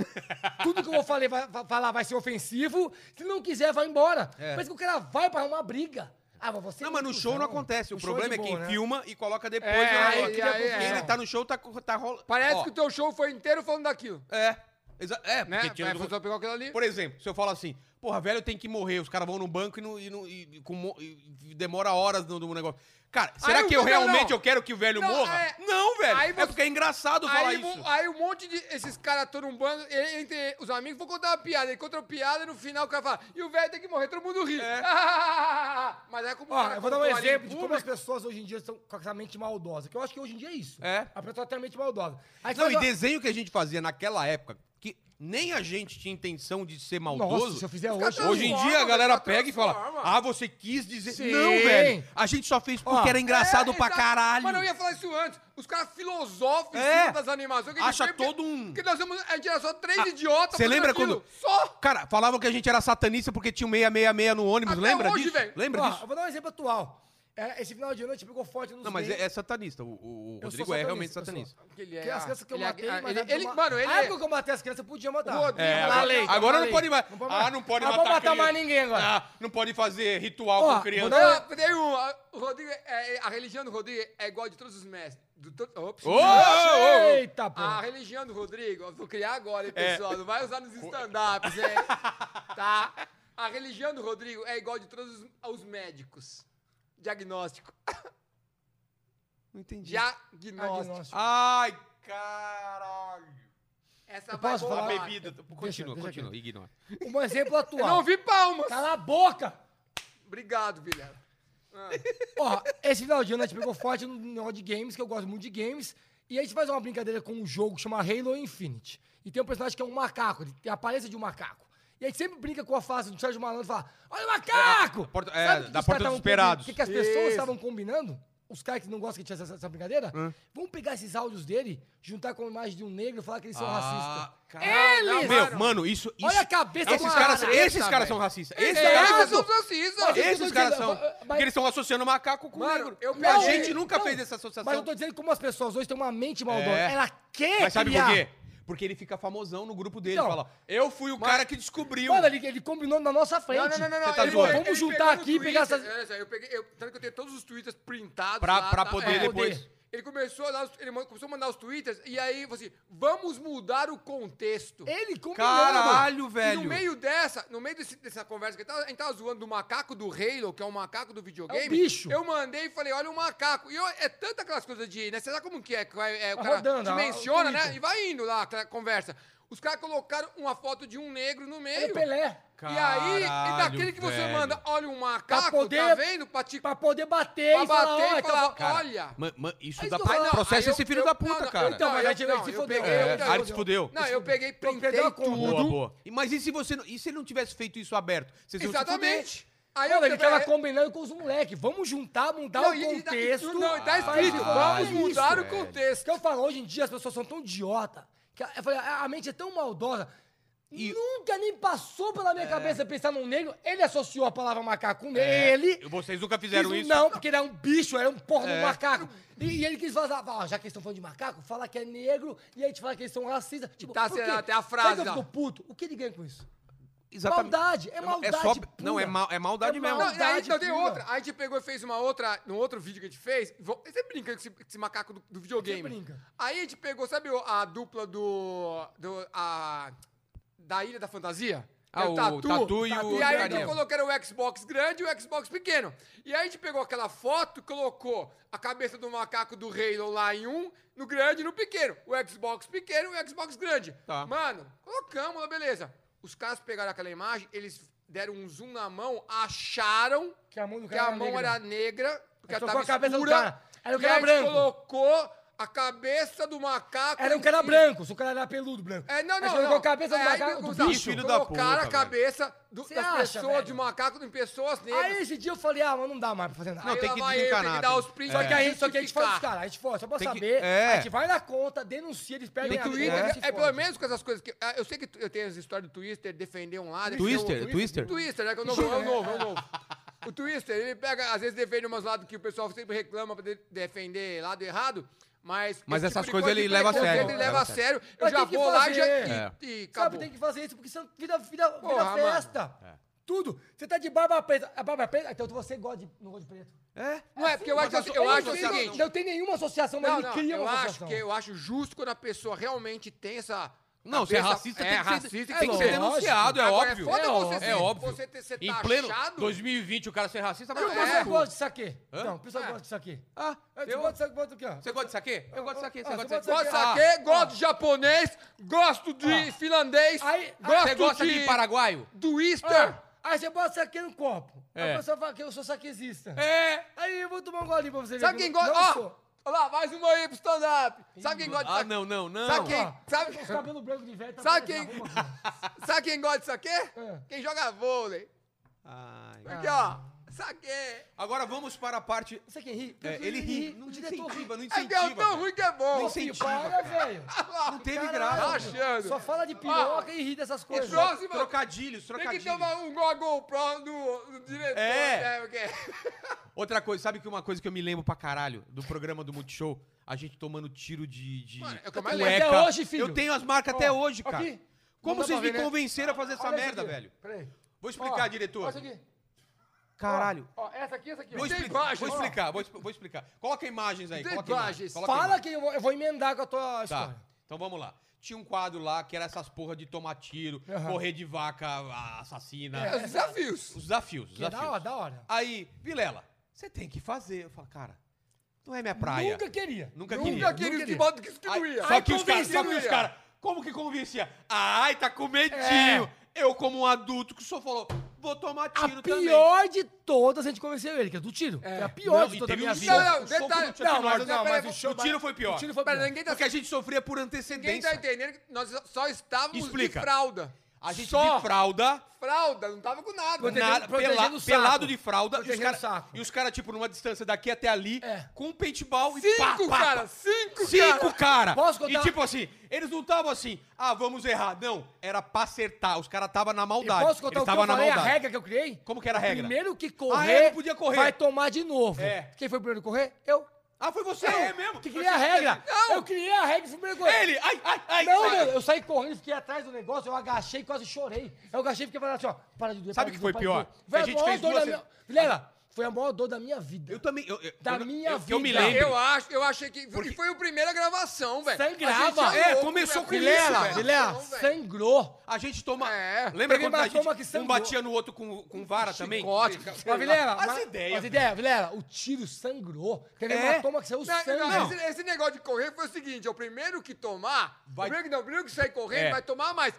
B: Tudo que eu vou falei- vai- vai- falar vai ser ofensivo. Se não quiser, vai embora.
A: É.
B: Mas que o cara vai pra arrumar briga. Ah, mas você.
A: assim". Não, mas no show não acontece. O
B: No show
A: problema
B: de
A: é
B: boa,
A: quem
B: né?
A: filma e coloca depois.
C: É,
A: né?
C: aí,
A: Ó,
C: aí,
A: quem
C: aí,
A: ele
C: é.
A: tá no show, tá, co- tá rolando.
C: Parece
A: Ó,
C: que o teu show foi inteiro falando daquilo.
A: É. exa- É,
C: Né?
A: porque tinha...
C: Aí foi só pegar aquilo ali.
A: Por exemplo, se eu falo assim, porra, velho, tem que morrer, os caras vão no banco e, não, e, não- e- e com mo- e- e demora horas no, no negócio. Cara, será
C: Aí
A: que
C: o
A: eu
C: velho não.
A: realmente eu quero que o velho
C: Não,
A: morra?
C: é-
A: Não, velho.
C: Aí
A: É
C: você-
A: porque é engraçado falar
C: Aí,
A: isso.
C: um- aí um monte de esses caras todo um bando, e- entre os amigos, vão contar uma piada. Ele conta uma piada e no final o cara fala, e o velho tem que morrer, todo mundo ri.
A: é
C: Mas é como o
B: É. Ó,
C: cara
B: eu vou dar um
C: contou ali em
B: exemplo de como as
C: público.
B: pessoas hoje em dia estão com essa mente maldosa. Que eu acho que hoje em dia é isso.
A: É.
B: A pessoa tem a mente maldosa. Aí
A: Não,
B: faz
A: e
B: uma-
A: desenho que a gente fazia naquela época, que nem a gente tinha intenção de ser maldoso.
B: Nossa, se eu fizer
C: caras
B: hoje.
C: tão
A: Hoje em
C: Transforma,
A: dia a galera
C: velho,
A: pega e fala:
C: transforma.
A: Ah, você quis dizer.
B: Sim.
A: Não, velho. A gente só fez porque
B: Ó,
A: era engraçado
C: É,
A: pra
C: exato.
A: caralho.
C: Mano, eu ia falar isso antes. Os caras filosóficos
A: É.
C: em cima das animações. que a gente
A: Acha
C: fez, porque-
A: todo um-
C: Porque nós somos, a gente era só três
A: Ah,
C: idiotas.
A: cê
C: fazendo
A: lembra
C: aquilo.
A: quando-
C: Só!
A: Cara, falavam que a gente era satanista porque tinha o 666 no ônibus.
C: Até
A: lembra
C: hoje,
A: disso?
C: velho.
A: Lembra
B: Ó,
A: disso?
B: eu vou dar um exemplo atual. É, esse final de ano a gente pegou forte nos
A: Não, mas
B: gays.
A: é, é satanista. O, o- o
B: Eu sou
A: Rodrigo é realmente
B: satanista, eu sou.
A: satanista.
C: Ele
B: Que as crianças que eu
C: ele é-
B: matei, mas Ah,
C: ele,
B: época
C: ele-
B: eu ma-
C: Mano, ele
B: a
C: é.
B: época que eu matei as crianças, eu podia matar.
C: O Rodrigo- tá
A: É,
B: Na
A: agora-
B: lei,
A: agora
B: na
A: não
B: lei.
A: pode mais.
B: mais.
A: Ah, não pode
B: Ah,
A: matar
B: vou matar
A: criança.
B: mais ninguém agora.
A: Ah, não pode fazer ritual
B: Ó,
A: com criança.
B: vou dar-
C: Ah, tem um. a- O Rodrigo, é- a religião do Rodrigo é igual a de todos os mestres. Do, to, ops.
A: Ô, ô, ô, ô.
B: Eita, pô.
A: Ah.
C: A religião do Rodrigo, eu vou criar agora, hein,
A: É.
C: pessoal. Não vai usar nos stand-ups, hein? tá? A religião do Rodrigo é igual a de todos os, aos médicos. Diagnóstico.
A: Não entendi.
C: Diagnóstico.
B: Diagnóstico.
A: Ai, caralho.
C: Essa
B: Eu
C: vai
B: posso
C: bombar.
A: A
B: falar?
C: Cara.
A: bebida. Continua,
B: deixa
A: continua. Ignora.
B: Um exemplo
C: Eu
B: atual.
C: não ouvi palmas.
B: Cala a boca!
C: Obrigado, Vilela.
B: Ó, esse final de ano a gente pegou forte no negócio de games, que eu gosto muito de games. E a gente faz uma brincadeira com um jogo que chama Halo Infinite. E tem um personagem que é um macaco, ele tem a aparência de um macaco. E a gente sempre brinca com a face do Sérgio Malandro e fala: Olha o macaco!
A: a É, porta-
B: Sabe
A: é,
B: o que
A: da Porta
B: os caras
A: dos Esperados.
B: tavam combinando? O que, que as pessoas
C: Isso.
B: estavam combinando? Os caras que não gostam que tinha essa, essa brincadeira, vão pegar esses áudios dele, juntar com a imagem de um negro e falar que eles são racistas. Eles!
A: Ah. Meu, mano, isso. isso
B: Olha a cabeça
A: esses
B: do
A: caras,
B: cara.
A: Esses
C: Eita,
A: caras
C: velho.
A: são racistas. Esses
B: Eles são
A: caras
B: Errado.
C: Eles são racistas.
B: Mas eu
A: Esses
B: tô
A: caras
B: dizendo,
A: são.
B: mas-
A: Porque eles estão associando macaco com
C: Mano,
A: negro.
C: eu
A: E a
C: peguei-
A: gente nunca
B: Não,
A: fez essa associação.
B: Mas eu tô dizendo que como as pessoas hoje têm uma mente maldosa.
A: É.
B: Ela quer
A: Mas sabe por
B: criar.
A: quê? Porque ele fica famosão no grupo dele.
B: Então,
A: fala, eu fui o cara que descobriu.
B: Mano, ele, ele combinou na nossa frente.
C: Não, não, não, não.
A: Você
C: não.
A: tá
C: ele-
A: zoando.
C: ele
B: Vamos
C: pegou
B: juntar
C: no
B: aqui e pegar
C: Twitter,
B: essas-
C: olha só, Eu peguei, eu, tanto que eu tenho todos os twitters printados.
A: Pra,
C: lá,
A: pra
C: tá?
A: poder
C: É.
A: depois.
C: Ele começou, a dar os- ele mo- começou a mandar os twitters e aí falou assim: vamos mudar o contexto.
B: Ele combinou.
A: Caralho,
C: E
A: velho.
C: no meio dessa, no meio desse- dessa conversa que tava- a gente tava zoando do macaco do Halo, que é um macaco do videogame.
B: É um bicho.
C: Eu mandei e falei, olha o macaco. E eu- é tanta aquelas coisas de, né? Você sabe como que é? que vai- é, o
B: Tá
C: cara
B: rodando, ó,
C: menciona,
B: o
C: né?
B: Twitter.
C: E vai indo lá aquela conversa. Os caras colocaram uma foto de um negro no meio.
B: Ele é Pelé.
C: E aí, e daquele que você
A: Caralho,
C: manda, olha um macaco,
B: poder-
C: tá vendo? Pra, te, pra
B: Pra poder bater e falar,
C: bater
B: ó,
C: e falar,
B: então-
C: olha.
A: Ma- ma- isso
B: Aí
A: dá
B: tu
A: pra...
B: fala, não,
A: Processa
C: aí
A: esse
C: eu-
A: filho
C: eu-
A: da
C: não,
A: puta,
C: não,
A: cara.
B: Então, mas
C: eu-
B: aí ele
C: não,
B: se
C: eu
B: fodeu.
C: peguei-
B: É,
C: eu-
A: aí ele se fodeu.
C: Não, eu peguei,
B: Perdeu
C: printei
B: a conta.
C: tudo.
A: Boa, boa. E- Mas e se você não, e se ele não tivesse feito isso aberto? Vocês iam se fuder.
C: Exatamente. Aí
B: Mano, ele
C: peguei-
B: tava combinando com os moleques. Vamos juntar, mudar
C: Não,
B: o
C: e- e tá-
B: contexto.
C: não, e tá escrito,
A: Ah,
C: vamos
A: isso,
C: mudar o
A: velho.
B: Isso que
C: contexto.
B: eu falo, hoje em dia as pessoas são tão idiota. Que a- eu falei, a a mente é tão é maldosa.
A: E- É.
B: Nunca nem passou pela minha cabeça pensar num negro. Ele associou a palavra macaco com
A: É.
B: ele.
D: Vocês nunca fizeram
B: Quis-
D: isso?
B: Não, porque ele é um bicho, era um porra
C: É.
B: de um macaco. E, e ele quis falar, ah, já que eles estão falando de macaco, fala que é negro e aí te fala que eles são racistas. Tipo,
C: tá
B: por quê?
C: sendo até a
B: Sabe
C: frase
B: que eu
C: lá.
B: fico puto. O que ele ganha com isso?
A: Exatamente.
B: Maldade, é maldade.
A: só-
B: pura.
A: não, é, mal, é maldade
B: É
A: mesmo.
C: Não,
B: maldade.
C: aí, então tem
B: pura.
C: outra. A gente pegou e fez uma outra, num outro vídeo que a gente fez. vo- Você brinca com esse, com esse macaco do, do videogame.
B: Você brinca.
C: Aí a gente pegou, sabe o- a dupla do. do a, da Ilha da Fantasia?
A: Ah,
C: É
A: o Tatu e o
C: E aí
A: Carinha.
C: então colocaram o Xbox grande e o Xbox pequeno. E aí a gente pegou aquela foto, colocou a cabeça do macaco do Halo lá em um, no grande e no pequeno. O Xbox pequeno e o Xbox grande.
A: Tá.
C: Mano, colocamos lá, beleza. Os caras pegaram aquela imagem, eles deram um zoom na mão, acharam
B: Que a mão do
C: que
B: cara
C: a
B: era
C: mão
B: negra.
C: era negra, porque
B: Aí
C: ela
B: tocou
C: tava
B: a cabeça do
C: escura,
B: cara. Era um
C: e
B: cara
C: aí a gente
B: branco.
C: colocou a cabeça do macaco...
B: Era um cara
C: em-
B: branco, se o cara era peludo branco.
C: É, não,
B: Aí
C: não,
B: colocou
C: não.
B: a cabeça do
C: Aí,
B: macaco,
C: aí,
B: do
C: colocaram
B: bicho.
A: Filho da puta,
C: a
A: velho.
C: cabeça do,
B: Cê
C: das
B: acha,
C: pessoas,
B: velho?
C: de macaco, em pessoas negras.
B: Aí esse dia eu falei, ah, mas não dá mais pra fazer nada.
A: Não,
C: Aí
A: tem
C: lá
A: que
C: vai eu,
A: desencanar,
C: Tem que dar
A: tem-
C: os prints.
B: Só que aí, só que a gente fala dos
C: justificar.
B: caras, a gente fala, só pra
A: Tem que-
B: saber,
A: é.
B: a gente vai na conta, denuncia, eles pegam
C: E
B: a
C: Twitter,
B: grana,
C: é,
B: se
C: é
B: fode.
C: pelo menos com essas coisas que. ah, Eu sei que tu- eu tenho as histórias do Twister, defender um lado.
A: Twister?
C: defender o-
A: Twister? um
C: Twister, né? Que é o novo, é o novo, é o novo. O Twister, ele pega, às vezes defende umas lados que o pessoal sempre reclama pra de- defender lado errado. Mas,
A: Mas
C: esse
A: essas
C: de
A: coisas
C: coisa,
A: ele
C: tipo de
A: leva a
C: conceito,
A: sério.
C: Ele leva a sério. Eu
B: Mas
C: já
B: tem que
C: vou lá e já.
B: fazer.
A: É.
C: E, e
B: Sabe,
C: acabou.
B: tem que fazer isso, porque senão vira, vira, vira
C: Porra, mano. É.
B: festa. Tudo. Você tá de barba preta. A barba preta, então você gosta de, não gosta de preto.
A: É?
C: Não é, porque eu acho,
A: mas
C: eu,
A: eu
C: acho o
B: não,
A: associação,
C: seguinte.
B: Não tem nenhuma associação, mas
C: Não,
B: ele
C: não,
B: cria
C: eu
B: uma
C: acho
B: associação.
C: que eu acho justo quando a pessoa realmente tem essa.
A: Não, se é
C: cabeça-
A: racista,
C: é
A: tem que ser-
C: racista,
A: tem
C: tem
A: que
C: que
A: ser
C: ser.
A: denunciado, é
C: Agora,
A: óbvio.
C: foda
B: É
C: você
B: óbvio.
C: ser-
A: É óbvio.
C: Você ter, ser
A: tá
D: Em pleno
C: taxado.
D: 2020 o cara ser racista, vai
B: Não,
D: tomar
B: mas
D: no
B: eu
D: cu.
B: gosto disso aqui.
A: Hã?
B: Não, o pessoal
C: É.
B: gosta disso aqui.
A: é. Ah,
B: É, Você
A: eu-
B: gosta disso aqui, bota aqui, ó.
A: você gosta de saquê? Eu gosto de saquê.
B: Ah, você
A: Você gosta
B: gosta
A: de saquê?
C: Gosto de
A: Ah,
C: saque, gosto de japonês, gosto de finlandês,
B: Aí-
C: gosto
A: ah,
D: Você gosta
C: de,
D: de paraguaio?
C: do Easter.
B: Ah, aí você bota saque no copo. Aí a
D: É.
B: pessoa fala que eu sou saquezista.
D: É.
B: Aí eu vou tomar um golinho pra você ver.
C: Sabe
B: que
C: quem
B: eu não-
C: gosta?
B: não
C: Ó,
B: sou.
C: olha lá, mais uma aí pro stand-up. Sabe quem gosta de
A: Ah,
C: saque?
A: não, não, não.
C: Sabe quem?
B: Ó,
C: Sabe-
B: Os cabelos brancos de velho tá
C: Sabe
B: aparecendo
C: quem-
B: na rua, mano.
C: Sabe quem gosta de saque?
B: Ah.
C: Quem joga vôlei.
A: Ai.
C: Aqui, ó. Saque.
A: Agora vamos para a parte...
B: Sabe quem ri?
A: É, ele ri. Não
B: O diretor ri.
A: incentiva, não
C: É que é
A: incentiva.
C: o tão ruim que é bom.
A: Nem
B: Pô, filho,
A: incentiva,
B: Para, velho.
A: Não teve
B: Caralho,
A: graça.
C: Acha? achando.
B: Só fala de piroca e ri dessas coisas.
C: trouxe- Próxima.
A: Trocadilhos,
C: Tem que
A: trocadilhos.
C: ter uma, um go- GoPro do, do diretor.
A: É.
C: né, porque-
A: Outra coisa, sabe que uma coisa que eu me lembro pra caralho do programa do Multishow? A gente tomando tiro de. de
C: Mano, é o que eu mais
A: cueca.
B: lembro. Até hoje, filho.
A: Eu tenho as marcas até
B: Ó,
A: hoje, cara.
B: aqui.
A: Como
B: Não dá
A: vocês
B: pra
A: me
B: ver, né?
A: convenceram a fazer essa
B: Olha
A: merda,
B: aqui.
A: velho?
B: Peraí.
A: Vou explicar,
B: Ó,
A: diretor.
B: ó essa aqui.
A: Caralho.
B: Ó, essa aqui, essa aqui. ó.
A: Vou,
C: tem
A: explicar,
C: imagens,
A: vou
C: ó.
A: explicar, vou, expli- vou explicar. Coloca imagens aí.
C: Tem
A: Coloca
C: imagens.
A: imagens. Coloca
B: Fala
A: imagens.
B: que eu vou, eu vou emendar com a tua
A: Tá.
B: história.
A: Então vamos lá. Tinha um quadro lá que era essas porra de tomar tiro,
B: Aham.
A: correr de vaca a- assassina.
C: É, os desafios.
A: Os desafios, os
B: Que é da hora,
A: desafios.
B: da hora.
A: Aí, Vilela, você tem que fazer. Eu falo, cara, não é minha praia.
B: Nunca queria.
A: Nunca queria.
C: Nunca queria de modo que
A: Ai,
C: distribuía.
A: só, que os cara, só que os caras, como que convencia? Ai, tá com medinho. Eu, como um adulto que só falou, vou tomar
B: É. A
A: tiro também.
B: pior de todas a gente convenceu ele, que é do tiro. Que É, a pior
A: Não,
B: de
A: e
B: toda a
A: teve
B: minha
A: um
B: vida.
A: soco,
C: Não, não,
A: o soco
C: detalhe.
A: não tinha
B: Não,
A: final
B: mas,
A: de
B: não,
A: nada.
B: mas
C: pera,
B: o show...
A: O tiro foi pior.
B: O tiro foi
C: Pera,
B: pior.
C: ninguém tá,
A: Porque a gente sofria por
C: ninguém tá
A: antecedência.
C: entendendo que nós só estávamos
A: Explica.
C: de fralda.
A: A gente
C: só
A: de fralda,
C: fralda, não tava com nada.
B: Protegendo-
A: nada,
B: protegendo
A: pela-
B: o saco.
A: pelado de fralda, e os
B: Protegendo o
A: caras,
B: saco.
A: e os cara, tipo, numa distância daqui até ali,
B: É.
A: com um paintball e pá,
C: Cinco,
A: pá, pá.
C: cara, cinco,
A: Cinco,
C: cara.
A: cara!
B: Posso contar?
A: E tipo assim, eles não estavam assim, ah, vamos errar. Não, era pra acertar. Os caras estavam na
B: E
A: maldade.
B: posso contar
A: eles
B: o que
A: tavam
B: eu
A: na
B: falei, a
A: maldade.
B: regra que eu criei?
A: Como que era a regra?
B: Primeiro que
A: Ah,
B: correr,
A: é, não podia correr.
B: vai tomar de novo.
A: É.
B: Quem foi o primeiro a correr? Eu.
A: Ah, foi você?
B: Eu,
A: É mesmo?
B: Que
A: Foi
B: criei a
A: você que
B: regra.
A: fez.
B: Eu criei a regra e fui o primeiro a correr.
A: Ele! Ai, ai, ai!
B: Não,
A: ai.
B: meu, eu saí correndo, fiquei atrás do negócio, eu agachei, quase chorei. Eu agachei porque falando assim, ó, para de doer.
A: Sabe
B: para de
A: que foi
B: doer, para de
A: pior?
B: doer.
A: Que
B: Foi
A: a
B: a,
A: gente
B: maior
A: fez
B: dor
A: duas
B: da
A: vezes.
B: minha. Vilela, foi a maior dor da minha vida.
A: Eu também. Eu, eu,
B: Da
A: eu,
B: minha
A: eu, eu me
B: vida.
A: lembro.
C: Eu acho, eu achei que. E foi a primeira gravação, velho.
B: Sem
C: A gente
B: grava.
A: É,
C: louco,
A: começou
C: velho.
A: com
C: Primeira
A: isso,
B: Vilela,
A: velho.
B: Vilela,
C: gravação, velho.
B: sangrou.
A: A gente toma.
C: É.
A: Lembra
B: Peguei
A: quando a
B: uma toma que
A: gente, um
B: sangrou.
A: batia no outro com, com vara também?
C: Chicote.
B: Mas, Vilela,
A: As
B: mas-
A: ideias,
B: As ideias, Vilela, o tiro sangrou. Teve
A: É?
B: uma toma que saiu
C: Não,
B: sangue.
C: não, esse, esse negócio de correr foi o seguinte: é o primeiro que tomar,
A: Vai-
C: o primeiro que, não, o primeiro que sair correndo
A: É.
C: vai tomar mais.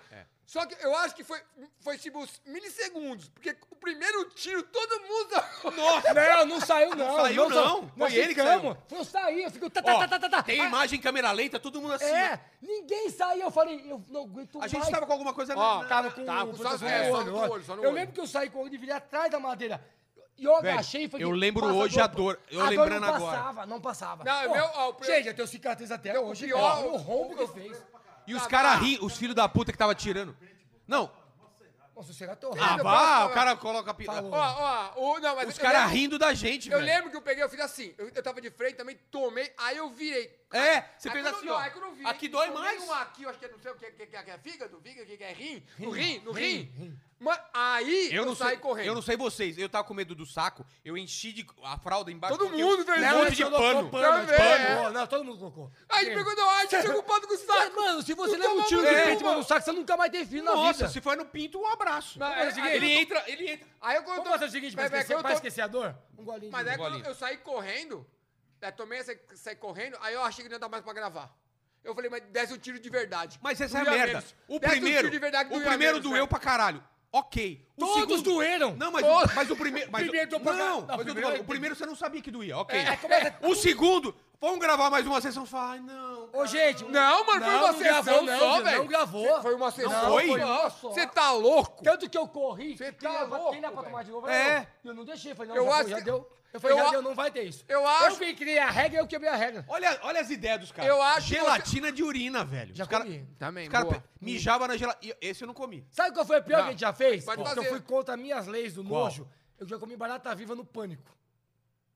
C: Só que eu acho que foi, foi tipo uns milissegundos, porque o primeiro tiro todo mundo.
A: Nossa!
B: Não, não saiu não.
A: saiu,
B: sa-
A: não.
B: Nós
A: Foi ele que
B: ficamos. Foi eu saí, eu fico... Tá, tá,
A: Ó,
B: tá, tá, tá, tá.
A: Tem
B: Ah,
A: imagem em câmera lenta, todo mundo assim.
B: É, ninguém saiu. Eu falei, eu não aguento
A: A
B: mais.
A: gente tava com alguma coisa
B: Ó,
A: na-
B: tava Tá, com, um
C: tava com só as
B: com
C: é,
B: o
C: só no
B: olho,
C: olho, só no
B: Eu
C: olho.
B: lembro que eu saí correndo e virei atrás da madeira. E eu
A: Velho,
B: agachei e falei...
A: eu lembro
B: "Passa
A: hoje a dor. Eu lembrando
B: não
A: agora.
B: passava, não passava.
C: Não, é meu, ó, o
B: Pô,
C: pior-
B: Gente, eu tenho cicatriz até hoje.
C: pior-
B: cara, o rombo que fez.
A: E os caras riem, os filhos da puta que tava tirando. Não,
B: Nossa, será torrado.
A: ah,
C: eu
A: vá,
C: posso
A: o cara coloca a pi-
B: Falou.
C: Ó, ó, o- não, mas é um
A: Os
C: eu
A: caras
C: lembro-
A: rindo da gente,
C: Eu
A: velho.
C: lembro que eu peguei, eu fiz assim. Eu, eu tava de frente também, tomei, aí eu virei.
A: É, você
C: Aí
A: fez
C: quando
A: assim,
C: eu-
A: ó.
C: aí quando eu virei,
A: Aqui dói
C: tomei
A: mais.
C: Um aqui, eu acho que é, não sei o que, que, que, que é fígado, fígado, que, que é rim, no rim, no rim. Mas aí eu, saí
A: sei,
C: correndo.
A: Eu não sei vocês, eu tava com medo do saco, eu enchi de, a fralda embaixo.
C: Todo
A: porque
C: mundo
A: eu,
C: fez
A: um
C: isso.
A: monte de pano.
B: Colocou
C: Tá
B: de
C: vendo?
B: pano. Não, todo mundo colocou.
C: Aí ele perguntou, ai, você é preocupado com o
B: Mas,
C: saco.
B: mano, se você
C: Não
B: leva um
C: tomou
B: tiro de
C: nenhuma.
B: peito mano, no saco, você nunca mais tem filho na
A: Nossa,
B: vida.
A: se for no pinto, um abraço.
C: Mas-
A: Mas,
C: aí-
A: ele entra, ele entra.
C: Aí eu quando
B: Vamos fazer o seguinte, pra
C: Mas é que
B: esquecer,
C: eu
B: pra
C: tô-
B: esquecer a dor? Um golinho
C: Mas
B: de
C: é quando
A: Bolinha.
C: eu saí correndo, eu tomei essa, saí correndo, aí eu achei que não ia dar mais pra gravar. Eu falei, mas desce um tiro de verdade.
A: Mas essa é a
C: Doía
A: merda.
C: menos.
A: O
C: Desce um
A: primeiro,
C: tiro de verdade,
A: o
C: doía
A: primeiro
C: menos, né?
A: doeu
C: velho.
A: pra caralho. Ok. O
B: Todos
A: segundo-
B: doeram.
A: Não, mas,
C: Todos.
A: o, mas o primeiro... Mas
B: Primeiro
A: o,
B: doeu pra
A: não,
B: caralho. Não,
A: mas eu tô
B: primeiro-
A: falando, o primeiro você não sabia que doía, ok.
B: É, começa-
A: O segundo, vamos gravar mais uma sessão. Você fala, ai, não.
B: Ô, gente.
C: Não, mano, foi uma
B: não
C: sessão
B: gravou, não,
C: só,
B: gente,
C: velho.
B: Não gravou.
C: Foi uma sessão.
A: foi?
B: Uma só.
C: Você tá louco?
B: Tanto que eu corri.
C: Você
B: quem
C: tá
B: dá pra-
C: louco,
B: Quem dá pra
C: velho.
B: tomar de novo?
A: É.
B: Eu, eu não deixei, falei, não,
C: Eu
B: já, foi,
C: acho
B: já
C: que-
B: deu. Eu falei,
C: eu
B: já
C: a-
B: deu, não vai ter isso.
C: eu acho-
B: Eu que criei a regra, eu quebrei a regra.
A: Olha, olha as ideias dos caras.
C: Eu acho que
A: Gelatina de urina, velho.
B: Já
A: os cara,
B: comi.
C: Também,
A: Os caras
C: boa.
A: pe- mijavam na gelatina. Esse eu não comi.
B: Sabe qual foi o pior
C: Não.
B: que a gente já fez?
C: Pode
B: Porque eu
C: fazer.
B: fui contra minhas leis do
A: Qual?
B: nojo. Eu já comi barata viva no pânico.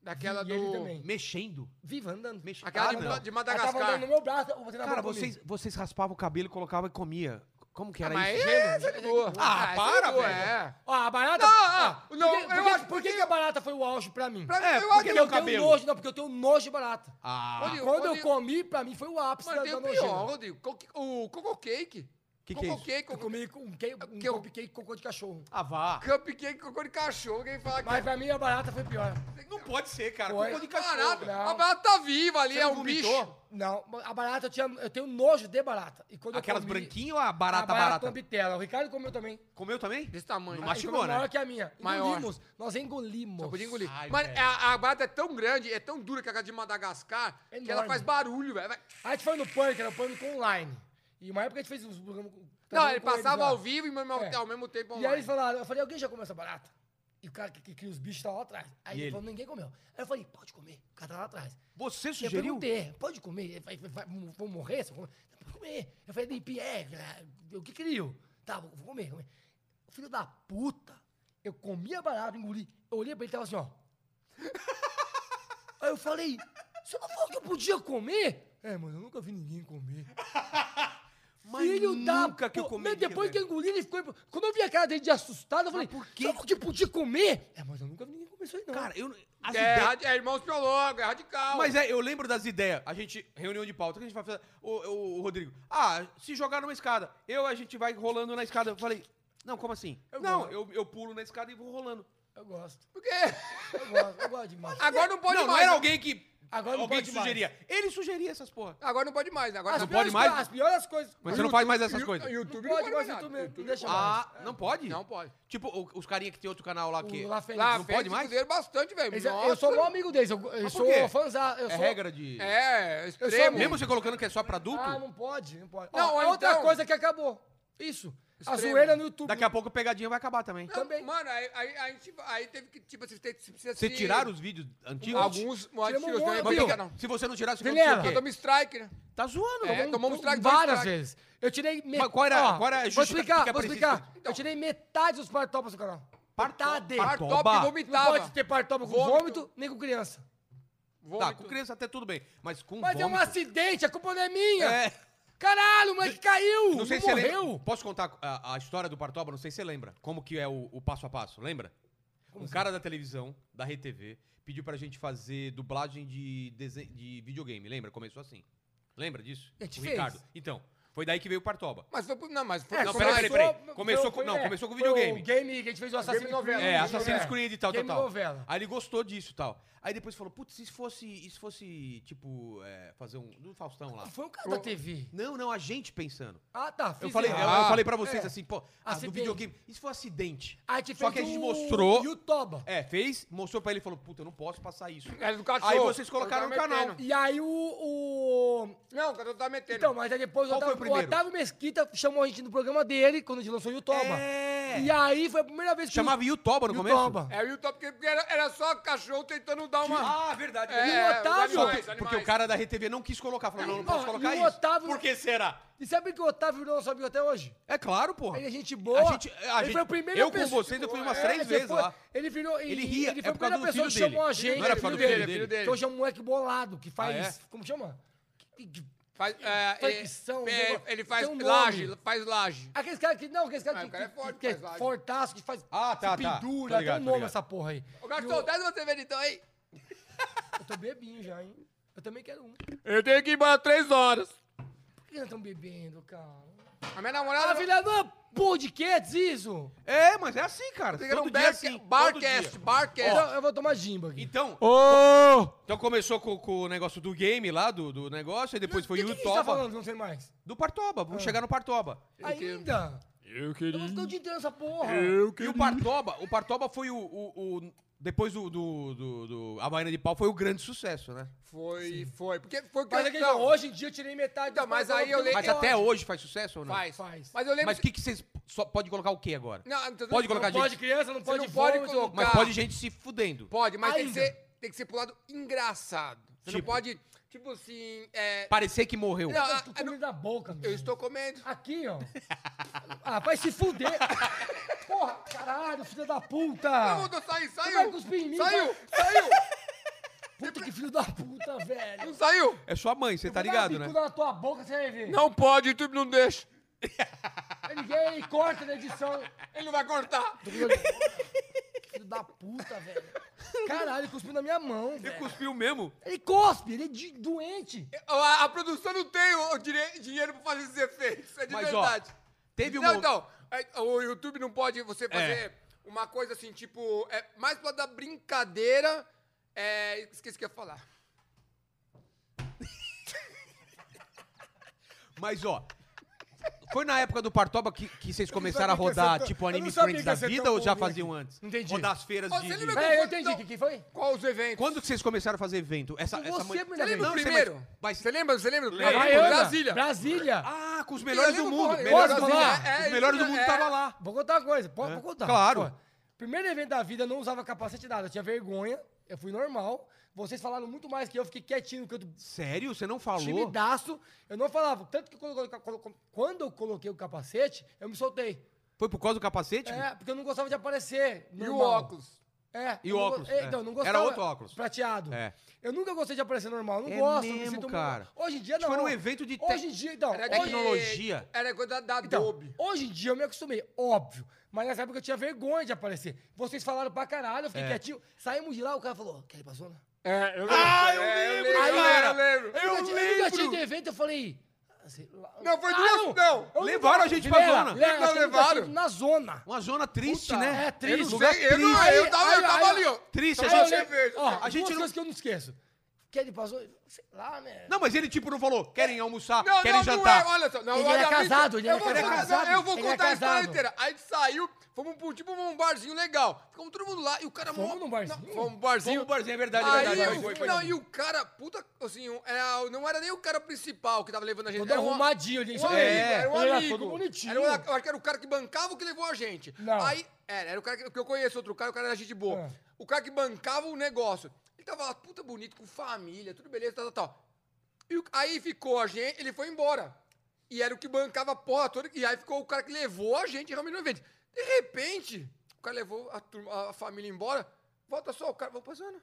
C: Daquela
B: E
C: do...
B: ele também.
A: Mexendo.
B: Viva andando.
A: Mexe-
C: Aquela
A: Ah,
C: de,
A: não.
C: Ma- de
B: Ela tava
C: Madagascar.
B: andando no meu braço, eu botei na
A: Cara,
B: boca e comi.
A: vocês, vocês raspavam o cabelo, colocavam e comia. Como que
C: Ah,
A: era
C: mas
A: isso?
C: essa é de boa.
A: Ah,
C: essa
A: para,
C: de boa,
A: velho.
C: é.
B: Ó, a barata.
C: Não,
B: ó,
C: ah, não,
B: por que,
C: eu
B: por que-
C: acho
B: por que,
C: que-
B: que a barata foi o auge pra mim?
C: Pra mim,
A: É,
C: eu
A: porque
C: acho
B: Porque
C: que
A: meu
B: eu
A: cabelo.
B: tenho um nojo, não, porque eu tenho nojo de barata.
A: Ah,
C: Olha,
B: Quando eu
C: Rodrigo-
B: comi, pra mim foi o ápice
C: Mano,
B: da,
C: tem
B: da
C: o
B: nojeira.
C: pior, Rodrigo. Co- O Coco Cake.
A: tá Que que é isso?
C: Cake,
B: Eu
C: Coco
B: comi com um, que, um
C: Que eu-
B: cupcake com cocô de cachorro.
A: ah, vá.
C: Cupcake, cocô de cachorro, quem fala que
B: Mas pra mim a barata foi pior.
A: Não pode ser, cara.
B: Foi.
A: Cocô de cachorro.
C: Barata.
A: velho.
B: Não.
C: A barata tá viva ali,
A: Você
C: é
A: não
C: um bicho.
A: vomitou?
B: Não, a barata eu, tinha, eu tenho nojo de barata. E quando
A: Aquelas
B: eu comi,
A: branquinhas ou a
B: a
A: barata
B: barata,
A: barata?
B: bitela. O Ricardo comeu também.
A: Comeu também?
C: Desse tamanho.
A: Não
C: Ah,
A: machucou,
B: Comeu
A: né?
B: maior que a minha.
C: Maior.
B: Engolimos. Nós engolimos.
C: Só podia engolir.
A: Ai,
C: Mas
A: velho.
C: a, a barata é tão grande, é tão dura que a de Madagascar, que ela
B: Enorme.
C: faz barulho, velho. Vai-
A: Tá
B: A gente foi no pânico, era o pânico online. E uma época a gente fez uns programas. com-
C: Não, ele
B: com eles
C: passava
B: lá.
C: ao vivo e mesmo-
B: É.
C: ao mesmo
B: E
C: tempo
B: aí
C: online.
B: eles falaram, eu falei, alguém já comeu essa barata? E o cara que, que cria os bichos tá lá atrás. Aí ele,
A: ele?
B: falou, ninguém comeu. Aí eu falei, pode comer, o cara tá lá atrás.
A: Você
B: E eu
A: sugeriu?
B: perguntei, pode comer? Ele vai, vai, vai- vou morrer? Se eu comer? Não, Pode comer. Eu falei, nem é, é, eu que crio. Tá, vou vou comer, comer. Filho da puta, eu comi a barata, engoli. Eu olhei pra ele e tava assim, ó. Aí eu falei, você não falou que eu podia comer? É, mano, eu nunca vi ninguém comer.
A: Mas
B: Filho
A: nunca
B: da
A: que eu
B: pu-
A: comi.
B: Mas depois que eu
A: velho.
B: engoli, ele ficou. Quando eu vi a cara dele de assustado, eu falei,
A: por quê?
B: sabe o que podia comer? É, mas eu nunca vi ninguém comer isso aí, não.
A: Cara, eu... As
C: É,
A: ideias-
C: radi- é irmãos biólogos, é radical.
A: Mas é, eu lembro das ideias. A gente, reunião de pauta, o que a gente vai fazer? O, o- o Rodrigo, ah, se jogar numa escada. Eu, a gente vai rolando na escada. Eu falei, não, como assim?
B: Eu
A: não,
B: gosto.
A: eu, eu pulo na escada e vou rolando.
B: eu gosto.
C: Porque
B: Eu gosto, eu gosto demais.
C: agora não pode
A: não,
C: mais. né?
A: não era alguém que.
B: Agora não
A: alguém
B: pode
A: que sugeria. Ele sugeria essas porra.
C: Agora não pode mais. Agora
B: As
C: tá-
A: não pode
B: piores
A: mais?
B: co- As piores coisas.
A: Mas você não faz mais essas
C: Yu-
A: coisas.
C: YouTube
B: Não pode mais,
C: nada.
B: YouTube não
C: YouTube
B: deixa
C: pode.
A: Ah, não pode?
C: Não pode.
A: Tipo, o- os carinha que tem outro canal lá que.
B: O La Fênix.
C: Lá,
A: não
C: Fênix
A: pode mais?
C: fuderam bastante, velho.
B: Eles- é, eu
C: Nossa.
B: sou bom amigo deles, eu, eu
A: Mas por
B: sou
A: quê?
B: fãzão. Eu
A: É
B: sou...
A: regra de.
C: É,
B: sou
C: extremo.
A: Mesmo você colocando que é só pra adulto,
B: Ah, não pode, não pode.
C: Não,
B: Não,
C: ou
B: é outra
C: então-
B: coisa que acabou. Isso. A
C: Extremo.
B: zoeira no YouTube.
A: daqui a pouco a pegadinha vai acabar também.
C: Não,
B: também.
C: Mano, aí, aí, aí, tipo, aí teve que, tipo, você tem- você precisa
A: Você
C: se-
A: tiraram os vídeos antigos?
C: Alguns mods
B: Tiramos
C: tirou,
B: um
C: não é
B: monte,
A: Mas
B: viu?
A: fica,
C: briga, não.
A: Se você não tirar, você
B: Vilela.
A: não sei
C: Eu
A: o quê.
C: tomo strike, né?
A: Tá zoando,
C: É,
A: vamos.
C: tomamos
B: Pô,
C: strike,
B: um várias
C: strike.
B: vezes. Eu tirei metade.
A: um Mas qual era- qual era a
B: Vou
A: justificativa
B: explicar, vou
A: pra esses
B: explicar.
A: coisas?
B: Eu tirei metade dos partopas do canal. Metade.
A: Parto-
C: Top
A: Toba.
C: e
B: Não
C: vomitava.
B: pode ter partopa com
C: Vômito.
B: vômito, nem com criança.
A: Tá,
C: Vômito.
A: com criança até tudo bem. Mas com
B: Mas é um
A: vômito-
B: acidente, a culpa não é minha.
A: É.
B: Caralho, o moleque caiu.
A: Não sei se você
B: morreu.
A: lembra. Posso contar a, a história do Partoba? Não sei se você lembra. Como que é o, o passo a passo, lembra? um
B: assim?
A: cara da televisão, da RTV, pediu pra gente fazer dublagem de, desen- de videogame, lembra? Começou assim. Lembra disso?
B: A gente
A: O
B: fez.
A: Então, foi daí que veio o Partoba.
C: Mas foi... pro- Não, mas foi...
A: É,
C: não,
A: só peraí,
C: mas-
A: peraí, peraí. Começou com- não,
B: é,
A: começou com
B: foi o
A: videogame.
B: game que a gente fez o Assassin's
C: Game novela.
B: Creed.
A: É, Assassin's
B: É.
A: Creed e tal, tal,
B: game
A: tal.
B: novela.
A: Aí ele gostou disso e tal. Aí depois falou, putz, e se fosse, e se fosse tipo, é, fazer um... Do Faustão lá.
B: Ah, Foi o cara da TV.
A: Não, não, a gente pensando.
B: Ah, tá.
A: Eu
B: fiz
A: falei, eu,
B: errado.
A: eu falei pra vocês
B: É.
A: assim, pô, ah, do
B: Acidente.
A: videogame. Isso foi um acidente.
B: A gente
A: Só
B: fez
A: que a gente
B: o-
A: mostrou.
B: E o Toba.
A: É, fez, mostrou pra ele e falou, puta, eu não posso passar isso.
C: É do cachorro.
A: Aí vocês colocaram no
C: Tá metendo.
A: canal.
B: E aí o- o...
C: Não, o cara tá metendo.
B: Então, mas aí depois o
A: Qual foi
B: Otávio,
A: o primeiro?
B: o Otávio Mesquita chamou a gente no programa dele, quando a gente lançou o Yotoba.
A: É. É.
B: E aí foi a primeira vez que.
A: Chamava Yutoba no começo?
B: Yutoba.
C: É o YouTube, porque- porque era, era só cachorro tentando dar uma.
A: Ah, verdade.
C: É,
A: E o-
C: os
B: Otávio?
C: animais,
A: Porque o
C: animais.
A: cara da RTV não quis colocar, falou, não, não posso
B: Não,
A: colocar
B: e o
A: isso.
B: Otávio-
A: Por que será?
B: E sabe que o Otávio virou nosso amigo até hoje?
A: É claro, porra.
B: Ele é gente boa.
A: A gente- a
B: ele
A: gente-
B: foi a primeira
A: eu com
B: pessoa.
A: vocês, eu fui umas
B: É,
A: três
B: você
A: vezes
B: foi-
A: lá.
B: Ele virou. Ele,
A: ria,
B: Ele
A: é
B: foi
A: por
B: a
A: causa
B: primeira
A: do
B: pessoa que
A: filho
B: chamou a
A: dele.
B: gente.
A: Não era por causa do filho
C: dele, filho dele.
B: Que hoje é um moleque bolado, que faz.
A: Ah,
B: Como chama? Que- que-
C: Faz, é,
B: Flexão,
C: é,
B: negócio.
C: ele faz
B: Tem um nome.
C: laje, faz laje.
B: Aqueles caras que. Não, aqueles caras
C: Ah,
B: que,
C: o cara é
B: que-
C: forte,
B: que é
C: faz laje.
B: fortaço, que faz.
A: Ah, tá,
B: se
A: tá.
B: Pendura,
A: Tô ligado,
B: tem um
A: tô
B: nome
A: ligado.
B: essa porra aí.
C: Ô,
B: E
C: Gastão,
B: o-
C: traz você ver então aí.
B: Eu tô bebinho já, hein? Eu também quero um. Por
C: Eu tenho que ir embora três horas.
B: que nós estamos bebendo, cara?
C: A minha namorada.
B: Ah, filha da pude, que é isso?
A: É, mas é assim, cara. Todo
C: um
A: dia é assim. todo dia.
C: barcast, barcast.
B: Então, eu vou tomar jimba aqui.
A: Então,
C: Ô!
A: então começou com, com o negócio do game lá, do, do negócio, e depois foi
B: De
A: o
B: que que você tá
A: Yutoba.
B: falando, Ah. não sei mais?
A: do Partoba, vamos chegar no Partoba.
B: Ainda?
C: Eu
B: Eu vou
C: queria.
B: ficar o dia inteiro nessa porra.
A: E o Partoba, o Partoba foi o. o- o- depois do, do, do- do- A Baiana de Pau foi o grande sucesso, né?
C: Foi, foi. Porque foi o que
B: Mas
C: eu-
B: é que
C: não,
B: hoje em dia eu tirei metade
C: Então,
B: das
C: mas
B: coisas
C: aí
B: É,
C: eu
B: que
C: lembro-
A: Mas
B: gosto.
A: até hoje faz sucesso ou não?
C: Faz.
B: Faz.
C: Mas eu lembro.
A: Mas o que, que vocês. Só pode colocar o que agora?
C: Não, não, tô-
A: Pode
C: não
A: colocar
B: Não
A: gente.
B: pode criança, não pode
C: não pode
B: vômito.
C: colocar-
A: Mas
C: tá.
A: pode gente se fudendo.
C: Pode, mas tem que,
B: Ainda.
C: ser, tem que ser pro lado engraçado. Você não
A: Tipo?
C: pode, tipo assim, é,
A: Parecer que morreu.
C: Não.
B: Eu
C: Ah,
B: tô
C: ah,
B: comendo na boca, meu.
C: eu estou comendo.
B: Aqui, ó. Ah, vai se fuder. Porra, caralho, filho da puta.
C: Não, não,
A: é
C: sai,
B: vai
C: saiu!
B: cuspir em mim,
C: Saiu!
B: vai.
C: Saiu!
B: Puta que filho da puta, velho.
C: Não saiu!
A: É sua mãe, você tá
B: Vou dar
A: ligado,
B: bicuda
A: né?
B: na tua boca, você vai ver.
C: Não pode, o YouTube não deixa.
B: Ninguém corta na edição.
C: Ele não vai cortar.
B: Filho da puta, velho. Caralho, ele cuspiu na minha mão,
A: Você
B: velho.
A: cuspiu mesmo?
B: Ele cospe, ele é de- doente.
C: A, a produção não tem o dire- dinheiro pra fazer esses efeitos. É de
A: Mas, ó,
C: verdade.
A: teve um É.
C: Não,
A: mo-
C: então, é, o YouTube não pode você fazer uma coisa assim, tipo, é, mais pro lado da brincadeira. É, esqueci o que eu ia falar.
A: Mas, ó. Foi na época do Partoba que, que vocês começaram a rodar, tipo,
B: não
A: anime
B: sabia
A: friends
B: que
A: da
B: ia ser
A: vida
B: tão
A: ou já
B: público.
A: faziam antes?
B: Não entendi.
A: Ou das feiras
C: Ó,
A: de...
C: você
A: de-
C: lembra
B: É, eu
C: vou-
B: entendi.
C: então-
B: Quem que foi?
C: Qual os eventos?
A: Quando que vocês começaram a fazer evento? Essa,
B: Com
A: essa
B: você,
A: mãe-
B: primeira
A: Você
B: vez.
A: lembra
C: o
A: o
C: primeiro?
A: primeiro? Mas...
C: Você lembra? Você lembra?
A: Lembro.
C: Lembra?
B: Havaiana,
C: Brasília.
B: Brasília.
A: Ah, com os melhores do
C: lembro,
A: mundo. assim, né?
C: porra,
A: Melhores
B: posso
A: do mundo.
B: falar?
C: É,
A: Os melhores do
C: isso,
A: mundo
C: é.
A: estavam lá.
B: Vou contar uma coisa. Pode,
A: É?
B: vou contar.
A: Claro.
B: Ó, primeiro evento da vida, eu não usava capacete nada. Eu tinha vergonha. Eu fui normal. Vocês falaram muito mais que eu. eu Fiquei quietinho no canto,
C: Tá
A: Sério? Você não falou?
B: timidaço. Eu não falava. Tanto que quando eu colo- quando eu coloquei o capacete, eu me soltei.
A: Foi por causa do capacete?
B: É, porque eu não gostava de aparecer.
C: Tipo- E o
B: normal.
C: óculos?
B: É.
A: E
B: eu
A: o
B: não go-
A: óculos,
B: é,
A: é.
B: Então, eu não
A: Era
B: gostava.
A: outro óculos.
B: Prateado.
A: É.
B: Eu nunca gostei de aparecer normal. Não
A: É
B: gosto. eu me
A: mesmo,
B: sinto muito-
A: cara.
B: Hoje em dia
A: Acho que
B: não.
A: foi num evento de
B: Hoje
A: tec-
B: em dia, então.
C: Era
B: hoje-
C: de-
A: tecnologia.
C: Era coisa da
B: Então,
C: Adobe.
B: hoje em dia eu me acostumei, óbvio. Mas nessa época eu tinha vergonha de aparecer. Vocês falaram pra caralho, eu
A: É.
B: fiquei quietinho. Saímos de lá, o cara falou, quer ir pra zona?
C: É, eu lembro.
A: Ah, eu
C: É,
A: lembro,
C: Eu lembro,
A: cara.
C: eu lembro.
A: Eu
B: nunca tinha- Eu nunca
A: lembro.
B: tinha ido em evento, eu falei... ah, sei lá-
C: Não, foi
B: Ah,
C: duas- não.
B: eu
A: assim, Levaram
B: nunca-
A: a gente pra
B: Vilela,
A: zona.
B: Vilela,
C: Não,
B: acho que eu nunca tinha
C: levaram.
B: ido Na zona.
A: Uma zona triste,
B: Puta,
A: né?
B: é triste.
A: Um
C: Eu não
A: lugar
C: sei, eu não-
A: triste.
C: eu tava- eu tava ali, ó.
A: Triste, a
B: Aí eu
A: gente-
B: lembro-
C: cerveja,
B: ó,
C: cara.
A: A gente
B: duas
A: não-
B: coisas que eu não esqueço. Quer ir pra zona? Sei lá, né?
A: Não, mas ele tipo não falou, querem almoçar,
C: Não,
A: querem
C: não,
A: jantar.
C: não é, olha só. Não,
B: Ele
C: olha
B: era
C: a lista.
B: casado, ele
C: eu
B: era
C: vou
B: casado.
C: contar-
B: Ele era
C: não, Eu vou
B: casado.
C: contar a história
B: Ele era
C: inteira. A gente saiu, fomos pro tipo um barzinho legal. Ficamos todo mundo lá e o cara...
B: Fomos
C: mó-
B: num barzinho?
C: Não, Fomos num barzinho.
A: Vamos, Barzinho, é verdade, é
C: Aí,
A: verdade.
C: o-
A: foi, foi, foi.
C: não, e o cara, puta, assim, um- era- não era nem o cara principal que tava levando a gente.
B: Todo
C: era um-
B: arrumadinho, ele
C: um amigo,
A: É,
C: era um
B: Ele
C: amigo.
B: todo bonitinho.
C: Era um- eu acho que era o cara que bancava o que levou a gente.
B: Não.
C: Aí, é, era, era o cara que, que eu conheço, outro cara, o cara era gente boa.
B: Ah.
C: O cara que bancava o negócio. Ele tava lá, puta bonito, com família, tudo beleza, tal, tal, tal. E o- aí ficou a gente, ele foi embora. E era o que bancava a porra toda. E aí ficou o cara que levou a gente realmente no evento. De repente, o cara levou a, turma- a família embora. Volta só, o cara, vamos passando.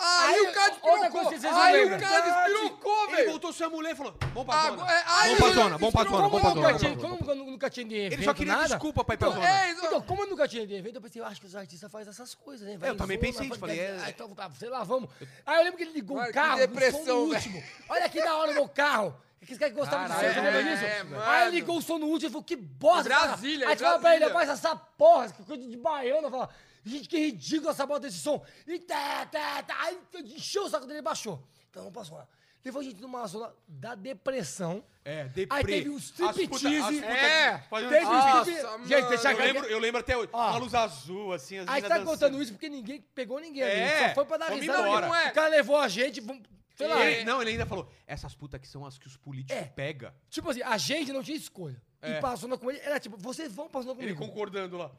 C: Aí,
B: Aí,
C: o cara
B: outra coisa
C: despirocou.
B: que vocês não
C: Aí o
B: lembram.
C: cara despirocou,
A: Ele
C: velho.
A: voltou sua mulher e falou, vamos pra
C: Ah,
A: zona.
C: é, aí
A: Vamos pra
C: ele-
A: zona, vamos pra
C: ele
A: zona,
C: não
A: vamos pra
B: Como eu
A: zona.
B: nunca tinha-
A: vamos pra zona.
B: como eu nunca tinha ido em evento,
A: Ele só queria
B: nada,
A: desculpa pra ir pra
B: então,
A: zona.
C: É, isso-
B: Então, como eu nunca tinha ido em evento, eu pensei, eu acho que os artistas fazem essas coisas, né? Vai
A: Eu
B: em
A: também
B: zona,
A: pensei
B: vai-
A: isso, falei, é-
B: Ah, então, tá, sei lá, vamos. Aí eu lembro que ele ligou
C: Mano,
B: o
C: que
B: carro,
C: depressão,
B: o som no
C: velho.
B: último. Olha que da hora o meu carro. Aqueles caras que gostavam de som,
A: né? Caralho,
B: você lembra
A: é,
B: disso?
C: é,
B: Aí
C: mano.
B: ele ligou o som no último e falou, que bosta. cara.
C: Brasília, é
B: Aí fala pra ele,
C: Brasília.
B: rapaz, essa porra, que coisa de baiano. Fala, gente, que ridículo essa bola desse som. E tá, tá, tá. Aí encheu o saco dele e baixou. Então, vamos pra zona. Levou a gente numa zona da depressão.
A: É, deprê.
B: Aí teve um
A: As puta-
B: striptease.
A: as puta-
C: É,
A: fazendo
B: Teve
A: striptease. Ah.
B: um
C: Nossa,
B: striptease.
C: mano.
B: Gente, deixa
A: Eu
B: eu
A: lembro, eu lembro até hoje.
B: Ó.
A: Uma luz azul, assim, as
B: Aí
A: meninas
B: tá
A: dançando.
B: contando isso porque ninguém pegou ninguém.
A: É,
B: gente. Só foi pra dar
A: vamos
B: risada.
A: embora.
B: O cara levou a gente. vamos- Sei lá.
A: Ele- não, ele ainda falou, essas putas que são as que os políticos
B: É.
A: pegam.
B: Tipo assim, a gente não tinha escolha. E passou na com ele. Era tipo, vocês vão passando
A: É. Ele
B: comigo.
A: concordando lá.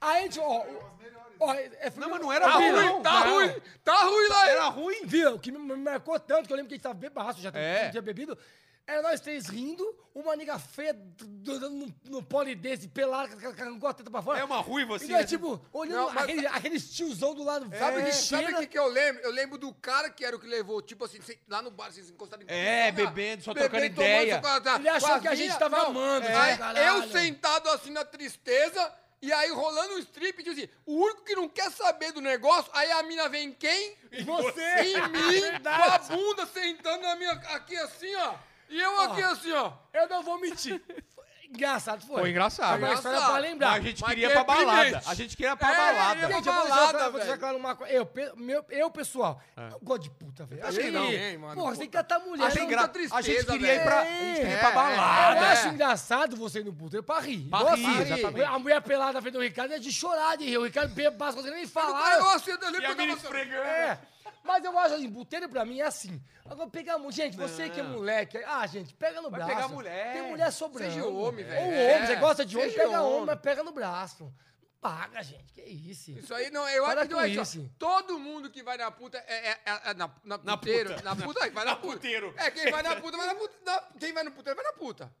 B: Aí a gente, ó. ó é, é
A: Não, mas não era
C: Tá
A: ruim,
C: ruim,
A: não.
C: tá
A: não.
C: ruim, tá ruim lá.
A: Era ruim.
B: Viu? O que me me marcou tanto que eu lembro que a gente tava bebaço, já
A: É.
B: não tinha bebido. Era nós três rindo, uma nega feia d- d- dando num num pole desse, pelada, com a- com a com a teta pra fora.
A: É uma ruiva assim.
B: E nós,
A: né? É,
B: tipo, olhando
C: Não, mas-
B: aquele, aqueles tiozão do lado, sabe,
C: Sabe,
B: de
C: que, sabe
B: É, China.
C: o que, que eu lembro? Eu lembro do cara que era o que levou, tipo assim, sem- lá no bar, assim, encostado em
A: É, bebendo, só trocando ideia.
B: Ele achou que a gente tava amando, né,
C: é, Eu
B: caralho?
C: sentado assim na tristeza, e aí rolando um strip, tipo assim, o único que não quer saber do negócio, aí a mina vem quem?
B: você. É
C: Em mim, com a bunda sentando na minha, aqui assim, ó. E eu aqui assim, ó.
B: Eu não vou mentir. Engraçado foi.
A: Foi engraçado.
B: Foi uma história pra
C: Engraçado.
A: Mas
B: lembrar.
A: a gente
C: Mas
A: queria
C: que
A: pra balada.
C: deprimente.
A: A gente queria pra
C: É,
A: balada.
C: eu-
B: Gente, eu vou
C: balada,
B: deixar, claro- vou deixar
C: velho.
B: claro uma coisa. Eu, pe- meu, eu, pessoal,
A: É.
B: eu gosto de puta, velho.
C: Acho que não.
B: Aí,
C: Mano,
B: Porra,
C: puta.
B: você tem que tratar a mulher.
C: Achei
B: não- tá
C: engra-
A: gra-
C: tristeza,
A: a gente queria ir
C: velho.
A: pra, a gente queria ir pra
C: É,
A: balada.
B: Eu
C: é.
B: acho engraçado você ir no puta. Pra rir.
A: Pra
B: Nossa,
A: rir,
B: cara,
A: exatamente.
B: A mulher pelada na frente do Ricardo é de chorar de rir. O Ricardo bebaço, não consegue nem
C: Ah, eu
B: falar.
C: assim, eu lembro que eu tava assim,
B: É. Mas eu acho assim, puteiro pra mim é assim. Agora pegar a mulher. Gente, você que é moleque. Ah, gente, pega no braço.
A: pegar mulher.
B: Tem mulher sobrando.
C: Seja homem, velho.
B: Ou
C: É.
B: homem, você gosta de homem,
C: Seja
B: pega homem,
C: homem.
B: mas pega no braço. Não paga, gente. Que isso?
C: Isso aí não, eu
B: Para
C: acho que não
B: com
C: é isso.
B: isso.
C: Todo mundo que vai na puta é, é- é- é na, na,
A: Na
C: puteiro,
A: puta.
C: Na puta, aí vai na puta.
A: puteiro.
C: É, quem vai na puta vai na puta. na- quem vai no puteiro vai na puta.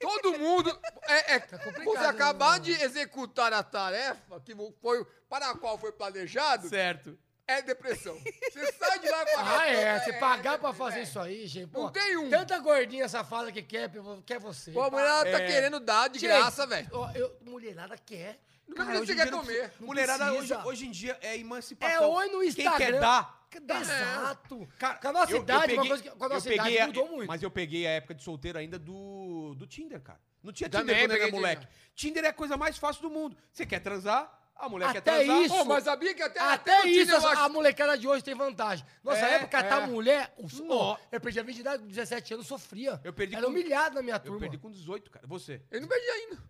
C: Todo mundo. É, é,
B: complicado,
C: você
B: né,
C: acabar
B: mano?
C: de executar a tarefa que foi, para a qual foi planejado
A: Certo.
C: é depressão. Você sai de lá com a
B: Ah, é.
C: você
B: Você pagar pra fazer isso aí, gente.
C: Não
B: pô,
C: tem um.
B: Tanta gordinha safada que quer, quer você.
C: Pô, a mulher ela
A: É.
C: tá querendo dar de
B: Gente,
C: graça, velho.
B: ó, eu- mulherada quer.
C: Nunca
A: Cara,
C: que
A: hoje
C: você
A: em
C: quer
A: dia não
C: comer.
A: precisa- Mulherada hoje,
B: precisa.
A: hoje em dia é
B: É
A: emancipação.
B: oi no Instagram.
A: Quem quer dar...
B: Que dá Exato.
A: Cara,
B: com a nossa
A: eu- eu
B: idade, uma
A: peguei-
B: coisa que com a
A: eu
B: nossa
A: peguei
B: idade
A: a-
B: mudou muito.
A: Mas eu peguei a época de solteiro ainda do, do Tinder, cara. Não tinha
C: Também
A: Tinder quando eu era
C: peguei
A: moleque. Tinder é a coisa mais fácil do mundo. Você quer transar, a mulher quer
B: Até
A: transar.
B: isso.
C: Pô, mas sabia que até,
B: Até
A: um
C: no Tinder
B: isso,
C: eu
B: essa-
C: acho-
B: a molecada de hoje tem vantagem. Nossa
A: É,
B: época, tá
A: é.
B: mulher. os-
A: Nó.
B: ó, eu perdi a 20 idade, com 17 anos, sofria.
A: Eu perdi
B: Era
A: com-
B: humilhado na minha
A: Eu
B: turma.
A: perdi com 18, cara. Você.
C: Eu não perdi ainda.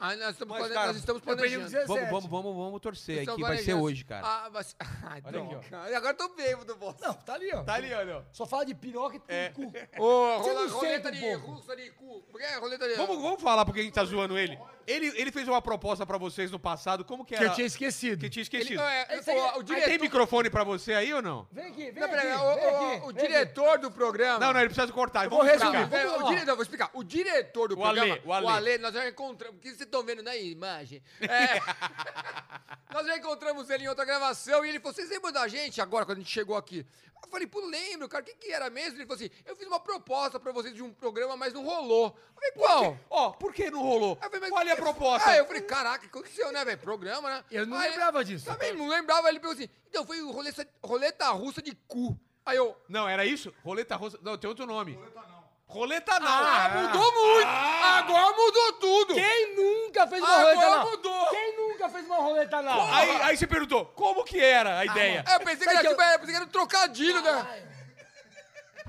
C: Ah, nós estamos,
A: Mas,
C: plane-
A: cara,
C: nós estamos
A: eu
B: perdi
C: planejando.
B: com
C: Nós
B: 17.
A: Vamos, vamos, vamos, vamos torcer
C: estamos
A: aqui. Vai ser
C: planejando.
A: hoje, cara.
C: Ah, vai ser... Ai,
A: Olha aqui, ó.
C: droga. Agora eu tô bêbado, bosta.
B: Não, tá ali, ó.
A: ali, É. olha. ó.
B: Só fala de piroca e cu.
C: Ô,
B: Você
C: rola,
B: não
C: roleta
B: sente
C: de
B: um pouco.
C: russa de cu. Como que é? Roleta de...
A: Vamos, vamos falar porque a gente tá zoando ele. ele. Ele fez uma proposta pra vocês no passado. Como que era?
B: esquecido.
A: Que eu tinha esquecido.
C: Ele, não, é,
B: Esse aí-
C: o- o,
B: aí
A: Tem
C: diretor...
A: microfone pra você aí ou não?
B: Vem aqui, vem
C: Não, peraí,
B: aqui. vem
C: o, o-
B: aqui,
C: o
B: vem aqui.
C: diretor do programa...
A: Não, não, ele precisa cortar. Eu
B: vou
C: Não,
B: resumir.
C: pera,
B: Vamos
C: o
B: lá.
C: dire... não, vou explicar. O diretor do
A: O Ale,
C: programa,
A: o Ale.
C: nós já encontramos. O que vocês estão vendo na imagem? É, nós já encontramos ele em outra gravação e ele falou: vocês lembram da gente agora, quando a gente chegou aqui? Eu falei, pô, lembro, cara, o que, que era mesmo? Ele falou assim: eu fiz uma proposta pra vocês de um programa, mas não rolou. Eu falei, qual?
A: Ó, por que não rolou?
C: Aí eu falei, mas-
A: Qual é a proposta?
C: Ah, eu falei, caraca, o que aconteceu, né, velho? Programa, né?
B: Eu não
C: Aí-
B: lembrava disso.
C: Também não lembrava. Ele falou assim: então foi o roleta, roleta russa de cu. Aí eu.
A: Não, era isso? Roleta russa. Não, tem outro nome. Roleta não. Roleta não.
C: Ah, mudou muito! Agora mudou tudo!
B: Ah. Quem nunca fez
A: Ah,
B: uma
C: Ah, Agora
B: roleta anal?
C: mudou.
B: tá Quem nunca fez uma roleta anal?
A: Aí, aí você perguntou, como que era a ideia?
C: É, eu pensei que,
B: Sabe
C: era,
B: que eu-
C: tipo, é, eu pensei que era um trocadilho, né?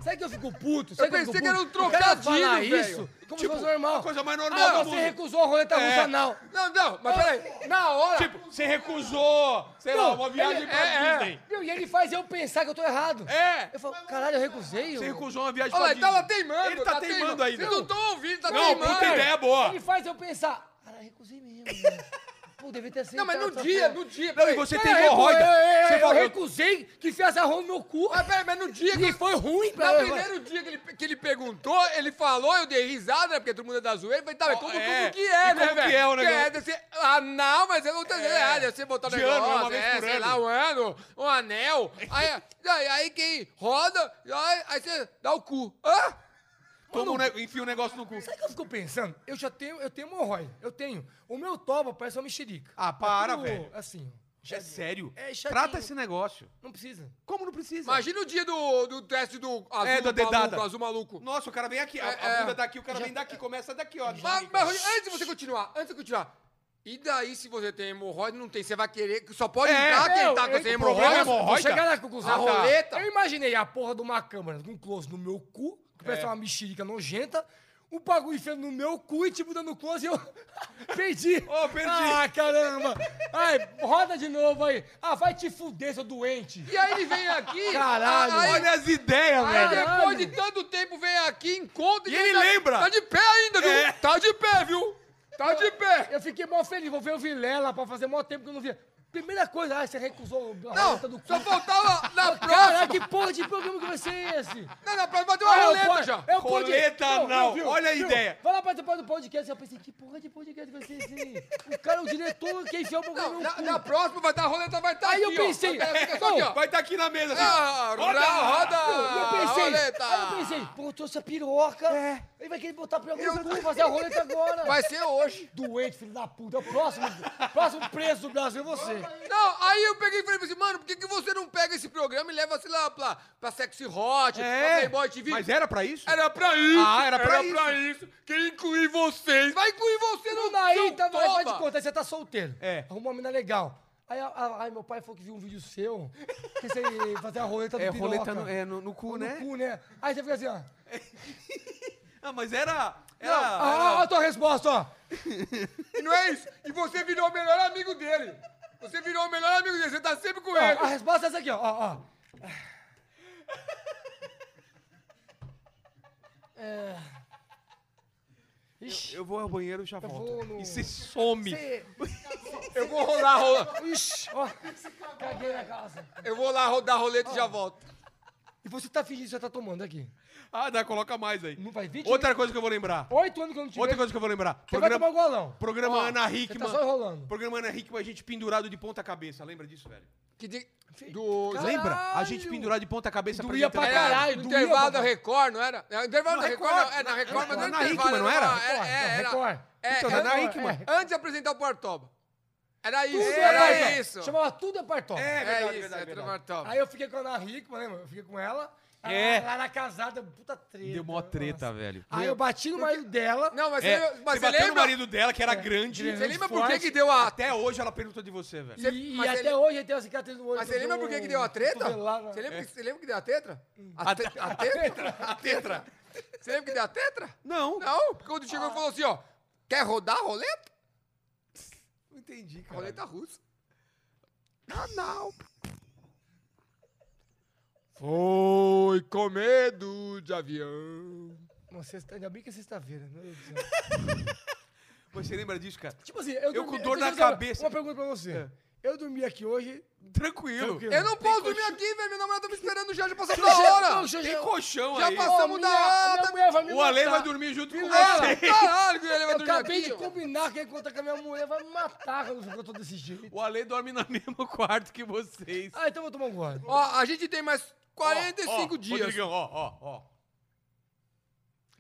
B: Sabe que eu fico puto? Sabe eu fico
C: pensei que era um
B: puto? O cara fala
C: trocadilho,
B: isso
C: velho.
A: Tipo,
B: como se fosse normal.
A: a coisa mais normal
B: Ah,
A: do
B: você
A: mundo.
B: recusou a roleta
A: É.
B: russa, não.
C: Não, não, mas peraí. Na hora.
A: Tipo, você recusou, sei lá,
B: Não,
A: uma viagem
B: ele-
A: pra
C: é,
A: Disney.
B: Meu, e ele faz eu pensar que eu tô errado.
A: É.
B: Eu falo, caralho, eu recusei.
A: Você
B: eu-
A: recusou uma viagem
C: olha lá,
A: pra
C: ele tá
A: Disney.
C: lá teimando.
A: Ele tá, teimando ainda.
C: Vocês não estão ouvindo, tá
A: Não,
C: teimando.
A: puta ideia boa.
B: Ele faz eu pensar, cara, eu recusei mesmo. né? Pô, devia ter tá sido.
C: Não, mas no dia, no
A: Não,
C: dia.
A: e
C: peraí.
A: você
C: Pera-
A: tem hemorroida. Você
B: Eu Ah,
A: falou-
B: recusei que fez a rola no meu cu.
C: Mas peraí, mas no dia que...
B: E foi ruim pra
C: No primeiro dia que ele, que ele perguntou, ele falou, eu dei risada, né? Porque todo mundo é da zoeira. Eu falei, tá, mas como
A: É.
C: tudo que é,
A: E
C: né,
A: como
C: velho?
A: que é o negócio?
C: deve ser- ah, não, mas é outra coisa. É, deve ser botar o
A: De
C: negócio,
A: ano, é uma vez
C: é,
A: por
C: sei
A: ano.
C: lá, um ano, um anel. Aí, aí, aí quem roda, aí, aí você dá o cu. Hã?
A: Toma um ne- enfia um negócio no cu.
B: Sabe o que eu fico pensando? Eu já tenho, eu tenho hemorroida. Eu tenho. O meu toba parece uma mexerica.
A: Ah, para,
B: É tudo
A: velho.
B: Assim,
A: É sério.
B: É chatinho.
A: Trata esse negócio.
B: não precisa.
A: Como não precisa?
C: Imagina o dia do, do teste do azul,
A: É, da dedada.
C: maluco, azul maluco.
A: Nossa, o cara vem aqui. A,
C: É, é.
A: a bunda daqui, o cara vem daqui. Começa daqui, ó.
C: Mas, mas, Rony, antes de você continuar, antes de continuar, e daí se você tem hemorroide, não tem, você vai querer, só pode
A: É.
C: entrar quem tá com
B: eu-
C: sem
B: o problema é
C: hemorroide.
A: hemorroide.
B: Vou chegar na conclusão.
C: A roleta. É.
B: Eu imaginei a porra de uma câmera com um close no meu cu, que parece uma mexerica nojenta, o bagulho enfiando no meu cu e tipo dando close e eu perdi.
A: Oh, perdi.
B: Ah, caramba. Ai, roda de novo aí. Ah, vai te fuder, seu doente.
C: E aí ele vem aqui.
B: Caralho.
C: Aí,
A: Olha as ideias,
C: tá. aí
A: velho.
C: depois de tanto tempo vem aqui, encontra
A: E ele
C: tá-
A: lembra.
C: Tá de pé ainda, viu?
A: É.
C: Tá de pé, viu? Tá de pé.
B: Eu fiquei mó feliz, vou ver o Vilela pra fazer mó tempo que eu não via. Primeira coisa, ah, você recusou a
C: Não,
B: roleta Tá do cu. Tá
C: só faltava
B: Caralho,
C: na próxima.
B: que porra de programa que vai ser esse?
C: Não, na próxima vai ter uma
B: Ah, eu
C: roleta
B: pode-
C: já.
B: eu pode-
A: Roleta não, olha a ideia.
B: Vai lá participar do podcast, eu pensei, que porra de podcast vai ser esse? O cara é o diretor, quem enfiou o programa
C: Não,
B: no
C: na,
B: cu.
C: na próxima vai estar a roleta, vai estar
B: Aí eu
C: aqui,
B: pensei,
C: Ó. Vai tá- fica só aqui,
B: não,
C: ó.
A: Vai estar aqui na mesa.
C: Ah,
A: assim.
C: roda, roda.
B: Eu
A: Ah,
B: pensei,
C: roleta.
B: aí eu pensei, pô, trouxe a piroca,
A: É.
B: ele vai querer botar a piroca no cu, fazer a roleta agora.
C: Vai ser hoje.
B: Doente, filho da puta, é o próximo, próximo preso do Brasil é você.
C: Não, aí eu peguei e falei pra você, mano, por que, que você não pega esse programa e leva, sei lá, pra, pra Sexy Hot, pra
A: É,
C: Playboy TV?
A: mas era pra isso?
C: Era pra isso!
A: Ah, era pra isso.
C: Quem incluir vocês? Vai incluir você no
B: Não, aí, tá, vai, vai
C: toba.
B: de conta, aí você tá solteiro.
A: É.
B: Arruma uma mina legal. Aí, a- a- aí meu pai falou que viu um vídeo seu, que você ia fazer a roleta do
A: É,
B: piroca.
A: roleta no, é, no, no cu,
B: um No
A: né?
B: cu, né? Aí você fica assim, ó.
A: Ah, mas era... era,
B: Ah, olha a tua resposta, ó.
C: E não é isso? E você virou o melhor amigo dele. Você virou o melhor amigo dele, você tá sempre com
B: Ó,
C: ele.
B: a resposta é essa aqui, ó. ó, ó. É. Ixi,
A: Eu vou ao banheiro e já
B: vou
A: volto.
B: no-
A: E você some.
B: cê-
C: Eu vou rolar, rola.
B: Ixi, ó. Caguei na calça.
C: Eu vou lá rodar a roleta e já volto.
B: E você tá fingindo que você tá tomando aqui.
A: Ah, dá, coloca mais aí.
B: Não faz 20
A: Outra coisa que eu vou lembrar.
B: Oito anos que eu não te
A: Outra
B: vejo.
A: coisa que eu vou lembrar.
B: Você vai
A: Programa,
B: tomar um golão.
A: programa
C: Ó,
A: Ana
B: Você
A: Hickman.
B: tá só enrolando.
A: Programa Ana Hickman, a gente pendurado de ponta cabeça. Lembra disso, velho?
C: Que de... Do...
B: Caralho!
A: Lembra? A gente pendurado de ponta cabeça.
B: Doía
A: apresentando-
B: pra
C: Era
B: caralho,
C: É, no
B: doía,
C: intervalo da
B: papai.
C: Record, não era? Era no intervalo
A: No
C: da Record,
A: Record,
C: não. É, na
A: na-
C: Record, mas
A: na-
C: era no
A: na
C: intervalo.
A: Hickman, não
C: uma-
B: era?
C: É, é,
B: Record.
C: era. É,
A: Então,
C: era-
A: na
B: é,
A: Hickman.
B: é.
C: Antes de apresentar o Portoba. Era isso,
B: Tudo
C: era
B: Bartola.
C: isso.
B: Chamava tudo é Bartola.
A: É, verdade,
C: é isso,
A: verdade,
C: é tudo
A: verdade.
C: Portoba.
B: Aí eu fiquei com a Ana Hickman, lembra? Eu fiquei com ela. Ela-
A: É.
B: Ela era casada, puta treta.
A: Deu mó treta, velho.
B: Aí eu bati no marido dela.
C: Não, mas,
A: É,
C: você, mas
A: você
C: você
A: bateu no
C: lembra?
A: marido dela,
B: É.
A: que era grande.
B: grande.
C: Você lembra por
B: forte.
C: que, que deu a
A: Até hoje ela perguntou de você, velho.
B: e-
C: você-
B: e
C: mas
B: até
C: ele-
B: hoje ele tem uma cicatriz no olho.
C: Mas você lembra por que, que deu a treta? Você lembra, que, você lembra que deu a tetra? A, te, a tetra? A tetra. Você lembra que deu a tetra?
A: Não.
C: Não, porque quando
B: Ah.
C: chegou ele falou assim, ó, quer rodar a roleta?
A: Não entendi,
C: A
A: cara.
C: roleta russa. Ah, não. Foi com medo de avião.
B: Sexta, ainda bem que é sexta-feira. meu Deus do céu.
A: Você lembra disso, cara?
B: tipo assim, eu, dormi-
A: com dor
B: deixa
A: na
B: eu fazer
A: cabeça.
B: Uma pergunta pra você.
C: É.
B: Eu dormi aqui hoje.
A: Tranquilo.
B: Tranquilo.
C: Eu não posso dormir aqui, velho. Meu namorado tá me esperando já, já passou da
B: Xuxa,
C: hora.
B: não, Xuxa,
A: Tem colchão
C: Já
A: aí.
C: passou. passamos da hora,
B: Minha
C: tá-
B: mulher vai me
A: O Ale
B: matar.
A: vai dormir junto com
C: Ah,
A: você.
C: caralho, que ele vai
B: Eu
C: dormir
B: acabei
C: aqui.
B: de
C: ó.
B: combinar que encontrar com a minha mulher vai me matar quando eu tô desse jeito.
A: O Ale dorme no mesmo quarto que vocês.
B: Ah, então eu vou tomar um gole.
C: Ó, a gente tem mais 45
A: Ó,
C: dias.
A: Rodrigão, ó, ó, ó.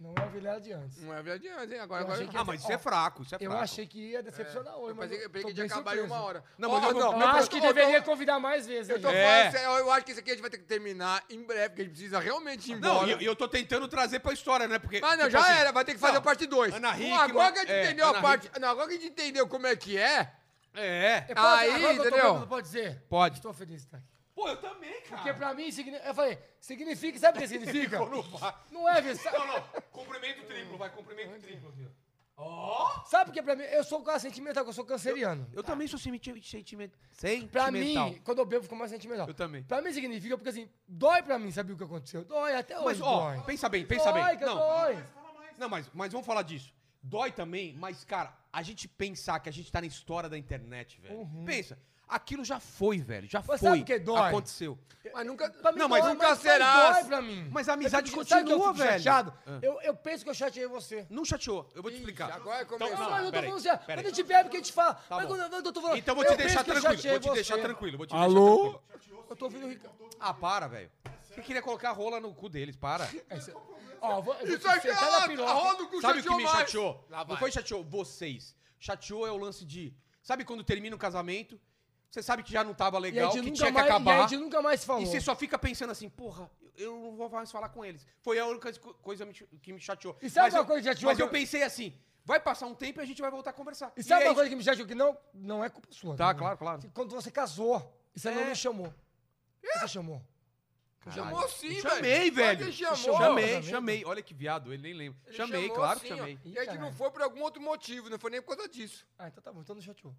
B: Não é o Vilela de antes.
C: Não é verdade, hein?
B: Eu
C: Agora, agora...
B: achei que
A: Ah, mas isso
B: ó,
A: é fraco, isso é
B: Eu
A: fraco.
B: achei que ia decepcionar hoje,
C: Eu
B: mas.
C: pensei,
B: eu
C: eu pensei
B: tô
C: que já
B: bem
C: acabaria
B: surpreso.
C: uma hora.
A: Não, mas eu vou-
C: não,
B: Eu
A: Meu
B: acho
A: Deus,
B: que
C: tô-
B: deveria
C: eu tô-
B: convidar mais vezes. né?
C: Eu tô
B: hein?
A: É.
C: falando sério, eu acho que isso aqui a gente vai ter que terminar em breve, porque a gente precisa realmente ir
A: Não,
C: embora.
A: e e eu tô tentando trazer pra história, né? Porque.
C: Mas não,
A: tipo
C: já
A: assim,
C: era, vai ter que fazer
A: não,
C: a parte 2.
A: Ana Hickman,
C: Agora que a gente
A: é,
C: entendeu a
A: Ana
C: parte. Não, agora que a gente entendeu como é que é.
A: É.
B: Eu posso-
C: Aí,
B: agora que eu tô
C: entendeu?
B: bêbado, Pode dizer?
A: Pode.
B: Estou feliz de estar aqui.
A: Pô, eu também,
B: Porque é
A: cara.
B: pra mim, signi- eu falei, significa, sabe o que significa?
A: Ficou no bar.
B: Não é, Viz.
A: Não, não. Cumprimento triplo, vai, cumprimento triplo aqui, ó.
B: Sabe o que é pra mim? Eu sou um cara sentimental, que eu sou canceriano.
A: Eu também sou sentimento. Sentimento.
B: Pra mim, quando eu bebo, fica mais sentimental.
A: Eu também.
B: Pra mim significa, porque assim, dói pra mim saber o que aconteceu. Dói, até
A: Mas,
B: hoje
A: ó,
B: dói.
A: pensa bem, pensa
B: Dói,
A: bem.
B: cara,
A: Não,
B: dói.
A: não mas, mas vamos falar disso. Dói também, mas, cara, a gente pensar que a gente tá na história da internet, velho. Pensa, aquilo já foi, velho. Já
B: Uhum. Mas
A: foi.
B: sabe o que dói? Uhum.
A: Aconteceu.
C: Mas nunca.
B: Pra mim
A: Não, mas um
B: dói,
C: nunca
B: dói,
C: serás.
B: Dói pra mim.
A: Mas a amizade
B: Eu fico- sabe que eu
A: continua,
B: fico
A: velho.
B: chateado?
A: Ah.
B: Eu, eu penso que eu chateei você.
A: Não chateou, eu vou te
C: Ixi,
A: explicar. Então,
C: agora começou.
B: Não,
C: Não,
B: mas é eu tô
A: peraí,
B: falando
A: peraí.
B: sério.
A: Tá
B: Quando a gente bebe, que a gente fala. mas
A: bom.
B: quando eu tô falando.
A: Então vou te
B: eu
A: deixar
B: penso que eu
A: tranquilo,
B: chateei
A: vou te deixar
B: você.
A: tranquilo, vou te
B: Alô?
A: deixar tranquilo.
B: Eu tô ouvindo o Ricardo.
A: Ah, para, velho. Você queria colocar a rola no cu deles, para.
B: Ó, eu vou, eu vou
C: Isso aí
B: te sentar na
C: é
B: piroca.
C: a roda do cu
A: Sabe o que me
C: mais.
A: chateou?
C: Lá
A: Não
C: vai.
A: foi chateou vocês. Chateou é o lance de... Sabe quando termina o casamento? Você sabe que já não tava
B: E a
A: legal,
B: gente
A: que
B: nunca
A: tinha que
B: mais- e
A: acabar.
B: a gente nunca mais falou.
A: E você só fica pensando assim, porra, eu- eu não vou mais falar com eles. Foi a única co- coisa me- que me chateou.
B: E sabe
A: Mas
B: uma
A: eu-
B: coisa que chateou?
A: Mas eu pensei assim, vai passar um tempo e a gente vai voltar a conversar.
B: E sabe
A: é
B: uma
A: isso.
B: coisa que me chateou? Que não, não é culpa sua.
A: Tá,
B: né?
A: claro, claro.
B: Quando você casou, e você não
A: É.
B: me chamou. assim, Você chamou.
C: Chamou sim, velho.
A: Chamei, velho.
C: Ele chamou.
A: Chamei, chamei. Olha que viado, ele nem lembra.
C: Ele
A: chamei,
C: chamou
A: claro que
B: assim,
C: sim, ó.
A: chamei.
C: E a gente não foi por algum outro motivo, não foi nem por causa disso.
B: Ah, então tá bom, então não chateou.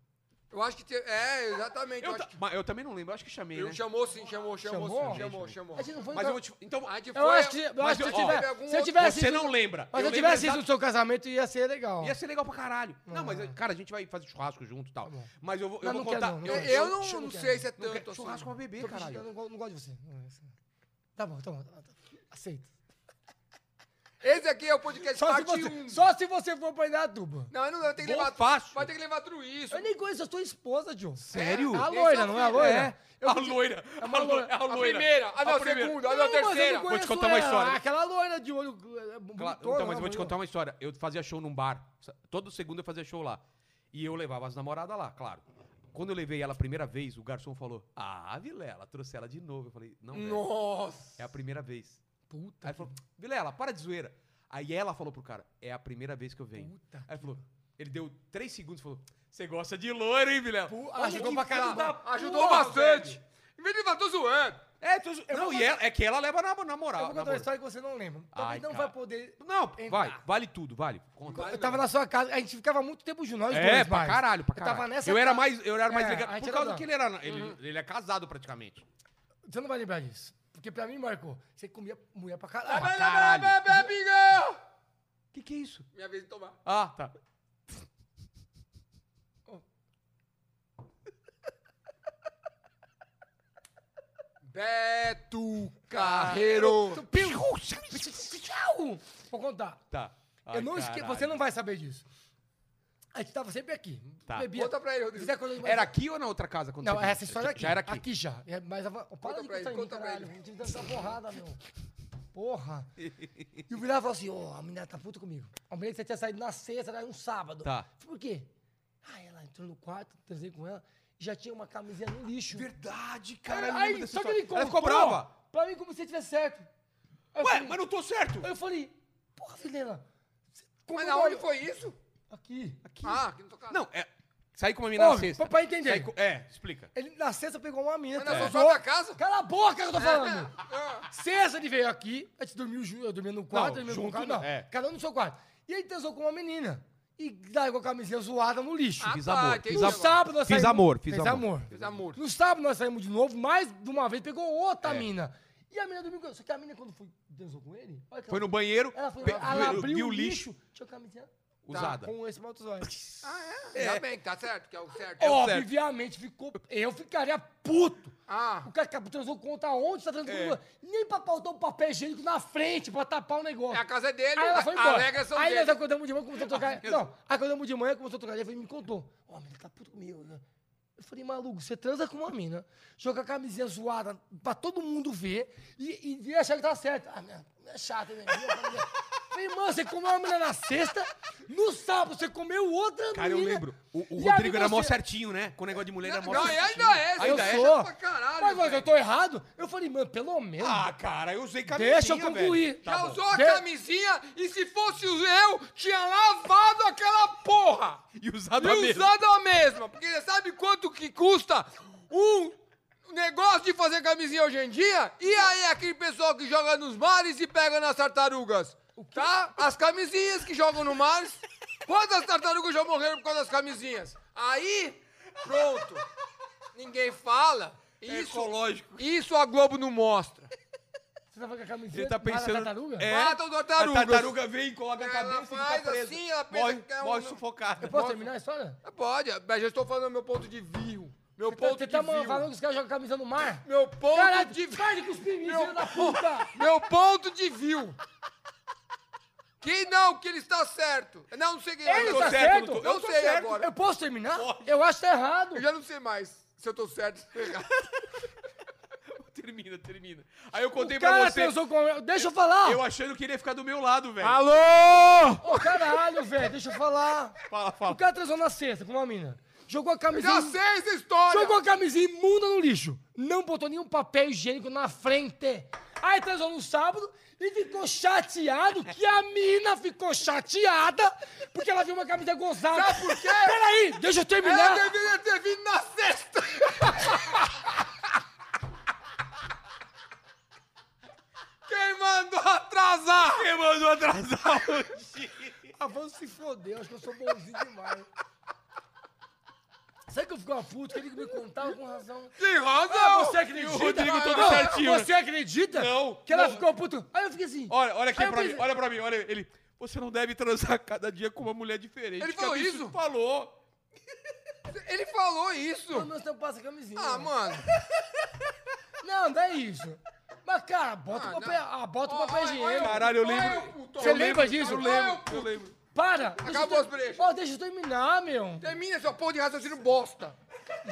C: Eu acho que. Te... É, exatamente. Eu,
A: Eu,
C: acho
A: ta-
C: que...
A: mas eu também não lembro, eu acho que chamei,
C: eu
A: né?
C: chamou sim, chamou, chamou,
B: Chamou?
C: sim, chamou, chamou.
B: A gente não foi
A: Mas
B: então-
A: eu vou te... Então,
C: A gente
B: Eu
C: foi-
B: acho que, eu
C: mas
B: acho que
A: eu-
B: se eu
A: ó,
B: tiver-
C: algum
B: se eu
C: outro-
B: tivesse
A: você
B: isso-
A: não lembra.
B: Mas se eu
A: lembro
B: tivesse isso
A: exato-
B: no seu casamento, ia ser legal.
A: Ia ser legal pra caralho. Não, mas,
B: Ah.
A: cara, a gente vai fazer churrasco junto e tal.
B: bom.
A: Mas eu vou, eu
B: Não,
A: vou
B: não quero,
A: contar.
B: não, não
C: Eu,
A: eu-
B: quero.
C: eu não,
B: Chama
C: não
B: o cara.
C: sei se é
A: não quero-
C: tanto
A: churrasco
C: assim.
A: pra beber,
B: Tô fingindo, Eu
A: caralho.
B: não, go- não gosto de você. Tá bom, tá bom. tá bom. Aceito.
C: Esse aqui é o podcast
B: Só se,
C: parte
B: você,
C: 1.
B: só se você for pra Indaiatuba.
C: Não, eu não eu tenho que
A: Bom,
C: levar.
A: é fácil.
C: Vai ter que levar tudo isso.
B: Eu nem conheço a sua esposa, John.
A: Sério?
B: A loira, não é a loira?
A: É. A loira.
B: É uma
A: a loira.
B: loira.
A: A
C: A
A: loira.
C: primeira, a não, a
A: primeira.
C: segunda, a não, a
B: mas eu
C: terceira.
B: não
A: Vou te
B: conheço
A: contar uma
B: ela.
A: história.
B: Aquela loira de olho. é,
A: Claro,
B: bonitona,
A: então, mas eu
B: né,
A: vou te contar uma história. Eu fazia show num bar. sa- Todo segunda eu fazia show lá. E eu levava as namoradas lá, claro. Quando eu levei ela a primeira vez, o garçom falou: Ah, Vilela, trouxe ela de novo. Eu falei: Não, velho,
C: Nossa.
A: é a primeira vez.
B: Puta.
A: Aí ele falou: Vilela, para de zoeira. Aí ela falou pro cara: É a primeira vez que eu venho.
B: Puta
A: Aí ele falou: Ele deu três segundos e falou: Você gosta de loira, hein, Vilela?
B: Pu-
A: Olha
B: ajudou
A: que
B: pra
A: filho
B: caramba.
A: da
C: Ajudou
A: porra,
C: bastante.
A: velho.
C: Em vez de levar, tô zoando.
A: É, tô zo- não, e ela- é que ela leva na, na moral.
B: Eu vou contar
A: namoro.
B: uma história que você não lembra. Talvez
A: Ai,
B: não
A: cara.
B: vai poder.
A: Não,
B: Entrar.
A: vai, vale tudo, vale. Conta.
B: Eu tava na sua casa, a gente ficava muito tempo junto, nós
A: É,
B: dois,
A: pra
B: mais.
A: caralho, pra
B: Eu
A: caralho. Eu,
B: tava nessa
A: era
B: ca-
A: mais, eu era mais
B: É,
A: legal.
B: a gente Uhum.
A: Por
B: era
A: causa
B: da-
A: que ele era. Ele, ele é casado praticamente.
B: Você não vai lembrar disso. Porque pra mim marcou. Você comia mulher pra
C: Vai,
B: caralho.
C: vai,
A: caralho.
C: vai, vai, vai, Bigão!
A: Que que é isso?
C: Minha vez de tomar.
A: Ah, tá.
C: Beto Carreiro.
B: Tchau! Vou contar.
A: Tá.
B: eu não esque... Você não vai saber disso. A gente tava sempre aqui.
A: Tá.
B: Bebia.
C: Conta pra ele, Rodrigo.
B: Fizer coisa
A: Era aqui ou na outra casa? Quando
B: Não,
A: você
B: essa
A: veio?
B: história aqui.
A: Já era aqui.
B: Aqui já. É, mas a... oh, para
C: Conta
B: de contar em
C: pra ele,
B: mim,
C: conta pra
B: caralho.
C: ele.
B: Eu tive tanta porrada, meu. Porra. E o Vilar falou assim, ô, a menina tá puta comigo. A menina que você tinha saído na sexta, era um sábado.
A: Tá.
B: Falei, Por quê? Ah, ela entrou no quarto, transei com ela, já tinha uma camisinha no lixo.
A: Verdade,
B: Cara,
A: eu lembro
B: aí,
A: dessa
B: só que
A: história.
B: ele comprou.
A: Ela ficou brava.
B: Pra mim, como se tivesse certo. Aí eu
A: Ué,
B: falei-
A: mas não tô certo.
B: Aí eu falei, porra, Vilela. você
C: Mas
B: comprou
C: na
B: uma-
C: onde foi isso?
B: Aqui.
C: Ah, que não tocava.
A: Não, é. Saí com uma mina na
B: Ô, Então,
A: sexta.
B: pra, pra entender.
A: Saí com- É, explica.
B: Ele na sexta pegou uma mina.
C: Mas na
B: transou.
C: sua da casa?
B: Cala a boca que eu tô falando.
C: Ah.
B: Sexta ele veio aqui, a gente dormiu junto, eu dormia no quarto,
A: Não,
B: ele dormia no
A: junto
B: quarto,
A: não,
B: não.
A: é.
B: Cada um no seu quarto. E ele transou com uma menina. E largou a camisinha zoada no lixo.
C: Ah,
A: Fiz
C: tá,
A: amor,
C: entendi
A: fiz
B: no
A: amor.
C: agora.
B: sábado nós
A: Fiz
B: saímos-
A: amor, fiz
B: fez
A: amor. É.
B: amor.
C: Fiz amor.
B: No sábado nós saímos de novo, mais de uma vez, pegou outra mina. E a mina dormiu com ele. Só que a mina, quando foi, transou com ele, olha que
A: Foi
B: ela-
A: no banheiro,
B: Ela foi
A: pe-
B: lá, ela
A: viu-
B: abriu
A: viu
B: o lixo, tinha camisinha
A: Tá. usada.
B: com esse maltozóio.
C: Tá bem, tá certo, que é o certo.
B: Obviamente ficou. Eu ficaria puto.
C: Ah,
B: O cara que transou com outra onde tá transando com
A: É.
B: outra? Nem pra pautar um papel higiênico na frente pra tapar o negócio.
C: a casa é dele,
B: Aí ela foi embora.
C: as regras são
B: aí nós
C: dele.
B: acordamos de manhã, começou a tocar. Não, acordamos de manhã, começou a tocar. Ele foi e me contou. Ó, a menina tá puto comigo. né? Eu falei, maluco, você transa com uma mina, joga a camisinha zoada pra todo mundo ver e, e achar que tá certo. Ah, minha, minha chata, né? Minha camisinha. Eu Falei, mano, você comeu uma menina na sexta, no sábado você comeu outra
A: Cara, eu
B: mina.
A: lembro. O, o
B: e aí
A: Rodrigo era mó
B: você-
A: certinho, né? Com o negócio de mulher era mó
C: Não, e
A: certinho.
C: ainda é,
B: Aí eu
C: ainda é
B: sou.
C: chato pra caralho.
B: mas, mas eu
C: velho.
B: tô errado? Eu falei, mano, pelo menos.
A: Ah, cara, eu usei camisinha,
B: deixa eu concluir.
A: velho.
C: Já
A: Tá bom.
C: usou a
B: De-
C: camisinha e se fosse eu, tinha lavado aquela porra.
A: E usado a
C: E
A: mesma.
C: usado a mesma. é Porque você sabe quanto que custa um negócio de fazer camisinha hoje em dia? E aí aquele pessoal que joga nos mares e pega nas tartarugas? Tá? As camisinhas que jogam no mar. Quantas tartarugas já morreram por causa das camisinhas? Aí, pronto. Ninguém fala.
B: É
C: Isso,
A: É ecológico.
C: isso a Globo não mostra.
B: Você tava com a camisinha
A: Ele tá
B: lá na
A: pensando.
B: tartaruga?
A: É,
C: Matam tartarugas.
A: A tartaruga vem, coloca a
C: Ela
A: cabeça e fica
C: faz
A: presa.
C: assim, ela pensa
A: morre,
C: que é um-
A: morre sufocada.
B: Eu posso terminar a história?
C: Ah, Pode, mas eu estou falando do meu ponto de view. Meu ponto
B: Você
C: de
B: tá
C: view.
B: falando que os caras jogam camisa no mar?
C: Meu ponto
B: Caralho,
C: de
B: para de cuspir em mim,
C: Meu
B: filho da puta!
C: Meu ponto de view. Que não, que ele está certo. Não, não sei quem é.
B: Ele
C: eu tô
B: tá
C: certo.
B: certo?
A: não tô-
C: Eu
A: tô
C: sei
A: certo.
C: agora.
B: Eu posso terminar?
A: Pode.
B: Eu acho que tá errado.
C: Eu já não sei mais se eu tô certo ou se eu tô errado.
A: Termina, termina. Aí eu contei
B: O
A: pra
B: cara
A: você.
B: transou com... Deixa eu falar!
A: Eu achando que ele ia ficar do meu lado, velho.
B: Ah,
C: Alô!
B: Ô, caralho, velho, deixa eu falar.
A: Fala, fala.
B: O cara transou na sexta com uma mina. Jogou a camisinha...
C: Já sei essa história.
B: Jogou a camisinha imunda no lixo. Não botou nenhum papel higiênico na frente. Aí transou no sábado e ficou chateado que a mina ficou chateada porque ela viu uma camisa gozada.
C: Sabe por quê? É, né?
B: Peraí, deixa eu terminar.
C: Ela deveria ter vindo na sexta. atrasar!
A: Quem mandou atrasar hoje?
B: Avanço se fodeu, acho que eu sou bonzinho demais. Sabe que eu ficava puto? Que ele me contava com razão.
C: Tem razão!
B: Ah, você acredita?
C: E o Rodrigo todo
B: Não,
C: certinho.
B: Você acredita?
C: Não,
B: Que ela
C: não.
B: ficou puto. Aí eu fiquei assim.
A: Olha, olha aqui
B: Aí eu
A: pra mim,
B: pensei-
A: olha pra mim, olha ele. Você não deve transar cada dia com uma mulher diferente.
C: Ele
A: Que
C: falou
A: absurdo.
C: isso?
A: Falou.
C: Ele falou isso!
B: Pelo menos não passa a camisinha. né?"
C: Ah, mano!
B: Não, não é isso. Mas, cara, bota
C: Ah,
B: o papel,
C: não.
B: ah, bota o
C: Ó,
B: papel
C: ó,
B: higiênico.
C: ó,
A: Caralho, eu
C: Olha
A: lembro.
C: o puto.
B: Você
A: Eu
B: lembra
A: lembro,
B: disso?
A: Eu
C: Olha o
A: lembro,
C: puto.
A: eu lembro.
B: Para!
C: Acabou as brechas.
B: Ó, deixa eu terminar, meu.
C: Termina seu porra de raciocínio bosta!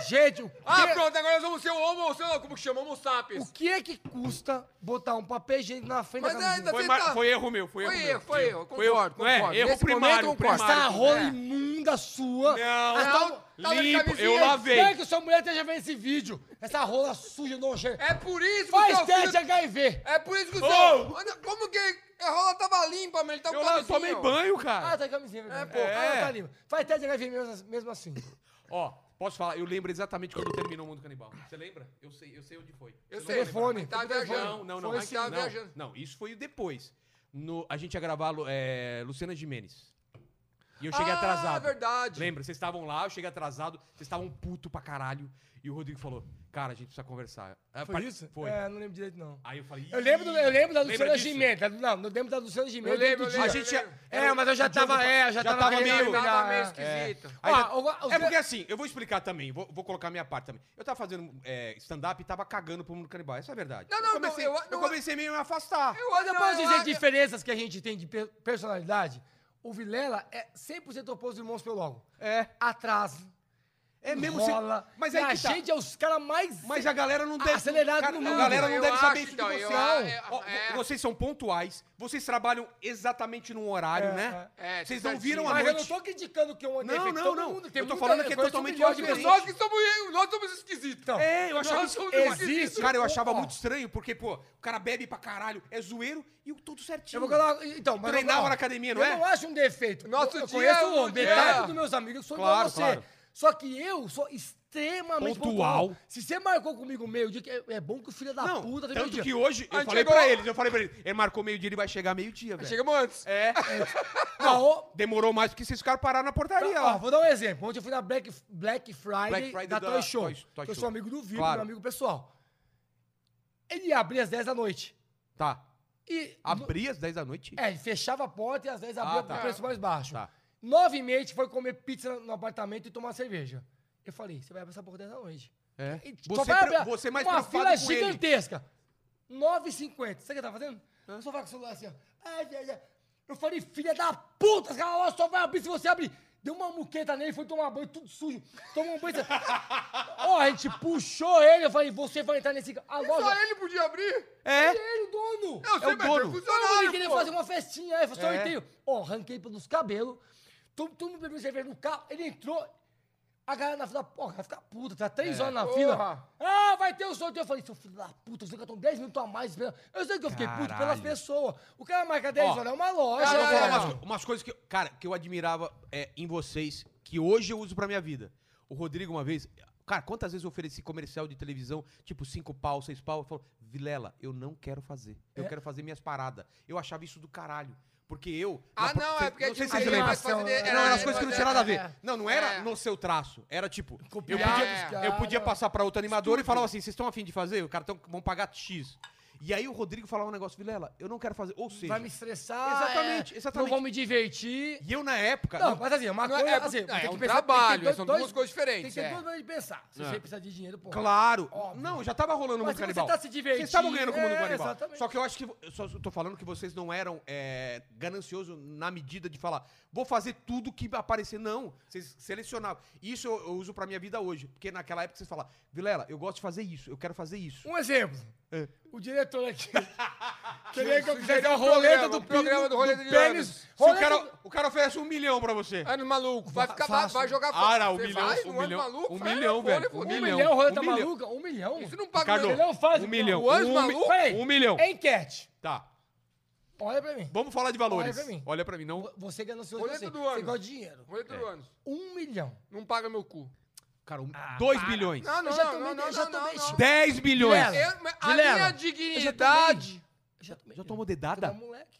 B: Gente, o
C: Ah,
B: que- é-
C: pronto, agora nós vamos ser o homo, sei lá, como que chama, homo
B: O
C: sapiens.
B: que é que custa botar um papel higiênico na frente
C: Mas
B: da camisinha?
C: ainda
A: Foi,
C: Você
A: ma-
C: tá-
A: foi erro meu, foi erro
C: Foi
A: meu.
C: erro, foi erro,
A: Foi erro.
C: concordo,
A: Não é,
C: concordo.
A: erro
C: Nesse
A: primário,
C: momento, concordo.
B: Essa
A: primário.
B: Tá rola imunda sua.
A: Não,
B: Essa-
C: é. Não, tá de
A: Limpo,
C: camisinha.
A: eu lavei.
B: Espero que sua mulher esteja vendo esse vídeo. Essa rola suja, nojenta.
C: É por isso que
B: Faz
C: seu
B: teste
C: filho...
B: HIV.
C: É por isso que o seu...
A: Ô!
C: Olha, Como que a rola tava limpa, mano? Ele tá
A: Eu lá tomei banho,
B: Ah,
A: cara.
B: tá de camisinha, verdade.
C: É,
B: É,
C: pô.
B: pô. Ah, tá limpo. Faz teste de HIV mesmo, mesmo assim.
A: Ó, posso falar? Eu lembro exatamente quando terminou o Mundo Canibal. Você lembra? Eu sei, eu sei onde foi.
C: Eu
A: Você
C: sei,
B: telefone,
C: Tá
B: telefone.
C: viajando.
A: Não, não, não.
B: Foi
A: mas
B: sim.
C: Tava
A: não,
C: viajando.
A: não, isso foi depois. No, a gente ia gravar Lu- é, Luciana Gimenez. E eu cheguei
C: Ah,
A: atrasado.
C: verdade.
A: Lembra? Vocês estavam lá, eu cheguei atrasado, vocês estavam puto pra caralho. E o Rodrigo falou: Cara, a gente precisa conversar. Ah,
B: Foi
A: par-
B: isso?
A: Foi.
B: É, não lembro direito, não.
A: Aí eu falei.
B: Eu lembro, do- eu lembro da
A: Lembra
B: Luciana
A: disso?
B: Gimenez. da- Não, eu lembro da Luciana Gimenez.
C: Eu lembro,
B: do
C: eu
A: A
B: dia.
A: gente ia-
B: É, mas eu já
A: O Diogo
B: tava, é, eu já
A: já
B: tava,
A: tava
B: querendo
A: meio-
B: melhorar.
C: Tava meio esquisito.
A: Aí
B: Ah,
A: tá-
B: o- os
A: é
B: de-
A: porque assim, eu vou explicar também, vou, vou colocar a minha parte também. Eu tava fazendo é, stand-up e tava cagando pro mundo canibal, essa é a verdade.
C: Não, não,
A: eu comecei,
C: não, eu-
A: eu,
C: não-
A: comecei meio a me afastar.
C: Eu
B: Mas eu posso
C: não,
B: dizer
C: eu-
B: diferenças que a gente tem de pe- personalidade? O Vilela é 100% oposto do Irmãos pelo Logo.
A: É,
B: Atraso,
A: é mesmo se-
B: rola.
A: Mas
B: e
A: aí
B: a
A: que tá.
B: gente é os caras mais...
A: Mas a galera não deve.
B: Acelerado
A: cara,
B: no
A: A
B: mundo.
A: galera não
C: Eu
A: deve
C: acho,
A: saber isso
C: então,
A: de
C: eu
A: você.
C: a-
A: Não.
C: é-
A: Ó,
C: é.
A: Vocês são pontuais, vocês trabalham exatamente num horário,
B: É,
A: né?
C: é. É,
A: vocês
C: tá
A: não viram
C: certinho.
A: a
B: Mas eu não
A: noite.
B: tô criticando que um é
A: Não,
B: defeito.
A: não,
B: todo
A: não.
B: mundo tem
A: Eu tô
B: muita-
A: falando que é
B: eu conheço
A: totalmente
B: milhões de
A: diferente.
C: Nós
B: pessoas
C: que somos... Nós somos esquisitos.
B: Então,
A: É, eu achava
C: Nós
A: isso.
C: somos
A: eu-
B: existe-
A: Cara, eu
B: Ó.
A: achava muito estranho, porque, pô, o cara bebe pra caralho, é zoeiro e o tudo certinho.
B: Eu vou colocar... Então, mas eu-
A: Treinava
B: ó,
A: na academia, não
B: eu
A: é?
B: Eu não acho um defeito.
C: Nosso
B: eu, eu
C: dia
B: conheço
C: é um
B: o-
C: dia.
B: metade dos meus amigos, eu sou igual
A: Claro,
B: a você.
A: claro.
B: Só que eu sou extremamente
A: Pontual.
B: pontual. Se você marcou comigo meio dia, que é- é bom que o filho da
A: Não,
B: puta... tem
A: tanto
B: meio-dia.
A: que hoje,
C: A
A: eu
C: gente
A: falei
C: chegou-
A: pra eles, eu falei pra eles, ele marcou meio-dia, ele vai chegar meio-dia, velho.
C: Chegamos antes.
A: É,
B: Não,
A: demorou mais porque vocês ficaram parados na portaria
B: Ó,
A: lá.
B: vou dar um exemplo. Ontem eu fui na Black, Black, Friday,
A: Black Friday
B: da
A: da
B: Toy Show.
A: Toy- Toy
B: que eu
A: Show.
B: sou amigo do Vitor,
A: Claro.
B: meu amigo pessoal. Ele abria às 10 da noite.
A: Tá,
B: E.
A: abri às 10 da noite?
B: É, ele fechava a porta e às 10 abria
A: Ah, tá.
B: pro preço mais baixo.
A: Tá.
B: Nove e meia a gente foi comer pizza no apartamento e tomar cerveja. Eu falei, você vai abrir essa porta 10 da noite.
A: É.
B: E só
A: Você,
B: vai
A: pre-
B: abrir-
A: você é mais
B: Uma
A: preocupado
B: fila
A: com ele.
B: gigantesca. 9h50. Sabe o que tá fazendo? Só vai com o celular assim, ó. Ai, ai, ai. Eu falei, filha da puta, essa loja só vai abrir se você abrir. Deu uma muqueta nele, foi tomar banho, tudo sujo. Tomou um banho. sabe? Ó, a gente puxou ele, eu falei, você vai entrar nesse. ca- A
C: Só
B: loja.
C: ele podia abrir.
A: É,
B: Ele, o dono.
C: Eu sei,
A: o
C: mas foi
A: dono.
B: Não,
C: funcionário,
B: ele queria
C: pô.
B: fazer uma festinha, aí, foi
A: É.
B: sorteio. Ó, arranquei pelos cabelos, todo, todo mundo bebeu cerveja no carro, ele entrou, a galera na fila, porra, vai ficar puta, tá três horas na
C: É. Porra.
B: fila. Ah, vai ter o sorteio. Eu falei, seu filho da puta, você gastou 10 minutos a mais esperando. Eu sei que eu fiquei puto pelas
A: Caralho.
B: pessoas. O cara marca 10
A: Ó,
B: horas, é uma loja.
A: Deixa eu
C: Ah,
A: falar
C: é.
A: umas, co- umas coisas que, eu- cara, que eu admirava é, em vocês, que hoje eu uso pra minha vida. O Rodrigo, uma vez. Cara, quantas vezes eu ofereci comercial de televisão, tipo cinco pau, seis pau, eu falo, Vilela, eu não quero fazer. Eu
B: É?
A: quero fazer minhas paradas. Eu achava isso do caralho. Porque eu. na-
C: Ah, não,
A: cê-
C: é porque...
A: Não sei se vocês
B: aí é
A: lembram.
B: mais-
A: Não, eram as coisas que não tinha nada a ver. Não, não era
C: É.
A: no seu traço. Era tipo. Eu
B: Copiar
A: podia,
C: dos
A: eu podia
B: caras.
A: passar pra outro animador e falava assim: vocês estão afim de fazer? O cara tão, vão pagar X. E aí o Rodrigo falava um negócio, Vilela, eu não quero fazer. Ou seja.
B: Vai me estressar.
A: Exatamente,
B: é,
A: exatamente.
B: Não vão me divertir.
A: E eu na época.
B: Não, mas assim, uma
C: Não,
B: coisa
C: é-
B: assim,
C: é
B: tem que
C: um
B: pensar- tem que ter
C: trabalho,
B: dois-
C: são
B: dois-
C: duas coisas diferentes,
B: Tem que
C: é.
B: ter duas maneiras de pensar. Se
A: É.
B: você precisar de dinheiro, porra.
A: Claro!
B: Óbvio.
A: Não, já tava rolando o mundo
B: Mas se você
A: canibal.
B: tá se divertindo,
A: Vocês estavam ganhando com o mundo
B: é,
A: canibal.
B: exatamente.
A: Só que eu acho que. Eu só tô falando que vocês não eram é, ganancioso na medida de falar, vou fazer tudo que aparecer. Não. Vocês selecionavam. Isso eu, eu uso pra minha vida hoje. Porque naquela época vocês falavam, Vilela, eu gosto de fazer isso, eu quero fazer isso.
B: Um exemplo.
A: É.
B: O diretor aqui queria que eu fizesse
C: um
B: a roleta
C: programa,
B: do pênis.
C: um programa do
B: Do
C: roleta de
B: pênis.
A: Se o
B: Roleta
A: cara, o cara oferece um milhão pra você.
C: Ano maluco, vai ficar, vai,
B: Fácil.
C: vai jogar
A: Ah, não, um
C: Você
A: milhão,
C: vai,
A: um
C: não é
A: milhão,
C: maluco,
A: um
C: vai,
A: milhão,
C: não,
A: velho,
C: olha, pô,
A: um
B: Um milhão,
A: milhão,
B: roleta
A: um milhão.
B: maluca? Um milhão?
C: Isso é não paga
A: Ricardo,
B: Um
C: nada.
B: milhão faz
A: um milhão.
C: O anjo
A: um, mi-
C: maluco?
B: Peraí.
A: um milhão.
B: Enquete.
A: Tá.
B: Olha pra mim.
A: Vamos falar de valores.
B: Olha pra mim.
A: Olha pra mim. Não,
B: Você é ganhou seu
C: Roleta
B: você.
C: do ano.
B: Você gosta de dinheiro.
C: Roleta
A: É.
C: do ano.
B: Um milhão. Ah,
C: Não paga meu cu.
A: cara, um, dois bilhões.
C: Não, não,
B: Eu já
C: não,
B: tomei-
C: não, não,
B: eu já
C: não, não,
B: tomei
C: não.
B: chip.
A: Dez bilhões.
B: Vilela.
C: Eu- mas a
B: Vilela,
C: minha
B: eu já tomei.
C: dignidade
B: Já, tomei,
A: já tomou dedada?
B: Tomei um moleque.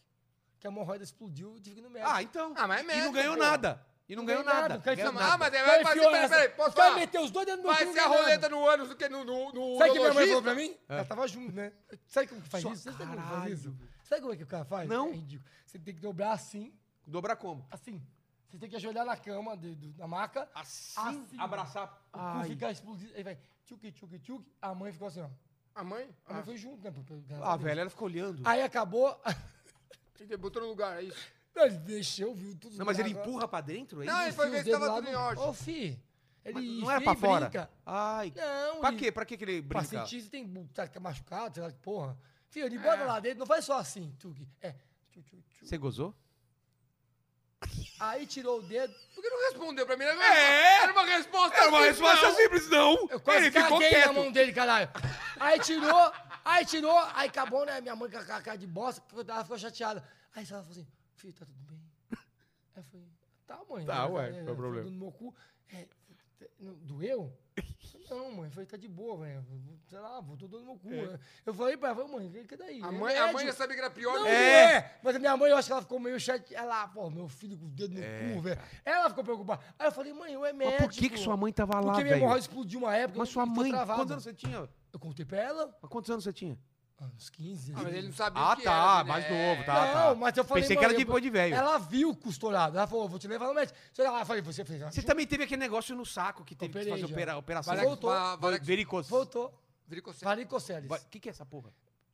B: Que a hemorroida explodiu e tive que ir no médico.
A: Ah, então.
C: Ah, mas é
A: e
C: médico,
A: não ganhou
C: pô.
A: nada. E não, ganhou nada.
B: o cara
A: Ganhou
B: enfiou-
A: nada.
C: Ah, mas aí
B: O
C: vai
B: cara
C: fazer.
B: enfiou
C: Peraí,
B: essa-
C: peraí, posso
B: o cara
C: falar?
B: meteu os dois dentro do meu né,
C: Vai
B: cu,
C: ser a
B: não ganha
C: roleta
B: nada.
C: no ânus do que no. no, no
B: Sabe o que minha mãe falou pra
C: urologista?
B: mim? Ela tava junto, né? Sabe como que faz
A: Só-
B: isso? Você sabe como que faz
A: caralho.
B: isso? Sabe como é que o cara faz?
A: Não.
B: É ridículo. Você tem que dobrar assim,
A: Dobrar como?
B: assim. Você tem que ajoelhar na cama, de- do- na maca.
D: Assim,
B: Assim.
D: abraçar.
B: O cu
A: Ai.
B: fica explodido. Aí vai tchuc, tchuc, tchuc. A mãe ficou assim, ó.
C: A mãe?
B: A mãe foi junto, né? pra- pra- graças
A: Ah,
B: a Deus.
A: velho, ela ficou olhando.
B: Aí acabou.
C: Ele botou no lugar, é isso.
B: Não, ele mexeu, viu tudo.
A: Não, mas ele
B: Agora-
A: empurra pra dentro? É
C: Não,
A: isso?
C: ele foi
B: enfia
C: ver
B: os
C: se tava
B: dedos lá
C: tudo em
B: no-
C: ordem.
B: Ô, fi.
A: Mas
B: Ele
A: não
B: enfia
A: era pra
B: e
A: fora?
B: brinca.
A: Ai.
B: Não,
A: pra
B: ele-
A: quê? Pra quê que ele
B: Pra
A: brinca?
B: sentir se tem bu- tá tá machucado, sei lá que porra. Filho, ele bota
C: É.
B: lá dentro, não faz só assim, Tug. É. Tchu, tchu, tchu.
A: Você gozou?
B: Aí tirou o dedo.
C: Por que não respondeu pra mim? Era uma,
A: É.
C: era uma resposta.
A: Era uma
C: assim,
A: resposta
C: não.
A: simples, não.
B: Eu quase
A: ele ficou
B: caguei na
A: quieto.
B: mão dele, caralho. Aí tirou, aí tirou, aí acabou, né? Minha mãe com a com a cara de bosta, ficou- ela ficou chateada. Aí ela falou assim, filho, tá tudo bem? Aí eu falei, tá, mãe.
A: Tá,
B: Ela
A: ué,
B: falou,
A: qual é o
B: "Foi
A: problema?"
B: do meu cu. É, t- não- doeu? Não, mãe, foi, tá de boa, velho. Sei lá, voltou dor no meu cu.
A: É.
B: né? Eu falei pra ela, falei, mãe, que- que daí?
C: A
B: É
C: mãe, a mãe
B: médico."
C: já sabia que era pior.
B: Não,
C: né?
A: É.
B: é. Mas a minha mãe, eu acho que ela ficou meio chateada. Ela, pô, meu filho com o dedo no cu, velho. Ela ficou preocupada. Aí eu falei, mãe, eu é
A: É, Mas
B: médico.
A: por que, que sua mãe tava lá,
B: Porque minha
A: velho?
B: hemorroida explodiu uma época.
A: Mas
B: eu
A: sua
B: fiquei
A: mãe,
B: travado.
A: quantos anos você tinha?
B: Eu contei pra ela,
A: Mas Quantos anos você tinha?
B: ah, uns 15.
C: Ah, mas ele não
B: não
C: sabia o
A: Ah,
C: que
A: tá,
C: era, né?
A: mais novo, tá,
B: Não,
A: tá.
B: mas eu falei...
A: Pensei que
B: mãe,
A: era
B: eu-
A: depois de velho.
B: Ela viu o costurado. Ela falou, vou te levar no médico. Sei lá, eu falei, você fez...
A: Você também teve aquele negócio no saco que teve
B: Operei
A: que fazer
B: já.
A: opera- operação.
B: Valex- Voltou.
C: Va- Valex-
A: Varicose.
B: Voltou.
C: Varicocele.
B: Varicoceles.
A: Va- que, que é essa porra?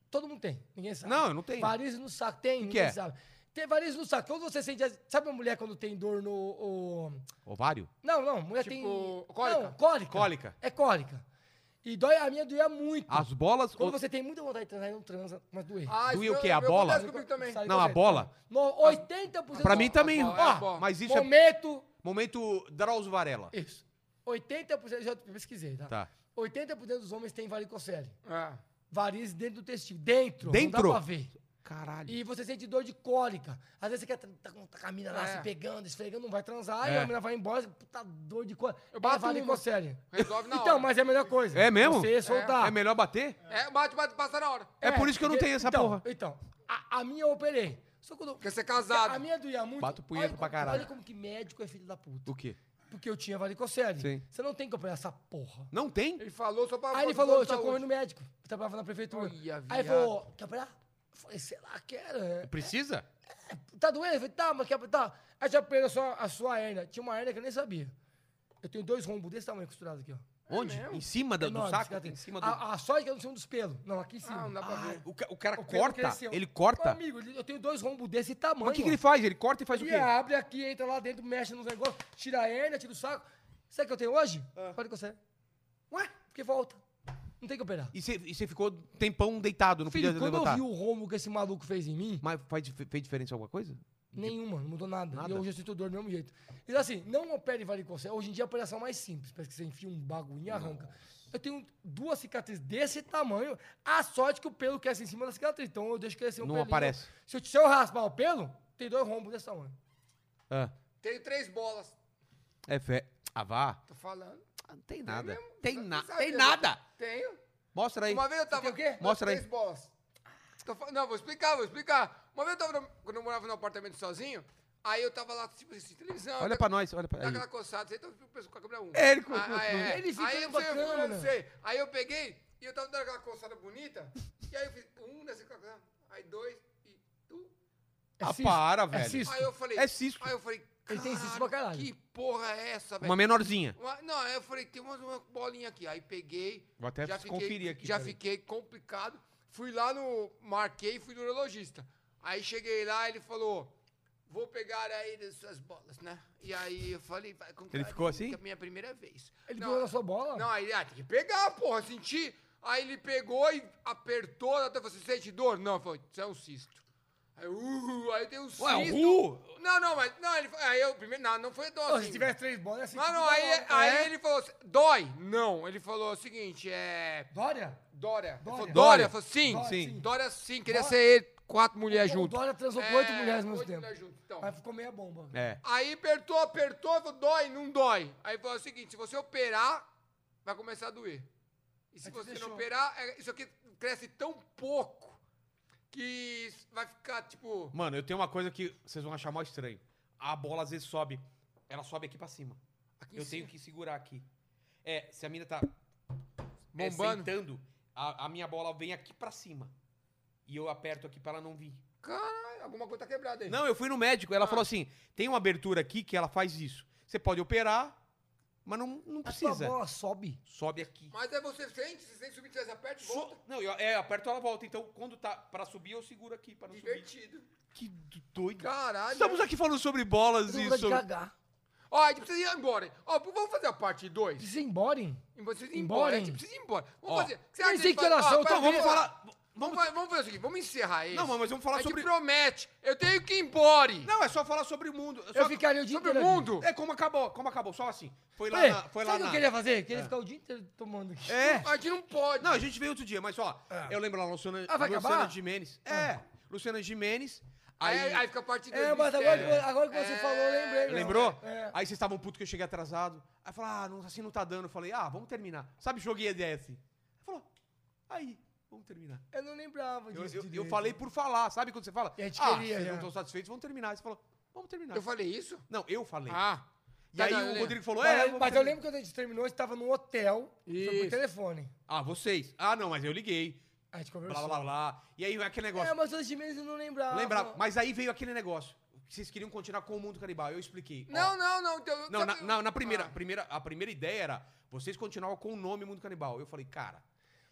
B: Todo mundo tem, ninguém sabe.
A: Não, eu não tenho.
B: Varizes no saco, tem, ninguém
A: é?
B: sabe. Tem varizes no saco. Quando você sente... as- Sabe uma mulher quando tem dor no... o-
A: Ovário?
B: Não, não, mulher
C: Tipo,
B: tem...
C: cólica?
B: Não, cólica.
A: Cólica.
B: É cólica. E dói, a minha doía muito.
A: As bolas...
B: Quando
A: ou-
B: você tem muita vontade de transar e não transa, mas doer.
C: Ah, isso
A: Doía o
C: meu-
A: quê? A
C: meu
A: bola?
C: acontece comigo também.
B: Sai
A: Não, a
B: correndo.
A: bola.
B: No, 80%
A: Pra
B: da-
A: mim também.
C: a bola, é a
A: Ó,
C: bola.
A: mas isso é...
B: Momento.
A: Momento Drauzio Varela.
B: Isso. 80%, já pesquisei, tá?
A: Tá.
B: 80% dos homens têm varicocele.
C: É.
B: Varizes dentro do testículo. Dentro.
A: Dentro?
B: Não dá pra ver.
A: Caralho.
B: E você sente dor de cólica. Às vezes você quer tra- tá com tá com a mina lá
C: É.
B: se pegando, esfregando, não vai transar, e
A: É.
B: a mina vai embora, puta dor de cólica.
C: Eu bato
B: é varicocele.
C: Resolve na
B: então,
C: hora.
B: mas é a melhor coisa.
A: É mesmo?
B: Você soltar.
A: É melhor bater?
C: É, bate, bate, passa na hora.
A: É por isso que eu não
B: porque-
A: tenho essa
B: então,
A: porra.
B: Então, a, a minha eu operei. Só quando.
C: Quer ser é casado.
B: A minha doía muito.
A: Bato punheta
B: Olha como-
A: pra caralho.
B: Olha como que médico é filho da puta.
A: O quê?
B: Porque eu tinha varicocele.
A: Sim.
B: Você não tem que operar essa porra.
A: Não tem?
C: Ele falou só pra...
B: Aí ele falou, eu tinha corrido no médico. Eu trabalhava na prefeitura.
C: tá Olha,
B: Aí
C: viado.
B: ele falou, quer operar? Eu falei, sei lá, quero. é.
A: Precisa?
B: Tá doendo? Eu falei, tá, mas quer tá. Aí já operou a sua, a sua hérnia. Tinha uma hérnia que eu nem sabia. Eu tenho dois rombos desse tamanho costurados aqui, ó.
A: Onde? em cima da- do,
B: Enormes,
A: saco?
B: cara, tem-
A: Em cima do...
B: a, a sorte é que eu não sei um dos pelos. Não, aqui em cima.
C: Ah, não dá pra
A: Ah,
C: ver.
A: o, ca- o cara
B: O pelo
A: corta?
B: cresceu.
A: Ele
B: Meu
A: corta?
B: amigo, ele- eu tenho dois rombos desse tamanho.
A: Mas o que, que
B: ó.
A: ele faz? Ele corta e faz o
B: Ele é
A: quê?
B: abre aqui, entra lá dentro, mexe nos negócios, tira a hérnia, tira o saco. Sabe o que eu tenho hoje?
A: Ah.
B: Pode que você. Ué? Porque volta. Não tem que operar.
A: E você- E você ficou um tempão deitado, não
B: Filho,
A: podia
B: quando
A: levantar?
B: eu vi o rombo que esse maluco fez em mim,
A: Mas faz, dif- fez diferença alguma coisa?
B: nenhuma, não mudou nada.
A: Nada.
B: E hoje eu sinto dor do mesmo jeito. Então, assim, não opere varicocele. Hoje em dia a operação é mais simples. Parece que você enfia um bagulho e arranca. Eu tenho duas cicatrizes desse tamanho. A sorte que o pelo cresce em cima da cicatriz. Então eu deixo crescer o
A: Não
B: pelinho.
A: aparece.
B: Se eu, se eu raspar o pelo, tem dois rombos desse tamanho.
A: Ah,
C: Tenho três bolas.
A: é fé. Ah, vá.
C: Tô falando.
A: Ah, Não tem nada.
C: mesmo?
A: Tem,
C: Não
A: na...
C: sabe,
A: tem
C: né?
A: nada.
C: Tenho.
A: Mostra aí.
C: Uma vez eu tava...
B: tem o quê?
A: Mostra aí.
C: Três bolas. Tô fa- Não, vou explicar, vou explicar. Uma vez eu tava... no- Quando eu morava num apartamento sozinho, aí eu tava lá, tipo assim, televisão...
A: Olha
C: tá-
A: pra nós, olha pra
C: Dá
A: aí.
C: aquela coçada, você então eu fico com a câmera 1.
A: É, ele-
B: ele fica
C: aí, eu
B: na
C: sei, eu fico
B: câmera.
C: olhando você. Aí eu peguei e eu tava dando aquela coçada bonita. e aí eu fiz um nessa coçada, aí dois e tu.
A: Ah,
B: cisto,
A: para, velho.
B: É cisto.
C: Aí eu falei.
A: É cisco.
C: Aí eu falei.
B: Ele tem cisto pra caralho.
C: Que porra é essa, velho?
A: Uma menorzinha.
C: Uma- Não, aí eu falei, tem umas- uma, bolinha aqui. Aí peguei.
A: Vou até conferir aqui,
C: Já
A: peraí.
C: fiquei complicado. Fui lá no. Marquei e fui no urologista. Aí cheguei lá, ele falou. Vou pegar aí das suas bolas, né? E aí eu falei, vai com
A: Ele ficou assim?
C: que é a minha primeira vez.
B: Ele
C: Não,
B: pegou na sua bola?
C: Não, aí ah, tem que pegar, porra, senti. Aí ele pegou e apertou, até você sente dor? Não, foi, isso é um cisto. Aí, uh, aí tem um cisto.
A: Ué, uh!
C: Não, não, mas não, ele fa- aí eu primeiro, não, não foi dor.
B: Pô,
C: assim.
B: se tiver três bolas, é cinco.
C: Não, não,
B: dá
C: aí,
B: logo.
C: aí
B: É.
C: ele falou, assim, dói? Não, ele falou o seguinte, é
B: Dória?
C: Dória. Ele
B: Dória.
C: falou,
A: Dória.
C: Dória, falou sim,
B: Dória,
A: sim.
C: sim. Dória sim, queria
B: Dória.
C: ser ele, quatro mulheres
B: O
C: junto.
B: Dória transou com
C: É,
B: oito mulheres ao mesmo
C: oito
B: tempo.
C: mulheres junto, então.
B: Mas ficou meia bomba.
A: É.
C: Aí apertou, apertou, falou, dói, não dói. Aí falou o seguinte, se você operar, vai começar a doer. E se
B: Aí você
C: você não
B: deixou.
C: operar, é- isso aqui cresce tão pouco que vai ficar, tipo.
A: Mano, eu tenho uma coisa que vocês vão achar mó estranho. A bola às vezes sobe. Ela sobe aqui pra cima.
C: Aqui em
A: eu tenho
C: cima.
A: que segurar aqui. É, se a mina tá é,
C: Bombando.
A: sentando, a, a minha bola vem aqui pra cima. E eu aperto aqui pra ela não vir.
C: Caralho, alguma coisa tá quebrada aí.
A: Não, eu fui no médico.
C: Ah.
A: Ela falou assim: tem uma abertura aqui que ela faz isso. Você pode operar, mas não, não
B: A sua
A: precisa.
B: bola sobe.
A: Sobe aqui.
C: Mas aí você sente, você sente subir, você aperta e
A: So-
C: volta.
A: Não, eu, é, eu aperto ela volta. Então, quando tá pra subir, eu seguro aqui pra não subir.
C: Divertido.
A: Que do- doido.
C: Caralho.
A: Estamos aqui falando sobre bolas
B: Eu
A: e
B: vou
A: sobre.
B: cagar.
C: Ó, a gente precisa ir embora. hein? Ó, vamos fazer a parte 2?
B: Precisa ir embora, hein?
C: Vocês ir
B: Embora,
C: embora, a
B: hein?
C: gente precisa ir embora. Vamos
A: Ó.
C: fazer. O que Você
B: Mas
C: acha
B: sem
C: que a gente faz-
B: coração,
C: Ó,
B: então
C: pera-
A: Vamos
C: pera-
A: falar.
C: Vamos,
A: Vamos...
C: fa- vamos fazer o seguinte, vamos encerrar isso.
A: Não, mas vamos
B: É
A: falar
C: a gente
A: sobre-
C: promete. Eu tenho que ir embora.
A: Não, é só falar sobre o mundo. Só-
B: Eu ficaria o dia
C: Sobre o
B: inteiro ali.
C: mundo.
A: É como acabou, como acabou, só assim. Foi lá
B: Ei,
A: na. Foi lá
B: sabe o que
A: na...
B: eu queria fazer? Eu queria ficar o dia inteiro tomando aqui.
A: É.
C: A gente não pode.
A: Não, a gente veio outro dia, mas ó, eu lembro lá, Luciana,
B: Ah, vai
A: Luciana
B: acabar? Ah.
A: Gimenez. É, Luciana Gimenez.
C: aí,
A: Aí,
C: aí, aí fica a parte 2.
B: É, mas agora, que- agora que você
C: É.
B: falou, eu lembrei. meu.
A: lembrou?
B: É.
A: Aí vocês estavam puto que eu cheguei atrasado. Aí falaram, ah, não, assim não tá dando. Eu falei, ah, vamos terminar. Sabe, joguei a ideia assim. Falou, aí, vamos terminar.
B: Eu não lembrava
A: Eu,
B: disso.
A: eu- eu
B: direito. né?
A: falei por falar, sabe quando você fala?
B: E a gente
A: ah,
B: queria,
A: vocês
B: já.
A: não estão satisfeitos, vamos terminar. Aí você falou, vamos terminar.
C: Eu falei isso?
A: Não, eu falei.
C: Ah.
A: e
C: Tá,
A: aí
C: não, eu
A: o
C: lembro.
A: Rodrigo falou,
B: Mas,
A: é,
B: mas
A: vamos
B: eu
A: terminar."
B: lembro que quando a gente terminou, a gente tava num hotel. Foi
C: Isso.
B: por telefone.
A: Ah, vocês. Ah, não, mas eu liguei.
B: A gente
A: Blá,
B: conversou.
A: blá, blá, blá. E aí aquele negócio.
B: É, mas antes de menos eu não lembrava.
A: Lembrava, mas aí veio aquele negócio. que Vocês queriam continuar com o mundo canibal. Eu expliquei. ó.
C: Não, não, não. Então,
A: Não, na,
C: sabe-
A: na- na primeira,
C: Ah.
A: primeira, a primeira ideia era vocês continuavam com o nome Mundo Canibal. Eu falei, cara,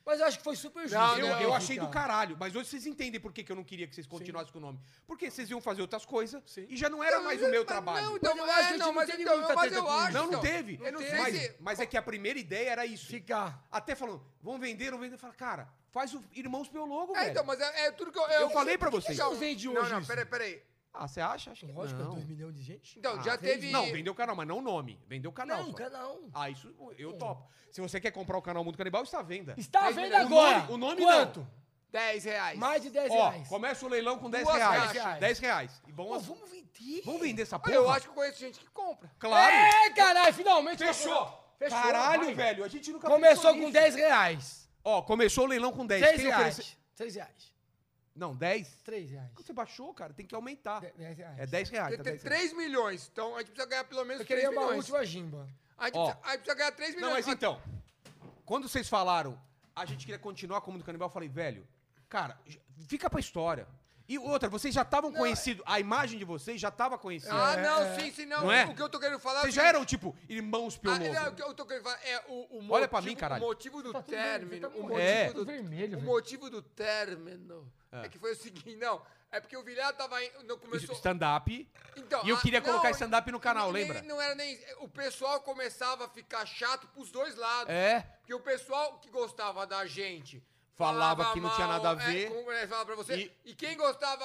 B: Mas eu acho que foi super justo.
C: Não,
A: eu,
C: não,
A: eu
C: não,
A: achei do caralho. Mas hoje vocês entendem por que, que eu não queria que vocês continuassem com o nome. Porque vocês iam fazer outras coisas e já não era
C: Não,
A: mais
C: mas-
A: o meu
C: mas Não,
A: trabalho.
C: então,
B: Mas eu
C: é,
B: acho que a gente
C: não,
B: não
C: mas
B: teve
C: então,
B: muita
C: mas
B: treta
C: eu
B: com
C: acho.
B: isso.
A: Não, não
C: então.
A: teve.
C: Eu não
B: Mas-
C: sei
A: Mas,
C: se-
A: mas é que a primeira ideia era isso.
B: Ficar.
A: Até falando, vão vender, não vender. Fala, cara, faz o Irmãos pelo logo,
C: É,
A: velho.
C: então, mas é, é tudo que eu.
A: Eu falei pra
C: Por que
A: vocês.
C: que eu-
B: Não vende
C: Não,
B: hoje
C: não,
B: isso.
C: peraí, peraí.
A: Ah, você acha? Acho que
B: Lógico que é
A: não.
B: 2 milhões de gente.
C: Então,
A: Ah,
C: já
A: fez-
C: teve.
A: Não, vendeu o canal, mas não o nome. Vendeu o canal.
B: Não,
A: só.
B: canal.
A: Ah, isso eu topo. Se você quer comprar o canal Mundo Canibal, está à venda.
B: Está à
C: Dez
B: venda
C: milhões.
B: agora.
A: O nome- o nome
B: Quanto?
C: 10 reais.
B: Mais de 10
A: Ó,
B: reais.
A: começa o leilão com 10
C: Duas
A: reais.
B: reais.
A: 10 reais. E bom,
B: Pô,
A: vamos,
B: vamos vender.
A: vender essa porra?
C: Olha, eu acho que eu conheço gente que compra.
A: Claro.
B: É, caralho, finalmente.
A: Fechou.
B: Fechou.
A: Caralho,
B: vai.
A: velho. A gente nunca
B: Começou
A: pensou
B: com
A: nisso.
B: 10 reais.
A: Ó, começou o leilão com 10.
B: 6
A: Quem oferece-
B: reais. 3 reais.
A: Não, 10?
B: 3 reais.
A: Quando você baixou, cara, tem que aumentar.
B: 10 reais.
A: É 10 reais.
C: Tem,
A: Tá
C: tem
A: 10 reais.
C: 3 milhões, então a gente precisa ganhar pelo menos
B: Eu
C: 3
B: queria uma
C: milhões.
B: última gimba.
C: A, gente
A: Ó.
C: precisa, a gente precisa ganhar 3
A: Não,
C: milhões. Ah,
A: mas então, quando vocês falaram, a gente queria continuar com o Mundo Canibal, eu falei, velho, cara, j- fica pra história. E outra, vocês já estavam conhecidos, a imagem de vocês já estava conhecida.
C: Ah, não, sim, sim, não.
A: Não então, é?
C: O que eu tô querendo falar. é o
A: vocês já
C: seguinte.
A: eram, tipo, irmãos pelo
C: Ah,
A: lobo.
C: não, o que eu tô querendo falar é o, o motivo,
A: Olha pra mim, caralho.
C: O motivo do
B: Tá tudo bem,
C: término.
B: você tá
C: o motivo
B: morrendo.
A: É.
B: Tudo
C: do
B: vermelho,
C: O
B: velho.
C: motivo do término é. que foi o seguinte, não. É porque o Vilar tava. em-
A: Isso,
C: Não começou.
A: Stand-up.
C: Então,
A: E eu
C: ah,
A: queria colocar
C: não,
A: stand-up no canal,
C: nem-
A: lembra?
C: Não era nem. O pessoal começava a ficar chato pros dois lados.
A: É.
C: Porque o pessoal que gostava da gente.
A: Falava que não tinha nada a
C: é,
A: ver.
C: como eu falava pra você. E,
A: E-
C: quem gostava.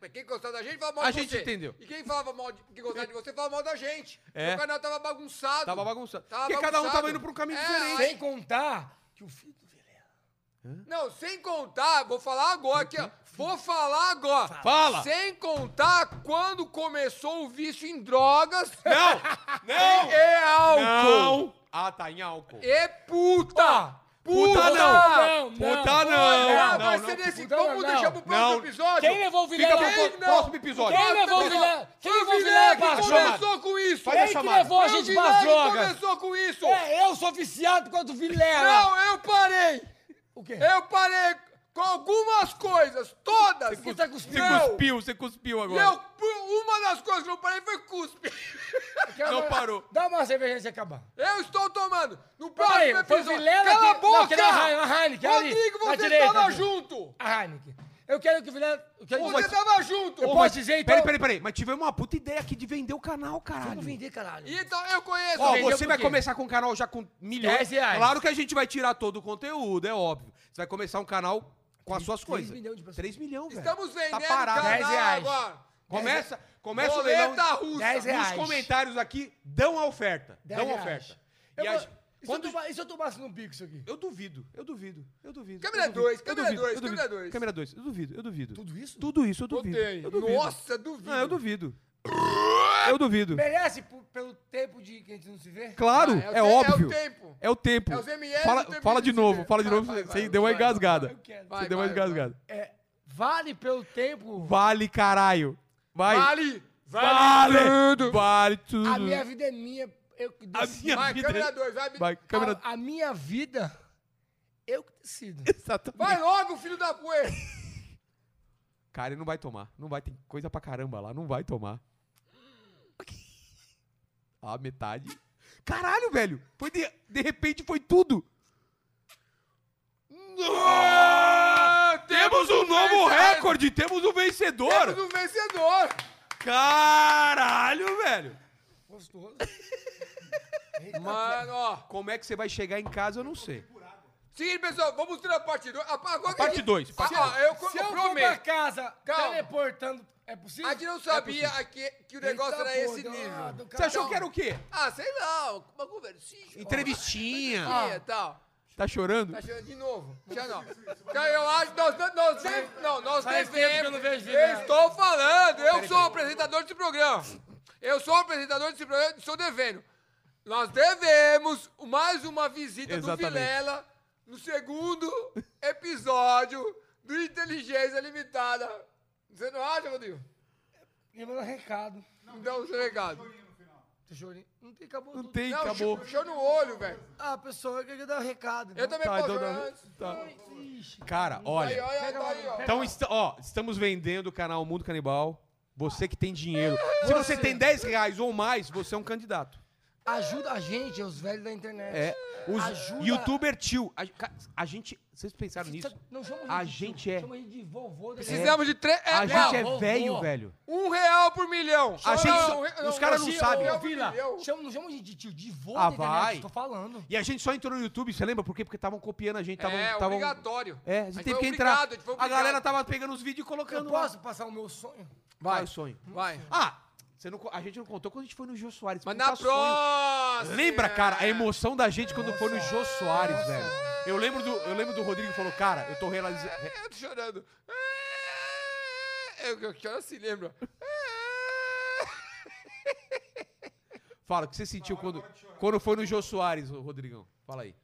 C: É, quem gostava da gente falava mal
A: A
C: de
A: gente
C: você.
A: entendeu.
C: E quem falava mal de, que gostava de você falava mal da gente.
A: É.
C: O canal tava bagunçado.
A: Tava bagunçado.
C: Tava
A: Porque cada um
C: bagunçado.
A: tava indo pra um caminho
C: É,
A: diferente.
C: aí-
B: Sem contar que o filho do Vilela.
C: Não, sem contar, vou falar agora aqui, ó. Vou falar agora.
A: Uhum. Fala.
C: Sem contar quando começou o vício em drogas
A: Não! Não!
C: e É álcool.
A: Não! Ah, tá, em álcool.
C: E é puta.
A: puta não.
C: puta.
B: Não, não.
A: Puta
C: Olha,
A: não!
C: É, vai
A: não,
C: ser
A: não.
C: desse.
B: puta
C: Vamos
B: Então, não.
C: deixar pro próximo
A: Não.
C: episódio.
B: Quem levou o
A: Fica
B: Vilela
A: pro
B: pra
C: Quem
A: pro-
C: não?
A: próximo episódio.
B: Quem levou o
C: Não.
B: Vilela? Quem
C: Foi
B: levou o
C: Vilela
B: Vilela
C: que
B: pra
C: começou com isso.
A: Faz a
B: Quem que
A: chamada.
B: levou a
C: Foi o
B: gente
C: Vilela
B: pras
C: que
B: drogas?
C: começou com isso.
B: É, eu sou viciado por causa do Vilela.
C: Não, É, eu parei.
B: O quê?
C: Eu parei com algumas coisas, todas.
B: Você tá cuspindo?
C: Não.
A: Você cuspiu, você cuspiu
C: E
A: agora.
C: eu, por- uma das coisas que eu parei foi cuspe.
B: Quero-
A: não parou.
B: Dá uma cerveja antes de acabar.
C: Eu estou tomando. No próximo
B: Peraí, foi o
C: episódio.
B: Vilela
C: Cala a
B: que-
C: boca!
B: Não, que era a Heine- a Heine, que era ali,
C: Rodrigo,
B: na
C: você
B: direita,
C: estava
B: ali.
C: junto!
B: A Heineken. Eu quero que o Vilela... Eu quero
C: Você
B: que...
C: estava junto!
B: Eu
A: Ô,
B: posso
A: mas-
B: dizer, então-
A: Peraí, peraí, peraí. Mas tivemos uma puta ideia aqui de vender o canal, caralho.
B: Vamos vender, caralho.
C: Então eu conheço.
A: Ó,
B: Vendeu
A: você
B: por
A: vai
B: quê?
A: começar com um canal já com milhões.
B: 10 reais.
A: Claro que a gente vai tirar todo o conteúdo, é óbvio. Você vai começar um canal com as suas
B: três
A: coisas.
B: milhões de pessoas.
A: 3 milhões, velho.
C: Estamos vendendo
A: Tá parado.
C: canal
B: 10 reais.
C: agora.
A: Começa, começa o leilão.
C: Boleta russa.
B: 10 reais.
A: Os comentários aqui dão a oferta.
B: Dez
A: Dão a
B: reais.
A: oferta.
B: Eu
A: E
B: vou-
A: a-
B: E se eu
A: quando-
B: tomar- e se eu tomasse no bico isso aqui?
A: Eu duvido, eu duvido, eu duvido.
C: Câmera
A: eu duvido,
C: dois,
A: eu
C: câmera
A: duvido,
C: dois,
A: eu duvido.
C: câmera dois.
A: Câmera 2, eu duvido, eu duvido.
B: Tudo isso?
A: Tudo isso, eu duvido.
C: Odeio.
A: Eu duvido.
C: Nossa, duvido.
A: Não, eu duvido. Eu duvido.
B: Merece por- pelo tempo de que a gente não se vê?
A: Claro,
C: Ah,
A: é,
C: o te-
A: óbvio.
C: É o tempo.
A: É o tempo.
C: É os ML do
A: fala,
C: tempo
A: fala
C: de
A: de
C: se
A: novo,
C: ver.
A: fala de
C: Vai,
A: novo.
C: vai,
A: você
C: vai,
A: deu uma
C: vai, vai,
A: engasgada.
B: Eu quero.
C: Vai,
A: você deu uma
C: vai, vai.
A: engasgada.
B: É, Vale pelo tempo.
A: Vale, caralho. Vai.
C: Vale!
A: Vale.
C: tudo.
A: Vale tudo.
B: A minha vida é minha. Eu que
A: Uhum. A
B: decido.
A: minha
C: Vai,
A: vida.
C: câmera 2, vai,
A: Vai, câmera.
C: tá
B: A, a minha vida, eu que decido.
A: Exatamente.
C: Vai logo, filho da poeira!
A: Cara, ele não vai tomar. Não vai. Tem coisa pra caramba lá. Não vai tomar. A metade. Caralho, velho. Foi de, de repente foi tudo. Temos um novo recorde. Temos um
C: Temos
A: vencedor.
C: um vencedor!
A: Caralho, velho.
B: Gostoso.
C: Mano, ó.
A: Como é que você vai chegar em casa, eu não sei.
C: Seguinte, pessoal, vamos tirar a parte 2. A, agora que
A: parte
C: gente-
A: dois,
C: Ah,
A: parte
C: ó,
A: dois.
C: eu,
B: Se
C: eu
B: eu for pra
C: prometo.
B: casa
C: Calma.
B: teleportando, é possível?
C: A gente não
A: é
C: sabia que, que o negócio
B: Eita
C: era esse
B: porra,
C: nível.
B: do
A: Você achou
B: caralho.
A: que era o quê?
C: Ah, sei lá, uma conversinha.
A: Entrevistinha.
C: Ah, tal.
A: Tá chorando?
C: Tá chorando de novo. Já não. Já eu acho que nós, nós, nós deve- não, nós
B: Faz tempo que eu não vejo vídeo,
C: Eu
B: né?
C: estou falando, eu sou o apresentador desse programa. Eu sou o apresentador desse programa, estou devendo. Nós devemos mais uma visita
A: Exatamente.
C: do Vilela no segundo episódio do Inteligência Limitada. Você não acha, Rodrigo?
B: Ele mandou um recado.
C: Então, você recado.
B: Tô chorando. Não tem acabou
A: Não
B: tudo.
A: tem,
C: Não,
A: acabou.
C: chu- show no olho, velho.
B: Ah, pessoal, eu queria dar um recado.
C: Eu também posso
A: então
C: chorar
A: não-
C: antes.
A: tá.
B: Ixi.
A: Cara,
C: é Aí,
A: olha.
C: olha, tá aí, ó.
A: Então, est- ó, estamos vendendo o canal Mundo Canibal. Você que tem dinheiro.
C: É,
A: Se você tem 10 reais ou mais, você é um candidato.
B: Ajuda a gente, os velhos da internet.
A: É. Os
B: Ajuda-
A: Youtuber tio. A, ca- a gente. Vocês pensaram nisso?
B: Não chama
A: A
B: de tio,
A: gente é-
B: Chama ele de vovô. né? da internet.
C: Precisamos de três. é,
A: A
C: não,
A: gente é
B: vovô.
A: velho, velho.
C: Um real por milhão.
A: A gente só-
C: um re-
A: os caras não
C: um
A: sabem.
C: real
B: Ô,
C: por
B: Vila,
C: milhão.
B: chama, não chama a gente de tio, de vô
A: Ah,
B: da internet,
A: vai.
B: tô falando.
A: E a gente só entrou no YouTube, você lembra por quê? Porque estavam copiando a gente. Tavam,
C: é,
A: tavam-
C: obrigatório.
A: É, a gente teve que entrar. A galera tava pegando os vídeos e
B: Eu
A: colocando lá.
B: posso passar o meu sonho?
A: Vai, o sonho.
C: Vai.
A: Ah, você não co- a gente não contou quando a gente foi no Jô Soares.
C: Mas
A: puta
C: na
A: sonho.
C: próxima.
A: tá Lembra, cara, a emoção da gente quando foi no Jô Soares, velho. Eu lembro do, eu lembro do Rodrigo que falou, cara, eu tô realizando.
C: É, Eu tô chorando. É, Eu, eu choro assim, lembra?
A: Fala, o que você sentiu quando, quando foi no Jô Soares, ô, Rodrigão? Fala aí.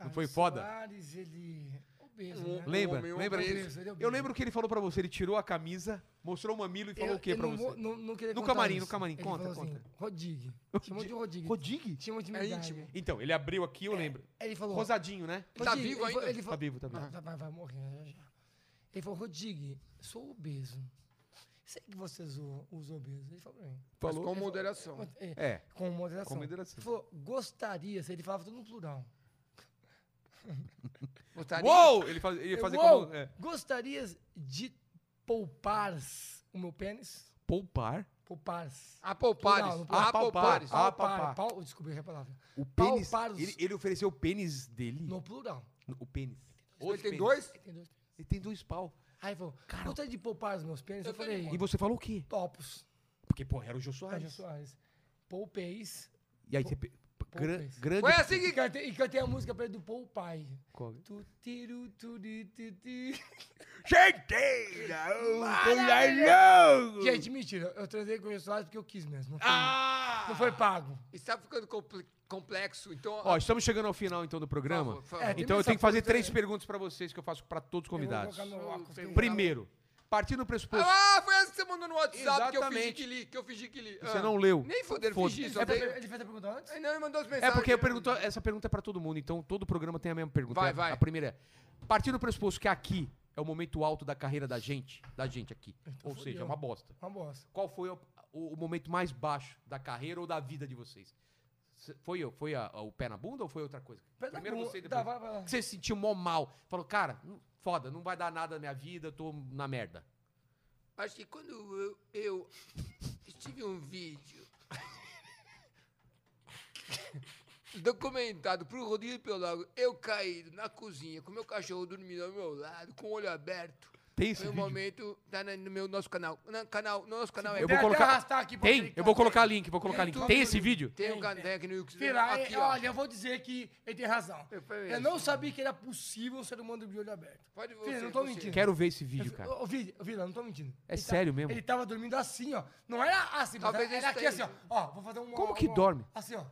A: Não foi
B: Ah, o
A: foda?
B: Soares, ele... Obeso, né?
A: Lembra?
C: homem,
A: Lembra?
C: homem,
B: ele é obeso.
A: Eu lembro que ele falou pra você, ele tirou a camisa, mostrou o mamilo e falou
B: Eu-
A: o quê
B: eu
A: pra
B: não
A: você?
B: vou- Não, não queria
A: No
B: contar
A: camarim,
B: isso.
A: no camarim,
B: Ele
A: conta,
B: falou assim,
A: conta.
B: Rodig. Chamou de Rodig.
A: Rodrigue?
B: Chamou de
C: É
B: medalha.
C: íntimo.
A: Então, ele abriu aqui, eu lembro.
B: Ele falou...
A: Rosadinho, né?
C: Tá
B: Rodrigo,
C: vivo
B: ele fa-
C: ainda?
B: É. Ele
A: Tá
B: falou, Ah,
A: vivo, tá vivo.
B: Vai, vai, vai morrer já, já. Ele falou, Rodig, sou obeso. Sei que você zoa os obesos. Ele falou pra mim.
C: Mas
A: Falou.
C: com moderação.
B: É,
A: É.
B: Com moderação.
A: Com moderação.
B: Ele falou, gostaria, se ele falava tudo no plural.
C: Gostaria?
A: Uou! Ele faz- ele ia
B: Eu,
A: fazer
B: "Uou,
A: como. Tá É.
B: Gostarias de poupar o meu pênis?
A: Poupar
B: poupar
C: A Poupares.
A: não,
B: Não,
C: A Poupares.
A: Ah, poupar.
B: Pau, descobri a palavra.
A: o pênis.
B: Palpar os-
A: Ele, ele ofereceu o pênis dele.
B: No plural.
A: O pênis.
C: Ele
A: Os
C: tem
A: pênis.
C: dois?
B: Aí tem dois.
A: Ele tem dois pau.
B: Aí ele falou, gostaria de poupar os meus pênis? Eu, falei,
A: E você falou o quê?
B: topos.
A: Porque, pô, era o Jô Soares.
B: Sérgio Soares. Poupeis.
A: E aí você. pe- gran-
B: pênis.
A: grande.
C: Foi assim
B: E
C: que.
B: cantei, e cantei a música pra ele do Poupai.
A: Qual?
B: Tu, tiru, tu, di, ti, ti.
A: Certeira!
B: Gente, mentira. Eu trazei com o Jô Soares porque eu quis mesmo. Não foi,
A: Ah!
B: não foi pago.
C: Está ficando comple- complexo, então.
A: Ó, estamos chegando ao final então do programa.
C: Por favor, por favor.
B: É,
A: então eu
B: essa
A: tenho que fazer
B: coisa
A: três
B: aí.
A: perguntas pra vocês que eu faço pra todos os
B: Eu vou
A: convidados.
B: colocar meu óculos, porque eu-
A: Primeiro, partindo do pressuposto.
C: Ah, foi essa que você mandou no WhatsApp que eu fingi
A: Exatamente.
C: que li. Que eu fingi que li.
A: Você
C: Ah.
A: não leu.
C: Nem foder,
A: Foda.
C: fingi, só
B: É porque
C: dei-
B: ele fez a pergunta antes?
C: Aí não, ele mandou as
A: É
C: mensagens.
A: porque eu pergunto- essa pergunta é pra todo mundo, então todo programa tem a mesma pergunta.
C: Vai,
A: A-
C: vai.
A: A primeira é: partindo do pressuposto que aqui é o momento alto da carreira da gente, da gente aqui. Ou
C: Então
B: fudeu.
A: seja, é uma bosta.
B: Uma bosta.
A: Qual foi o, o- o momento mais baixo da carreira ou da vida de vocês? Cê- Foi, o- foi a- a- o pé na bunda ou foi outra coisa?
B: Pé na
A: Primeiro
B: bunda.
A: você e depois.
B: Tá, vai, vai lá.
A: Que Você se sentiu mó mal. Falou, cara, não- foda, não vai dar nada na minha vida, eu tô na merda.
C: Acho que quando eu, eu estive um vídeo documentado pro Rodrigo Pelago, eu caído na cozinha com meu cachorro dormindo ao meu lado, com o olho aberto.
A: Tem
C: Foi um momento, tá na- no meu nosso canal. No canal, no nosso canal é.
A: Eu
B: Tem
A: vou
B: até
A: colocar.
B: arrastar aqui pra
A: Tem?
B: clicar.
A: Eu vou colocar link, vou colocar link.
C: tudo
A: Tem
C: no
A: esse vídeo?
C: Tem um
B: Tem,
C: canal
B: tem.
C: aqui no YouTube.
B: Filha,
C: aqui,
B: eu-
C: ó.
B: olha, eu vou dizer que ele tem razão.
C: Eu
B: Eu,
C: falei isso. né?
B: não sabia que era possível um ser humano dormir de olho aberto.
C: Pode você,
B: Filha, não tô
C: você.
B: mentindo.
A: Quero ver esse vídeo, cara.
B: Ô, ô, Vila, ô, Vila, eu não tô mentindo.
A: É
B: Ele tá-
A: sério mesmo?
B: Ele tava dormindo assim, ó. Não era assim, mas
C: Talvez
B: era,
C: esse
B: era aqui assim,
C: daí.
B: ó. Ó, vou fazer uma...
A: Como que
B: uma-
A: dorme?
B: Assim, ó.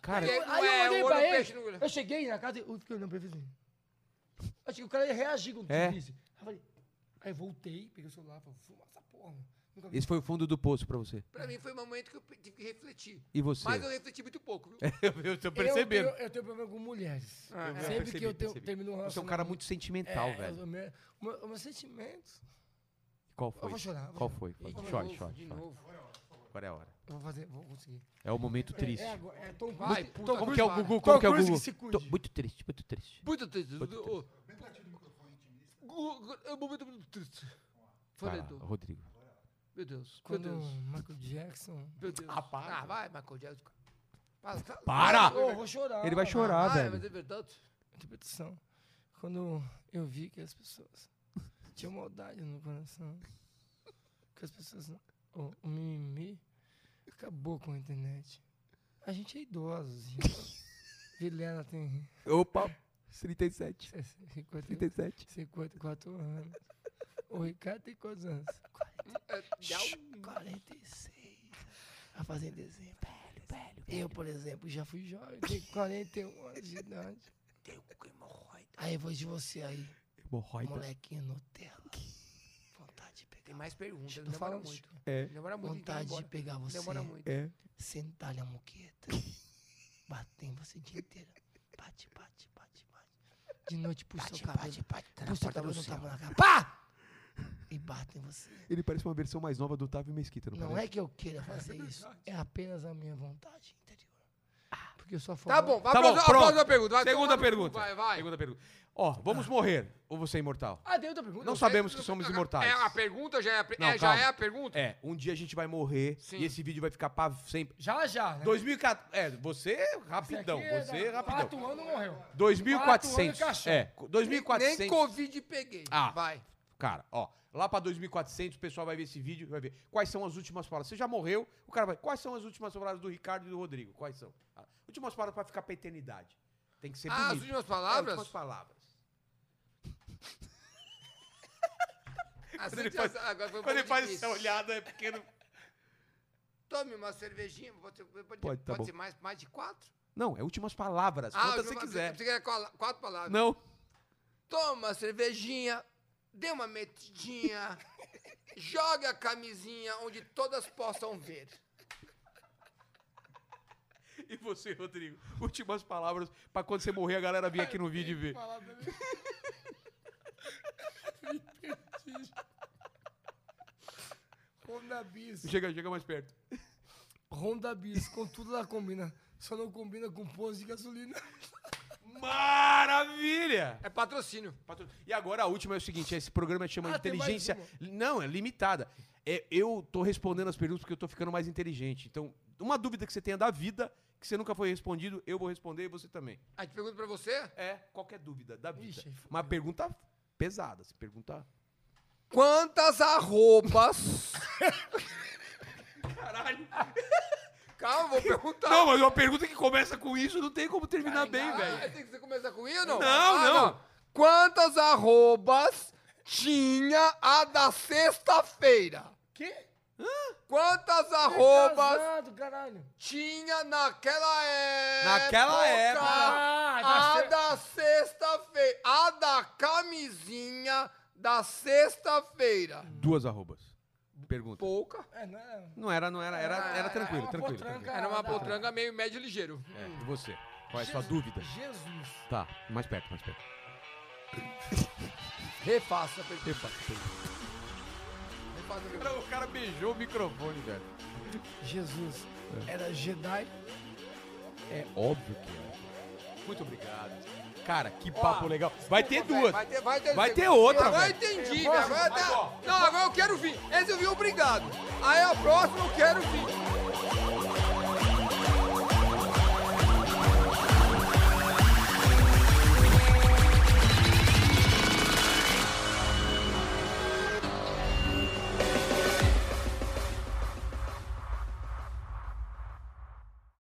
A: Cara,
C: Porque-
B: Aí
C: Ué,
B: eu olhei
C: ouro,
B: pra ele,
C: peixe no olho.
B: eu cheguei na casa e eu fiquei olhando pra ele assim. Acho que o cara ia reagir quando
A: É.
B: tudo isso. Aí Eu falei, Aí voltei, peguei o celular, falei, fuma essa porra. Nunca vi.
A: Esse foi o fundo do poço pra você.
C: Pra mim foi um momento que eu tive que refletir.
A: E você?
C: Mas eu refleti muito pouco,
B: É,
C: viu?
D: Eu, eu tô percebendo.
B: Eu tenho, eu tenho problema com mulheres.
C: Ah,
B: Sempre
D: eu percebi,
B: que eu tenho,
D: percebi.
B: termino um
A: Você é um cara muito sentimental,
B: É,
A: velho.
B: eu- meu- meu- Meus sentimentos.
A: Qual foi?
B: eu vou chorar, eu vou
A: Qual
B: chorar.
A: foi? Qual foi?
C: De
A: Chore,
C: novo,
A: chore,
C: de
A: chore.
C: novo.
A: Agora é a hora.
B: Eu vou fazer, vou conseguir.
A: É o momento
B: É,
A: triste.
B: É, agora- é Tom Cruise.
C: Vai, puta,
B: Tom
C: como
A: Como
B: Cruise
A: que é o
C: Cruise,
A: Gugu?
B: para.
A: Como que é o
B: Tom Cruise
A: Gugu?
B: que se cuide.
A: Tô- muito triste, muito triste.
C: Muito triste. ô, Gu- gu- É um momento muito triste. Foi
A: Vai lá,
C: lento.
A: Rodrigo.
C: Meu Deus. Meu
B: Quando
C: Deus.
B: Michael Jackson.
C: Meu Deus.
B: Ah, para.
C: Ah, vai, Michael Jackson. Para. tá-
A: Para!
B: Ô, eu vou chorar.
A: Ele vai chorar,
C: Ah,
A: velho.
C: mas é verdade.
B: Interpretação. Quando eu vi que as pessoas tinham maldade no coração, que as pessoas. O, o mimimi acabou com a internet. A gente é idoso, gente. Vilela tem
A: Opa, 37.
B: 50,
A: 37.
B: 54 anos. O Ricardo tem quantos anos?
C: É, dá um-
B: 46. A fazer em dezembro. Velho, velho, Eu, por exemplo, já fui jovem, tenho 41 anos de idade. Tenho
C: um
B: hemorroida. Aí eu vou de você aí,
A: Hemorroida.
B: molequinho Nutella. Vontade de pegar.
C: Tem mais perguntas.
B: Tô
C: Demora
B: falando,
C: muito.
A: É,
C: Demora muito. então
B: Vontade de
C: embora.
B: pegar você.
C: Demora muito.
A: é.
B: Sentar-lhe a moqueta. Bater em você o dia inteiro. Bate, bate, bate, bate. De noite puxa o cabelo. Bate, bate, bate. Puxa o cabelo, não tava na cara. Pá! E bate em você.
A: Ele parece uma versão mais nova do Otávio Mesquita, não,
B: Não
A: parece?
B: é que eu queira fazer isso, é apenas a minha vontade interior. Porque eu sou
C: Tá
B: formado-
C: bom, vai
A: Tá
C: pra
A: bom,
C: próxima-
A: pronto.
C: próxima pergunta. vai,
A: Segunda
C: toma-
A: pergunta.
C: Vai, vai.
A: Segunda pergunta. Ó, vamos morrer ou você é imortal?
B: Ah, tem outra pergunta?
A: Não sabemos que somos imortais.
C: É a pergunta? Já é a, pre-
A: Não,
C: é, já
A: calma.
C: é a pergunta?
A: É, um dia a gente vai morrer
C: Sim.
A: e esse vídeo vai ficar pra sempre.
B: Já, já. Né? é
A: 2014. É, você rapidão, você rapidão.
B: Quatro anos morreu. quatro anos
A: 2400.
B: e cachorro.
A: É,
C: Nem
A: 2400.
C: Covid peguei.
A: Ah.
C: Vai.
A: Cara, ó, lá pra 2400 o pessoal vai ver esse vídeo, e vai ver quais são as últimas palavras. Você já morreu? O cara vai, quais são as últimas palavras do Ricardo e do Rodrigo? Quais são? Ah, últimas palavras pra ficar pra eternidade. Tem que ser
C: Ah, as
A: bonito.
C: últimas
A: É,
C: palavras?
A: últimas palavras.
C: As
A: Quando ele
C: últimas-
A: faz-
C: agora foi um
A: Quando ele
C: pouco
A: faz
C: difícil.
A: essa olhada é pequeno.
C: Tome uma cervejinha, pode, ser- pode,
A: Pode, tá
C: pode
A: bom.
C: ser mais, mais de quatro?
A: Não, é últimas palavras. Quantas você
C: uma-
A: quiser.
C: Você quer qual- quatro palavras?
A: Não.
C: Toma uma cervejinha, dê uma metidinha, joga a camisinha onde todas possam ver.
A: E você, Rodrigo? Últimas palavras pra quando você morrer a galera vir aqui no vídeo e ver.
B: Ronda Bis.
A: Chega, chega mais perto.
B: Ronda Bis, com tudo ela combina. Só não combina com poço de gasolina.
A: Maravilha!
C: É patrocínio.
A: Patro- E agora a última é o seguinte: esse programa chama
B: Ah, tem mais
A: Inteligência. Não, é limitada. É, eu tô respondendo as perguntas porque eu tô ficando mais inteligente. Então, uma dúvida que você tenha da vida, que você nunca foi respondido, eu vou responder e você também.
C: A gente pergunta pra você.
A: É qualquer dúvida da vida.
B: Ixi, aí fudeu.
A: Uma pergunta pesada. Se pergunta.
C: Quantas arrobas...
A: Caralho!
C: Calma, vou perguntar.
A: Não, mas uma pergunta que começa com isso não tem como terminar bem,
C: Ah,
A: velho.
C: Tem que você começar com hino? Ah, Não,
A: não.
C: Quantas arrobas tinha a da sexta-feira?
B: Que?
C: Quantas arrobas
B: Casado, caralho.
C: tinha naquela época?
A: Naquela época.
B: Ah,
C: A
B: dá certo.
C: da sexta-feira. A da camisinha da sexta-feira.
A: Duas arrobas. Pergunta.
C: Pouca.
B: É, não é...
A: Não era, não era, era, era
B: é
A: tranquilo,
B: uma
A: tranquilo.
B: potranca.
A: tranquilo.
C: Era uma
B: Dá.
C: potranga meio médio ligeiro.
A: É, e você? Qual é a sua dúvida?
B: Jesus.
A: Tá, mais perto, mais perto.
C: Refaça, perfeito. Refaça, perfeito.
A: o cara beijou o microfone, velho.
B: Jesus. Era Jedi.
A: É óbvio que é. Muito obrigado. Cara, que papo legal. Vai ter duas.
C: Vai ter, vai ter,
A: Vai ter outra,
C: Agora eu
A: velho.
C: entendi, velho. Agora tá. Não, agora eu quero vir. Essa eu vi obrigado. Aí a próxima eu quero vir.